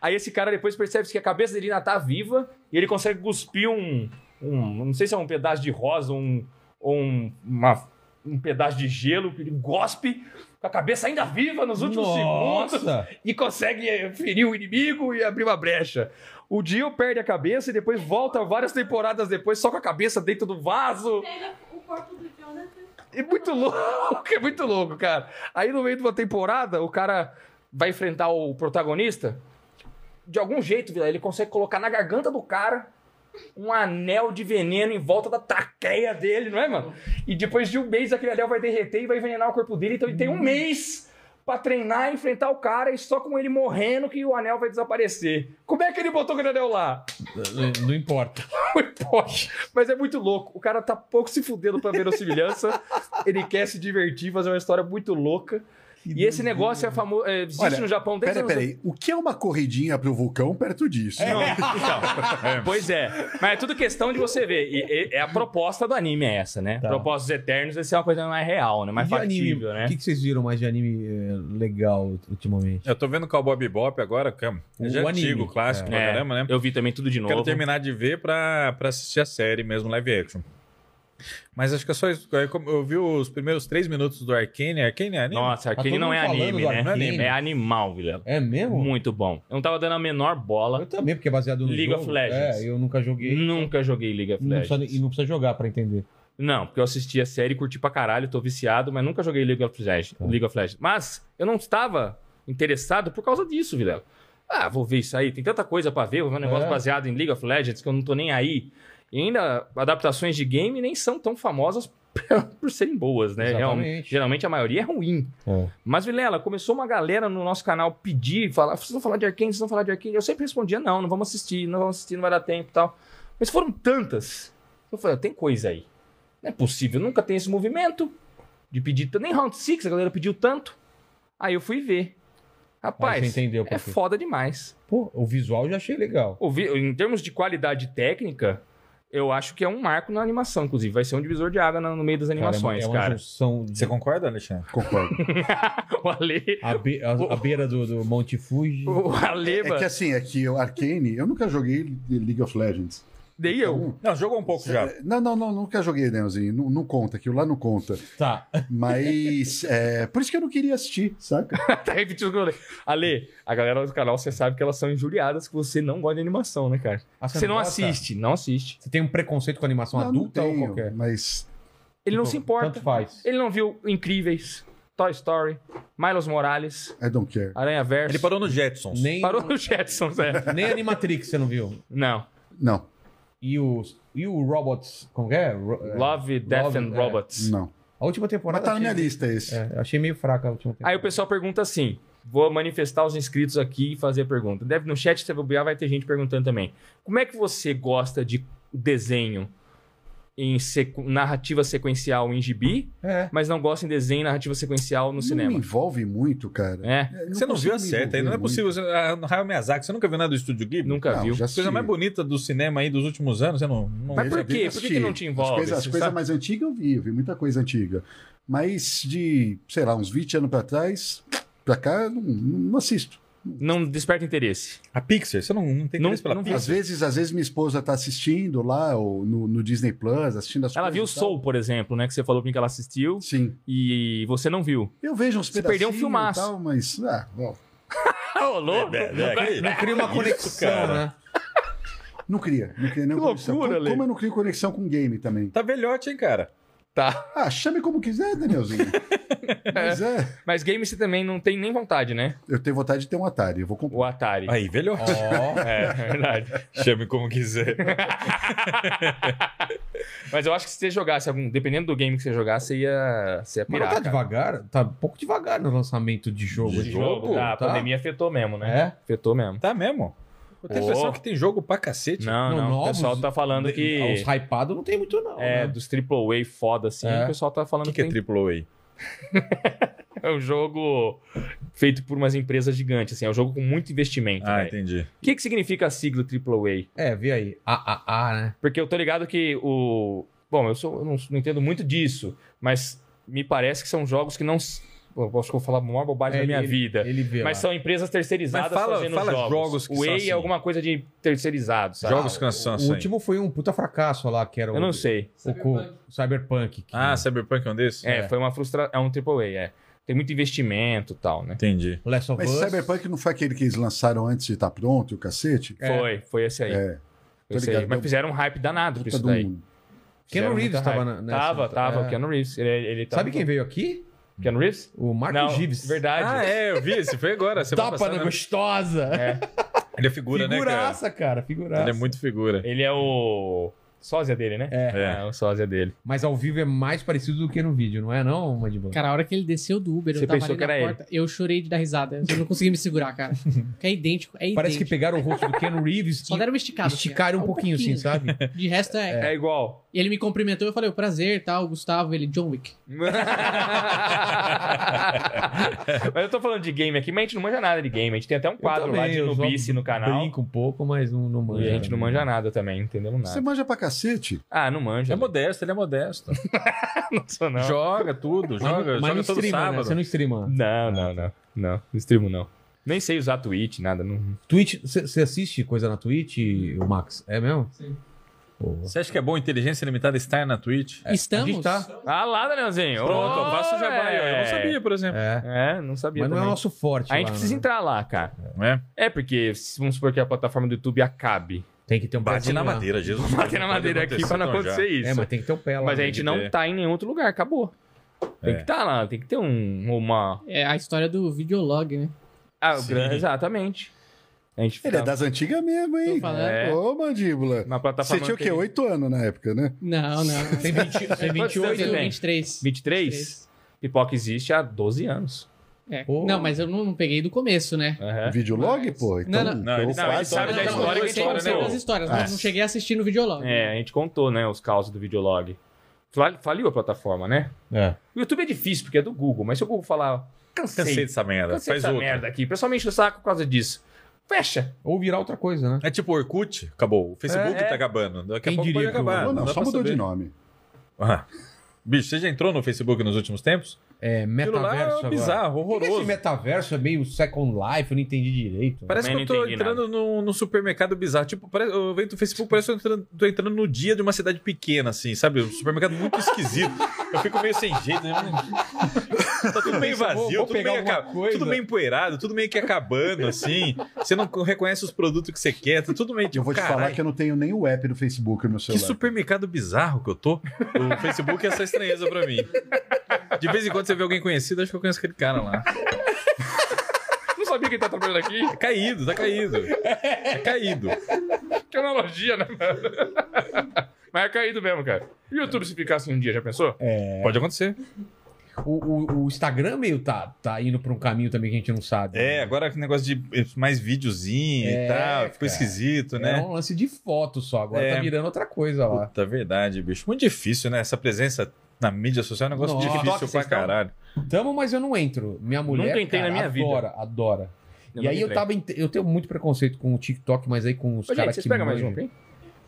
Aí esse cara depois percebe que a cabeça dele ainda tá viva e ele consegue cuspir um. um não sei se é um pedaço de rosa um, ou um, uma- um pedaço de gelo, que ele gospe com a cabeça ainda viva nos últimos segundos
Nossa!
e consegue eh, ferir o inimigo e abrir uma brecha. O Dio perde a cabeça e depois volta várias temporadas depois só com a cabeça dentro do vaso.
Pega o corpo do Jonathan.
É muito louco, é muito louco, cara. Aí no meio de uma temporada, o cara vai enfrentar o protagonista. De algum jeito, Vila, ele consegue colocar na garganta do cara um anel de veneno em volta da traqueia dele, não é, mano? E depois de um mês, aquele anel vai derreter e vai envenenar o corpo dele. Então ele tem um mês pra treinar e enfrentar o cara e só com ele morrendo que o anel vai desaparecer. Como é que ele botou aquele anel lá?
Não, não importa.
Poxa, mas é muito louco. O cara tá pouco se fudendo pra verossimilhança. ele quer se divertir, fazer uma história muito louca. e esse negócio é famoso. é, existe
Olha,
no Japão desde
Peraí,
os anos-
peraí. O que é uma corridinha pro vulcão perto disso?
É. Pois é. Mas é tudo questão de você ver. E- e- é a proposta do anime é essa, né?
Tá.
Propósitos eternos, essa é uma coisa mais real, né? Mais
E anime?
factível, né?
O que, que vocês viram mais de anime eh, legal ultimamente?
Eu tô vendo Cowboy Bebop agora, que é
O
já
anime.
antigo, clássico pra
É,
caramba, né?
Eu vi também tudo de novo.
Quero terminar de ver pra, pra assistir a série mesmo, live action. Mas acho que é só isso. Aí como Eu vi os primeiros três minutos do Arcane. Arcane é anime?
Nossa, aquele
todo
não é
mundo falando
anime,
do
né?
anime.
É animal, Vilela.
É mesmo?
Muito bom. Eu não tava dando a menor bola.
Eu também, porque é baseado no
League
jogo.
of Legends.
É, eu nunca joguei.
Nunca joguei League of
Não
Legends.
precisa- e não precisa jogar pra entender.
Não, porque eu assisti a série, curti pra caralho, tô viciado, mas nunca joguei League of Legends.
É.
League of Legends. Mas eu não estava interessado por causa disso, Vilela. Ah, vou ver isso aí, tem tanta coisa pra ver, vou ver um negócio
É.
baseado em League of Legends que eu não tô nem aí. E ainda adaptações de game nem são tão famosas por serem boas, né?
Exatamente.
Realmente, geralmente a maioria é ruim.
É.
Mas, Vilela, começou uma galera no nosso canal pedir, falar, vocês vão falar de Arkane, vocês vão falar de Arkane. Eu sempre respondia, não, não vamos assistir, não vamos assistir, não vai dar tempo e tal. Mas foram tantas. Eu falei, tem coisa aí. Não é possível, nunca tem esse movimento de pedir, tanto. nem Round six a galera pediu tanto. Aí eu fui ver.
Aí
Rapaz,
você entendeu por
é
quê.
foda demais.
Pô, o visual eu já achei legal.
O vi- Em termos de qualidade técnica, eu acho que é um marco na animação, inclusive. Vai ser um divisor de água na- no meio das animações,
é uma, é uma
cara.
junção de-
Você concorda, Alexandre?
Concordo.
o Ale...
a, be- a- a beira do, do Monte Fuji.
O Ale,
É
mano,
que assim, é que o Arcane, eu nunca joguei League of Legends.
nem eu.
Não, jogou um pouco já.
É, Não, não, não, nunca joguei, Nelzinho. Não, não conta, aquilo lá não conta.
Tá.
Mas é, por isso que eu não queria assistir, saca?
Tá repetindo o que eu falei. Ale, a galera do canal, você sabe que elas são injuriadas que você não gosta de animação, né, cara?
Ah,
Você não
gosta?
assiste, não assiste.
Você tem um preconceito com animação
Não, não
adulta ou
tenho,
qualquer?
Mas
Ele não
Então,
se importa.
Tanto faz.
Ele não viu Incríveis, Toy Story, Miles Morales,
I don't care.
Aranha Verso.
Ele parou no Jetsons.
Nem,
Parou no Jetsons, é.
nem Animatrix você não viu.
Não.
Não.
e o, e o Robots. Como que é? Ro- é,
Love, Death
Love,
and
é.
Robots.
Não.
A última temporada.
Mas tá na minha
achei-
lista esse.
É, eu achei meio fraca a última temporada.
Aí o pessoal pergunta assim: vou manifestar os inscritos aqui e fazer a pergunta. Deve no chat se bobear, vai ter gente perguntando também. Como é que você gosta de desenho em sequ- narrativa sequencial em gibi,
É.
mas não gosta em desenho e narrativa sequencial no
não me
cinema?
envolve muito, cara.
É,
É,
Você não
consigo
viu a
me
certa ainda, não é
envolver
possível. Você, a, no Hayao Miyazaki, você nunca viu nada do Estúdio Ghibli?
nunca
Não,
viu.
já
A coisa
assisti.
mais bonita do cinema aí dos últimos anos, você não... não
Mas
vê.
por quê? Por que, que não te
As
envolve?
coisas, as
Você
coisas
sabe?
mais antigas eu vi, eu vi muita coisa antiga. Mas de, sei lá, uns 20 anos pra trás, pra cá, eu não, não assisto.
Não desperta interesse.
A Pixar, você não, não tem
Não-
interesse pela
não vi.
Pixar?
Às vezes, às vezes minha esposa tá assistindo lá ou no, no Disney Plus, assistindo as
Ela
coisas
viu
e tal.
Soul, por exemplo, né? Que você falou pra mim que ela assistiu
Sim.
e você não viu.
Eu vejo uns
Você perdeu um
pedacinhos
filmaço.
e tal, mas ah, bom,
Rolou?
Não cria uma conexão,
cara.
né?
não cria, não cria nenhuma
Que
conexão.
loucura,
como,
Ale.
como eu não crio conexão com game também.
Tá velhote, hein, cara?
Ah, chame como quiser, Danielzinho. mas é,
Mas game você também não tem nem vontade, né?
eu tenho vontade de ter um Atari, eu vou comprar.
O Atari.
Aí, velhote.
Ó.
É, é verdade.
Chame como quiser.
Mas eu acho que se você jogasse algum. Dependendo do game que você jogasse, você ia. Você ia
Mas não
pirar,
tá
cara.
devagar, tá um pouco devagar no lançamento de jogo.
De
hein?
jogo, tá, a
tá?
pandemia afetou mesmo, né?
É?
Afetou mesmo.
Tá mesmo? Eu tenho a
Ô.
impressão que tem jogo pra cacete.
Não,
Não,
não. o
novos-
pessoal tá falando
Ah, Os
que.
hypados não tem muito, não.
É,
né?
dos AAA foda assim.
É.
O pessoal tá
O
falando
que,
que,
que é
tem-
AAA?
é um jogo feito por umas empresas gigantes, assim. É um jogo com muito investimento.
Ah,
velho.
entendi.
o que, que significa a sigla AAA?
É, vê aí. AAA, né?
Porque eu tô ligado que o. Bom, eu, sou, eu não, não entendo muito disso, mas me parece que são jogos que não. s- Bom, eu acho que eu vou falar a maior bobagem
É,
da minha
ele-
vida.
Ele vê
Mas
lá.
são empresas terceirizadas
Mas fala-
fazendo
fala
jogos.
jogos que
o
são
EA
assim.
é alguma coisa de terceirizado, sabe?
Jogos que nasceram
Tá, O
assim.
último foi um puta fracasso lá, que era o...
Eu não sei.
o co- Cyberpunk. que-
Ah, Cyberpunk é um desses?
É, foi uma frustração. É um AAA, é. Tem muito investimento e tal, né?
Entendi.
Last of
Mas
Us.
Cyberpunk não foi aquele que eles lançaram antes de estar pronto, e o cacete?
É.
Foi, foi esse aí.
É,
foi esse aí.
ligado.
Mas fizeram um hype danado com
puta
isso
do
daí.
mundo.
Fizeram
Keanu Reeves
muita
tava
hype.
na- nessa-
Tava, tava.
é.
Keanu Reeves. Ele, ele tava
Sabe quem veio aqui?
Keanu Reeves?
O Marco
não,
Gives.
verdade.
Ah, é, eu vi. Esse foi agora. semana
Tapa
passada.
na gostosa.
né? Ele é figura, né, cara?
Figuraça, cara. Figuraça.
Ele é muito figura.
Ele é o... Sósia dele, né?
É.
É, o sósia dele.
Mas ao vivo é mais parecido do que no vídeo, não é não, Mandíbula?
Cara, a hora que ele desceu do Uber,
Você
eu tava
pensou
ali
que
na
era
porta, eu chorei de dar risada. Eu não consegui me segurar, cara. Porque é idêntico, é idêntico.
Parece que pegaram o rosto do Keanu Reeves
Só
e
deram uma esticada. assim,
esticaram
ó.
um pouquinho, assim, sabe?
De resto é.
É igual.
E ele me cumprimentou, eu falei, o prazer, tal, Gustavo, ele, John Wick.
mas eu tô falando de game aqui, mas a gente não manja nada de game. A gente tem até um quadro
também,
lá de
eu só
Nubice no canal.
Brinca um pouco, mas não, não manja. né?
E a gente não manja nada também, entendemos
Você
nada.
manja pra cacete?
Ah, não manja.
É
né?
modesto, ele é modesto.
Não sou, não.
Joga tudo,
Mas,
joga,
mas
joga
não
todo
streama, né?
sábado.
Você não streama.
Não, não, não. Não, não streamo não. Nem sei usar Twitch, nada. Não...
Twitch, você você assiste coisa na Twitch, o Max? É mesmo?
Sim.
Pô.
Você acha que é bom inteligência limitada estar na Twitch?
A
Estamos.
gente tá.
Ah lá, Danielzinho. É.
Pronto, eu
Ô,
faço jabá aí, ó. Eu não sabia, por exemplo.
É.
É, não sabia
Mas não é
também.
o nosso forte.
A gente
lá,
precisa
né?
entrar lá, cara.
Não é?
É porque, se- vamos supor que a plataforma do YouTube acabe.
Tem que ter um
Bate
pezinho
na
lá.
madeira, Jesus.
Bater na
Pode
madeira aqui pra não
tão já.
acontecer isso.
É, mas
mas
tem que ter o pé lá.
a
né?
gente
que
não
ter.
tá em nenhum outro lugar, acabou. Tem
É.
que tá lá, tem que ter um, uma...
É a história do videolog, né?
Ah,
Sim.
grande- Exatamente. A gente
Ele
fica
é das antigas mesmo, hein?
Tô falando.
É.
Ô, mandíbula.
na
Você
plataforma...
tinha o
Tá que
quê?
ele-
Oito anos na época, né?
Não, não.
Tem, 20, tem
Quantos
28.
anos você
Eu tenho
tem?
23.
23? Pipoca existe há 12 anos.
É.
Pô.
Não, mas eu não, não peguei do começo, né?
Aham.
Videolog,
Mas-
pô? Então,
Não, não.
Não, ele
eu
sabe, ele
faço-
sabe
da é história né,
eu
que
sei-
a gente
Eu sei
contou.
das histórias,
Ah.
mas não cheguei a assistir no videolog.
É, a gente contou, né, os causos do videolog. Fal- Faliu a plataforma, né?
É.
O YouTube é difícil porque é do Google, mas se o Google falar, cansei,
Cansei
cansei,
dessa merda. Faz
dessa
outra.
merda aqui, pessoalmente no saco por causa disso. Fecha.
Ou virar outra coisa, né?
É tipo Orkut, acabou. O Facebook
É.
tá acabando. Daqui
Quem
a pouco
diria que
pode
o-
acabar.
Não, não,
dá
só
pra
mudou
saber.
de nome.
Ah. Bicho, você já entrou no Facebook nos últimos tempos?
É,
Aquilo lá
metaverso
é
agora.
bizarro,
O que que é
horroroso.
esse metaverso é meio Second Life, eu não entendi direito.
Parece que
Também
eu tô
não entendi
entrando num, num supermercado bizarro. Tipo, parece, eu vejo no Facebook, parece que eu tô entrando, tô entrando no dia de uma cidade pequena, assim, sabe? Um supermercado muito esquisito. Eu fico meio sem jeito. né? tá tudo meio
Pensa, vou-
vazio,
vou
tudo,
pegar
meio
alguma
aca-
coisa.
tudo meio empoeirado, tudo meio que acabando, assim. Você não reconhece os produtos que você quer, tá tudo meio tipo,
Eu vou te falar
"Caralho,
que eu não tenho nem o app do Facebook no meu
Que
celular.
supermercado bizarro que eu tô. O Facebook é essa estranheza pra mim. De vez em quando você vê alguém conhecido, acho que eu conheço aquele cara lá.
Não sabia que ele tá trabalhando aqui.
Tá caído, tá caído. Tá caído.
Que analogia, né, mano? Mas é caído mesmo, cara. E o YouTube se ficasse um dia, já pensou? É. Pode acontecer.
O, o- o Instagram meio tá, tá indo pra um caminho também que a gente não sabe.
É, agora aquele negócio de mais videozinho
É,
e tal,
cara.
ficou esquisito,
É
né?
um lance de foto só, agora
É.
tá virando outra coisa lá.
Puta, verdade, bicho. Muito difícil, né? Essa presença na mídia social é um negócio
Nossa.
difícil
TikTok,
pra
vocês tão?
caralho.
Tamo, mas eu não entro. Minha mulher
Nunca entrei
cara,
na minha vida.
adora, adora. e aí eu
não
tava. ent- Eu tenho muito preconceito com o TikTok, mas aí com os
Ô, gente,
caras
vocês
que
pegam mais
manjam-
um, hein?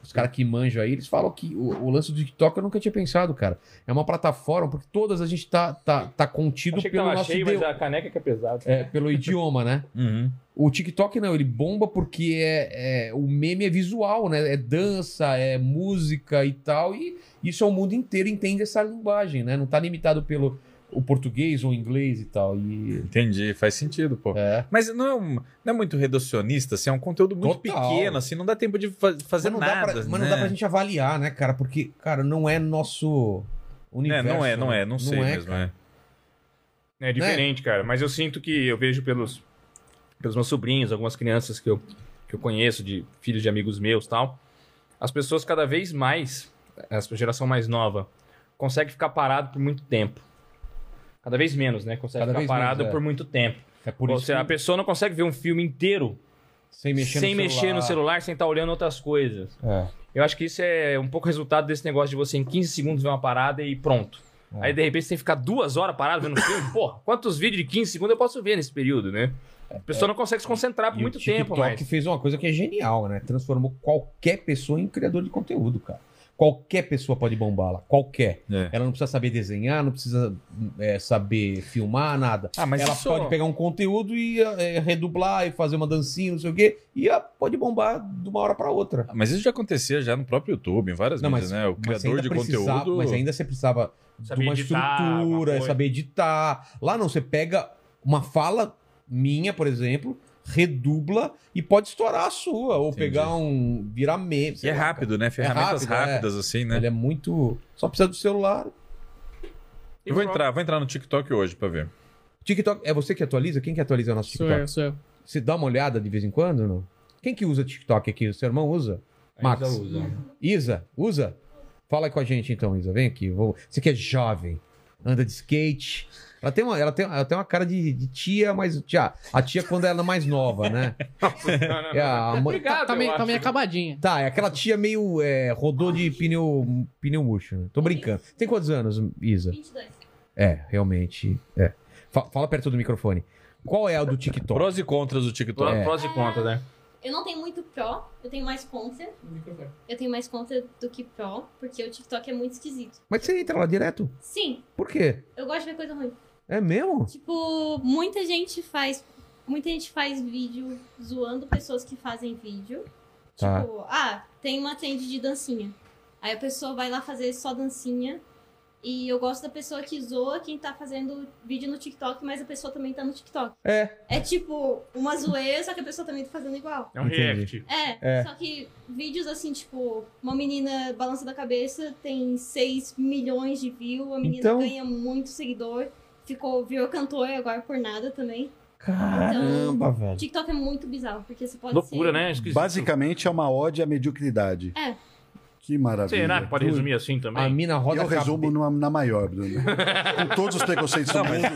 os caras que manjam aí, eles falam que o, o lance do TikTok eu nunca tinha pensado, cara. É uma plataforma, porque todas a gente tá, tá, tá contido
Achei que
pelo
tava
nosso
cheio,
ideo-
mas a caneca que é pesada.
é, pelo idioma, né?
Uhum.
O TikTok não, ele bomba porque é, é- o meme é visual, né? É dança, é música e tal. E isso é o mundo inteiro entende essa linguagem, né? Não tá limitado pelo o português ou inglês e tal. E
Entendi, faz sentido, pô.
é.
Mas não é, um- não é muito reducionista, assim, é um conteúdo muito
Total.
pequeno, assim, não dá tempo de fa- fazer
mas não
nada.
dá pra, mas
né?
não dá pra gente avaliar, né, cara? Porque, cara, não é nosso
É,
universo.
não é, não é, não, sei
é,
mesmo.
cara.
é.
É diferente, cara. Mas eu sinto que eu vejo pelos, pelos meus sobrinhos, algumas crianças que eu, que eu conheço, de filhos de amigos meus e tal. As pessoas cada vez mais, a geração mais nova, consegue ficar parado por muito tempo. Cada vez menos, né? Consegue
Cada
ficar
vez
parado
menos, é.
por muito tempo.
É por
Ou
isso
seja, a
que-
pessoa não consegue ver um filme inteiro
sem mexer,
sem
no,
mexer
celular.
no celular, sem estar olhando outras coisas.
É.
Eu acho que isso é um pouco resultado desse negócio de você em 15 segundos ver uma parada e pronto.
É.
Aí de repente você tem que ficar duas horas parado vendo um filme. Porra, quantos vídeos de 15 segundos eu posso ver nesse período, né? A pessoa não consegue se concentrar por
É. E
muito
o
tempo,
TikTok
mas.
fez uma coisa que é genial, né? Transformou qualquer pessoa em criador de conteúdo, cara. Qualquer pessoa pode bombá-la, qualquer.
É.
Ela não precisa saber desenhar, não precisa é, saber filmar, nada.
Ah, mas
ela
isso-
pode pegar um conteúdo e é, redublar e fazer uma dancinha, não sei o quê, e ah, pode bombar de uma hora pra outra.
Ah, Mas isso já acontecia já no próprio YouTube, em várias
Não,
mídias, né? O
Mas você
criador
ainda
de
precisava-
conteúdo. é
Mas ainda você precisava de
Saber
uma
editar, alguma
estrutura,
coisa.
saber editar. Lá não, você pega uma fala minha, por exemplo, redubla e pode estourar a sua. Ou
Entendi.
pegar um. virar meme.
E
sei
é
lá,
rápido, né? Ferramentas
rápido, é.
rápidas, assim,
cara.
né?
Ele é muito. Só precisa do celular.
Eu vou entrar, vou entrar no TikTok hoje pra ver.
TikTok. É você que atualiza? Quem que atualiza o nosso
Sou
TikTok?
eu, sou eu.
Você dá uma olhada de vez em quando ou não? Quem que usa TikTok aqui? O seu irmão usa? Max. Isa, usa? Fala com a gente então, Isa. Vem aqui. Vou... Você que é jovem, anda de skate. Ela tem uma, ela tem, ela tem uma cara de, de tia, mas tia, a tia quando ela é mais nova, né?
Não, não,
É a mãe-
Obrigado,
tá, tá
Ah, eu
meio, tá
acho.
meio acabadinha.
Tá, é aquela tia meio é, rodou de pneu, pneu murcho, né? Tô brincando. Tem quantos anos, Isa?
22.
É, realmente. É. Fa- Fala perto do microfone. Qual é a do TikTok?
Prós e contras do TikTok.
Pró- Prós e contras, né?
Eu não tenho muito pró, eu tenho mais contra. Eu tenho mais contra do que pró, porque o TikTok é muito esquisito.
Mas você entra lá direto?
Sim,
Por quê?
eu gosto de ver coisa ruim.
É mesmo?
Tipo, muita gente faz. Muita gente faz vídeo zoando pessoas que fazem vídeo.
Tá.
Tipo, ah, tem uma trend de dancinha. Aí a pessoa vai lá fazer só dancinha. E eu gosto da pessoa que zoa quem tá fazendo vídeo no TikTok, mas a pessoa também tá no TikTok.
É.
É tipo uma zoeira, só que a pessoa também tá fazendo igual.
É um
Entendi.
react.
É,
É.
só que vídeos assim, tipo, uma menina balança da cabeça, tem 6 milhões de views, a menina
Então-
ganha muito seguidor, ficou, virou cantora agora por nada também. Então,
Caramba, velho.
TikTok é muito bizarro, porque você pode
Loucura,
ser...
né? Esquisito.
Basicamente é uma ode à mediocridade.
É.
Que maravilha.
Será que pode resumir assim
A
também?
mina roda
Eu
a cabe-
resumo numa- na maior, Bruno. Com todos os preconceitos do mundo.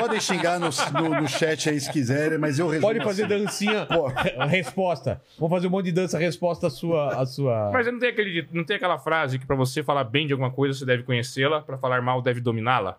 Podem xingar no, no- no chat aí se quiserem, mas eu resumo.
Pode fazer
assim.
dancinha. é,
Pô,
resposta. Vamos fazer um monte de dança resposta à sua. à sua...
Mas não tem, aquele, não tem aquela frase que pra você falar bem de alguma coisa, você deve conhecê-la, pra falar mal, deve dominá-la?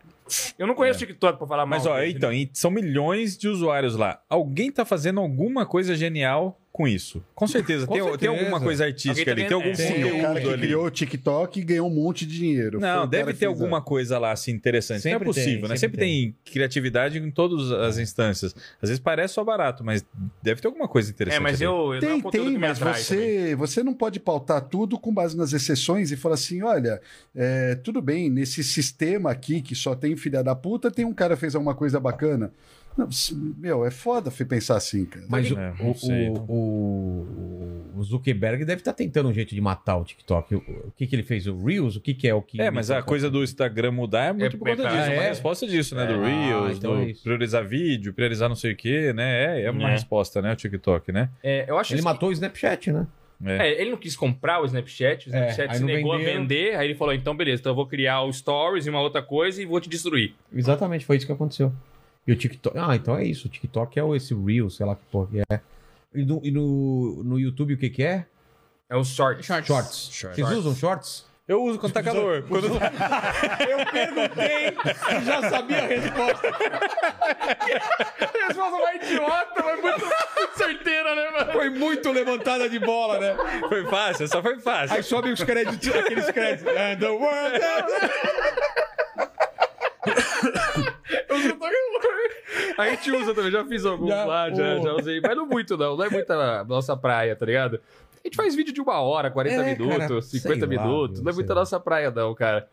Eu não conheço TikTok pra falar mal.
Mas ó,
dele,
então, e são milhões de usuários lá. Alguém tá fazendo alguma coisa genial com isso. Com certeza,
Com
tem, tem
certeza.
alguma coisa
Alguém
artística
tá
ali, tem
ganhando-
algum
é.
sim, o cara
conteúdo
que
ali.
criou o TikTok e ganhou um monte de dinheiro. Foi o
Não,
cara
deve
que
ter
fez
alguma
a-
coisa lá assim interessante. não é
Sempre tem,
possível, né?
sempre
Sempre tem. criatividade em todas as instâncias. Às vezes parece só barato, mas deve ter alguma coisa interessante.
É, mas
ali.
eu. eu não é um
Tem,
conteúdo
tem,
que me
mas
atrai também.
você, você não pode pautar tudo com base nas exceções e falar assim: olha, é, tudo bem, nesse sistema aqui que só tem filha da puta, tem um cara que fez alguma coisa bacana. Não, s- meu, é foda pensar assim, cara.
Mas o,
É, não
o-
sei.
o- o- o Zuckerberg deve estar tentando um jeito de matar o TikTok. O, o que, que ele fez? O Reels? O que, que é o que.
É, mas a coisa do Instagram mudar é muito
É,
por conta
tá,
disso. É
é.
uma resposta disso, né?
É.
Do Reels,
Ah, então
do
é isso.
priorizar vídeo, priorizar não sei o quê, né? É, é uma
É.
resposta, né? O TikTok, né?
É, eu acho
Ele
esqui-
matou o Snapchat, né?
É.
É, ele não quis comprar o Snapchat, o
É,
Snapchat
aí
se
não
negou a
vendeu.
vender, aí ele falou, então beleza, então eu vou criar o Stories e uma outra coisa e vou te destruir.
Exatamente, foi isso que aconteceu. E o TikTok. Ah, então é isso. O TikTok é o- esse Reel, sei lá que porra que é. E no, e no, no YouTube o que, que é?
É o Short.
Shorts.
Shorts. Vocês usam shorts? Tipo,
Eu uso quando tá calor. Quando...
Eu perguntei, já sabia a resposta.
resposta mais idiota, mas muito certeira, né, mano?
Foi muito levantada de bola, né?
Foi fácil, essa foi fácil.
Aí sobe os créditos, aqueles créditos. And the world.
A gente usa também, já fiz alguns
Já,
lá, já,
pô.
já usei, mas não muito não, não é muita nossa praia, tá ligado? A gente faz vídeo de uma hora, 40
É,
minutos,
cara, sei
50
lá,
minutos,
meu,
não é
sei
muita
lá.
nossa praia não, cara.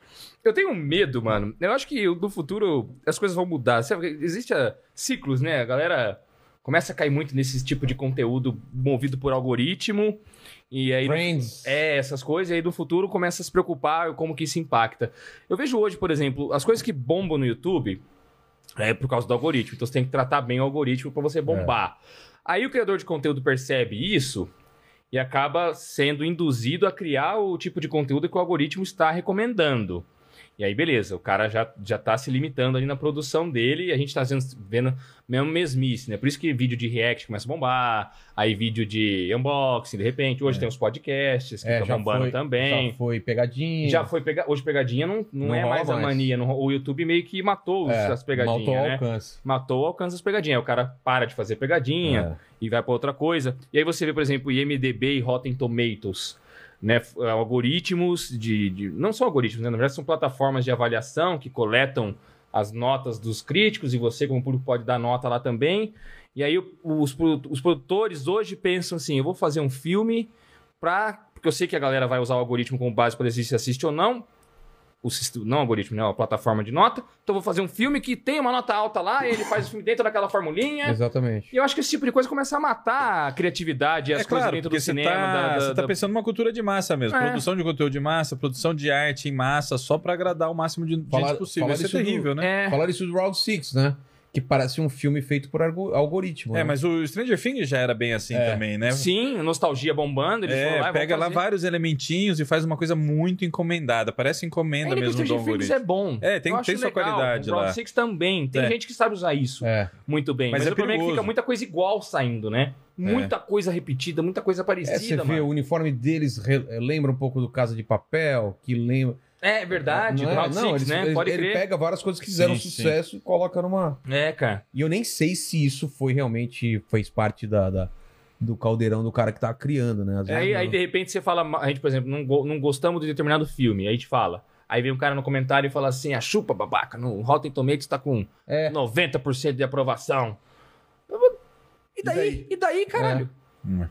Eu tenho um medo, mano, eu acho que no futuro as coisas vão mudar, sabe? Existe a- ciclos, né, a galera começa a cair muito nesse tipo de conteúdo movido por algoritmo, e aí no
Friends.
é, essas coisas, e aí no futuro começa a se preocupar como que isso impacta. Eu vejo hoje, por exemplo, as coisas que bombam no YouTube é por causa do algoritmo. Então você tem que tratar bem o algoritmo pra você bombar. Aí o criador de conteúdo percebe isso e acaba sendo induzido a criar o tipo de conteúdo que o algoritmo está recomendando. E aí, beleza, o cara já, já tá se limitando ali na produção dele e a gente tá vendo, vendo mesmo mesmice, né? Por isso que vídeo de react começa a bombar, aí vídeo de unboxing, de repente. Hoje tem os podcasts que
É,
estão
já
bombando
foi,
também.
Já foi pegadinha.
Já foi pega... Hoje pegadinha não, não,
Não
é
rola
mais a
mais.
mania. não ro- O YouTube meio que matou os-
É,
as pegadinhas,
Maltou o
né?
alcance.
Matou o alcance das pegadinhas. Aí o cara para de fazer pegadinha
É.
e vai pra outra coisa. E aí você vê, por exemplo, IMDB e Rotten Tomatoes, né? F- eh, Algoritmos de, de- não só algoritmos, né? Na verdade são plataformas de avaliação que coletam as notas dos críticos e você como público pode dar nota lá também. E aí o- os, produ- os produtores hoje pensam assim, eu vou fazer um filme pra... Porque eu sei que a galera vai usar o algoritmo como base para decidir se assiste ou não. O, sist- não algoritmo, né? A plataforma de nota. Então eu vou fazer um filme que tem uma nota alta lá, e ele faz o filme dentro daquela formulinha.
É, Exatamente.
E eu acho que esse tipo de coisa começa a matar a criatividade e as
é
coisas
claro,
dentro
porque
do
você
cinema.
tá,
da- da-
você tá
da-
pensando numa cultura de massa mesmo.
É.
Produção de conteúdo de massa, produção de arte em massa, só pra agradar o máximo de
Falar-
gente possível.
falar
Isso é
disso do-
terrível, né?
É,
Falaram isso do Round 6, né? Que parece um filme feito por algo- algoritmo.
É,
né?
mas o Stranger Things já era bem assim
É.
também, né?
sim, nostalgia bombando. Eles foram lá
É,
e vão
pega lá
fazer.
vários elementinhos e faz uma coisa muito encomendada. Parece
É,
encomenda
ainda que
mesmo do
Stranger Things
algoritmo.
é bom.
É, tem-
Eu acho
tem sua
legal.
qualidade
O Round
lá.
Six também. Tem
É.
gente que sabe usar isso
É.
muito bem.
Mas
Mas,
é
o problema é que
perigoso. É.
fica muita coisa igual saindo, né? Muita coisa repetida, muita
É,
coisa
você
parecida,
vê,
mano.
o uniforme deles re- lembra um pouco do Casa de Papel, que lembra...
É verdade,
não
do
é?
Round
Não,
Six,
eles-
né?
eles-
Pode
ele
crer.
pega várias coisas que fizeram
Sim,
sucesso e coloca numa...
É, cara.
E eu nem sei se isso foi realmente... Fez parte da, da- do caldeirão do cara que tava criando, né? Às vezes
Aí,
não.
aí, de repente, você fala... A gente, por exemplo, não, go- não gostamos de determinado filme. Aí a gente fala... Aí vem um cara no comentário e fala assim, ah, chupa, babaca, no Rotten Tomatoes tá com
É.
90% de aprovação. Eu vou- E daí? E daí, caralho?
Hum.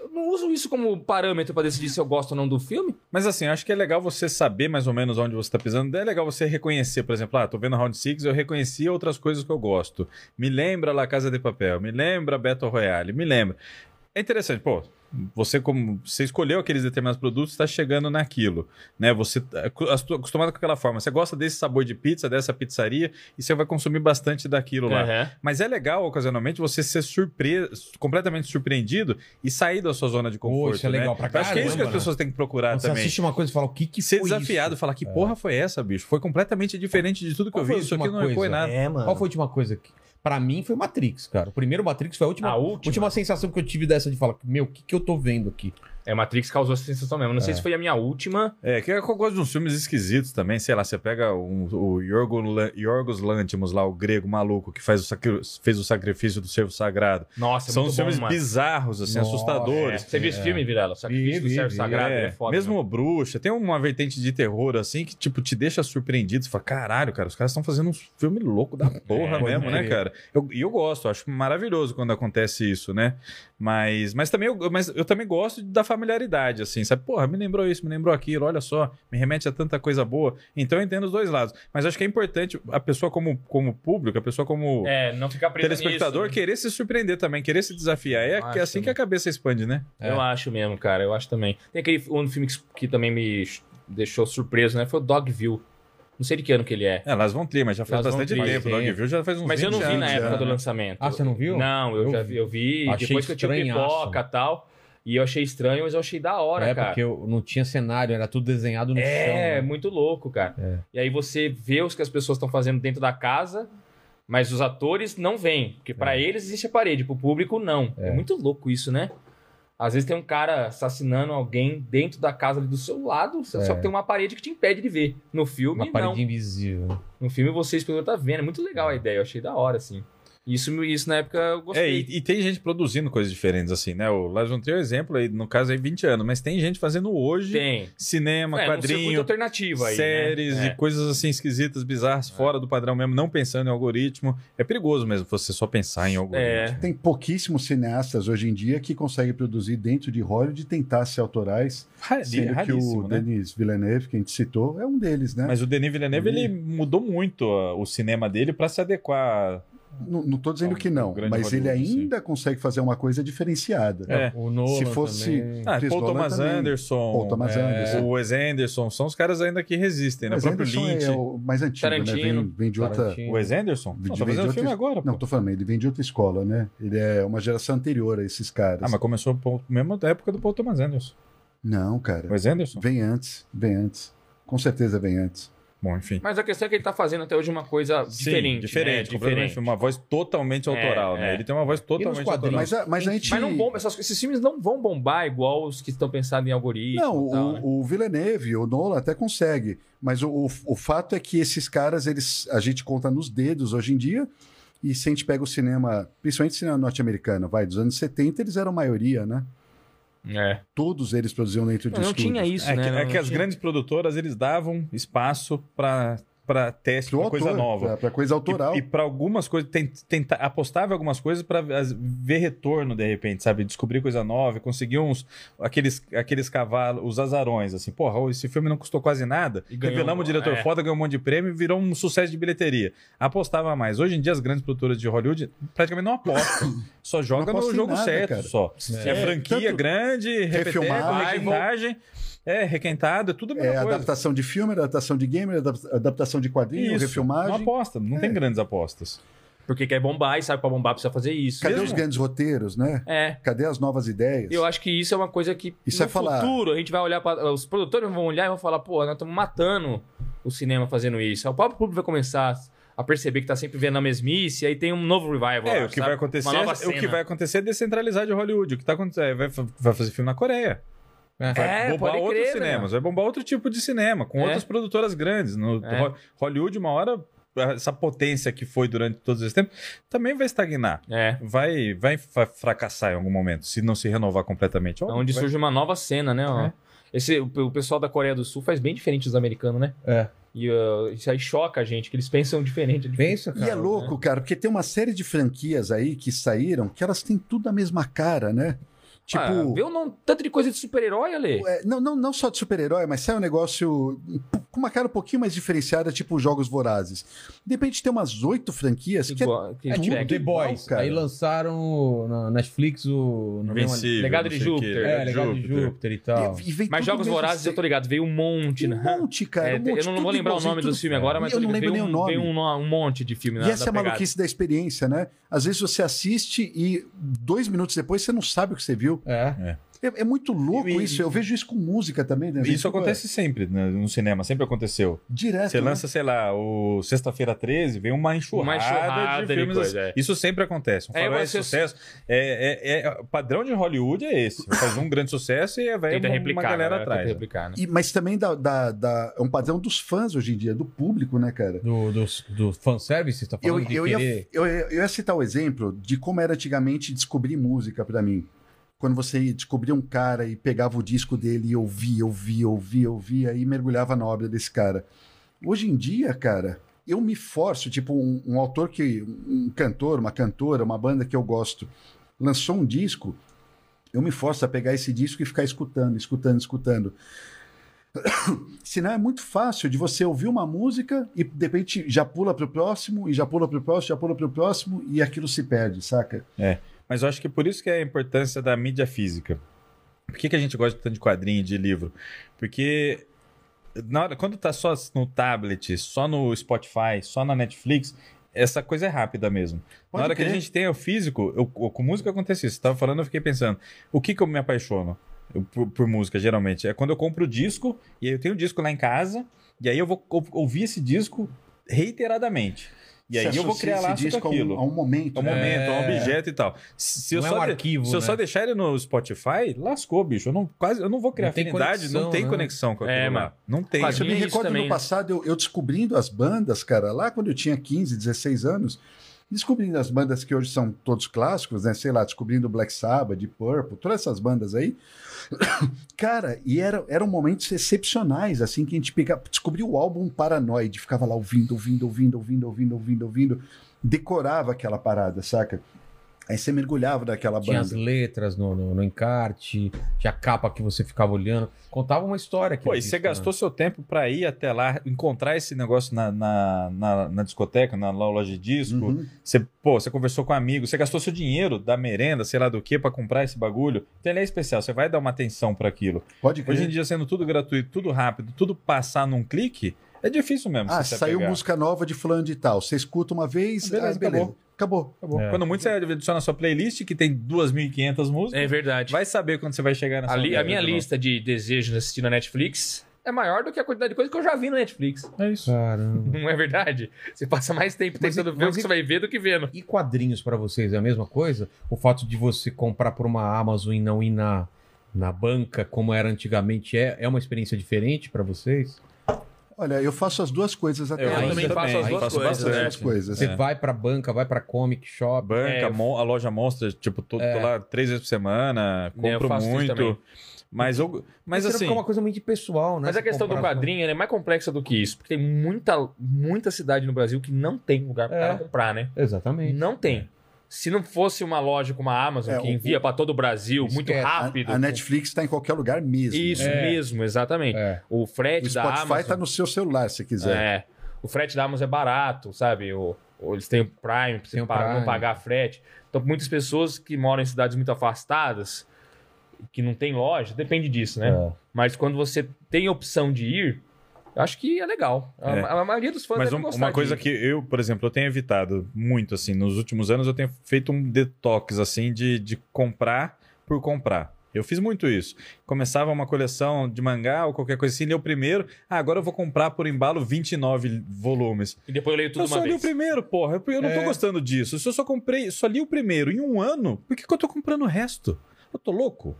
Eu Não uso isso como parâmetro pra decidir se eu gosto ou não do filme?
Mas assim, eu acho que é legal você saber mais ou menos onde você tá pisando. É legal você reconhecer, por exemplo, ah, tô vendo Round Six, eu reconheci outras coisas que eu gosto. Me lembra La Casa de Papel, me lembra Battle Royale, me lembra. É interessante, pô. Você como você escolheu aqueles determinados produtos, está chegando naquilo, né? Você tá acu- astu- acostumado com aquela forma. Você gosta desse sabor de pizza, dessa pizzaria, e você vai consumir bastante daquilo
Uhum.
lá.
Aham.
Mas é legal, ocasionalmente, você ser surpreso, completamente surpreendido e sair da sua zona de conforto.
isso é legal
né?
pra
Eu Acho que é isso que
caramba,
as
né?
pessoas têm que procurar
Você
também.
assiste uma coisa e fala, o que que
E ser
foi É.
desafiado, falar que porra foi essa, bicho? Foi completamente diferente de tudo que
Qual
eu
foi
vi.
a
Isso aqui
última
não ecoou em
coisa?
nada.
É, mano.
Qual foi a última coisa que... Pra mim foi Matrix, cara. O primeiro Matrix foi a última,
A
última.
Tipo, última.
sensação que eu tive dessa de falar, meu, o que que eu tô vendo aqui?
É, Matrix causou essa sensação mesmo. Não sei se foi a minha última.
É, que eu gosto de uns filmes esquisitos também. Sei lá, você pega um- o Yorgo Lan- Yorgos Lantimos lá, o grego maluco, que faz o sacri- fez o sacrifício do servo sagrado.
Nossa, é
São
muito
os filmes
bom, mano.
bizarros, assim,
Nossa,
É.
assustadores.
Você viu esse filme, Virela? Sacrifício
Vi,
do
vi,
Servo
vi.
Sagrado,
É,
ele é foda.
mesmo
mano.
o bruxa, tem uma vertente de terror assim que, tipo, te deixa surpreendido. Você fala, caralho, cara, os caras estão fazendo uns filmes loucos
É,
da porra
pode
mesmo, né,
crer.
cara? Eu- E eu, gosto, acho maravilhoso quando acontece isso, né? Mas, mas, também eu, mas eu também gosto da familiaridade, assim, sabe? Porra, me lembrou isso, me lembrou aquilo, olha só, me remete a tanta coisa boa. Então eu entendo os dois lados. Mas acho que é importante a pessoa como, como público, a pessoa como.
É, não ficar preso
Telespectador
nisso, né?
querer se surpreender também, querer se desafiar. É,
Eu acho
é assim que a
também.
cabeça expande, né?
Eu acho mesmo, cara. Eu acho também. Tem aquele um filme que, que também me deixou surpreso, né? Foi o Dogville. Não sei de que ano que ele é.
É, Las Von Trier, mas já faz
Las Von
bastante
Trier,
tempo.
sim.
Dogville já faz uns
Mas eu não
20
vi na
anos
época
já,
do
né?
lançamento.
Ah, você não viu?
Não, eu,
Eu
já
vi.
vi. Eu vi
Achei
depois que eu tinha
estranhaço.
pipoca e tal. E eu achei estranho, mas eu achei da hora,
é,
cara.
porque eu não tinha cenário, era tudo desenhado no chão.
É,
né? É.
muito louco, cara. E aí você vê os que as pessoas estão fazendo dentro da casa, mas os atores não vêm. Porque pra
É.
eles existe a parede, pro público não. É. muito louco isso, né? Às vezes tem um cara assassinando alguém dentro da casa ali do seu lado, só-
É.
só que tem uma parede que te impede de ver. No filme,
Uma parede
não.
invisível.
No filme você espectador tá vendo. É muito legal a ideia, eu achei da hora, assim. Isso, isso na época eu
É,
gostei.
e, e tem gente produzindo coisas diferentes, assim, né? O Lars von Trier é um exemplo aí, no caso aí, 20 anos, mas tem gente fazendo hoje
Tem.
cinema,
é, num circuito
quadrinho,
alternativo aí. né?
séries
É.
e coisas assim esquisitas, bizarras, fora do padrão mesmo, não pensando em algoritmo. É perigoso mesmo você só pensar em algoritmo.
É.
Tem pouquíssimos cineastas hoje em dia que conseguem produzir dentro de Hollywood e tentar ser autorais.
Rari-
Sendo que
É raríssimo,
o
né?
Denis Villeneuve, que a gente citou, é um deles, né?
Mas o Denis Villeneuve, ele mudou muito ó, o cinema dele pra se adequar.
Não, não tô dizendo
É um
que não,
grande
mas ele
Hollywood, sim.
ainda consegue fazer uma coisa diferenciada.
É.
O Nolan
Se fosse-
também.
Ah,
Chris
Paul
Nolan
Thomas
também.
Anderson,
Paul Thomas
é,
Anderson.
o Wes Anderson, são os caras ainda que resistem, né? O
Mas
próprio
Anderson
Lynch.
é o mais antigo, né?
Tarantino.
Vem, vem de outra.
Tarantino.
O Wes Anderson?
Vem
Não, tá
de- vem de
fazendo
outra-
filme agora,
Não,
pô.
tô falando, ele vem de outra escola, né? Ele é uma geração anterior a esses caras.
Ah, mas começou po- mesmo da época do Paul Thomas Anderson.
Não, cara.
Wes Anderson?
Vem antes, vem antes. Com certeza vem antes.
Bom, enfim.
Mas a questão é que ele tá fazendo até hoje uma coisa
Sim,
diferente. né?
diferente, completamente. Uma voz totalmente
É,
autoral, né?
é.
Ele tem uma voz totalmente autoral.
quadrinhos?
Mas a, mas a gente.
Mas não bomba, essas- esses filmes não vão bombar igual os que estão pensados em algoritmo.
Não,
e tal,
o,
né?
o Villeneuve, o Nolan até consegue, mas o, o, o fato é que esses caras, eles a gente conta nos dedos hoje em dia, e se a gente pega o cinema, principalmente o cinema norte-americano, vai, dos anos 70, eles eram a maioria, né?
É.
Todos eles produziam dentro de
Não, não
estúdios.
tinha isso,
É que,
né?
é
Não
que as
tinha.
grandes produtoras, eles davam espaço pra, pra teste,
Pro é,
pra coisa
autor,
nova.
pra- Pra coisa autoral. É,
E, e para algumas coisas, ten- tentar, apostava em algumas coisas para ver retorno de repente, sabe? Descobrir coisa nova, conseguir uns. aqueles, aqueles cavalos, os azarões, assim. Porra, ô, esse filme não custou quase nada.
E ganhou,
Revelamos o diretor
é.
foda, ganhou um monte de prêmio e virou um sucesso de bilheteria. Apostava mais. Hoje em dia, as grandes produtoras de Hollywood praticamente não apostam. só joga
apostam
no
em
jogo
nada,
certo,
cara.
só. É, franquia
Tanto-
grande, repeteco,
Refilmagem.
requintagem. É, requentado, é tudo a mesma
É,
coisa.
adaptação de filme, adaptação de game, adap- adaptação de quadrinho,
Isso, Não
refilmagem. É.
aposta, não tem grandes apostas.
Porque quer bombar e sabe pra bombar precisa fazer isso.
Cadê
mesmo?
os grandes roteiros, né?
É.
Cadê as novas ideias?
Eu acho que isso é uma coisa que
Isso
no
é falar.
futuro a gente vai olhar para os produtores vão olhar e vão falar, pô, nós estamos matando o cinema fazendo isso. O próprio público vai começar a perceber que tá sempre vendo a mesmice, aí tem um novo revival.
É,
acho,
o que
sabe?
vai acontecer,
Uma nova
é- o que
cena.
vai acontecer é descentralizar de Hollywood. O que tá acontecendo é, vai, fa- vai fazer filme na Coreia.
É.
Vai
É,
bombar
pode
outros
crer, né?
cinemas, vai bombar outro tipo de cinema, com
É.
outras produtoras grandes. No
É.
Ho- Hollywood, uma hora, essa potência que foi durante todos esses tempos, também vai estagnar.
É.
Vai, vai fa- fracassar em algum momento, se não se renovar completamente. Ó,
É Onde
vai-
surge uma nova cena, né? ó.
É.
Esse, o o pessoal da Coreia do Sul faz bem diferente dos americanos, né?
É.
E uh, isso aí choca a gente, que eles pensam diferente. Ah,
Pensa,
E
cara.
é louco,
né?
cara, porque tem uma série de franquias aí que saíram que elas têm tudo a mesma cara, né? Tipo.
Ah, vê o nome- tanto de coisa de super-herói, Ale.
é, não, não, não só de super-herói, mas sai um negócio p- com uma cara um pouquinho mais diferenciada, tipo Jogos Vorazes. De repente tem umas oito franquias que é
Igual- que
É
tiver
tipo
aqui.
The Boys.
cara.
Aí lançaram na Netflix o. não lembro-
Invencível,
Legado
não
de
sei o quê,
Júpiter.
É, Legado de Júpiter e tal.
e- e vem
Mas
é tudo
Jogos
mesmo
Vorazes,
se-
eu tô ligado, veio um monte,
um
né?
monte, cara.
É,
um
eu
monte,
não
tudo
vou lembrar o
igualzinho,
nome dos
tudo-
filmes agora, mas
eu
tô
não
ligado,
lembro
veio
nem o
um,
nome.
veio um, um monte de filme
E
na,
essa é
da
a
pegada.
maluquice da experiência, né? Às vezes você assiste e dois minutos depois você não sabe o que você viu.
É.
É, é muito louco
E-
isso. Eu vejo isso com música também, né?
Isso
Tipo,
acontece sempre né, no cinema, sempre aconteceu.
Direto.
Você
né?
lança, sei lá, o Sexta-feira 13, vem uma enxurrada,
Uma enxurrada
de
de
filmes.
coisa,
assim.
é.
Isso sempre acontece. Um
É,
faroeste
mas eu-
sucesso. É, é- é- o padrão de Hollywood é esse. Faz um grande sucesso e
é
vai
Tenta
uma,
replicar,
uma galera
né?
atrás.
Tenta
né?
replicar, né?
E- mas também da, da- da- é um padrão dos fãs hoje em dia, do público, né, cara?
Do, do, do fanservice, você tá
Eu,
falando de
eu
querer.
ia, eu, ia- eu ia citar o exemplo de como era antigamente descobrir música pra mim. Quando você descobria um cara e pegava o disco dele e ouvia, ouvia, ouvia, ouvia e mergulhava na obra desse cara. Hoje em dia, cara, eu me forço, tipo, um, um autor que. um cantor, uma cantora, uma banda que eu gosto, lançou um disco, eu me forço a pegar esse disco e ficar escutando, escutando, escutando. Senão é muito fácil de você ouvir uma música e de repente já pula pro próximo, e já pula pro próximo, já pula pro próximo, e aquilo se perde, saca?
Mas eu acho que por isso que é a importância da mídia física. Por que, que a gente gosta tanto de quadrinho, de livro? Porque na hora, quando tá só no tablet, só no Spotify, só na Netflix, essa coisa é rápida mesmo.
Pode
Na hora que a
crer.
gente tem o físico, eu, eu- com música acontece isso. Você tava falando, eu fiquei pensando, o que que eu me apaixono eu- por, por música, geralmente? É quando eu compro o disco, e aí eu tenho o disco lá em casa, e aí eu vou ou- ouvir esse disco reiteradamente. E aí
Se
eu vou
associa
criar
esse
laço com
disco a um-
aquilo.
A um momento.
É um
né?
momento, é um
É.
objeto e tal. Se se eu,
Não é
só,
um
de-
arquivo,
se eu
né?
só deixar ele no Spotify, lascou, bicho. Eu não, quase, eu não vou criar
Não tem
afinidade, não
conexão,
tem
né?
conexão com aquilo
É,
lá.
mano.
Não tem.
Quase
Eu me
Tinha isso
recordo
também,
no
né?
passado, eu, eu descobrindo as bandas, cara, lá quando eu tinha 15, 16 anos, descobrindo as bandas que hoje são todos clássicos, né? Sei lá, descobrindo Black Sabbath, Deep Purple, todas essas bandas aí. Cara, e era, eram momentos excepcionais, assim, que a gente pegava, descobriu o álbum Paranoid, ficava lá ouvindo, ouvindo, ouvindo, ouvindo, ouvindo, ouvindo, ouvindo, decorava aquela parada, saca? Aí você mergulhava naquela
Tinha as
banda.
letras no, no, no encarte, tinha a capa que você ficava olhando. Contava uma história aqui. né?
Pô, e
né?
você gastou seu tempo pra ir até lá, encontrar esse negócio na, na, na, na discoteca, na loja de disco.
Uhum.
Você, pô, você conversou com um amigo, você gastou seu dinheiro da merenda, sei lá do que, pra comprar esse bagulho. Então ele é especial, você vai dar uma atenção pra aquilo.
Pode crer.
Hoje em dia, sendo tudo gratuito, tudo rápido, tudo passar num clique, é difícil mesmo.
Ah,
você se
saiu
apegar.
música nova de fulano de tal. Você escuta uma vez,
Beleza,
beleza, ah, beleza. acabou.
Acabou.
É.
Quando muito você adiciona a sua playlist, que tem 2.500 músicas,
É verdade.
vai saber quando você vai chegar nessa
A, li- a
merda,
né?
minha
irmão.
lista de desejos de assistir na Netflix é maior do que a quantidade de coisa que eu já vi na Netflix.
É isso.
Caramba.
Não é verdade? Você passa mais tempo
Mas e-
tentando ver o
mas
que
e-
você vai ver do que vendo.
E quadrinhos pra vocês é a mesma coisa? O fato de você comprar por uma Amazon e não ir na, na banca, como era antigamente, é, é uma experiência diferente pra vocês?
Olha, eu faço as duas coisas até
Eu
também
também
hoje.
faço as duas
faço
coisas, né?
As
bastante.
duas coisas.
Você vai pra banca, vai pra comic
A
shop.
banca,
É.
mon- a loja monstra, tipo, tô, tô lá três vezes por semana,
É, eu
compro
faço isso também.
muito. Mas eu. Mas
Isso
assim.
fica uma coisa muito pessoal, né?
Mas a
Você
questão do
comprar-
quadrinho ela é mais complexa do que isso. Porque tem muita, muita cidade no Brasil que não tem lugar pra
É.
cara comprar, né?
Exatamente.
Não tem. Se não fosse uma loja como a Amazon,
É,
que
o-
envia pra todo o Brasil muito
Esquece.
A,
rápido.
a Netflix está em qualquer lugar mesmo.
Isso
É.
mesmo, exatamente.
É.
O
O
frete da Amazon.
Spotify tá está no seu celular, se quiser.
É. O frete da Amazon é barato, sabe? O, o- eles têm o Prime, pra você
Tem o
pa- não
Prime.
pagar frete. Então, muitas pessoas que moram em cidades muito afastadas, que não tem loja, depende disso, né?
É.
Mas quando você tem a opção de ir, eu acho que é legal. A-
É.
A, maioria dos fãs
Mas
deve
um-
gostar
uma coisa
de ir.
que eu, por exemplo, eu tenho evitado muito, assim, nos últimos anos eu tenho feito um detox, assim, de, de comprar por comprar. Eu fiz muito isso. Começava uma coleção de mangá ou qualquer coisa assim, lia o primeiro. Ah, agora eu vou comprar por embalo 29 volumes.
E depois eu leio tudo
eu
uma
só li o
vez.
primeiro, porra. Eu, eu não tô
É.
gostando disso. Se eu só comprei, só li o primeiro em um ano, por que, que eu tô comprando o resto? Eu tô louco.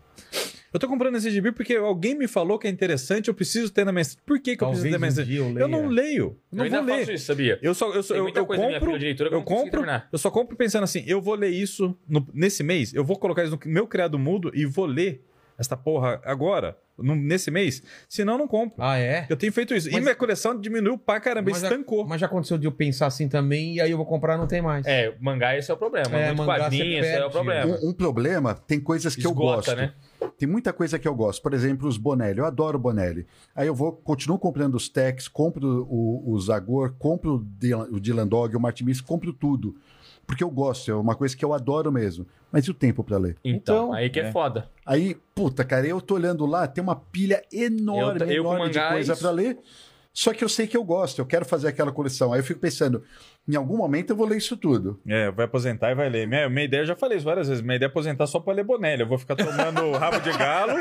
Eu tô comprando esse gibi porque alguém me falou que é interessante, eu preciso ter na minha... Por que, que eu
Talvez
preciso ter na minha...
um dia eu leia.
Eu não leio.
Eu
Não
ainda
vou ler.
faço isso, sabia?
Eu só eu, só-
Tem
eu,
muita
eu
coisa na minha
compro,
fila de leitura que eu
eu
não consegui
compro,
terminar.
eu só compro pensando assim, eu vou ler isso no- nesse mês, eu vou colocar isso no meu criado mudo e vou ler esta porra agora, no- nesse mês, senão eu não compro.
Ah, é?
Eu tenho feito isso. e
Mas-
minha coleção diminuiu pra caramba,
Mas a-
estancou.
Mas já aconteceu de eu pensar assim também, e aí eu vou comprar e não tem mais.
É, mangá esse é o problema.
É,
Muito
mangá
quadrinho,
você
esse é o
perde.
problema.
Um, um problema, tem coisas que eu gosto.
né?
Tem muita coisa que eu gosto. Por exemplo, os Bonelli. Eu adoro Bonelli. Aí eu vou, continuo comprando os Tex, compro o, o Zagor, compro o Dylan, o Dylan Dog, o Martimis, compro tudo. Porque eu gosto, é uma coisa que eu adoro mesmo. Mas e o tempo para ler?
Então,
Então,
aí que é,
é.
foda.
Aí, puta, cara, eu tô olhando lá, tem uma pilha enorme,
Eu t- eu com
enorme
mangás-
de coisa pra ler. Só que eu sei que eu gosto, eu quero fazer aquela coleção. Aí eu fico pensando, em algum momento eu vou ler isso tudo.
É, vai aposentar e vai ler. Minha, minha ideia, eu já falei isso várias vezes, minha ideia é aposentar só pra ler Bonelli. Eu vou ficar tomando rabo de galo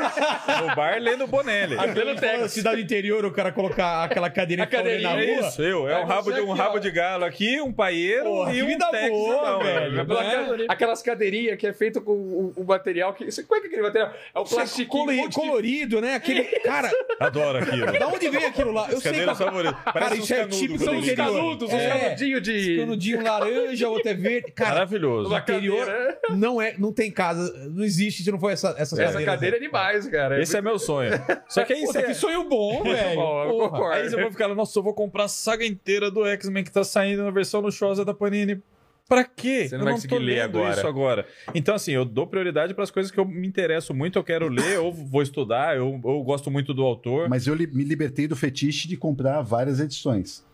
no bar lendo Bonelli.
Pelo texto.
cidade interior, o cara colocar aquela cadeirinha
que tá olhando na
É isso, eu. É
Aí
um rabo,
você
de,
aqui,
um
ó.
rabo de galo aqui, um paieiro
Porra,
e
que
um
vida
tex.
boa,
Não,
velho.
é-
Aquela-
É.
Aquelas cadeirinhas que é feito com o, o material que. Você, qual é que é aquele material? É o plastiquinho. um monte de-
colorido, né? Aquele. Cara,
Adoro aquilo.
da onde veio aquilo lá? Eu
Os
sei
cadeiros
que
favoritos.
Cara,
Parece uns
isso é
canudos.
típico
quando
São
do
os
eles-
interior.
canudos, os
É.
canudinhos de.
canudinho laranja, outro é verde. Cara,
Maravilhoso.
Uma
interior-
cadeira. né?
não é, não tem casa, não existe se não for essa, essas
Essa
cadeiras,
cadeira é demais, cara.
Esse é meu sonho. Só que
né?
aí
Puta, que
você... é-
sonho bom, velho.
bom, eu
Porra.
concordo.
Aí você vai ficar lá, nossa, eu vou comprar a saga inteira do X-Men que tá saindo na versão luxuosa da Panini. Pra quê?
Você não
eu
vai
não
conseguir
tô
ler
lendo
agora.
isso agora. Então, assim, eu dou prioridade pras coisas que eu me interesso muito, eu quero ler, ou vou estudar, eu, eu gosto muito do autor.
Mas eu li- me libertei do fetiche de comprar várias edições.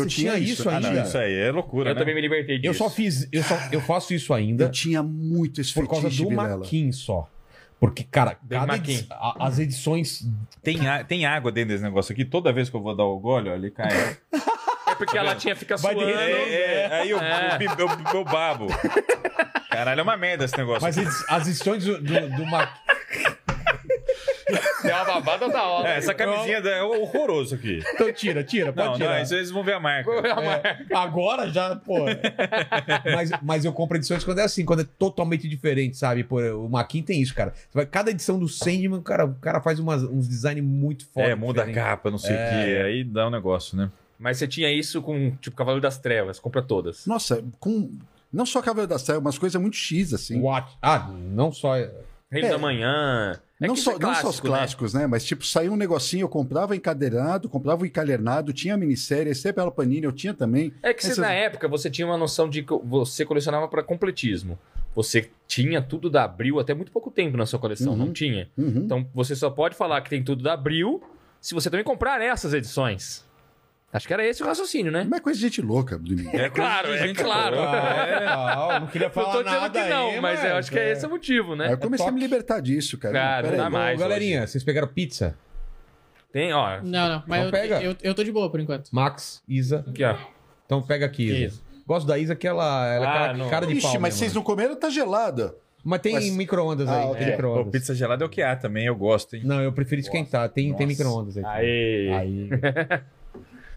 Ah,
eu
você
tinha,
tinha
isso
isso
Ah, não,
ainda?
isso aí é loucura,
Eu
né?
também me libertei disso.
Eu só fiz, eu só, eu faço isso ainda
Eu tinha muito esse
por causa
fetiche,
do
Vilela.
Maquin só. Porque, cara,
Bem
cada
Maquin.
edi- a- as edições
Tem, a- tem água dentro desse negócio aqui. Toda vez que eu vou dar o gole, ó, ele cai.
É porque a latinha fica
Vai
suando.
derreter. É, é, aí eu,
É.
eu, eu, eu, eu babo. Caralho, é uma merda esse negócio.
Mas as- as lições do, do, do Ma-
Deu uma babada da hora. Então,
É, essa camisinha da- é horroroso aqui.
Então tira, tira, pode
Não, não,
tirar.
isso eles vão ver a marca.
É, agora já, pô. é. mas, mas eu compro edições quando é assim, quando é totalmente diferente, sabe? Pô, o Maquin tem isso, cara. Você vai- cada edição do Sandman, o cara, o cara faz umas, uns design muito forte.
É, muda a capa, não sei o que. Aí dá um negócio, né?
Mas você tinha isso com, tipo, Cavaleiro das Trevas, compra todas.
Nossa, com. Não só Cavaleiro da Serra, umas coisas muito X, assim.
What? Ah, não só.
Reino
É.
da Manhã. É
não,
que
só,
isso é
não só os
clássico, né?
clássicos, né? Mas, tipo, saiu um negocinho, eu comprava encadernado, comprava o encadernado, tinha a minissérie, sempre era Panini, eu tinha também.
É que você,
Essas-
na época você tinha uma noção de que você colecionava para completismo. Você tinha tudo da Abril até muito pouco tempo na sua coleção,
Uhum.
não tinha?
Uhum.
Então você só pode falar que tem tudo da Abril se você também comprar essas edições. Acho que era esse o raciocínio, né?
Mas é coisa de gente louca, Bruninho.
É
claro,
coisa de
é
gente
claro.
louca.
Ah, é. não, não queria
é? Eu
falar
tô dizendo
nada
que não,
aí,
mas, eu acho que é esse o motivo,
Aí
né?
eu comecei a me
toque.
libertar disso, cara.
Cara,
Peraí.
dá mais.
Ô, galerinha, vocês pegaram pizza?
Tem, ó.
Não, não. Mas
Então
eu,
pega.
Eu, eu tô de boa por enquanto.
Max, Isa.
Aqui, ó.
Então pega aqui, Isa.
Isso.
Gosto da Isa que ela, ela é
Ah,
cara,
não.
cara de
Ixi,
pau.
mas
mesmo.
né?
vocês não comeram, tá gelada.
Mas tem
Mas-
micro-ondas aí.
Ah,
tem
ok.
Pô,
micro-ondas.
pizza gelada é o que há também, eu gosto, hein?
Não, eu prefiro esquentar. Tem, tem
Nossa.
micro-ondas
Ah.
aí.
Aí.
Aí.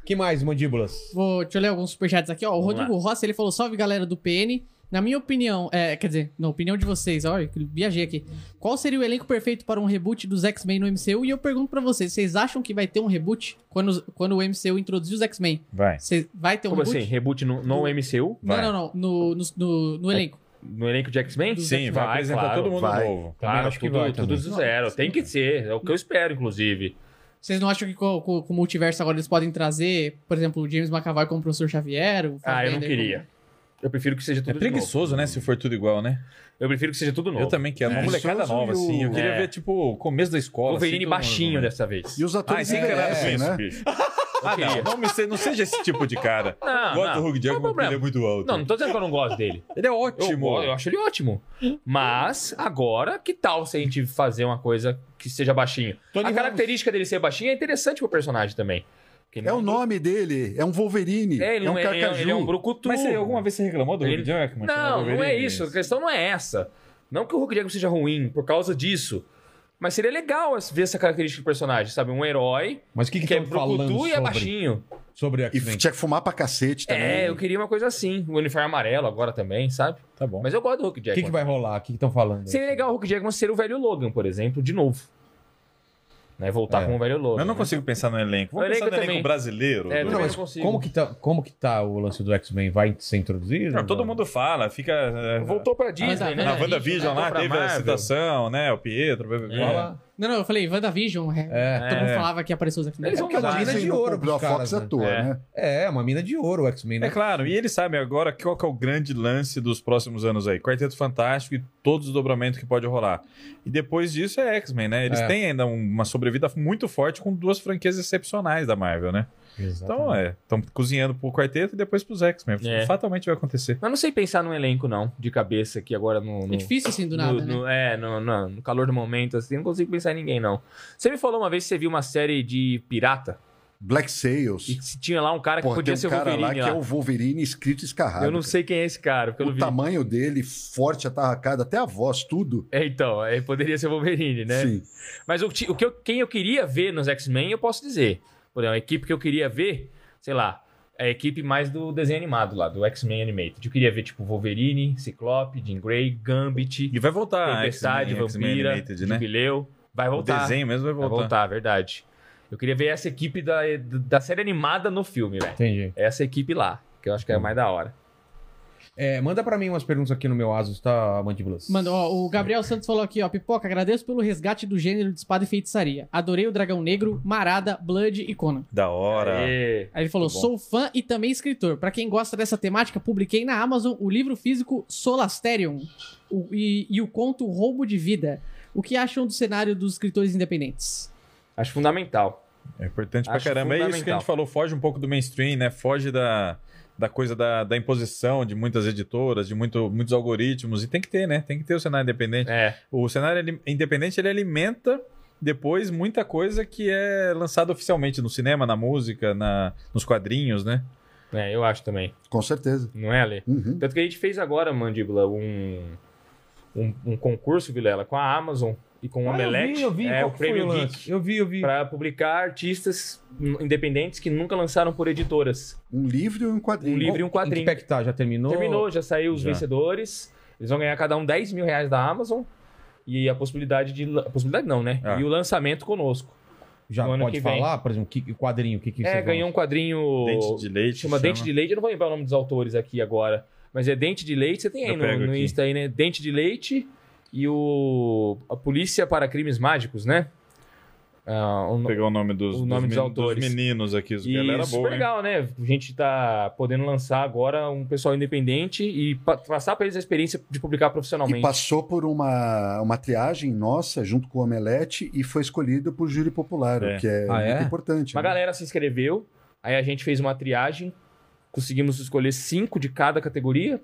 que mais, mandíbulas?
Vou, deixa eu ler alguns superchats aqui, ó. O
Vamos
Rodrigo Rossi, ele falou, salve galera do PN. Na minha opinião, é, quer dizer, na opinião de vocês, olha, que viajei aqui. Qual seria o elenco perfeito para um reboot dos X-Men no MCU? E eu pergunto pra vocês, vocês acham que vai ter um reboot quando, quando o MCU introduzir os X-Men?
Vai.
Cê- Vai ter um
Como
reboot?
assim? Reboot no, no MCU?
Não,
Vai.
não, não. No, no, no,
É.
no elenco.
No elenco de X-Men? Ah,
Sim, vai apresentar
claro.
todo mundo
Vai.
novo.
Claro,
acho que
tudo,
vai
tudo
também.
do zero. Tem que ser. É o que eu espero, inclusive.
Vocês não acham que com, com- com o multiverso agora eles podem trazer, por exemplo, o James McAvoy como professor Xavier? O
Ah, eu não
Fassbender
queria. Eu prefiro que seja
É
tudo de novo. Tá
preguiçoso, né? Se for tudo igual, né?
Eu prefiro que seja tudo novo.
Eu também quero. Uma
É.
molecada nova,
Preguiçoso e
assim.
o-
Eu queria
É.
ver, tipo, o começo da escola.
Wolverine
assim, todo
baixinho né?
mundo.
dessa vez.
E os
Ah,
atores
esse cara
envelhecem,
é isso,
né?
bicho.
Eu
Ah,
queria.
não. Não, me se- não seja esse tipo de cara.
Não,
Gosto do
não.
Hugh
Não é
Jackman porque ele
problema.
é muito alto.
Não, não tô dizendo que eu não gosto dele.
Ele é
Eu,
ótimo.
go- eu acho ele ótimo. Mas, agora, que tal se a gente fazer uma coisa que seja baixinho?
Tony
a característica dele ser baixinho é interessante pro personagem também. Porque
É o nome dele, é um Wolverine,
É,
é,
ele
um
não é, ele é-
carcaju.
ele é um brucutu.
Mas você alguma vez você reclamou do
Ele-
Hugh Jackman? chamar
Não, não é
Wolverine?
isso. A questão não é essa. Não que o Hulk Jackman seja ruim por causa disso. Mas seria legal as- ver essa característica do personagem, sabe? Um herói
Mas o que
que,
que,
é
estão falando
brucutu e é
sobre,
baixinho.
sobre
E
X-Men?
tinha que fumar pra cacete também.
É, eu queria uma coisa assim. O uniforme amarelo agora também, sabe?
Tá bom.
Mas eu gosto do Hulk
O
Jackman.
que, que vai rolar? O que estão falando?
Seria legal o Hulk Jackman ser o velho Logan, por exemplo, de novo. Né? Voltar
É.
como o velho Logan.
Eu não
né?
consigo pensar no elenco.
O
Vamos
elenco
pensar no
também.
elenco brasileiro.
É,
do-
Não,
também
mas
não consigo.
como que, tá, como que tá o lance do X-Men? Vai ser introduzido?
Não, todo mundo fala, fica. é,
Voltou pra Disney,
Ah,
né?
Na
É,
WandaVision lá
Voltou pra
teve a
Marvel.
citação, né? O Pietro, blá, blá, blá.
Fala.
é.
Não, não, eu falei, WandaVision. É,
É.
Todo mundo
É.
falava que apareceu os X-Men.
Eles
É
vão
porque a
usar,
Disney
né? de
não
ouro
comprou a
pros caras,
Fox à
né?
toa,
É.
né?
É, uma mina de ouro o X-Men, né?
É claro, e eles sabem agora qual que é o grande lance dos próximos anos aí. Quarteto Fantástico e todos os dobramentos que pode rolar. E depois disso é X-Men, né? Eles
É.
têm ainda um- uma sobrevida muito forte com duas franquias excepcionais da Marvel, né? Então,
Exatamente.
é, estão cozinhando pro quarteto e depois pros X-Men.
É.
Fatalmente vai acontecer.
Mas não sei pensar num elenco, não, de cabeça aqui agora no. no...
É difícil assim do
no-
nada, né?
no- É, no, no- no calor do momento, assim, não consigo pensar em ninguém, não. Você me falou uma vez que você viu uma série de pirata
Black Sails.
e que tinha lá um cara que
Porra,
podia
tem
ser
um
o
cara
Wolverine
lá
lá.
que é o Wolverine escrito e escarrado.
Eu não
cara.
sei quem é esse cara, porque eu não
O
vi.
tamanho dele, forte, atarracado, até a voz, tudo.
É, então, é, poderia ser o Wolverine, né?
Sim.
Mas o, ti- o que eu- quem eu queria ver nos X-Men, eu posso dizer. Por exemplo, a equipe que eu queria ver, sei lá, é a equipe mais do desenho animado lá, do X-Men Animated. Eu queria ver, tipo, Wolverine, Ciclope, Jean Grey, Gambit,
E vai voltar.
Tempestade,
X-Men, X-Men
Vampira,
Animated, né?
Jubileu. Vai
O
voltar.
desenho mesmo vai
Vai
voltar.
voltar, verdade. Eu queria ver essa equipe da, da série animada no filme, velho.
Entendi.
Essa equipe lá, que eu acho que
Hum.
é a mais da hora.
É, manda pra mim umas perguntas aqui no meu Asus, tá, Mandíbulas?
Mano, ó, o Gabriel Santos falou aqui, ó. Pipoca, agradeço pelo resgate do gênero de espada e feitiçaria. Adorei o Dragão Negro, Marada, Blood e Conan.
Da hora.
Aê.
Aí ele falou,
Muito
sou fã e também escritor. Pra quem gosta dessa temática, publiquei na Amazon o livro físico Solasterium o- e, e o conto Roubo de Vida. O que acham do cenário dos escritores independentes?
Acho fundamental.
É importante pra
Acho
caramba. É isso que a
fundamental.
gente falou, foge um pouco do mainstream, né? Foge da, da coisa da, da imposição de muitas editoras, de muito, muitos algoritmos. E tem que ter, né? Tem que ter o cenário independente.
É,
O cenário ali- independente, ele alimenta depois muita coisa que é lançada oficialmente no cinema, na música, na, nos quadrinhos, né?
É, eu acho também.
Com certeza.
Não é, Ale?
Uhum.
Tanto que a gente fez agora, Mandíbula, um, um, um concurso, Vilela, com a Amazon e com o Omelete.
Ah, eu vi, eu vi.
é,
qual
o
que foi
Prêmio
o
Geek.
lance? Eu vi, eu vi.
Pra publicar artistas n- independentes que nunca lançaram por editoras.
Um livro e um
Um
quadrinho.
livro e um
Em que
quadrinho.
pé que tá? Já terminou?
Terminou, já saiu os
Já.
vencedores. Eles vão ganhar cada um 10 mil reais da Amazon. E a possibilidade de. la- A possibilidade não, né?
Ah.
E o lançamento conosco.
Já
No ano
pode
que vem.
falar, por exemplo, que, que quadrinho? que, que
é,
você
ganhou um quadrinho.
Dente de leite.
chama, Dente de Leite. Eu não vou lembrar o nome dos autores aqui agora. Mas é Dente de Leite. Você tem aí
Eu
no,
pego
no
aqui.
Insta aí, né? Dente de Leite e o. A Polícia para Crimes Mágicos, né? Ah, o no-
Vou pegar o nome dos,
O nome
dos,
dos
men-
autores.
dos meninos aqui. Os
E
galera
super
boa, hein?
legal, né? A gente tá podendo lançar agora um pessoal independente e pa- passar pra eles a experiência de publicar
E
profissionalmente.
passou por uma, uma triagem nossa junto com o Omelete e foi escolhido por júri popular,
É.
o que é
Ah,
muito
é?
importante.
Uma
né?
galera se inscreveu, aí a gente fez uma triagem, conseguimos escolher cinco de cada categoria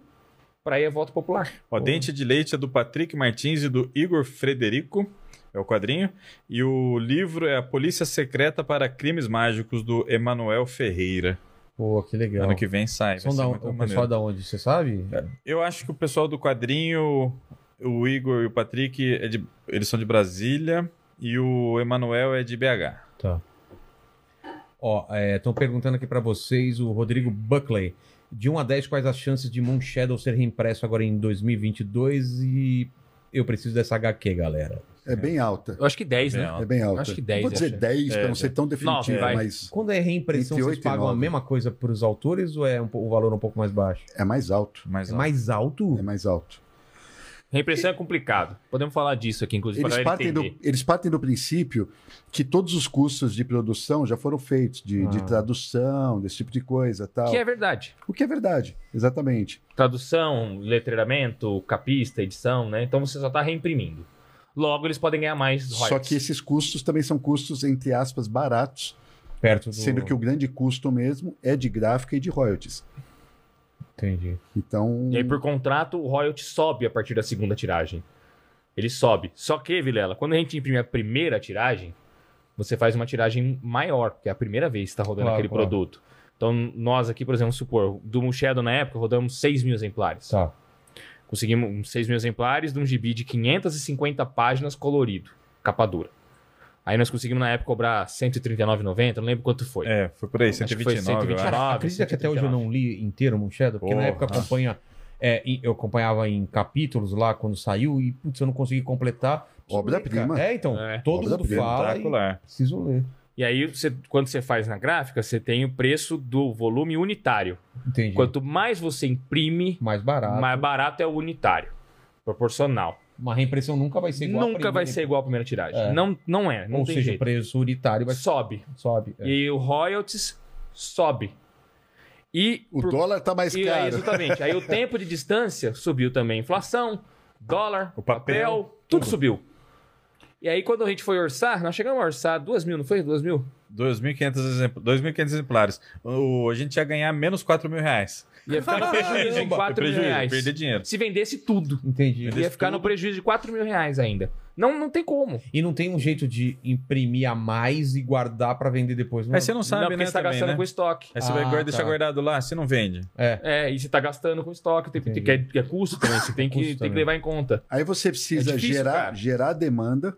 pra ir a voto popular.
Ó, Dente de Leite é do Patrick Martins e do Igor Frederico. É o quadrinho. E o livro é A Polícia Secreta para Crimes Mágicos, do Emanuel Ferreira.
Pô, que legal.
Ano que vem sai. vai
São
ser
da- um,
muito
o
maneiro.
pessoal da onde, você sabe?
Eu acho que o pessoal do quadrinho, o Igor e o Patrick, é de- eles são de Brasília. E o Emanuel é de BH.
Ó, estão perguntando aqui pra vocês o Rodrigo Buckley. De 1 a 10, quais as chances de Moon Shadow ser reimpresso agora em 2022? E eu preciso dessa HQ, galera.
É bem alta.
Eu acho que
Tá
10, né?
É bem alta.
Acho que 10,
Vou dizer
acho.
10
É,
para não ser tão
Nove,
definitivo,
vai.
mas
Quando é reimpressão,
Entre
vocês
oito e
pagam a
nove.
mesma coisa pros autores ou é um, po- um valor um pouco mais baixo?
é mais alto.
Mais
É
alto.
mais alto?
É mais alto.
Reimpressão é complicado. Podemos falar disso aqui, inclusive,
Eles
pra galera
partem, do,
entender.
eles partem do princípio que todos os custos de produção já foram feitos, de, de
Ah.
tradução, desse tipo de coisa tal.
Que é verdade.
O que é verdade, exatamente.
Tradução, letreiramento, capista, edição, né? Então você só tá reimprimindo. Logo, eles podem ganhar mais royalties.
Só que esses custos também são custos, entre aspas, baratos,
Perto do...
sendo que o grande custo mesmo é de gráfica e de royalties.
Entendi.
Então,
E aí, por contrato, o royalty sobe a partir da segunda tiragem. Ele sobe. Só que, Vilela, quando a gente imprime a primeira tiragem, você faz uma tiragem maior, porque é a primeira vez que está rodando
Claro,
aquele
claro.
produto. Então, nós aqui, por exemplo, supor, do Moon Shadow na época, rodamos 6 mil exemplares.
Tá.
Conseguimos 6 mil exemplares de um gibi de 550 páginas colorido, capa dura. Aí nós conseguimos, na época, cobrar R$ 139,90, não lembro quanto foi.
É, foi por aí,
Acho que foi
129, eu acho.
Cara,
assim,
acredita que até
tipo,
hoje eu não li inteiro Moon Shadow? Porque na
Porra.
época acompanha, é, em- eu acompanhava em capítulos lá quando saiu e putz, eu não consegui completar. Preciso
Obra-prima.
ler, cara. É, então,
É.
todo mundo
Obra-prima.
fala e
Espetacular.
preciso ler.
E aí, você- quando você faz na gráfica, você tem o preço do volume unitário.
Entendi.
Quanto mais você imprime,
Mais barato.
mais barato é o unitário. Proporcional.
Uma reimpressão nunca vai ser igual à
Nunca vai
primeira.
ser igual à primeira tiragem.
É.
Não, não é. Não
Ou
tem
seja, o
jeito.
preço unitário vai
Sobe.
sobe. é.
E o royalties sobe. E
o
por-
dólar está mais
e aí,
caro.
exatamente. Aí o tempo de distância subiu também. Inflação, dólar,
O papel,
papel, tudo subiu. E aí, quando a gente foi orçar, nós chegamos a orçar duas mil, não foi? Duas mil?
2.500 exempl- 2.500 exemplares. O, a gente ia ganhar menos 4 mil reais.
Ia ficar no prejuízo de 4 mil
Prejuízo,
reais.
Perder dinheiro.
Se vendesse tudo.
Entendi.
Entendeu?
Ia ficar no prejuízo de 4 mil reais ainda. Não, não tem como.
E não tem um jeito de imprimir a mais e guardar pra vender depois, não?
Aí você não
não,
sabe,
porque
né?
você tá
também,
gastando
né?
com estoque.
Aí você
Ah,
vai guarda-
tá.
deixar guardado lá, você não vende.
É.
É, e você tá gastando com estoque, tem, tem, que, é,
Entendi.
é custo também, você tem que,
Custo
tem que
também.
levar em conta.
Aí você precisa
É difícil,
gerar,
cara.
gerar demanda,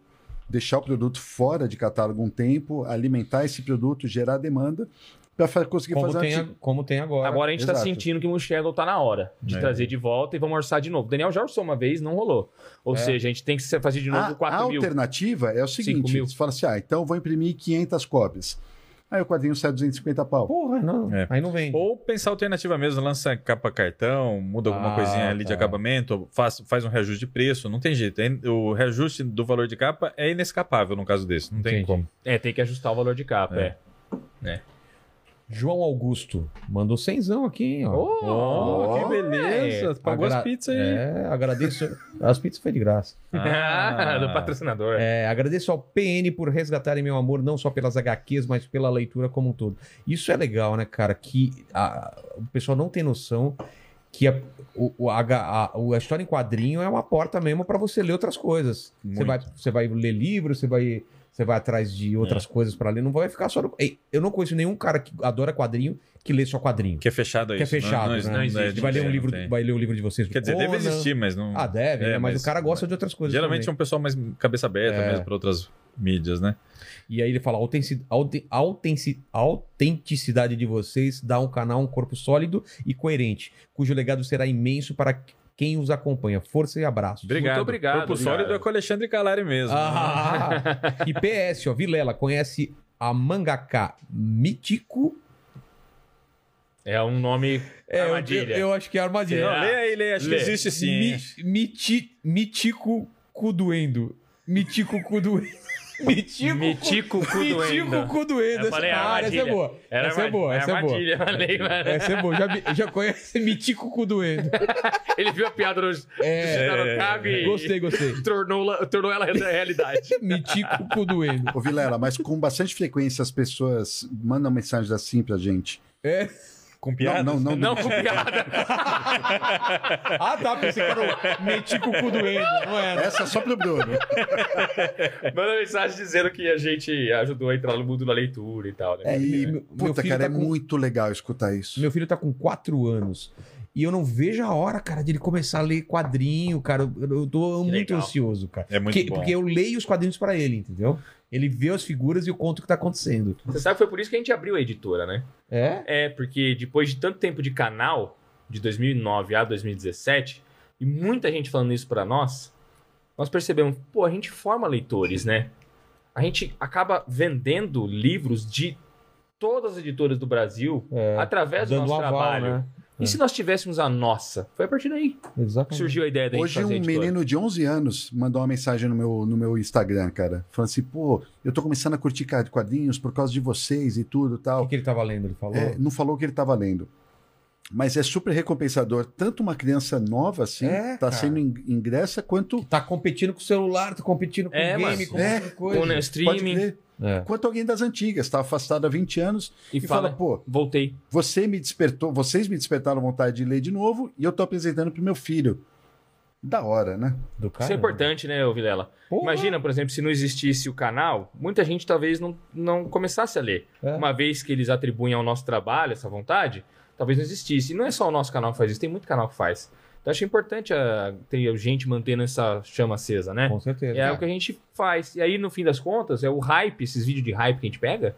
deixar o produto fora de catálogo um tempo, alimentar esse produto, gerar demanda, para conseguir
Como
fazer
tem,
uma
a- como tem agora.
Agora a gente tá
Exato.
sentindo que o Shadow tá na hora de
É.
trazer de volta e vamos orçar de novo. O Daniel já orçou uma vez, não rolou. Ou
É.
seja, a gente tem que se- fazer de novo
A-
4
a
mil.
alternativa é o
5
seguinte:
mil.
você fala assim, ah, então eu vou imprimir 500 cópias. Aí o quadrinho sai 250 pau.
Porra, não.
É.
Aí não vende.
Ou pensar alternativa mesmo, lança capa cartão, muda alguma
Ah,
coisinha ali de
tá.
acabamento, faz, faz um reajuste de preço, não tem jeito. É- O reajuste do valor de capa é inescapável no caso desse, não tem
Entendi.
como.
É, tem que ajustar o valor de capa, é.
João Augusto mandou cenzão aqui,
é.
hein? Ó.
Oh, que
Oh,
beleza!
É,
Pagou
agra-
as pizzas aí.
É, agradeço. as pizzas foi de graça.
Ah, do
patrocinador.
patrocinador.
É, agradeço ao PN por resgatarem meu amor, não só pelas HQs, mas pela leitura como um todo. Isso é legal, né, cara? Que a- o pessoal não tem noção que a, o, o H- a- o- a história em quadrinho é uma porta mesmo pra você ler outras coisas. Você
Muito.
vai, você vai ler livros, você vai. você vai atrás de outras coisas pra ler, não vai ficar só no... Ei, Eu não conheço nenhum cara que adora quadrinho que lê só quadrinho.
Que é fechado aí.
Que é fechado, né?
Não existe.
Ele vai ler um livro, vai ler o livro de vocês. do
é, Quer dizer, deve
Conan.
existir, mas não.
Ah, deve,
É,
né? mas,
mas-
o cara gosta de outras coisas.
Geralmente é
também. É.
um pessoal mais cabeça aberta mesmo para outras mídias, né?
E aí ele fala: "Autenci- aute- autenci- autenticidade de vocês dá um canal um corpo sólido e coerente, cujo legado será imenso para quem os acompanha. Força e abraço.
Obrigado.
obrigado,
Corpo
obrigado.
sólido é com o Alexandre Calari mesmo. né?
Ah! e PS, ó, Vilela conhece a mangaka Mítico.
É um nome
eu-
armadilha.
Eu, eu acho que é armadilha.
Não, lê aí, lê. Acho
Lê.
que existe sim. hein?
Mi- Miti- Mítico Cuduendo. Mítico Cuduendo. Mítico
Mitico
Mítico
Cuduenda.
Cuduendo.
Eu falei, é
Cara, essa é
armadilha.
boa.
Era
Essa é
arma-
boa, essa é boa.
armadilha, falei, mano.
Essa é boa. Já, vi- já conhece Mitico Cuduendo.
Ele viu a piada no
É,
Cabo e
gostei, gostei.
tornou, tornou ela realidade.
Mitico Cuduendo.
Ô, Vilela, mas com bastante frequência as pessoas mandam mensagens assim pra gente.
É.
Com piada?
Não, não,
Não
não.
com piada.
Ah, tá. Pensei que era o Mitico Cuduendo. Não era.
Essa é só pro Bruno.
Manda mensagem dizendo que a gente ajudou a entrar no mundo da leitura e tal, né?
É, e,
Meu- meu
puta,
filho
cara,
tá
é
com-
muito legal escutar isso.
Meu filho tá com 4 anos. E eu não vejo a hora, cara, de ele começar a ler quadrinho, cara. Eu, eu tô
Que
muito
legal.
ansioso, cara.
É muito
porque,
bom.
porque eu leio os quadrinhos pra ele, entendeu? Ele vê as figuras e eu conto o que tá acontecendo.
Você sabe que foi por isso que a gente abriu a editora, né?
É?
É, porque depois de tanto tempo de canal, de 2009 a 2017, e muita gente falando isso pra nós, nós percebemos, pô, a gente forma leitores, né? A gente acaba vendendo livros de todas as editoras do Brasil
É,
através do
Dando
nosso
um aval,
trabalho.
né?
E
É.
se nós tivéssemos a nossa? Foi a partir daí que
Exatamente.
surgiu a ideia da gente
Hoje um
fazer a editora.
menino de 11 anos mandou uma mensagem no meu, no meu Instagram, cara. Falando assim, pô, eu tô começando a curtir ca- quadrinhos por causa de vocês e tudo
Ah, O
tal.
que, que ele tava lendo? Ele falou?
É, não falou o que ele tava lendo. Mas é super recompensador. Tanto uma criança nova, assim,
É,
tá
cara.
sendo in- ingressa, quanto...
Tá competindo com o celular, tá competindo com
É,
o game,
mas-
com
É.
um monte de
Com
coisa.
o
Pode
streaming
crer,
É.
quanto alguém das antigas, tá afastado há 20 anos
e,
e,
fala,
fala, pô,
voltei.
você me despertou, vocês me despertaram vontade de ler de novo e eu tô apresentando pro meu filho. Da hora, né?
Do cara.
Isso é importante, né, ô Vilela?
Porra.
Imagina, por exemplo, se não existisse o canal, muita gente talvez não, não começasse a ler.
É.
Uma vez que eles atribuem ao nosso trabalho essa vontade, talvez não existisse. E não é só o nosso canal que faz isso, tem muito canal que faz. Então acho importante ah, ter gente mantendo essa chama acesa, né?
Com certeza.
É o que a gente faz. E aí, no fim das contas, é o hype, esses vídeos de hype que a gente pega,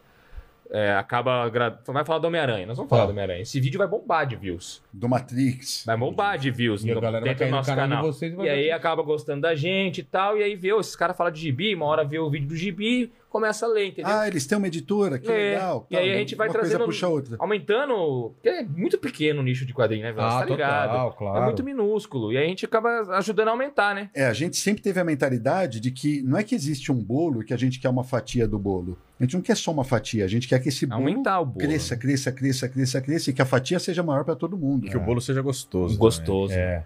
é, acaba. agra- Vai falar do Homem-Aranha. Nós vamos falar
Tá.
do Homem-Aranha. Esse vídeo vai bombar de views.
Do Matrix.
Vai bombar de views
E a
no-
galera vai
assim, dentro
cair
do
no
nosso
canal,
canal.
de vocês e
É
vai
E aí
ver.
acaba gostando da gente e tal. E aí vê, ó, esses caras falam de gibi, uma hora vê o vídeo do gibi, começa a ler, entendeu?
Ah, eles têm uma editora, que
É,
legal.
e aí a gente vai
uma coisa
trazendo-
puxa a outra.
Aumentando. Porque é muito pequeno o nicho de quadrinho, né, Velas?
Ah,
tá ligado?
total, claro.
É muito minúsculo. E aí a gente acaba ajudando a aumentar, né?
É, a gente sempre teve a mentalidade de que não é que existe um bolo que a gente quer uma fatia do bolo. A gente não quer só uma fatia, a gente quer que esse bolo,
Aumentar o bolo.
cresça, cresça, cresça, cresça, cresça e que a fatia seja maior para todo mundo. É.
Que o bolo seja gostoso.
Gostoso.
É.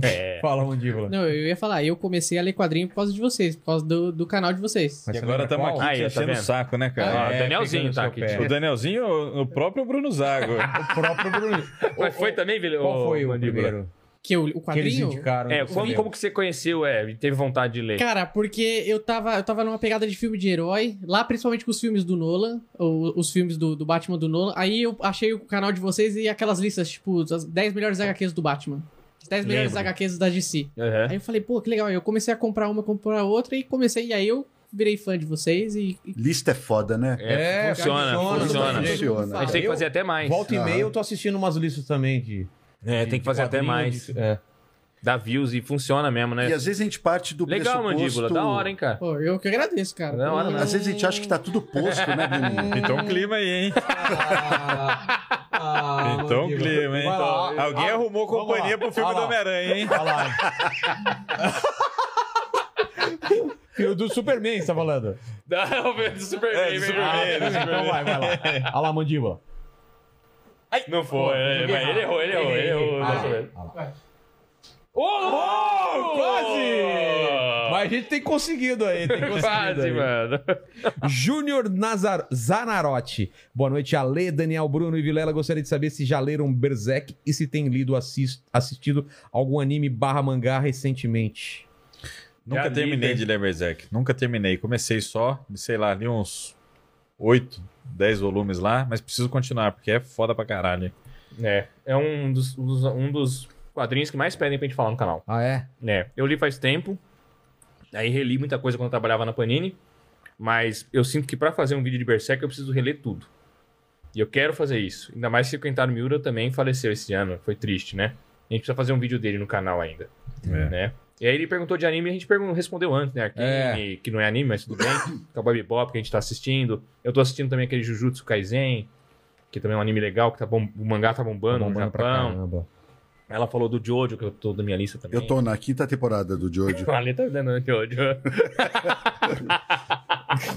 É.
Fala, mandíbula.
Não, eu ia falar, eu comecei a ler quadrinho por causa de vocês, por causa do, do canal de vocês.
E
Mas você
agora
lembra
estamos
qual?
aqui
Aí,
te
tá
enchendo o
vendo?
saco, né,
Ah,
cara? É.
o Danielzinho
É, pegando
tá
seu
aqui.
pé.
O Danielzinho, o o próprio Bruno Zago.
O próprio Bruno.
Mas foi também, Vila?
Qual
ô,
foi o
Mandíbula?
primeiro?
Que eu- o
Que eles
quadrinho.
indicaram.
É,
que você
como,
leu?
como que você conheceu, é, e teve vontade de ler?
Cara, porque eu tava, eu tava numa pegada de filme de herói, lá principalmente com os filmes do Nolan, ou os filmes do, do Batman do Nolan. Aí eu achei o canal de vocês e aquelas listas, tipo, as 10 melhores HQs do Batman. As 10 melhores
Lembro. É.
HQs da DC.
Aham.
Aí eu falei, pô, que legal. Aí eu comecei a comprar uma, comprar outra e comecei. E aí eu virei fã de vocês e. e-
Lista é foda, né?
É,
É,
funciona,
funciona,
funciona.
todo mundo
Funciona.
A
fala.
gente tem que
Eu-
fazer até mais.
Volta e
Aham.
meia eu tô assistindo umas listas também de.
É,
de-
tem que
de
fazer até
quadrinhos,
mais.
de- é.
Dá views e funciona mesmo,
E
né?
às vezes a gente parte do
Legal,
pressuposto...
mandíbula. Da hora, hein, cara?
Pô, eu que agradeço, cara.
Da hora, né?
Às vezes a gente acha que tá tudo posto, né, Bruninho?
Então um clima aí, hein?
é.
Então um clima, hein?
Vai lá.
Alguém
Ah,
arrumou
vamos
companhia
lá.
pro filme
Vai
do
lá.
Homem-Aranha, hein?
Olha lá. Filho do Superman, você tá falando?
Dá o do Superman,
É, do
velho.
Superman,
Ah,
do
Então vai, vai lá. Olha lá, mandíbula.
Não foi, né? mas ele errou, ele errou, ele errou.
Ah,
nossa,
é.
velho.
Olha lá.
Ô, louco!
Quase! Mas a gente tem conseguido aí, tem conseguido.
Quase,
aí.
mano.
Júnior Nazar Zanarotti. Boa noite, Ale, Daniel, Bruno e Vilela. Gostaria de saber se já leram Berserk e se tem lido, assis- assistido algum anime barra mangá recentemente.
Nunca
Já li,
terminei
velho.
de ler Berserk. Nunca terminei. Comecei só, sei lá, li uns 8, 10 volumes lá, mas preciso continuar, porque é foda pra caralho.
É, é um dos, um dos- um dos quadrinhos que mais pedem pra gente falar no canal.
Ah, é?
né? Eu li faz tempo, aí reli muita coisa quando eu trabalhava na Panini, mas eu sinto que pra fazer um vídeo de Berserk eu preciso reler tudo. E eu quero fazer isso. Ainda mais se o Kentaro Miura também faleceu esse ano, foi triste, né? A gente precisa fazer um vídeo dele no canal ainda,
É.
né? E aí ele perguntou de anime e a gente pergun- respondeu antes, né? Arcane, que não é anime, mas tudo bem. Cowboy Bebop, que a gente tá assistindo. Eu tô assistindo também aquele Jujutsu Kaisen, que também é um anime legal, que tá bom, o mangá tá bombando,
Tá bombando
no
pra
Japão.
caramba.
Ela falou do Jojo, que eu tô na minha lista também.
Eu tô na quinta temporada do Jojo.
O Ale tá dando um Jojo.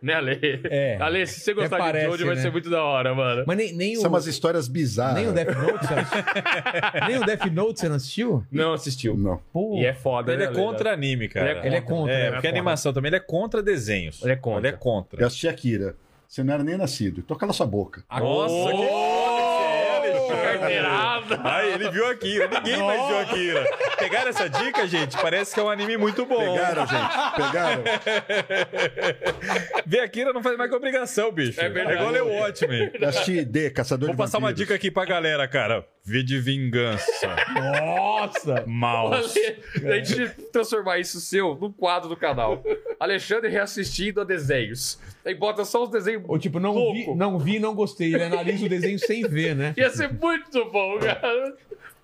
né, Ale?
É.
Ale, se você gostar
Até parece,
de Jojo, vai
né?
ser muito da hora, mano.
Mas nem, nem
São
o.
é umas histórias bizarras.
Nem o Death Note você assistiu? nem o Death Note você não assistiu?
Não assistiu.
Não.
Pô.
E é foda,
Ele
né,
é
Ale?
contra anime, cara.
Ele é contra,
É,
né?
porque
É contra.
animação também, ele é contra desenhos.
Ele é contra.
Ele é contra.
Eu assisti Akira. Você não era nem nascido. Então cala sua boca.
Nossa, que
Oh,
foda que é,
carteirada.
Ai, ele viu Akira. Ninguém mais viu Akira. Pegaram essa dica, gente? Parece que é um anime muito bom.
Pegaram, gente. Pegaram.
Ver Akira não faz mais que obrigação, bicho.
É verdade.
igual ler o Watchmen.
Eu assisti D, Caçador
Vou
de
passar uma
Vampiros.
dica aqui pra galera, cara. Vê de vingança.
Nossa!
Maus.
Ale, a gente transformar isso seu no quadro do canal. Alexandre reassistindo a desenhos. Aí bota só os desenhos.
Ou tipo, não
Louco.
vi, não vi, não gostei. Ele analisa o desenho sem ver, né?
Ia ser muito bom, cara.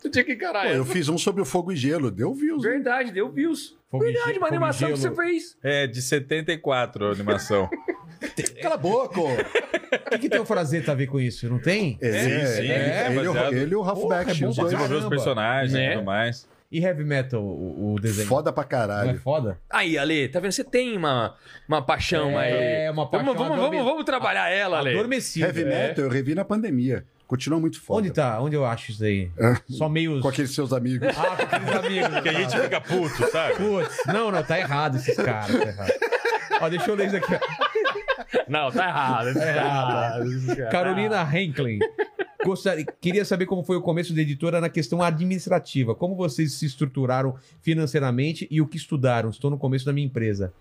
Tu tinha que encarar
Pô, eu
isso.
fiz um sobre o fogo e gelo. Deu views. hein?
Verdade, deu views.
Fogo de
Verdade,
gelo,
uma
fogo de
animação que você
gelo.
fez.
É, de 74 a animação.
Cala a boca. ó.
O que, que tem o Frazeta a ver com isso? Não tem?
É,
Sim, sim,
é, ele, e o-
rapaziada.
ele e o
Porra,
Halfback.
é bom
os
pra
dois.
Desenvolveu os
Caramba.
personagens e
Né?
tudo mais.
E Heavy Metal, o, o desenho?
Foda pra
Não é
caralho.
foda?
Aí, Ale, tá vendo? Você tem uma, uma paixão aí.
É, uma paixão
Vamos, vamos,
adorme-
vamos, vamos trabalhar ela, Ale.
Adormecido.
Heavy
É.
Metal, eu revi na pandemia. Continua muito foda. É.
Onde tá? Onde eu acho isso daí? Só meio.
Com aqueles seus amigos.
Ah, com aqueles amigos.
Que a gente
Ah,
fica puto, sabe?
Putz, não, não, tá errado esses caras. Tá errado. Ó, deixa eu ler isso aqui. ó.
Não, tá errado. Tá errado.
É Carolina Henklin. Gostaria, queria saber como foi o começo da editora na questão administrativa. Como vocês se estruturaram financeiramente e o que estudaram? Estou no começo da minha empresa.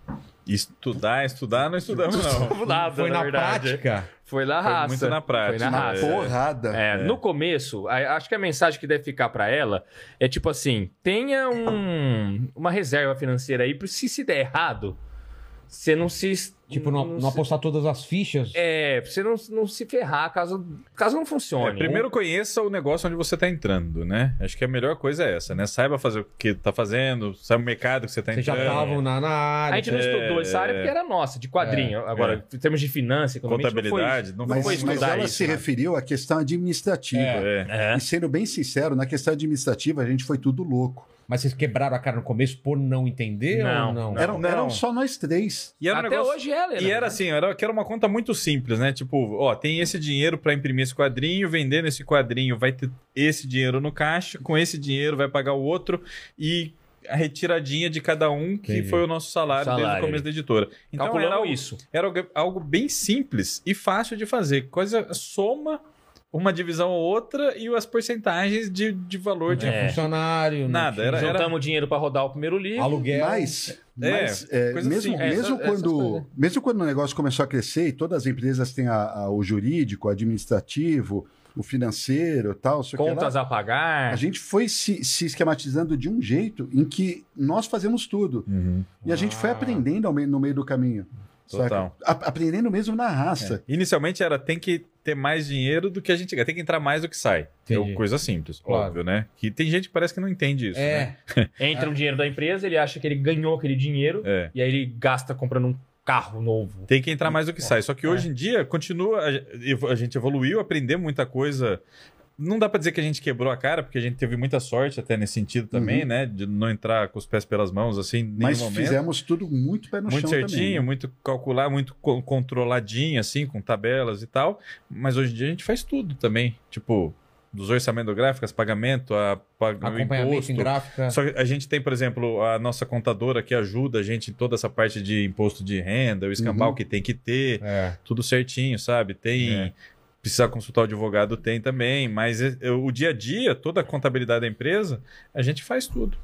Estudar, estudar, não estudamos, não.
Não, nada,
foi
na,
na
verdade.
prática.
Foi na
Foi
raça.
muito na prática.
Foi na
Na
raça.
porrada.
É, no começo, a- acho que a mensagem que deve ficar pra ela é tipo assim: tenha um- uma reserva financeira aí, porque se se der errado, você não se.
Tipo, não, não
se-
apostar todas as fichas.
É, pra você não, não se ferrar caso, caso não
É,
funcione.
primeiro conheça o negócio onde você tá entrando, né? Acho que a melhor coisa é essa, né? Saiba fazer o que tá fazendo, saiba o mercado que você tá
Vocês já
é.
entrando.
estavam na, na
A
área.
gente não
É.
estudou essa área porque era nossa, de quadrinho. Agora, em termos de finanças, economia, a gente não foi-
Contabilidade, não
Mas-
foi
Mas,
estudar
mas ela
isso,
se
né?
referiu à questão administrativa.
É.
E sendo bem sincero, na questão administrativa a gente foi tudo louco.
Mas vocês quebraram a cara no começo por não entender ou
Não,
não?
não.
eram, eram só nós três.
E era um
Até
negócio-
hoje é, Helena.
E era assim, era que era uma conta muito simples, né? Tipo, ó, tem esse dinheiro pra imprimir esse quadrinho, vendendo esse quadrinho, vai ter esse dinheiro no caixa, com esse dinheiro vai pagar o outro e a retiradinha de cada um, que
Entendi.
foi o nosso salário, desde
Salário.
o começo da editora. Então
Calculando
era algo,
isso.
era algo- algo bem simples e fácil de fazer. Coisa soma uma divisão ou outra e as porcentagens de, de valor de
Não tinha
É.
funcionário. não
nada.
tinha-
Era, era-
Juntamos dinheiro pra rodar o primeiro livro.
Aluguel.
Mas,
É,
mas, é,
coisa
mesmo,
assim.
É,
mesmo,
essa- essas
quando,
coisas.
mesmo quando o negócio começou a crescer e todas as empresas têm a- a- o jurídico, o administrativo, o financeiro e tal, sei o que
né?
lá,
Contas a pagar.
a gente foi se, se esquematizando de um jeito em que nós fazemos tudo. E a gente foi
Ah.
aprendendo ao meio- no meio do caminho. saca?
Total. É.
A- aprendendo mesmo na raça.
Inicialmente era tem que ter mais dinheiro do que a gente ganha, tem que entrar mais do que sai.
Entendi.
É coisa simples,
Claro.
óbvio, né? Que tem gente que parece que não entende isso.
É.
né?
Entra um dinheiro da empresa, ele acha que ele ganhou aquele dinheiro.
É.
E aí ele gasta comprando um carro novo.
Tem que entrar mais
É.
do que sai. Só que hoje em dia continua, a evo- a gente evoluiu, aprendeu muita coisa. Não dá pra dizer que a gente quebrou a cara, porque a gente teve muita sorte até nesse sentido também, né? De não entrar com os pés pelas mãos assim em nenhum
Uhum. Mas
momento.
fizemos tudo muito pé no
muito
chão
certinho,
também. né?
muito calcular, muito co- controladinho, assim, com tabelas e tal. Mas hoje em dia a gente faz tudo também. Tipo, dos orçamentos gráficos, pagamento, a, pag- o
Acompanhamento
imposto.
em gráfica.
Só que a gente tem, por exemplo, a nossa contadora que ajuda a gente em toda essa parte de imposto de renda, o escambau
Uhum.
que tem que ter,
É.
tudo certinho, sabe? Tem.
É.
Precisar consultar o advogado tem também, mas é- é- o dia a dia, toda a contabilidade da empresa, a gente faz tudo.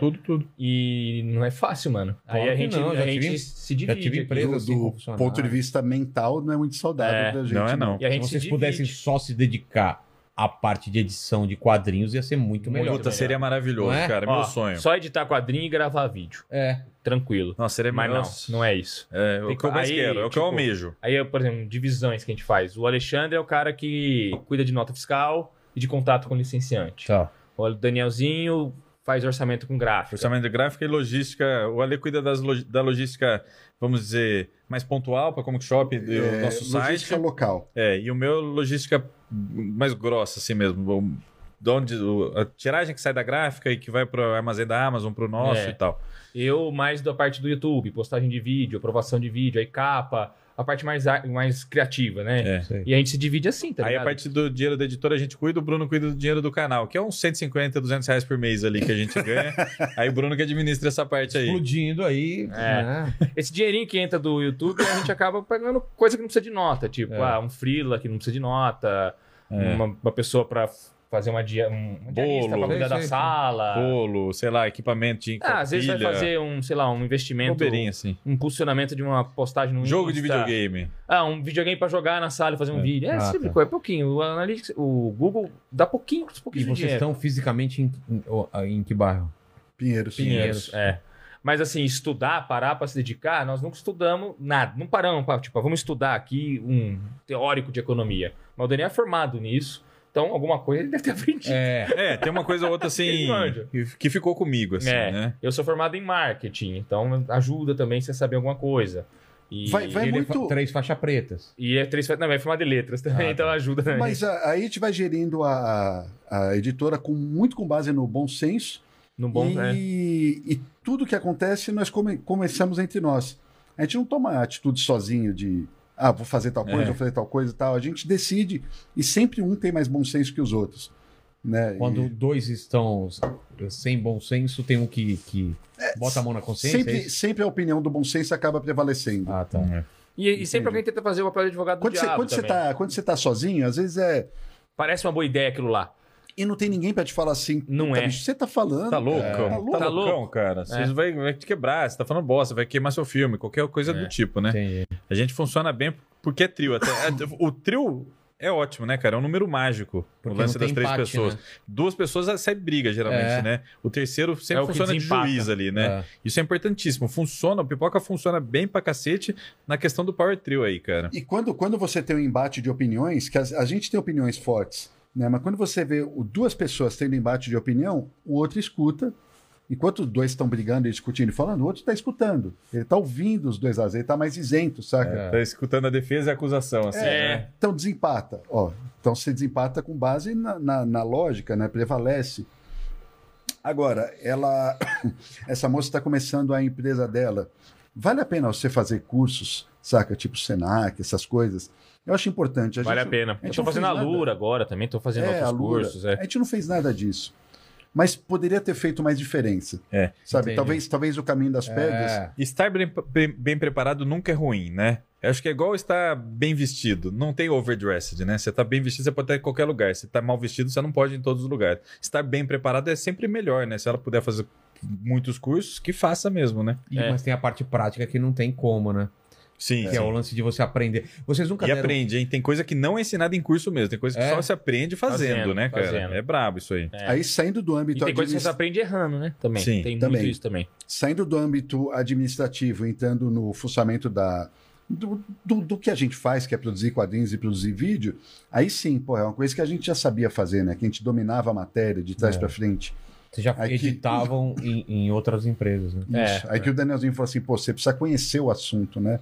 Tudo, tudo.
E não é fácil, mano.
Claro
Aí a
que
gente,
não,
a
já
gente
tive-
se
já
divide.
tive
aqui.
empresa. Preso
Do,
assim,
do
funcionário.
ponto de vista mental, não é muito saudável
É,
pra gente. né?
não é não.
E a
Se
gente
vocês
se
pudessem
divide.
só se dedicar à parte de edição de quadrinhos, ia ser muito melhor.
Muito
Puta, seria maravilhoso,
Não é?
cara.
Ó,
Meu sonho.
Só editar quadrinho e gravar vídeo.
É.
Tranquilo.
Nossa, seria
Mas não,
nossa.
não é isso.
É,
Tem
o que eu mais
aí,
quero, é o que
tipo,
eu almejo.
Aí, eu, por exemplo, divisões que a gente faz. O Alexandre é o cara que cuida de nota fiscal e de contato com licenciante.
Tá.
O Danielzinho faz orçamento com gráfico.
Orçamento de gráfica e logística. O Ale cuida das log- da logística, vamos dizer, mais pontual para Comic Shop, e
É,
o nosso
logística
site.
local.
É, e o meu logística mais grossa, assim mesmo. O- de onde, o- a tiragem que sai da gráfica e que vai para o armazém da Amazon, para o nosso
É.
e tal.
Eu mais da parte do YouTube, postagem de vídeo, aprovação de vídeo, aí capa, a parte mais, a- mais criativa, né?
É.
Sei.
E a gente se divide assim, tá
Aí a
ligado?
partir do dinheiro da editora a gente cuida, o Bruno cuida do dinheiro do canal, que é uns 150, 200 reais por mês ali que a gente ganha. aí o Bruno que administra essa parte aí.
Explodindo
É.
aí. né?
Esse dinheirinho que entra do YouTube, a gente acaba pagando coisa que não precisa de nota, tipo,
É.
ah, um freela que não precisa de nota,
É.
uma, uma pessoa pra fazer uma, dia, um, uma diarista
Bolo.
pra
Sei,
cuidar da
sei,
sala.
Bolo, sei lá, equipamento de
Ah, às vezes vai
pilha,
fazer um, sei lá, um investimento,
bobeirinha, assim.
um impulsionamento de uma postagem no
Jogo de
Insta.
videogame.
Ah, um videogame pra jogar na sala e fazer um
É.
vídeo. É,
Ah,
sempre
tá.
é pouquinho. O Analytics, o Google dá pouquinho,
E
pouquinho de
vocês
dinheiro.
estão fisicamente em, em- ó, em que bairro?
Pinheiros.
Pinheiros, é. Mas assim, estudar, parar pra se dedicar, nós nunca estudamos nada. Não paramos, pra, tipo, ah, vamos estudar aqui um teórico de economia. Mas o Daniel é formado nisso, então alguma coisa ele deve ter aprendido.
É.
É, tem uma coisa ou outra assim
Ele manja.
que- que ficou comigo, assim,
É.
né?
Eu sou formado em marketing, então ajuda também você saber alguma coisa. E,
Vai- vai- É
Ele
muito-
fa- Três faixas pretas.
e é três, não, é formado em letras também,
Ah,
então ajuda. Né?
tá. Mas a- aí a gente vai gerindo a, a- a editora com, muito com base no bom senso
no bom,
e,
né?
e tudo que acontece nós come- começamos entre nós. A gente não toma atitude sozinho de ah, vou fazer tal coisa,
É.
vou fazer tal coisa e tal. A gente decide e sempre um tem mais bom senso que os outros. Né?
Quando
E
dois estão sem bom senso, tem um que, que bota a mão na consciência. é
sempre,
isso?
sempre a opinião do bom senso acaba prevalecendo.
Ah, tá.
E, e sempre alguém tenta fazer o papel de advogado
Quando
do
você,
diabo
quando, você
também.
tá, quando você tá sozinho, às vezes é.
Parece uma boa ideia aquilo lá.
E não tem ninguém pra te falar assim.
Não
"Puta,
é.
bicho, você tá falando.
Tá louco?
Tá louco.
Tá
Tá
loucão,
louco?
cara. Você vai, vai te quebrar, você tá falando bosta, vai queimar seu filme, qualquer coisa
É.
do tipo, né?
Entendi.
A gente funciona bem porque é trio. Até, é- o trio é ótimo, né, cara? É um número mágico.
Porque
o lance
não tem
das três
empate,
pessoas.
né?
Duas pessoas sai briga, geralmente,
É.
né? O terceiro
É
sempre
o que
funciona de
desempata.
juiz ali, né?
É.
Isso é importantíssimo. Funciona, o pipoca funciona bem pra cacete na questão do Power Trio aí, cara.
E quando, quando você tem um embate de opiniões, que as- a, gente tem opiniões fortes, né? Mas quando você vê o- duas pessoas tendo embate de opinião, o outro escuta. Enquanto os dois estão brigando e discutindo e falando, o outro está escutando. Ele está ouvindo os dois lados, ele está mais isento, saca?
É.
Tá escutando a defesa e a acusação, assim,
É.
né?
Então desempata. Ó, então você desempata com base na, na- na lógica, né? Prevalece. Agora, ela, essa moça está começando a empresa dela. Vale a pena você fazer cursos, saca? Tipo Senac, essas coisas. Eu acho importante. A
Vale a
gente-
pena. Eu
gente
tô
não
fazendo a
fez nada.
Lura agora também, tô fazendo
É, a
outros
Lura.
cursos. É.
A gente não fez nada disso. Mas poderia ter feito mais diferença.
É,
Sabe?
entendi.
Talvez, talvez o caminho das pedras.
É.
Estar bem, bem- bem preparado nunca é ruim, né? Eu acho que é igual estar bem vestido. Não tem overdressed, né? Você tá bem vestido, você pode estar em qualquer lugar. Se tá mal vestido, você não pode ir em todos os lugares. Estar bem preparado é sempre melhor, né? Se ela puder fazer muitos cursos, que faça mesmo, né?
E-
É.
Mas tem a parte prática que não tem como, né?
Sim.
Que é o lance de você aprender. Vocês nunca
E
deram...
aprende, hein? Tem coisa que não é ensinada em curso mesmo. Tem coisa que
É.
só se aprende fazendo,
Fazendo,
né, cara?
fazendo.
É brabo isso aí.
É.
Aí saindo do
E
âmbito
tem coisa que
administ-
você aprende errando, né? Também.
Sim,
tem
também.
muito isso também.
saindo do âmbito administrativo, entrando no funcionamento da do, do- do que a gente faz, que é produzir quadrinhos e produzir vídeo, aí sim, pô, é uma coisa que a gente já sabia fazer, né? Que a gente dominava a matéria de trás
É.
pra frente.
Vocês já
Aí que-
editavam em, em outras empresas, né?
É,
Isso. aí que o Danielzinho falou assim, pô, você precisa conhecer o assunto, né?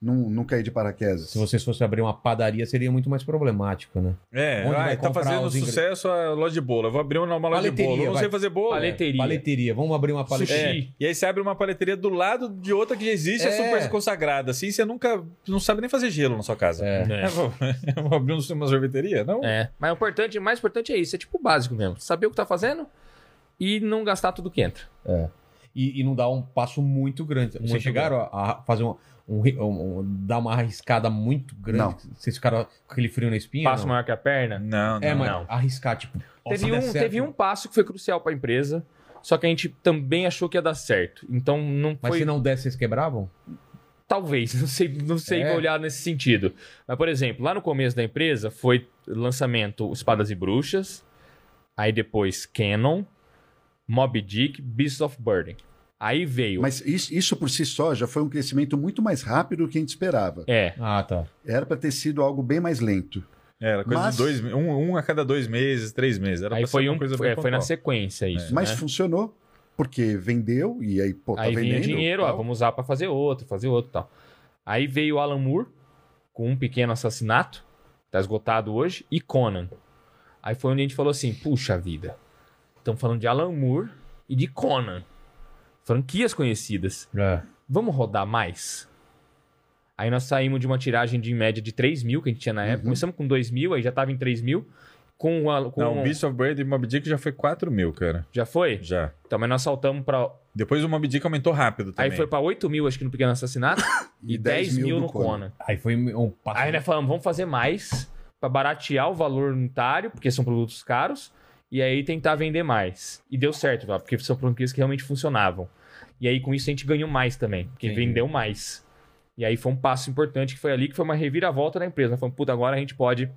Não, não cair de paraquedas.
Se vocês fossem abrir uma padaria, seria muito mais problemático, né?
É,
Onde
ah,
vai
tá
comprar
fazendo
os ingre-
sucesso a loja de bolo. Eu vou abrir uma nova loja de
Paleteria,
bolo. Eu não sei
vai.
fazer bolo. né?
Paleteria.
Paleteria. Vamos abrir uma paleteria.
É, e aí você abre uma paleteria do lado de outra que já existe, é,
É.
super consagrada, assim, você nunca não sabe nem fazer gelo na sua casa.
É.
É, vou, vou abrir um- uma sorveteria? Não.
É. Mas o importante, o mais importante é isso. É tipo o básico mesmo. Saber o que tá fazendo e não gastar tudo que entra.
E, e não dar um passo muito grande. Vocês
é Muito
chegaram a a fazer um, um ri- um- um- dar uma arriscada muito grande?
Não.
Vocês ficaram com aquele frio na espinha?
Passo
não?
maior que a perna.
Não, não.
É, mas
não.
arriscar, tipo. ó, se
Teve
der
um,
certo-
teve um passo que foi crucial pra empresa. Só que a gente também achou que ia dar certo. Então não
Mas
foi.
se não desse, vocês quebravam?
Talvez, não sei, não sei
É.
olhar nesse sentido. Mas, por exemplo, lá no começo da empresa foi lançamento Espadas e Bruxas, aí depois Canon, Mob Dick, Beasts of Burden. Aí veio.
Mas isso, isso por si só já foi um crescimento muito mais rápido do que a gente esperava.
É.
Ah, tá.
Era para ter sido algo bem mais lento.
É, era coisa
Mas-
de dois, um, um a cada dois meses, três meses. Era
aí
pra ser
foi
uma
um.
coisa bem
é, foi na
pontual.
sequência isso.
Mas
né?
funcionou, porque vendeu e aí, pô, tá
aí vinha
vendendo.
dinheiro, ó,
tal.
vamos usar pra fazer outro, fazer outro e tal. Aí veio o Alan Moore com um pequeno assassinato, tá esgotado hoje, e Conan. Aí foi onde a gente falou assim: puxa vida, estamos falando de Alan Moore e de Conan. Franquias conhecidas.
É.
Vamos rodar mais? Aí nós saímos de uma tiragem de em média de 3 mil que a gente tinha na
Uhum.
época. Começamos com 2 mil, aí já tava em 3 mil. Com, o Al- com
Não, o Beast of Bird e Mob Dick já foi 4 mil, cara.
Já foi?
Já.
Então, mas nós saltamos pra
Depois o Mob Dick aumentou rápido também.
Aí foi pra 8 mil, acho que no Pequeno Assassinato, e, 10 mil
do
no Conan.
Aí foi um passo.
Aí né? nós falamos, vamos fazer mais pra baratear o valor unitário, porque são produtos caros, e aí tentar vender mais. E deu certo, tá? porque são franquias que realmente funcionavam. E aí com isso a gente ganhou mais também, porque
Entendi.
vendeu mais. E aí foi um passo importante que foi ali que foi uma reviravolta da empresa. Nós falamos, puta, agora a gente pode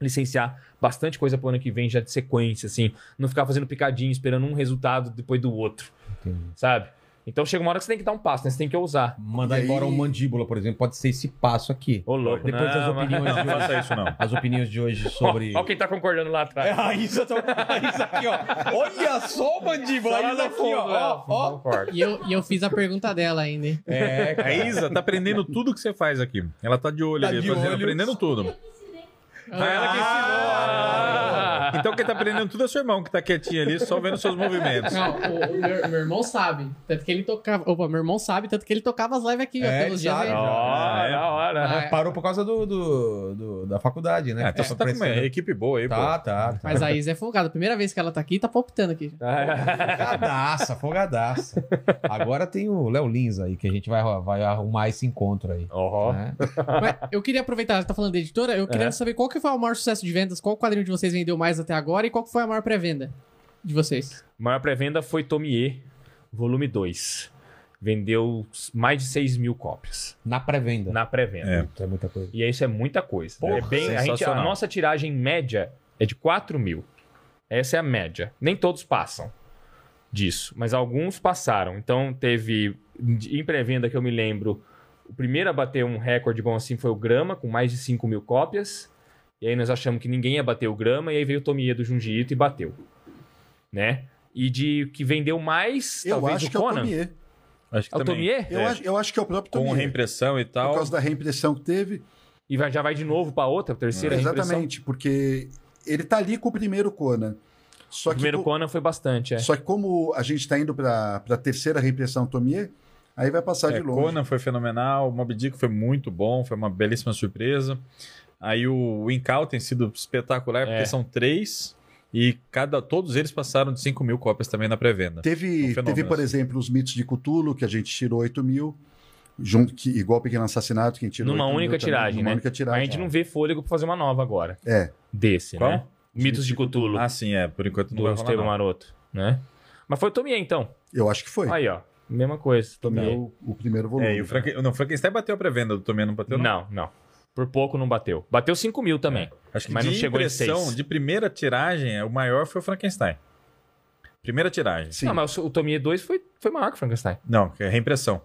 licenciar bastante coisa pro ano que vem já de sequência, assim. Não ficar fazendo picadinho, esperando um resultado depois do outro,
Entendi.
sabe? Então chega uma hora que você tem que dar um passo, né? Você tem que ousar.
Mandar
E aí-
embora um mandíbula, por exemplo, pode ser esse passo aqui.
Ô, louco,
Depois
não,
das
mas-
opiniões
Não
de hoje.
faça isso, não.
As opiniões de hoje sobre.
Olha quem tá concordando lá
É,
atrás.
a Isa tá. a Isa aqui, ó. Olha só o mandíbula. A Isa aqui,
né?
ó. ó, ó.
Concordo.
E eu, e eu fiz a pergunta dela ainda. hein?
É,
A
cara.
Isa tá aprendendo tudo que você faz aqui. Ela tá de olho
Tá
ali,
de
fazendo-
olho.
aprendendo tudo. Foi ela que
Ah!
ensinou. Então quem tá aprendendo tudo é seu irmão, que tá quietinho ali, só vendo seus movimentos.
Não, o, o meu, meu irmão sabe. Tanto que ele tocava. Opa, meu irmão sabe, tanto que ele tocava as lives aqui, ó,
É,
pelos
ele
dias
sabe.
aí.
Ó,
Ah, é.
da hora.
Ah,
Parou por causa do, do- do- da faculdade, né?
Ah,
É,
então você tá com uma
pressionando.
equipe boa aí,
Tá, tá, tá.
Mas a Isa é folgada. Primeira vez que ela tá aqui, tá palpitando aqui.
é.
Folgadaça, folgadaça. Agora tem o Léo Lins aí, que a gente vai, vai arrumar esse encontro aí.
Ó.
né?
Mas eu queria aproveitar, você tá falando da editora, eu queria saber qual que foi o maior sucesso de vendas, qual quadrinho de vocês vendeu mais até agora e qual que foi a maior pré-venda de vocês.
Maior pré-venda foi Tomie, volume 2. Vendeu mais de 6 mil cópias
Na pré-venda.
na pré-venda.
Puta, é muita coisa.
E isso é muita coisa.
Porra,
é bem, a, gente- a
sensacional.
nossa tiragem média é de 4 mil. Essa é a média. Nem todos passam disso, mas alguns passaram. Então teve de- em pré-venda que eu me lembro, o primeiro a bater um recorde bom assim foi o Grama, com mais de 5 mil cópias. E aí nós achamos que ninguém ia bater o Grama, e aí veio o Tomie do Junji Ito e bateu. Né? E de que vendeu mais,
Eu
talvez
acho
tá o
que é o
Conan.
Tomier.
Acho
É né? o Tomie?
Eu,
É.
acho, eu acho que é o próprio
Com
Tomier.
reimpressão e
Por
tal.
causa da reimpressão que teve.
E vai- já vai de novo pra outra, terceira reimpressão.
Exatamente, porque ele tá ali com o primeiro Conan. Só
O primeiro
que, co-
Conan foi bastante, é.
Só que como a gente tá indo pra, pra terceira reimpressão Tomier, aí vai passar
É,
de longe.
Conan foi fenomenal, Mob Dick foi muito bom, foi uma belíssima surpresa. Aí o Incal tem sido espetacular, porque
É.
são três e cada, todos eles passaram de 5 mil cópias também na pré-venda.
Teve,
Um fenômeno,
teve, por
assim.
exemplo, os mitos de Cthulhu, que a gente tirou 8 mil, junto, que, igual Pequeno Assassinato, que a gente tirou
Numa
8 mil
única
também,
tiragem,
numa
né?
única
Mas
tiragem.
a gente não vê fôlego pra fazer uma nova agora.
É.
Desse,
Qual?
né? Mitos de Cthulhu,
Ah, sim, é. Por enquanto não
do
vai rolar,
Esteban
não.
Maroto, né? Mas foi o Tomie, então.
Eu acho que foi.
Aí, ó. Mesma coisa, Tomie.
Primeiro- o primeiro volume.
É, e o Frank... não, o Frankenstein bateu a pré-venda do Tomé, não É, bateu?
Não, não. Por pouco não bateu. Bateu 5 mil também.
Acho que
Mas
de
não chegou em
impressão,
seis.
de primeira tiragem, o maior foi o Frankenstein. Primeira tiragem.
Sim.
Não, mas o Tomie 2 foi, foi maior que o Frankenstein.
Não, é reimpressão.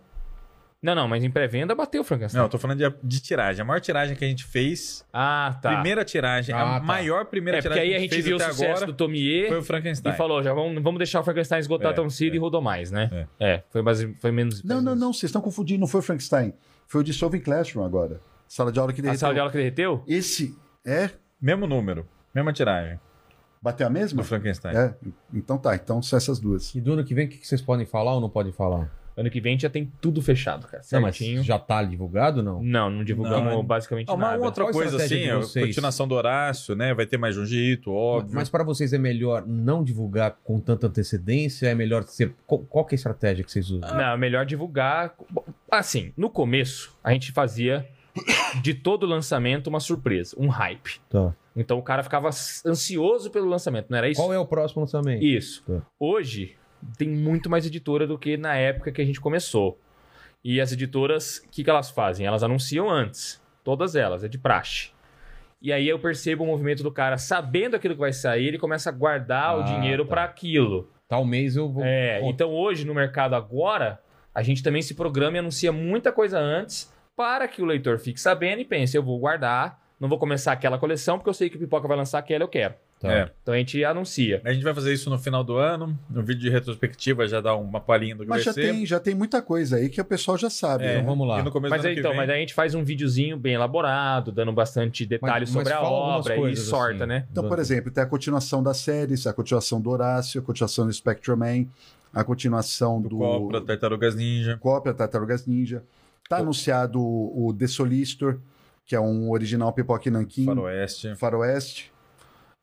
Não, não, mas em pré-venda bateu o Frankenstein.
Não, eu tô falando de, de tiragem. A maior tiragem que a gente fez,
Ah, tá.
primeira tiragem,
Ah,
a
tá.
maior primeira
é, porque
tiragem
aí a gente
que fez
viu o
até
sucesso
agora
do Tomie
foi o
e
Frankenstein.
falou, já vamos, vamos deixar o Frankenstein esgotar
É,
tão cedo e rodou mais, né? É, foi, base, foi menos...
Não, não, não, vocês estão confundindo, não foi o Frankenstein. Foi o Dissolving Classroom agora. Sala de aula que
A
derreteu.
sala de aula que derreteu?
Esse é.
Mesmo número, mesma tiragem
Bateu a mesma?
do Frankenstein.
É. Então tá, então são essas duas.
E do ano que vem, o que que vocês podem falar ou não podem falar?
Ano que vem já tem tudo fechado, cara.
Não, mas
Certinho.
já tá divulgado ou não?
Não, não divulgamos
Não,
basicamente
Ah, Uma
nada.
outra
Qual a
coisa
estratégia
assim,
de
é a
vocês?
continuação do Horácio, né? Vai ter mais Jungito, óbvio.
Mas para vocês é melhor não divulgar com tanta antecedência? É melhor ser. Qual, qual que é a estratégia que vocês usam?
Não, é melhor divulgar. Bom, Assim, no começo, a gente fazia de todo lançamento uma surpresa, um hype.
Tá.
Então o cara ficava ansioso pelo lançamento, não era isso?
Qual é o próximo lançamento?
Isso.
Tá.
Hoje, tem muito mais editora do que na época que a gente começou. E as editoras, o que, que elas fazem? Elas anunciam antes. Todas elas, é de praxe. E aí eu percebo o movimento do cara sabendo aquilo que vai sair, ele começa a guardar
Ah,
o dinheiro
tá.
pra para aquilo.
Tal mês eu vou.
É,
Bom,
então hoje no mercado agora, a gente também se programa e anuncia muita coisa antes para que o leitor fique sabendo e pense, eu vou guardar, não vou começar aquela coleção porque eu sei que o Pipoca vai lançar aquela, eu quero.
tá.
É.
Então a gente anuncia.
A gente vai fazer isso no final do ano. No vídeo de retrospectiva já dá uma palhinha do que
Mas
vai
já
ser.
tem, já tem muita coisa aí que o pessoal já sabe. né?
É,
Então vamos lá.
E no começo
Mas
do ano
aí,
que
então,
vem-
mas aí a gente faz um videozinho bem elaborado, dando bastante detalhes
Mas- mas
sobre a
fala algumas
obra e
coisas,
sorta,
assim.
né?
Então, por exemplo, tem a continuação das séries, a continuação do Horácio, a continuação do Spectrum Man, a continuação do,
do Copra, Tartarugas Ninja.
Copra, Tartarugas Ninja. Tá anunciado o, o The Solistor, que é um original Pipoque Nanquim,
Faroeste.
Faroeste.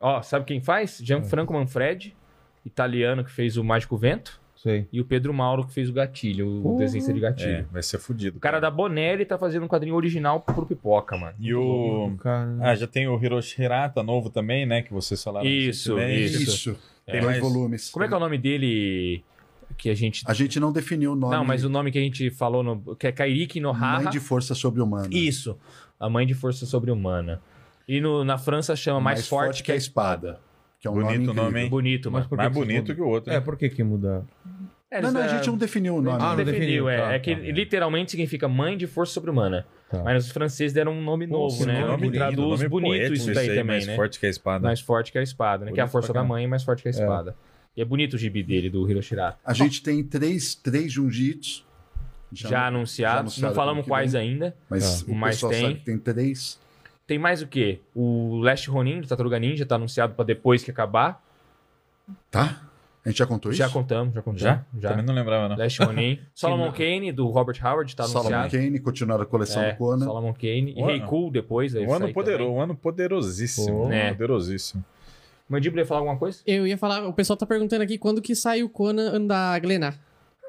Ó, sabe quem faz? Gianfranco Manfredi, italiano que fez o Mágico Vento,
Sei.
e o Pedro Mauro que fez o Gatilho, o
Porra.
desenho de gatilho.
É, vai ser fudido.
O cara da Bonelli tá fazendo um quadrinho original pro Pipoca, mano.
E o...
Cara...
Ah, já tem o Hiroshi Hirata novo também, né? Que vocês falaram.
Isso,
recentemente.
isso.
Tem
dois
mais...
volumes.
Como é que é o nome dele que a gente...
A gente não definiu o nome.
Não, mas o nome que a gente falou, no... que é Kairiki no
Mãe
Haha.
de Força Sobre-Humana.
Isso, a Mãe de Força Sobre-Humana. E no- na França chama é Mais, forte, que a Espada.
é Espada. Que é um
Bonito
nome,
nome,
incrível.
hein?
Bonito, mano.
por
Mais
que vocês
bonito
mudam?
que o outro. né?
É,
hein?
por que que muda?
É,
Não, não, a
eles,
gente
ah,
não definiu o nome.
Ah, não
definiu,
definiu,
é.
tá,
é que
tá.
literalmente significa Mãe de Força Sobre-Humana.
Tá.
Mas os franceses deram um nome
Pô,
novo,
esse
né?
nome
Nome
bonito,
traduz
nome
bonito
poético
isso daí também,
mais
né?
forte que a espada.
Mais forte que a espada, né? Que é a
Bonito
força
pra
da
caramba.
mãe, mais forte que a espada. E é bonito o gibi dele, do Hiroshirata.
A gente tem três, três Jujitsu.
Já, anunciado,
anunciaram
não falamos
que vem.
quais ainda.
Ah.
Mas o
Mas
pessoal
tem.
sabe que tem três.
Tem mais o quê? O Last Ronin, do Tataruga Ninja, tá anunciado pra depois que acabar.
Tá? A gente já contou
Já
isso?
contamos, já contamos.
Já?
Já.
Também não lembrava, não.
Last Ronin. Solomon Kane, do Robert Howard, tá anunciado.
Solomon Kane, né? continuar a coleção
É,
do Conan.
Solomon Kane. E
Boa.
Rei Cool depois. deve
Um ano,
sair
poderoso,
também.
um ano poderosíssimo.
Pô. É.
Poderosíssimo.
Mandíbula ia falar alguma coisa?
Eu ia falar, o pessoal tá perguntando aqui quando que sai o Conan da Glenar.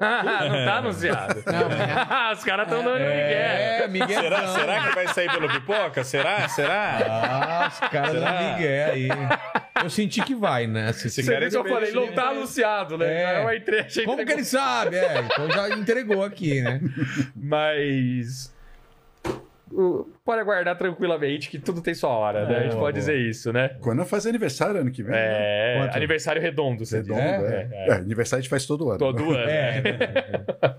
não tá anunciado.
Não, é.
Os caras tão dando migué.
É, Miguel.
Será, será que vai sair pelo pipoca? Será? Será?
Ah, os caras
Será?
da Miguel aí. Eu senti que vai, né? Se-
Esse
se-
Você viu que eu
Diferente,
falei, não
né?
tá anunciado, né?
É.
É. Eu entrei, achei
Como que
entregou.
ele sabe? É, então já entregou aqui, né?
Mas. o- Pode aguardar tranquilamente que tudo tem sua hora, né? A gente
Boa, boa.
pode dizer isso, né?
Conan faz aniversário ano que vem. né?
É.
Quanto?
Aniversário redondo, você
Redondo,
diz. né?
É?
é. É, aniversário a gente faz todo ano.
Todo ano.
É,
né?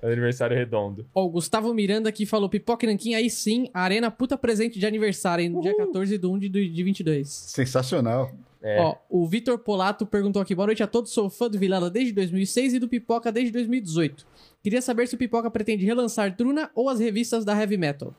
Aniversário redondo.
Ó, o Gustavo Miranda aqui falou, Pipoca e Nanquim, aí sim, Arena puta presente de aniversário, hein, no dia 14 de 1 de, de 22.
Sensacional.
É.
Ó, o Vitor Polato perguntou aqui, boa noite a todos, sou fã do Vilala desde 2006 e do Pipoca desde 2018. Queria saber se o Pipoca pretende relançar Truna ou as revistas da Heavy Metal.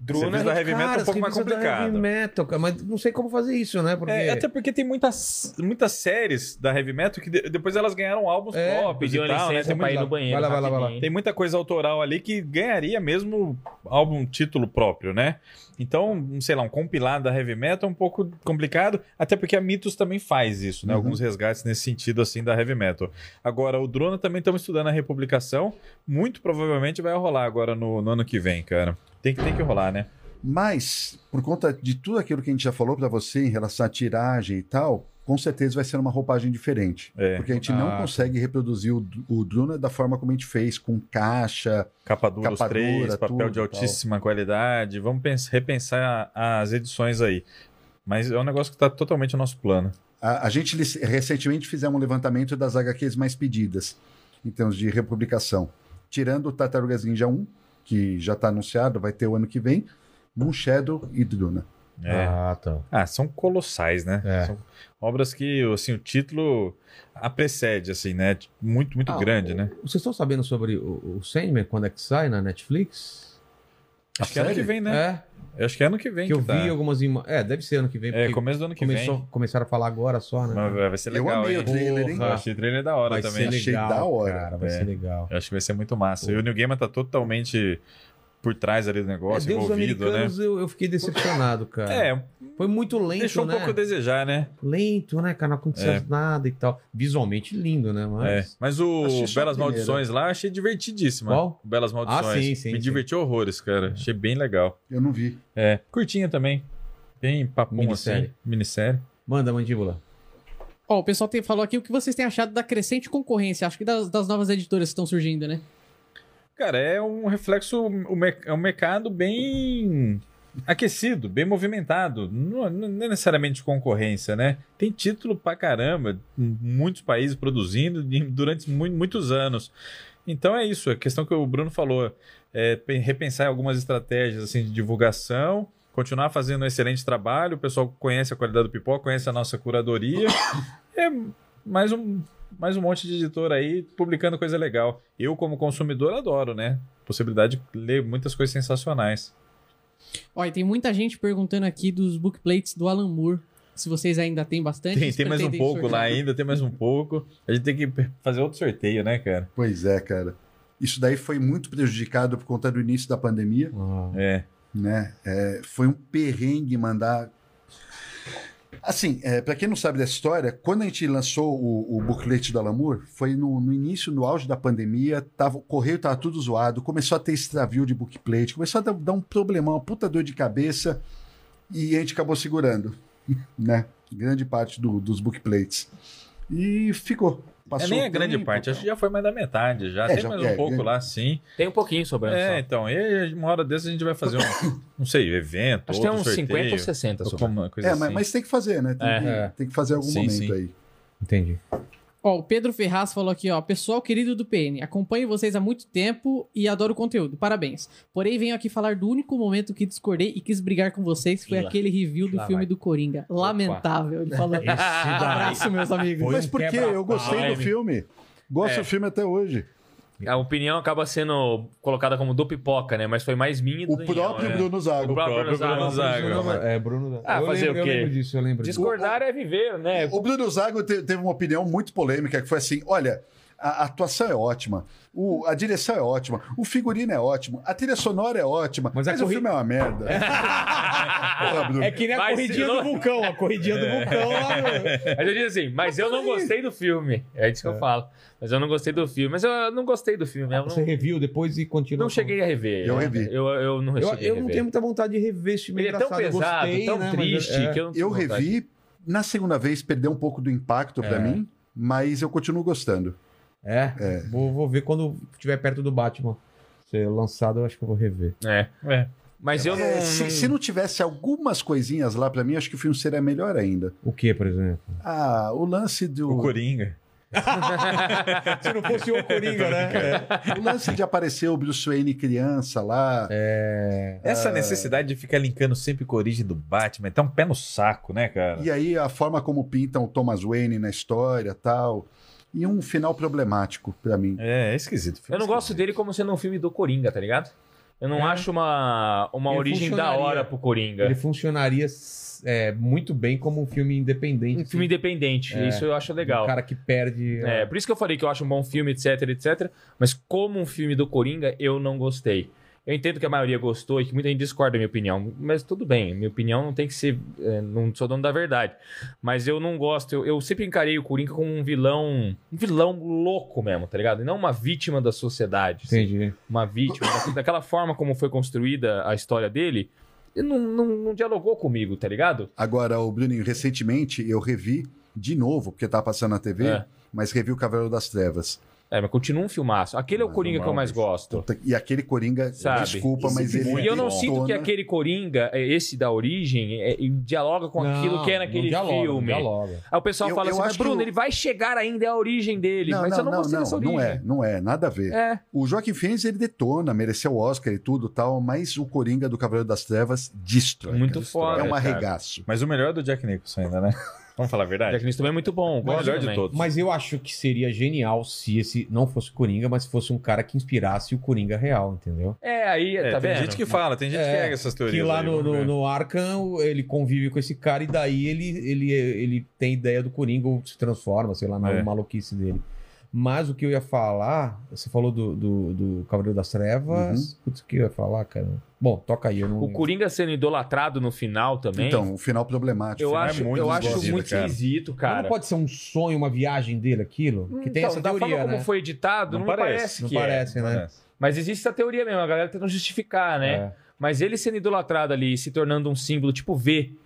Druna da Heavy Metal é um pouco mais complicado.
metal, cara, mas não sei como fazer isso, né? Porque...
É, até porque tem muitas, muitas séries da Heavy Metal que de- depois elas ganharam álbuns
É,
próprios
Pediu
e tal, né?
licença
Tem,
pra ir no
lá.
banheiro.
Vai lá, vai lá, vai lá.
rapidinho.
mu- tem muita coisa autoral ali que ganharia mesmo álbum título próprio, né? Então, um, sei lá, um compilado da Heavy Metal é um pouco complicado, até porque a Mitos também faz isso, né?
Uhum.
Alguns resgates nesse sentido, assim, da Heavy Metal. Agora, o Drona também estamos estudando a republicação, muito provavelmente vai rolar agora no, no ano que vem, cara. Tem que, tem que rolar, né?
Mas, por conta de tudo aquilo que a gente já falou pra você em relação à tiragem e tal, com certeza vai ser uma roupagem diferente.
É,
Porque a gente não
Ah.
consegue reproduzir o, o Druna da forma como a gente fez, com caixa.
Capa dura, os
Capa
três,
dura,
papel
tudo
de
e
altíssima qualidade. Vamos pens- repensar as edições aí. Mas é um negócio que está totalmente no nosso plano.
A, a gente lic- recentemente fizemos um levantamento das HQs mais pedidas, em termos de republicação. Tirando o Tartarugas Ninja 1, que já tá anunciado, vai ter o ano que vem, Moon Shadow e Druna.
É.
Ah, tá.
Ah, são colossais, né?
É.
São obras que, assim, o título a precede, assim, né? Muito, muito
Ah,
grande,
o-
né?
Vocês estão sabendo sobre o, o Sandman, quando é que sai na Netflix?
Acho que é ano que
sério?
vem, né?
É,
Eu acho que é ano que vem
que eu
que tá.
vi algumas imagens. É, deve ser ano que vem,
É,
porque
começo do ano que
começou,
vem.
começaram a falar agora só, né?
Mas é, vai vai ser
Eu
legal,
amei o
hein?
trailer, hein?
Eu achei o trailer da hora
Vai
também.
ser
Achei
legal,
da hora.
cara, vai
É.
ser legal.
Eu acho que vai ser muito massa.
Pô.
E o New Gamer tá totalmente por trás ali do
É,
negócio,
Deus dos
envolvido, né?
Americanos, eu, eu fiquei decepcionado, cara.
É,
Foi muito lento,
deixou um
né?
pouco a desejar, né?
Lento, né, cara? Não aconteceu
É.
nada e tal. Visualmente lindo, né?
É,
Mas.
mas o
Achei só a
Belas
primeira.
Maldições lá achei divertidíssimo.
Qual?
O Belas Maldições.
Ah, sim, sim,
Me
sim. É.
diverti horrores, cara. Achei bem legal.
Eu não vi.
É, curtinha também. Bem papum
Minissérie.
assim. Minissérie.
Manda, mandíbula.
Ó, o pessoal tem, falou aqui o que vocês têm achado da crescente concorrência, acho que das, das novas editoras que estão surgindo, né?
Cara, é um reflexo, o mer- é um mercado bem aquecido, bem movimentado, não, não é necessariamente concorrência, né? Tem título pra caramba, em muitos países produzindo de- durante mu- muitos anos. Então é isso, a questão que o Bruno falou, é pe- repensar algumas estratégias assim de divulgação, continuar fazendo um excelente trabalho, o pessoal conhece a qualidade do pipoca, conhece a nossa curadoria. É mais um mais um monte de editor aí publicando coisa legal. Eu, como consumidor, adoro, né? Possibilidade de ler muitas coisas sensacionais.
Ó, e tem muita gente perguntando aqui dos bookplates do Alan Moore, se vocês ainda têm bastante.
Tem,
se
tem mais um
pretendem
pouco lá
sortear.
ainda, tem mais um pouco. A gente tem que fazer outro sorteio, né, cara?
Pois é, cara. Isso daí foi muito prejudicado por conta do início da pandemia,
Ah.
É.
né? É, foi um perrengue mandar. Assim, é, para quem não sabe dessa história, quando a gente lançou o, o booklet do Alamur, foi no, no início, no auge da pandemia, tava, o correio tava tudo zoado, começou a ter extravio de bookplate, começou a dar, dar um problemão, uma puta dor de cabeça, e a gente acabou segurando, né? Grande parte do- dos bookplates. E ficou.
É
Passou
nem
o
a grande
tempo,
parte, acho que já foi mais da metade já.
É,
tem
já-
mais
é,
um pouco
grande-
lá, sim.
Tem um pouquinho sobrando
É,
só.
então, e uma hora dessas a gente vai fazer um, não sei, evento,
Acho que tem
outro
uns
sorteio.
50 ou 60 sobrando.
alguma coisa
É,
assim.
mas, mas tem que fazer, né? Tem,
É.
que,
É.
tem que fazer em algum
Sim,
momento
sim.
aí.
Entendi.
Ó, o Pedro Ferraz falou aqui, ó. Pessoal querido do PN, acompanho vocês há muito tempo e adoro o conteúdo. Parabéns. Porém, venho aqui falar do único momento que discordei e quis brigar com vocês, que foi
E lá-
aquele review do
lá
filme
vai.
do Coringa. Lamentável, ele falou.
Esse daí.
Abraço, meus amigos.
Foi
Mas
um
por quê? Eu
quebra-pau,
gostei
hein?
do filme. Gosto
É.
do filme até hoje.
A opinião acaba sendo colocada como do pipoca, né? Mas foi mais minha e do
O
Daniel,
próprio
né?
Bruno
O
Zago.
próprio
próprio
Bruno
Bruno Zago.
Zago.
É, Bruno.
Ah,
eu
fazer
lembro,
o quê?
Eu lembro disso, eu lembro disso.
Discordar é viver, né?
O Bruno Zago te- teve uma opinião muito polêmica, que foi assim, olha... A a atuação é ótima, o- a direção é ótima, o figurino é ótimo, a trilha sonora é ótima, mas,
Mas a
o
corri-
filme é uma merda. Porra, Bruno.
É que nem a
Vai
corridinha
se
do
lo-
vulcão, a corridinha do vulcão lá. no-
Aí eu digo assim, mas eu não gostei do filme. É isso que eu falo. Mas eu não gostei do filme. Mas eu não gostei do filme mesmo.
Você
Não,
reviu depois e continua.
não cheguei a rever.
Eu revi.
Eu, eu não
Eu,
cheguei
eu
a
não
rever.
tenho muita vontade de rever esse filme
Ele é tão
engraçado, eu
pesado,
gostei,
tão
né, mas-
triste,
é.
que eu não
Eu
tive vontade.
revi, na segunda vez perdeu um pouco do impacto pra mim, mas eu continuo gostando.
É? Vou, vou ver quando estiver perto do Batman. Ser lançado, eu acho que eu vou rever.
É.
É.
Mas eu não.
É, se, se não tivesse algumas coisinhas lá pra mim, acho que o filme seria melhor ainda.
O que, por exemplo?
Ah, o lance do.
O Coringa.
Se não fosse o Coringa,
É.
né?
O lance de aparecer o Bruce Wayne criança lá.
É.
Essa necessidade de ficar linkando sempre com a origem do Batman, tá um pé no saco, né, cara?
E aí a forma como pintam o Thomas Wayne na história tal. E um final problemático pra mim.
É, é esquisito.
Eu não gosto dele como sendo um filme do Coringa, tá ligado? Eu não acho uma, uma
É. Ele
origem da
funcionaria.
hora pro Coringa.
Ele funcionaria é, muito bem como um filme independente.
Um filme independente.
É.
Isso eu acho
assim,
legal.
Um cara que perde. a-
É, por isso que eu falei que eu acho um bom filme, etc, etc. Mas como um filme do Coringa, eu não gostei. Eu entendo que a maioria gostou e que muita gente discorda da minha opinião, mas tudo bem, minha opinião não tem que ser. é, não sou dono da verdade. Mas eu não gosto, eu, eu sempre encarei o Coringa como um vilão. Um vilão louco mesmo, tá ligado? E não uma vítima da sociedade. assim
Entendi.
uma vítima, da- daquela forma como foi construída a história dele, ele não, não, não dialogou comigo, tá ligado?
Agora, o Bruninho, recentemente eu revi de novo, porque tava passando na TV,
É.
mas revi o Cavaleiro das Trevas.
É, mas continua um filmaço. Aquele é o
Mas
Coringa
não
que eu
é
mais
um
gosto.
Puta, E aquele Coringa,
Sabe?
desculpa,
Isso
mas
é
ele.
muito
E eu não
bom.
sinto que
detona.
aquele Coringa, é, esse da origem, é, e dialoga com aquilo que é naquele filme.
Dialoga.
Aí o pessoal
Eu-
fala
eu
assim, mas
acho que
Bruno,
o-
ele vai chegar ainda, é a origem dele.
Não,
mas
não,
eu não
não,
gostei dessa
não,
origem.
não é, não é, nada a ver.
É,
O Joaquim Phoenix, ele detona, mereceu o Oscar e tudo tal, mas o Coringa do Cavaleiro das Trevas destrói.
muito
cara.
foda.
É um
cara.
arregaço.
Mas o melhor é do Jack Nicholson ainda, né? Vamos falar a verdade?
Jack Nicholson também é muito bom.
O melhor de
todos.
todos.
Mas eu acho que seria genial se esse não fosse o Coringa, mas fosse um cara que inspirasse o Coringa real, entendeu?
É, aí,
É,
tá
tem
vendo?
gente que fala, tem gente
É,
que pega essas teorias.
Que lá
aí,
no,
vamos
no,
ver.
no Arkham ele convive com esse cara e daí ele, ele, ele tem ideia do Coringa ou se transforma, sei lá, na
É.
maluquice dele. Mas o que eu ia falar, você falou do, do, do Cavaleiro das Trevas. Putz, o que eu ia falar, cara? Bom, toca aí, eu não.
Uhum. O Coringa sendo idolatrado no final também.
Então, o final problemático. né?
Eu
Final
acho,
muito
eu acho
esquisito,
muito
cara.
esquisito,
Mas
cara.
não pode ser um sonho, uma viagem dele, aquilo? Que tem
Então,
essa
da forma
teoria,
como
né?
foi editado, não,
Não
parece,
parece,
não
que é.
parece, né?
Mas existe essa teoria mesmo, a galera tentando justificar, né?
É.
Mas ele sendo idolatrado ali, se tornando um símbolo tipo V,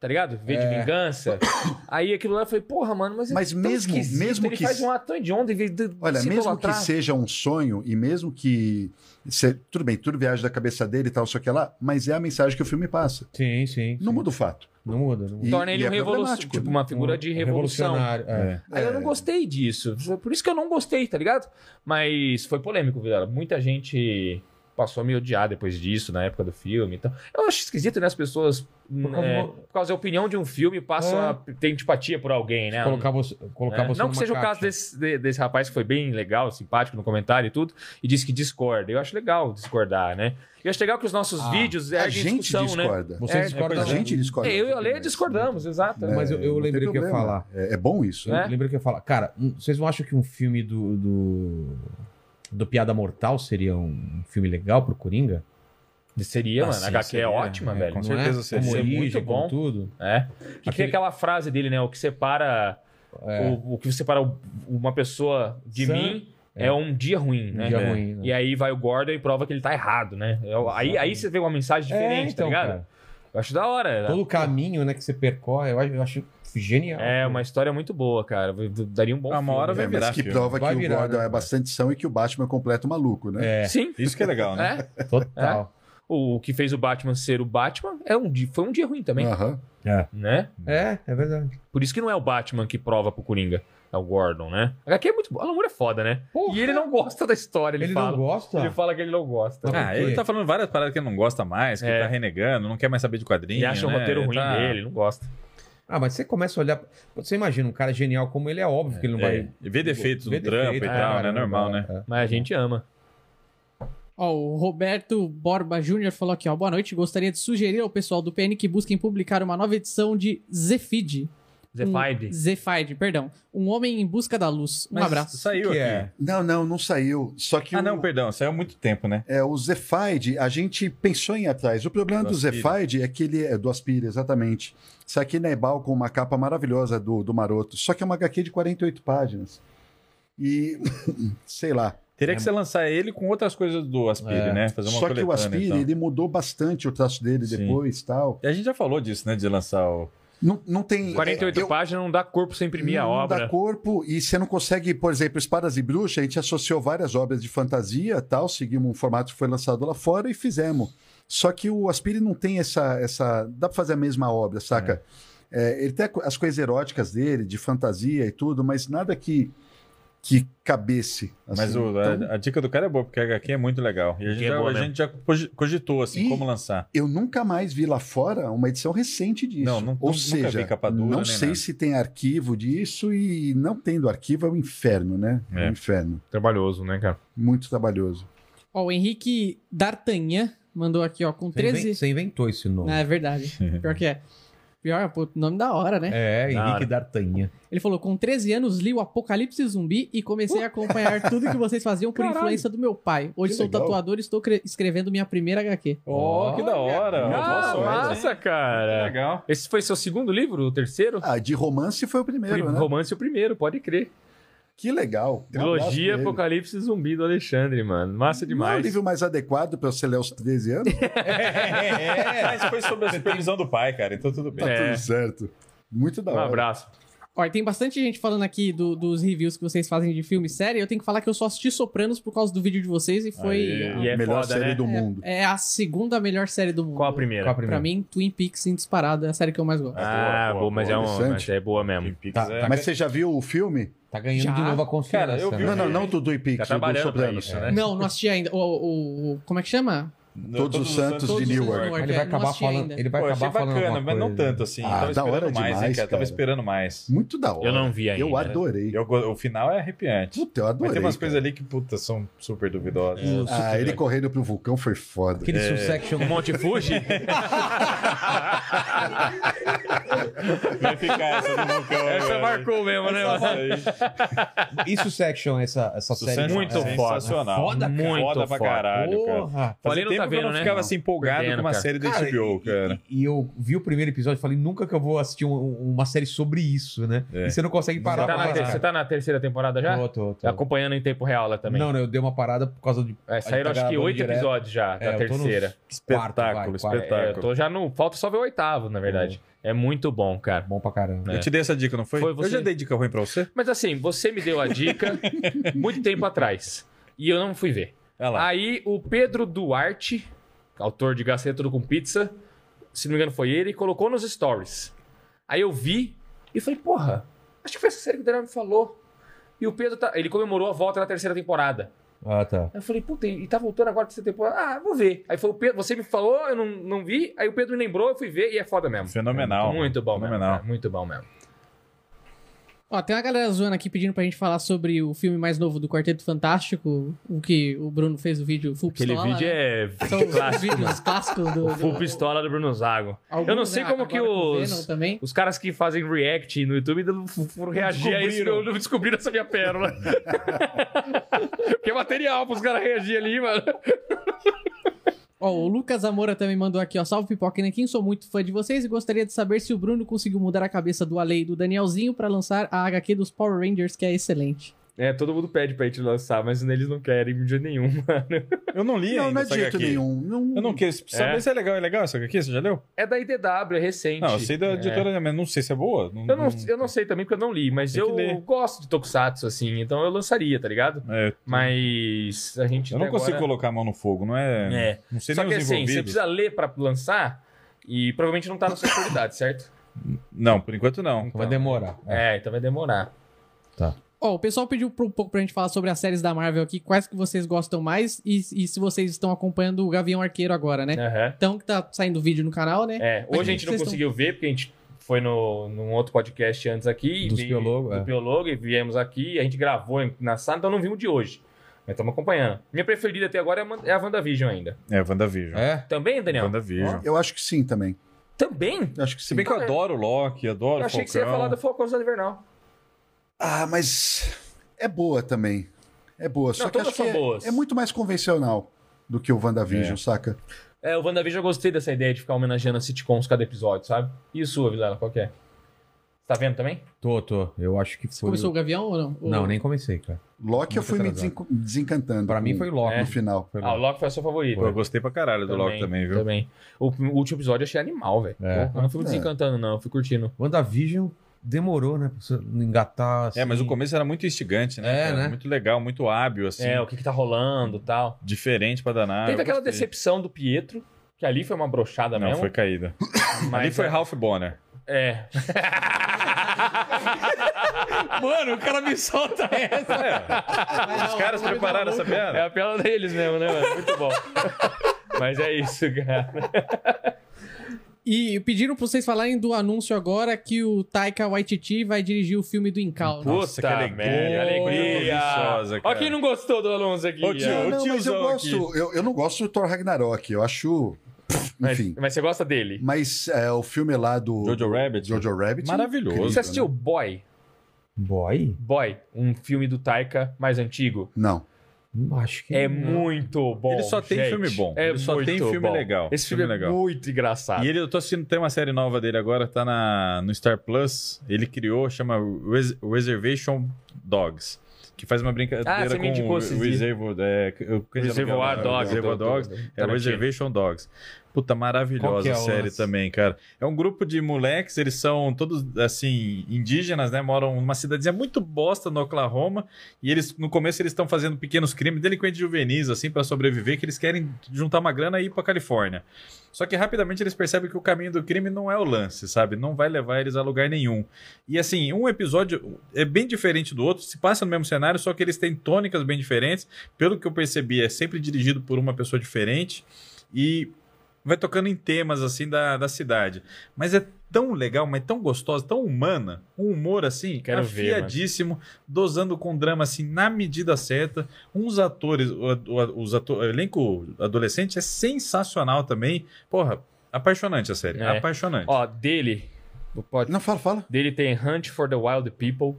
Tá ligado? V de vingança. Aí aquilo lá eu falei, porra, mano, mas, é
É. Mas
tão
mesmo-
esquisito,
mesmo
ele
que-
faz um ato de onda em vez de
Olha,
se
mesmo que
idolatrar.
seja um sonho e mesmo que. se- tudo bem, tudo viaja da cabeça dele e tal, só que lá, mas é a mensagem que o filme passa.
Sim, sim.
Não
sim.
muda o fato.
Não muda. Não muda.
E-
torna ele
e
um
é
revolucionário,
problemático,
tipo
né?
uma
Um
figura de revolução.
Revolucionário, É.
Aí eu não gostei disso. Por isso que eu não gostei, tá ligado? Mas foi polêmico, Vilela. Muita gente passou a me odiar depois disso, na época do filme. Então, eu acho esquisito, né? As pessoas, hum, é, por
causa
causa,
do-
da opinião de um filme, passam
É.
a ter antipatia por alguém, né?
Colocar você, colocar
É,
você
não
numa
que seja o
caixa.
caso desse, de- desse rapaz que foi bem legal, simpático no comentário e tudo, e disse que discorda. Eu acho legal discordar, né? Eu acho legal que os nossos
Ah,
vídeos
A
erguem
gente
É discussão, né?
discorda.
Você
É,
discorda.
A gente discorda.
É, eu e a Leia discordamos, exato.
Mas eu, eu
Não tem
lembrei que eu ia
problema.
falar.
É, é bom isso. né?
É?
Eu lembrei que eu ia falar. Cara, um- vocês não acham que um filme do, do. do Piada Mortal seria um filme legal pro Coringa?
Seria,
Ah,
mano.
sim,
a HQ
seria,
é ótima,
é,
velho.
Com
Não
certeza
é?
seria.
Como
Seria
origem,
muito
com
bom.
tudo.
É. Que tem
né? Aquele- É.
aquela frase dele, né? O que separa. O, o que separa o- uma pessoa de
Sã-
mim
é.
é. um dia ruim,
Um
né?
dia
É.
ruim, né?
E aí vai o Gordon e prova que ele tá errado, né? Eu- Aí, aí você vê uma mensagem diferente, tá ligado?
É, então, cara,
Eu acho da hora.
todo o caminho né, que você percorre, eu acho, eu acho genial.
É uma história muito boa, cara. V- v- Daria um bom
Ah, uma
filme.
hora vai
É,
virar
mas que
filme.
prova
Vai
que
virar,
o Gordon
né?
é bastante são e que o Batman é completo maluco, né?
É,
Sim,
Isso que é legal, né?
é.
total.
O que fez o Batman ser o Batman é um dia, foi um dia ruim também,
Aham.
né?
É, é verdade.
Por isso que não é o Batman que prova pro Coringa. É o Gordon, né? A HQ é muito boa. A Lamura é foda, né?
Porra.
E ele não gosta da história, ele,
Ele
fala.
não gosta?
Então.
Ele fala que ele não gosta.
Tá
Ah, ele tá falando várias paradas que ele não gosta mais, que
É.
ele tá renegando, não quer mais saber de quadrinho.
Ele acha o
né?
roteiro ruim
Tá-
dele, não gosta.
Ah, mas você começa a olhar. Você imagina um cara genial como ele é óbvio que ele não
É,
vai.
e vê defeitos
Vê é,
no trampo e
defeito,
tal,
cara,
né? Normal,
vai-
né?
é.
Mas a gente ama.
Ó, o Roberto Borba Júnior falou aqui, ó. Boa noite. Gostaria de sugerir ao pessoal do PN que busquem publicar uma nova edição de Zefid.
Zé
Hum.
Um-
Fide.
Zefide, perdão. Um homem em busca da luz. Um
Mas
abraço.
Saiu
Que
aqui.
é?
Não, não, não saiu. Só que
Ah,
o,
não, perdão, saiu há muito tempo, né?
é, o Zephyde, a gente pensou em ir atrás. O problema
Do
do,
Aspira.
Zephyde é que ele é do Aspira, exatamente. Sai aqui Nebal com uma capa maravilhosa do, do Maroto. Só que é uma HQ de 48 páginas. E sei lá.
Teria que você lançar ele com outras coisas do Aspire,
É.
né? Fazer uma
Só que o
coletânea
Aspira,
e tal.
ele mudou bastante o traço dele
Sim.
depois e tal.
E A gente já falou disso, né? De lançar o.
Não, não tem.
48
é, eu-
páginas não dá corpo sem imprimir a
não
obra.
dá corpo e você não consegue, por exemplo, Espadas e Bruxa, a gente associou várias obras de fantasia tal, seguimos um formato que foi lançado lá fora e fizemos. Só que o Aspire não tem essa. essa dá pra fazer a mesma obra, saca? É, ele tem a- as coisas eróticas dele, de fantasia e tudo, mas nada que, que cabesse.
Mas
assim.
o- a-
Então,
a, dica do cara é boa, porque a HQ é muito legal. E a gente,
É
já,
boa
a
mesmo.
gente já cogi- cogitou, assim,
Ih,
como lançar.
eu nunca mais vi lá fora uma edição recente disso.
Não, não-
Ou
nunca
seja,
vi capa dura,
não
nem
sei
nada.
se tem arquivo disso e não tendo arquivo é um inferno, né?
É.
é um inferno.
Trabalhoso, né, cara?
Muito trabalhoso.
Ó, o Henrique D'Artagnan mandou aqui, ó, com
Você, inven-
13.
você inventou esse nome.
Ah, é verdade. Pior que é. Pior, pô, nome da hora, né?
É,
Da
Henrique
hora.
D'Artagnan.
Ele falou: com 13 anos li o Apocalipse Zumbi e comecei a acompanhar tudo que vocês faziam por
Caralho.
influência do meu pai. Hoje
Que
sou
legal.
tatuador e estou cre- escrevendo minha primeira HQ.
Oh, que da hora!
Ah,
Boa sorte, hein?
massa,
Que
cara.
legal.
Esse foi seu segundo livro, o terceiro?
Ah, de romance foi o primeiro,
Prim-
né?
Romance é o primeiro, pode crer.
Que legal. Um abraço pra
Trilogia
ele.
Apocalipse Zumbi do Alexandre, mano. Massa
Não é o
demais.
livro mais adequado para você ler aos 13 anos? Tá
É, mas foi sobre a supervisão do pai, cara, então tudo bem.
É.
Tá tudo certo. Muito da
Um
hora.
abraço.
Ó, e tem bastante gente falando aqui do- dos reviews que vocês fazem de filme e série. Eu tenho que falar que eu só assisti Sopranos por causa do vídeo de vocês e foi.
Aê.
E é
Melhor
foda,
série
né?
do mundo.
É a segunda melhor série do mundo.
Qual a primeira?
Qual a
Pra
primeira?
mim, Twin Peaks em disparado é a série que eu mais gosto.
Ah,
Boa, boa,
boa, mas,
boa.
é um, mas
Interessante.
é boa
Twin
mesmo.
Peaks
Tá,
é-
tá.
Ah, Mas você já viu o filme?
Tá ganhando
Já?
de novo a confiança.
Cara, eu vi um o
Não,
né?
não, não do Dui Pix,
Tá
do
trabalhando pra
Sopranos.
isso, né?
Não, não assisti ainda. O, o- o- como é que chama?
No-
Todos os Santos de
Todos os
Newark.
Newark.
Ele vai
Não
acabar
assisti
falando.
ainda.
Ele vai
Pô, achei
acabar falando.
bacana,
alguma
mas não
coisa.
tanto assim.
Ah,
tava
da
esperando
hora
mais, hein,
demais,
cara. Tava
cara.
esperando mais.
Muito da hora.
Eu não vi ainda.
Eu adorei.
Eu go- o final é arrepiante.
Puta, eu adorei.
mas tem umas coisas
cara.
ali que, puta, são super duvidosas.
Ah, ele correndo pro vulcão foi foda.
Aquele
É.
subsection.
O Um Monte Fuji?
Vai ficar essa do vulcão.
Essa marcou mesmo, né? mano?
Isso section, essa, essa série.
Sucesso
Muito
é
foda.
sensacional.
Foda, cara.
Muito
Muito
foda pra
foda.
caralho, cara.
Porra.
Fazia
Falei no
tempo
tá
época eu
vendo,
não
né?
ficava assim empolgado
Perdendo,
com uma
cara.
série da
Cara,
HBO,
e-
cara.
E, e eu vi o primeiro episódio e falei, nunca que eu vou assistir um- uma série sobre isso, né?
É.
E você não consegue
Você
parar
Você tá,
pra
na ter-
pensar.
você tá na terceira temporada já?
Tô, tô, tô.
Tá Acompanhando em tempo real lá também.
Não, não, eu dei uma parada por causa de.
É, saíram
a gente tá
acho que
gravando
oito
direto. É,
episódios já da
eu tô tá, nos
terceira.
quarto, vai,
Espetáculo,
quarto.
espetáculo.
É, eu tô já no. Falta só ver o oitavo, na verdade. É muito bom, cara.
Bom pra caramba.
Eu te dei essa dica, não foi?
Foi
Eu
você.
já dei dica ruim pra você?
Mas assim, você me deu a dica muito tempo atrás. E eu não fui ver.
Olha lá.
Aí o Pedro Duarte, autor de Gaceta Tudo com Pizza, se não me engano foi ele, colocou nos stories. Aí eu vi e falei, porra, acho que foi essa série que o Daniel me falou. E o Pedro, tá- ele comemorou a volta na terceira temporada.
Ah, tá.
Aí eu falei, puta, e tá voltando agora que você temporada? Ah, vou ver. Aí foi o Pedro, você me falou, eu não, não vi. Aí o Pedro me lembrou, eu fui ver e é foda mesmo.
Fenomenal.
Muito bom
Fenomenal.
mesmo. cara, Muito bom mesmo.
Ó, tem uma galera zoando aqui pedindo pra gente falar sobre o filme mais novo do Quarteto Fantástico, o que o Bruno fez o vídeo Full
Aquele
Pistola. né?
vídeo é
São os
clássico,
vídeos
mano.
clássicos do...
O Full
do-
Pistola do Bruno Zago. eu não
alguns,
sei
né,
como
agora
que
com o
os...
Venom também.
Os caras que fazem react no YouTube ainda não f- foram reagir a isso,
Descobriram.
não descobriram essa minha pérola. Porque é material pros caras reagir ali, mano.
Ó, o Lucas Amora também mandou aqui, ó. Salve Pipoca e Nanquim, sou muito fã de vocês e gostaria de saber se o Bruno conseguiu mudar a cabeça do Ale e do Danielzinho pra lançar a HQ dos Power Rangers, que é excelente.
É, todo mundo pede pra gente lançar, mas eles não querem de nenhum, mano.
Eu não li
Não,
ainda
não é
essa
de jeito
HQ.
nenhum. Não,
Eu não quis saber
É?
se é legal. É legal essa HQ? Você já leu?
É da IDW, é recente.
Não, eu sei da
É.
editora, mas não sei se é boa.
Eu não, eu não sei também porque eu não li, mas
Tem que
eu
ler.
gosto de Tokusatsu, assim, então eu lançaria, tá ligado?
É,
Mas a gente.
eu não
até
consigo
agora...
colocar a mão no fogo, não é?
É.
Não sei
Só
nem
que
os
assim, você
envolvidos.
precisa ler pra lançar e provavelmente não tá na sua prioridade, certo?
Não, por enquanto não.
Vai demorar.
É, então vai demorar.
Ó, o pessoal pediu pro- um pouco pra gente falar sobre as séries da Marvel aqui, quais que vocês gostam mais e, e se vocês estão acompanhando o Gavião Arqueiro agora,
É.
né?
Aham.
Então que tá saindo vídeo no canal, né?
É,
Mas
hoje a gente não
vocês
conseguiu ver, porque a gente foi no, num outro podcast antes aqui. e
Dos
vi-
Piologo,
Do
é.
Piologo, e viemos aqui, a gente gravou em- na sala, então não vimos de hoje. Mas estamos acompanhando. Minha preferida até agora é a Man- é a WandaVision ainda.
É, WandaVision.
É?
Também, Daniel?
WandaVision.
Eu acho que sim também.
Também?
Eu acho que
Se
sim.
bem que eu adoro o Loki, adoro
Eu
o
achei que você ia
Falcão.
falar do Falcão Soldado Invernal.
Ah, mas é boa também. É boa. Só que
todas
acho que
são
é,
boas.
é muito mais convencional do que o WandaVision,
É.
saca?
É, o WandaVision eu gostei dessa ideia de ficar homenageando as sitcoms cada episódio, sabe? E a sua, Vilela, qual que é? Você tá vendo também?
Tô, tô. Eu acho que foi.
Você começou o Gavião ou não?
Não,
Ou-
nem comecei, cara.
Loki eu
Muito
fui me
atrasado.
desenco- desencantando.
Pra mim
com-
foi Loki. né?
No final.
Foi
Ah, o
Loki.
Loki foi a sua favorita.
Pô, eu gostei pra caralho do Loki também, viu?
Também. O, o último episódio eu achei animal, velho.
É.
Porra, Eu não fui me
É.
desencantando, não. Eu fui curtindo.
WandaVision demorou, né? Pra você engatar. assim.
É, mas o começo era muito instigante, né?
É,
cara?
né?
Muito legal, muito hábil, assim.
É, o que que tá rolando e tal.
Diferente pra danar.
Teve
Ah, eu
aquela
gostei.
decepção do Pietro, que ali foi uma brochada
Não,
mesmo.
foi caída.
mas-
Ali foi Ralph Bonner.
É.
Mano, o cara me solta essa.
É. Os caras prepararam essa
É
piada?
a pela deles mesmo, né, mano? Muito bom. Mas é isso, cara.
E pediram pra vocês falarem do anúncio agora que o Taika Waititi vai dirigir o filme do Incal. né?
Nossa, que alegria, alegria deliciosa, cara.
Ó, quem não gostou do anúncio aqui.
Ô, tio,
ó.
o
não, mas eu
tiozão
gosto. Eu, eu não gosto do Thor Ragnarok. Eu acho. pff,
Mas,
Enfim.
mas você gosta dele?
Mas, é, o filme lá do.
Jojo Rabbit.
Jojo Rabbit.
Maravilhoso.
Você assistiu Boy?
Boy?
Boy, um filme do Taika mais antigo.
Não.
Não Acho que.
É muito bom.
Ele só tem
gente.
filme bom.
É
Ele só
muito
tem filme
bom.
legal.
Esse
Filme
filme,
legal.
é muito engraçado.
E ele, eu tô assistindo, tem uma série nova dele agora, tá na, no Star Plus. Ele criou, chama Res- Reservation Dogs. Que faz uma brincadeira
Ah, você me
com
indicou
o
esses dias.
Reservo, é, eu-
Reservoir
é,
Dogs, né?
Reservoir
do-
Dogs.
do- do
É
Tarantino.
Reservation Dogs. Puta,
Qual que
maravilhosa
é
a
o
série
lance?
também, cara. É um grupo de moleques, eles são todos, assim, indígenas, né? Moram numa cidadezinha muito bosta no Oklahoma. E eles, no começo, eles estão fazendo pequenos crimes, delinquentes juvenis, assim, pra sobreviver, que eles querem juntar uma grana e ir pra Califórnia. Só que rapidamente eles percebem que o caminho do crime não é o lance, sabe? Não vai levar eles a lugar nenhum. E assim, um episódio é bem diferente do outro, se passa no mesmo cenário, só que eles têm tônicas bem diferentes. Pelo que eu percebi, é sempre dirigido por uma pessoa diferente e vai tocando em temas assim da, da cidade. Mas é tão legal, mas tão gostosa, tão humana, um humor assim,
Quero ver,
afiadíssimo, dosando com drama assim na medida certa. Uns atores, o- o- os ato- o elenco adolescente é sensacional também. Porra, apaixonante a série,
É.
apaixonante.
Ó, dele. do pod-
Não, fala, fala.
Dele tem Hunt for the Wild People,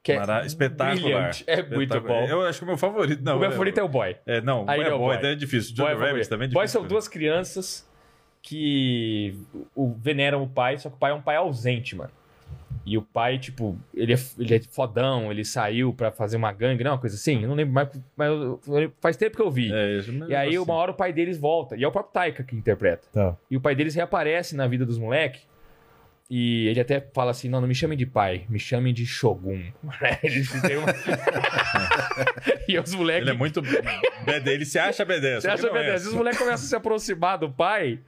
Que é
Mara- Espetacular.
brilhante. É muito
Espetacular.
bom.
Eu acho que o meu favorito. Não,
o meu favorito é o Boy.
é. Não,
Aí
Boy
é
é
o
boy,
Boy.
daí é difícil.
Boy, é
Johnny Rabbit
favorito.
também é difícil.
Boy são
né?
duas crianças que o, o- veneram o pai, só que o pai é um pai ausente, mano. E o pai, tipo, ele é, ele é fodão, ele saiu pra fazer uma gangue, não, uma coisa assim. Eu não lembro mais, mas eu- eu- faz tempo que eu vi.
É, isso mesmo
E aí,
assim.
uma hora, o pai deles volta. E é o próprio Taika que interpreta.
Tá.
E o pai deles reaparece na vida dos moleques. E ele até fala assim: não, não me chamem de pai, me chamem de Shogun. Ele tem uma- e os moleques.
Ele é muito. BD, ele se acha BD.
Você acha verdade? Às vezes é os moleques começam a se aproximar do pai.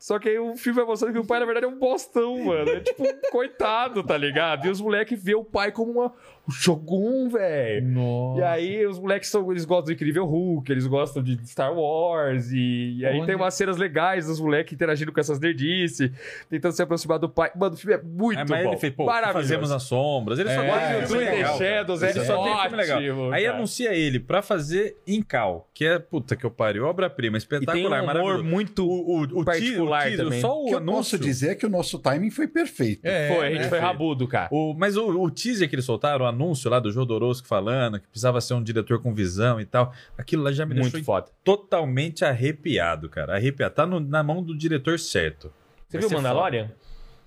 Só que aí o filme vai mostrando que o pai, na verdade, é um bostão, mano. É tipo, um coitado, tá ligado? E os moleques vê o pai como uma... o Shogun, velho.
Nossa.
E aí os moleques são, eles gostam do Incrível Hulk, eles gostam de Star Wars, e, e aí
Olha.
tem umas cenas legais dos moleques interagindo com essas nerdices, tentando se aproximar do pai. Mano, o filme é muito
É, mas
bom.
ele fez, pô,
Maravilhoso.
fazemos as sombras. Ele só
É,
gosta de
Mas o
filme
filme
legal.
The
cara.
Shadows
Ele
é
só tem filme legal.
ótimo.
Aí é
cara.
anuncia ele pra fazer em Cal, que é puta que eu pariu, obra-prima,
E tem um
espetacular,
humor
maravilhoso.
muito
O, o, o,
particular
título,
também.
só
O
o
que eu
anúncio.
posso dizer é que o nosso timing foi perfeito.
É,
Foi, a gente
né?
foi rabudo, cara.
O- mas o, o teaser que eles soltaram, o anúncio lá do Jodorowsky falando que precisava ser um diretor com visão e tal, aquilo lá já me
Muito
deixou
foda.
totalmente arrepiado, cara. Arrepiado. Tá no- na mão do diretor certo.
Você
Vai
viu
ser
Mandalorian?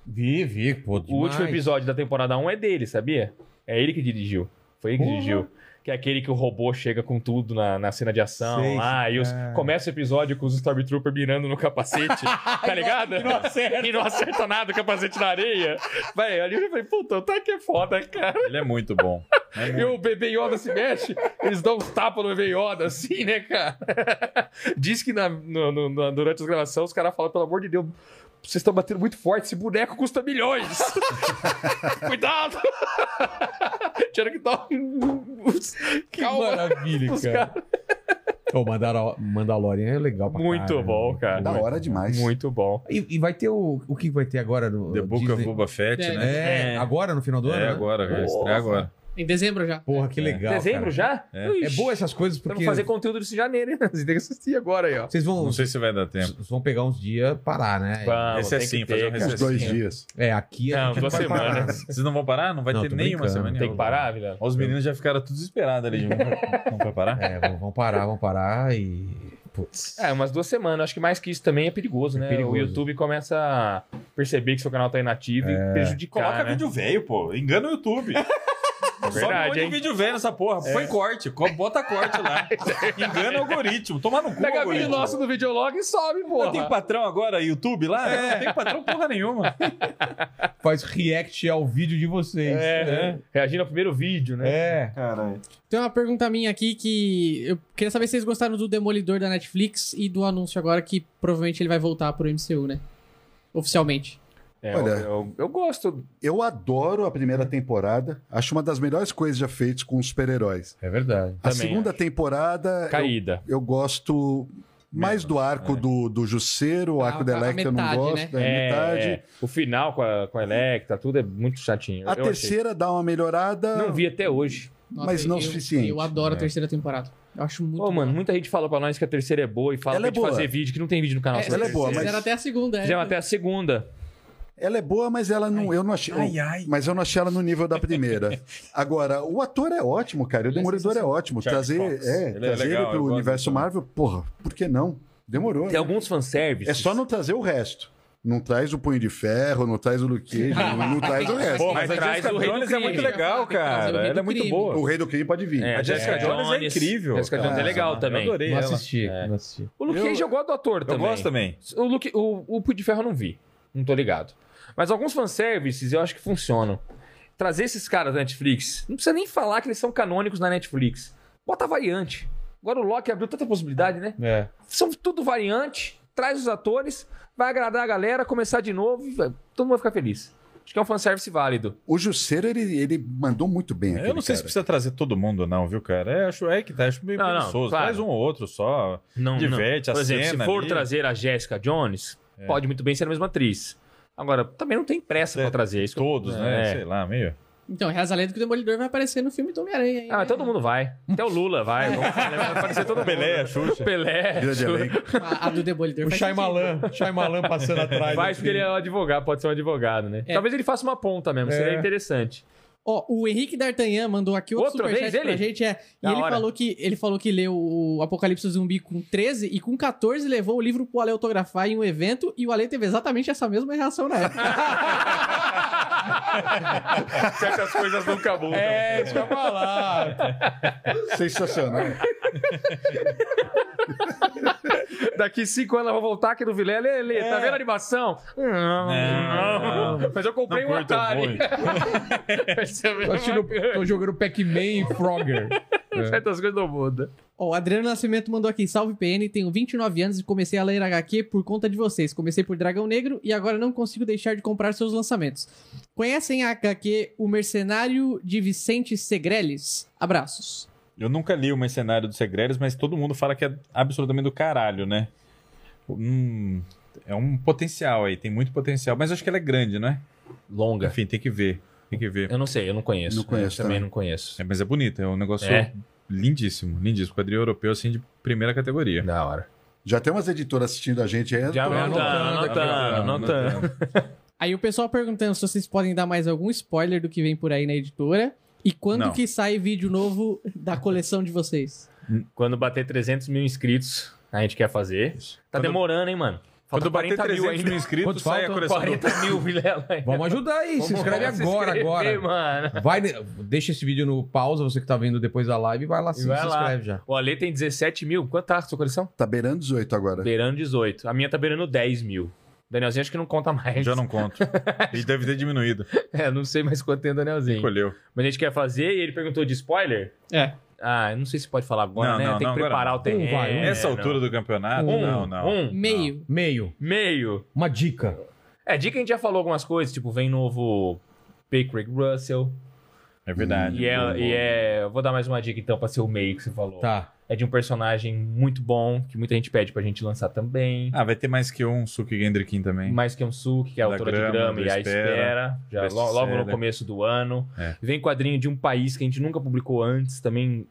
Vi, vi, pô.
O último
demais.
episódio da temporada 1 é dele, sabia? É ele que dirigiu. Foi ele que
Porra.
dirigiu. Que é aquele que o robô chega com tudo na, na cena de ação
Sei,
lá. E os-
cara.
começa o episódio com os Stormtroopers mirando no capacete. tá ligado? E não acerta. nada o capacete na areia. Véi, ali eu falei, puta, tá que é foda, cara.
Ele é muito bom. É muito
E o bebê Yoda se mexe, eles dão uns tapas no bebê Yoda, assim, né, cara? Diz que na- no- no- na- durante as gravações os caras falam, pelo amor de Deus, vocês estão batendo muito forte, esse boneco custa milhões. Cuidado! Tinha que dar um...
Que
Calma.
maravilha,
Os
cara. Ô, Mandalor- Mandalorian é legal pra
Muito
caramba.
bom, cara.
Da hora demais.
Muito bom.
E, e vai ter o... O que vai ter agora no
The Book of
Disney?
Boba Fett,
É,
né?
É, agora, no final do ano?
É
né?
agora,
Porra.
é estreia agora.
Em dezembro já.
Porra, que legal,
Dezembro
cara.
já?
É.
É boa essas coisas
Vamos
porque...
fazer conteúdo desse janeiro, hein? Vocês têm que assistir agora aí, ó.
Vocês vão,
Não sei se vai dar tempo.
vocês vão pegar uns dias parar, né?
Vamos,
Esse é
tem que
sim,
ter,
fazer um
cara.
Os dois
Sim.
dias.
É, aqui a
Não,
gente
duas
vai parar.
semanas.
Vocês não vão parar? Não vai
Não,
ter
tô
nenhuma
brincando.
semana.
Tem que parar, Vila?
Os meninos já ficaram tudo desesperados ali. Não não vai parar?
É, vão, vão parar, vão parar e... Putz.
É, umas duas semanas. Acho que mais que isso também é perigoso, né?
perigoso.
O YouTube começa a perceber que seu canal tá inativo
É.
e prejudicar, né?
velho, pô. Engana o YouTube.
verdade, hein? É.
vídeo velho nessa porra. Põe corte. co- Bota corte lá. Engana o algoritmo. Toma no cu o
Pega vídeo
algoritmo.
nosso do videolog e sobe,
Não
porra. É.
tem patrão agora, YouTube lá? Não tem patrão porra nenhuma.
Faz react ao vídeo de vocês.
É, Reagindo ao primeiro vídeo, né?
É.
Tem uma pergunta minha aqui que eu queria saber se vocês gostaram do Demolidor da Netflix e do anúncio agora que provavelmente ele vai voltar pro MCU, né? Oficialmente.
É,
Olha.
eu, eu- eu gosto.
Eu adoro a primeira temporada. Acho uma das melhores coisas já feitas com os super-heróis.
É verdade.
A
Também
segunda temporada, eu,
Caída.
eu gosto mais do arco do, do Jusceiro, o
Ah,
arco
a-
da
a
Electra eu não
metade,
gosto, é,
É,
metade.
é. O final com a, com a Electra, tudo é muito chatinho.
A
Eu achei.
terceira dá uma melhorada.
Não vi até hoje.
Mas não o
eu-
suficiente. É.
Eu adoro a terceira temporada. Eu acho muito.
Ô, mano, muita gente fala pra nós que a terceira é boa e fala
Ela
pra
é
gente
boa.
fazer vídeo, que não tem vídeo no canal.
É,
sobre
ela
a
é boa,
terceira.
Fizeram
mas-
até a segunda, é.
Fizemos até a segunda.
Ela é boa, mas ela não, eu não achei.
Ai, ai.
Mas eu não achei ela no nível da primeira. Agora, o ator é ótimo, cara. O
Ele é
Demolidor é ótimo.
Charles
trazer
Fox.
é,
Ele é
trazer
legal,
ele
eu
pro
gosto
universo
dele.
Marvel, porra, por que não? Demorou.
Tem alguns fanservices.
É só não trazer o resto. Não traz o Punho de Ferro, não traz o Luke Cage, não, não traz o resto.
Pô, assim, mas,
Mas
a
traz
Jessica
o Rei do
Jones é
Crime.
muito legal,
Traz
um
o
cara.
Rei
Ela
do
é muito
Crime.
boa.
O Rei do Crime pode vir.
É,
A Jessica
É,
Jones é
Jones.
incrível.
Jessica Jones é legal também.
Ah, Eu adorei
Não
ela.
assisti,
É.
não assisti.
O Luke
Ah, Eu-
Cage eu gosto do ator
Eu
também.
gosto também.
O, Luke, o, o Punho de Ferro eu não vi. Não tô ligado. Mas alguns fanservices eu acho que funcionam. Trazer esses caras da Netflix, não precisa nem falar que eles são canônicos na Netflix. Bota variante. Agora o Loki abriu tanta possibilidade, né?
É.
São tudo variante, traz os atores, vai agradar a galera, começar de novo e vai- todo mundo vai ficar feliz. Acho que é um fanservice válido.
O Jusceiro, ele, ele mandou muito bem.
Eu não sei se precisa trazer todo mundo, não, viu, cara? É, acho é que tá, acho meio
Não, não,
preguiçoso.
claro.
Traz um ou outro só.
Não,
Diverte a
Por exemplo, se
cena
for
ali.
trazer a Jessica Jones, pode muito bem ser a mesma atriz. Agora, também não tem pressa
É,
pra trazer isso. que eu-
Todos,
É.
né? Sei lá, meio.
Então, reza a lenda que o Demolidor vai aparecer no filme do Homem-Aranha. hein?
Ah, mas todo mundo vai. Até o Lula vai. Vamos- Vai aparecer todo mundo.
Pelé, a Xuxa.
Pelé.
Grande elenco.
Ah, A, a do Demolidor
O
faz
Shyamalan, Shyamalan passando atrás.
Faz porque ele é um advogado, é pode ser um advogado, né?
É.
Talvez ele faça uma ponta mesmo,
É.
seria interessante.
Ó, o Henrique D'Artagnan mandou aqui outro
Outra
superchat
vez
pra
ele?
gente. É, e
Da
ele
hora.
falou, que, ele falou que leu o Apocalipse Zumbi com 13 e com 14 levou o livro pro Ale autografar em um evento e o Ale teve exatamente essa mesma reação na época.
Certas coisas nunca mudam.
É, isso que eu ia falar.
Sensacional.
Daqui cinco anos eu vou voltar aqui no Vilé. Lele, tá vendo a animação? Não,
Não.
Mas eu comprei
Não
um
curto
Atari.
muito.
Tô, assistindo- tô jogando Pac-Man e Frogger.
Certas coisas não mudam.
Ó, o Adriano Nascimento mandou aqui, salve PN, tenho 29 anos e comecei a ler HQ por conta de vocês. Comecei por Dragão Negro e agora não consigo deixar de comprar seus lançamentos. Conhecem a HQ O Mercenário de Vicente Segreles? Abraços.
Eu nunca li o Mercenário dos Segredos, mas todo mundo fala que é absolutamente do caralho, né? Hum, é um potencial aí, tem muito potencial. Mas eu acho que ela é grande, não é?
Longa.
Enfim, tem que ver. Tem que ver.
Eu não sei, eu não conheço.
Não conheço
Eu também
também.
não conheço.
É, mas é bonito, é um negócio
É.
lindíssimo, lindíssimo. Quadrinho europeu, assim, de primeira categoria.
É Da hora.
Já tem umas editoras assistindo a gente aí.
Já
Tô-
vai
né?
anotando,
anotando, anotando.
Aí o pessoal perguntando se vocês podem dar mais algum spoiler do que vem por aí na editora. E quando
Não.
que sai vídeo novo da coleção de vocês?
Quando bater 300 mil inscritos, a gente quer fazer. Tá
Quando-
demorando, hein, mano? Falta
Quando bater
40 mil
300
ainda.
mil inscritos,
Quanto
sai a
falta?
coleção.
40 mil, Vilela. ainda.
Vamos ajudar aí, se
Vamos
inscreve
se
agora,
inscrever,
agora.
mano.
Vai, ne- deixa esse vídeo no pausa, você que tá vendo depois da live, vai lá
E
sim,
vai
se
lá.
inscreve já.
O Ale tem 17 mil. Quanto tá a sua coleção?
Tá beirando 18 agora.
Beirando 18. A minha tá beirando 10 mil. Danielzinho acho que não conta mais.
Já não conto. Ele deve ter diminuído.
É, não sei mais quanto tem o Danielzinho.
Colheu.
Mas a gente quer fazer e ele perguntou de spoiler.
É.
Ah, eu não sei se pode falar agora,
Não,
né?
não,
tem
não,
que
agora
preparar
É, não.
o terreno.
Um vai, um.
Nessa
não.
altura do campeonato?
Um,
não, não.
Um.
Meio.
Meio,
Meio.
uma dica.
É, dica a gente já falou algumas coisas, tipo, vem novo Patrick Russell.
É verdade.
E é,
Boa,
e
boa.
é. eu Vou dar mais uma dica então pra ser o meio que você falou.
Tá.
É de um personagem muito bom, que muita gente pede pra gente lançar também.
Ah, vai ter mais que um Suki Gendrikin também.
Mais que um Suki, que é a
Da
autora
Grama,
de grama
do
e a espera.
Espera,
já
Best
lo- logo no
Seller.
começo do ano.
É.
Vem quadrinho de um país que a gente nunca publicou antes também.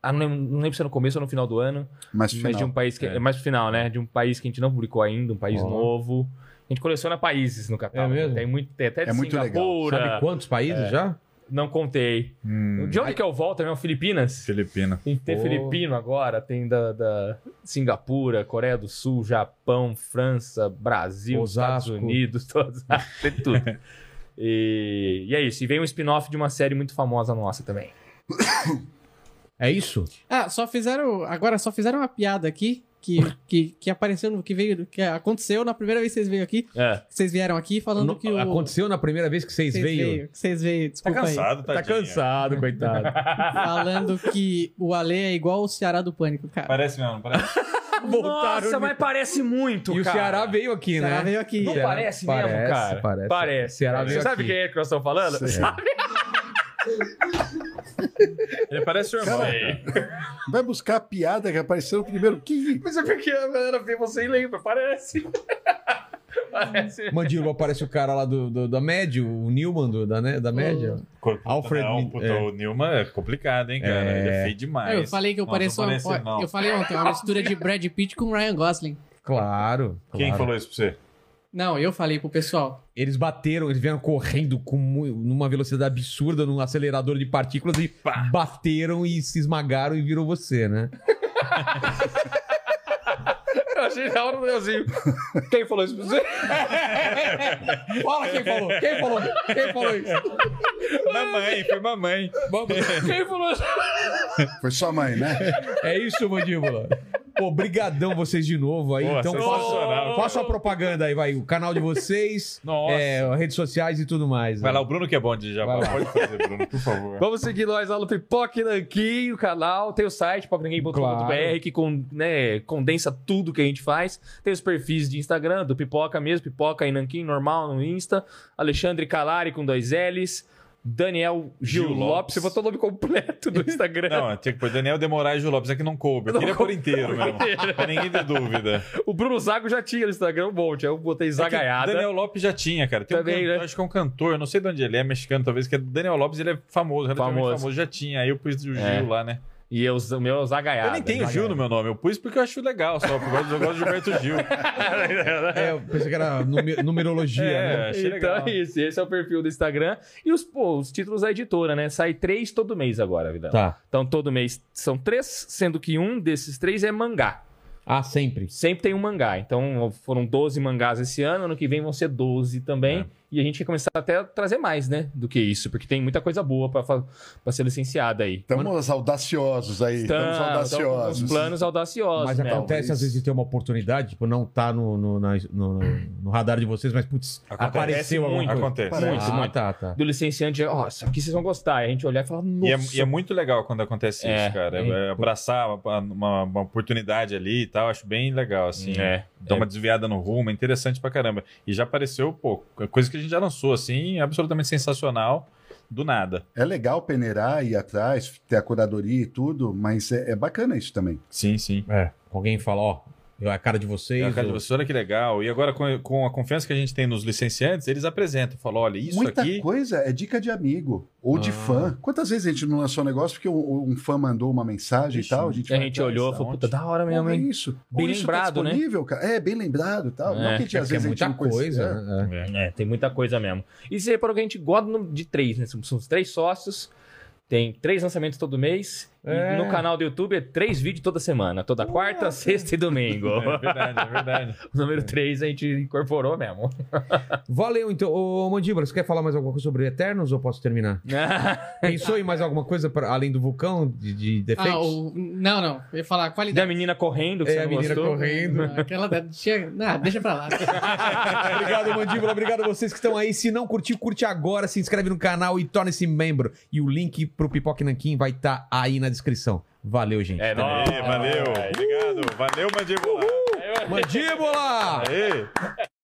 Ah, não lembro, não lembro se é no começo ou no final do ano.
Mas,
Mas de
final,
um país que. É.
É.
mais pro final, né? De um país que a gente não publicou ainda, um país
Ó.
novo. A gente coleciona países no catálogo.
É mesmo?
Tem, muito, tem até de
É muito legal.
Singapura.
Sabe quantos países já?
Não contei.
Hum,
De onde que eu volto? É Filipinas?
Filipina.
Tem, tem
Pô.
filipino agora, tem da, da Singapura, Coreia do Sul, Japão, França, Brasil,
Osasco.
Estados Unidos, todos, tem tudo. E, e é isso. E vem um spin-off de uma série muito famosa nossa também.
É isso?
Ah, só fizeram. Agora só fizeram uma piada aqui que, que, que apareceu no. que veio. que aconteceu na primeira vez que vocês veio aqui.
É.
Vocês vieram aqui falando
No-
que o.
Aconteceu na primeira vez que vocês,
vocês
veio.
que Vocês veio,
Tá
desculpa aí.
cansado,
Tá
tadinha.
cansado, coitado.
Falando que o Ale é igual o Ceará do Pânico, cara.
Parece mesmo, parece.
Voltaram
nossa,
de-
mas parece muito,
né? E o
cara.
Ceará veio aqui,
o
né?
Ceará veio aqui.
Não
Ceará-
parece, mesmo,
parece,
cara?
parece.
Parece.
Ceará veio
Você sabe
aqui.
quem é que nós estamos falando?
Sei.
Sabe?
Ele parece o irmão. É. cara.
Vai buscar a piada que apareceu no primeiro. Que...
Mas é porque a galera vê você e lembra, parece. parece.
Mandíbula parece o cara lá do, do- da média, o Newman do- da, né, da média.
Cor- puta,
Alfred
Não,
Ni-
puta,
é.
O Nilma é complicado, hein, cara?
É.
Ele é feio demais.
Eu falei que eu
Nossa,
pareço.
não
uma-
parece, não.
eu falei ontem, uma mistura de Brad Pitt com Ryan Gosling.
Claro.
Quem
claro.
falou isso pra você?
Não, eu falei pro pessoal.
Eles bateram, eles vieram correndo com mu- numa velocidade absurda num acelerador de partículas e bateram e se esmagaram e virou você, né?
Eu achei da hora do Leozinho. Quem falou isso pra você?
Fala quem falou, quem falou, quem falou isso?
mamãe, foi mamãe.
Quem falou isso?
Foi sua mãe, né?
É isso, Mandíbula. Pô, brigadão vocês de novo aí.
Pô,
então faça,
sensacional.
faça a propaganda aí, vai. O canal de vocês,
Nossa.
é, redes sociais e tudo mais.
Vai
né?
lá, o Bruno que é bom de
Vai
Jabá.
lá.
Pode fazer, Bruno, por favor.
Vamos seguir nós lá no Pipoque Nanquim, o canal. Tem o site, pipoquenanquim.com.br,
Claro.
que con- né, condensa tudo que a gente faz. Tem os perfis de Instagram, do Pipoca mesmo, Pipoca e Nanquim, normal no Insta. Alexandre Calari com dois L's. Daniel Gil,
Gil
Lopes.
Lopes.
Você botou o nome completo do Instagram.
Não, tinha que pôr Daniel Demorais Gil Lopes. É que não coube. Eu
Não
queria pôr
coube
inteiro mesmo.
inteiro.
Pra ninguém ter dúvida.
O Bruno Zago já tinha no Instagram um monte. Aí eu botei
É que
Zagaiada.
Daniel Lopes já tinha, cara. Tem
Também,
um cantor,
né?
Acho que é um cantor, eu não sei de onde ele é, mexicano talvez, que é Daniel Lopes, ele é famoso, relativamente
Famoso.
famoso. Já tinha, aí eu pus o Gil
É.
lá, né?
E eu, o meu é o Zagaiada.
Eu nem tenho Gil no meu nome, eu pus porque eu acho legal só, porque eu gosto- eu gosto de Gilberto Gil.
É, eu pensei que era nume- numerologia,
É.
né?
achei
então
legal.
é isso, esse é o perfil do Instagram. E os, pô, os títulos da editora, né? Sai três todo mês agora, Vidal.
Tá.
Então todo mês são três, sendo que um desses três é mangá.
Ah, sempre.
Sempre tem um mangá. Então foram 12 mangás esse ano, ano que vem vão ser 12 também.
É.
E a gente quer começar até a trazer mais, né? Do que isso, porque tem muita coisa boa pra fa- pra ser licenciada aí.
Estamos audaciosos aí.
Tá,
Estamos
audaciosos.
audaciosos.
Os planos audaciosos,
Mas
né?
acontece às vezes de ter uma oportunidade, tipo, não tá no, no, na- no- no- no radar de vocês, mas putz,
Acontece
apareceu alguma
muito.
coisa.
Acontece.
Muito,
ah,
muito.
tá, tá.
Do licenciante, ó, isso aqui vocês vão gostar. E a gente olhar e falar, nossa.
E é, e é muito legal quando acontece
É,
isso, cara.
é.
É abraçar uma, uma- uma oportunidade ali e tal, acho bem legal, assim.
É,
Dá uma desviada no rumo, é interessante pra caramba. E já apareceu, pô, coisa que a gente já lançou, assim, absolutamente sensacional, do nada.
É legal peneirar, ir atrás, ter a curadoria e tudo, mas é, é bacana isso também.
Sim, sim.
É, alguém fala, ó, é a cara de vocês.
É, cara,
ou-
você, olha que legal. E agora, com, com a confiança que a gente tem nos licenciantes, eles apresentam. Falam, olha, isso
Muita
aqui...
coisa é dica de amigo ou de
Ah.
fã. Quantas vezes a gente não lançou um negócio porque um, um fã mandou uma mensagem e tal? A gente,
a
vai
gente
atrás,
olhou e
tá?
falou, puta, da hora
Pô,
mesmo,
é
hein?
isso.
Bem
Ou isso
lembrado, né?
tá disponível, cara. É, bem lembrado e tal.
É,
Não que a gente,
É
às
porque é
vezes a
muita
gente não conhecia.
coisa. né?
É.
É, tem muita coisa mesmo. E você reparou que a gente gosta no- de três, né? Somos somos três sócios, tem três lançamentos todo mês.
É.
E no canal do YouTube é três vídeos toda semana. Toda quarta, sexta e domingo.
É verdade, é verdade.
o número três a gente incorporou mesmo.
Valeu, então. Ô, Mandíbula, você quer falar mais alguma coisa sobre Eternos ou posso terminar? Pensou em mais alguma coisa pra- além do vulcão de, de defeitos?
Ah, o... Não, não. Eu ia falar qualidade.
da menina correndo, que
É,
você
a
não
menina
gostou.
correndo.
Aquela da... Chega... Não, deixa pra lá.
É, obrigado, Mandíbula. Obrigado a vocês que estão aí. Se não curtiu, curte agora. Se inscreve no canal e torne-se membro. E o link pro Pipoque Nanquim vai estar aí na descrição. Valeu, gente.
É, não.
Aê, valeu. Obrigado. Valeu, mandíbula.
Mandíbula!
Aê.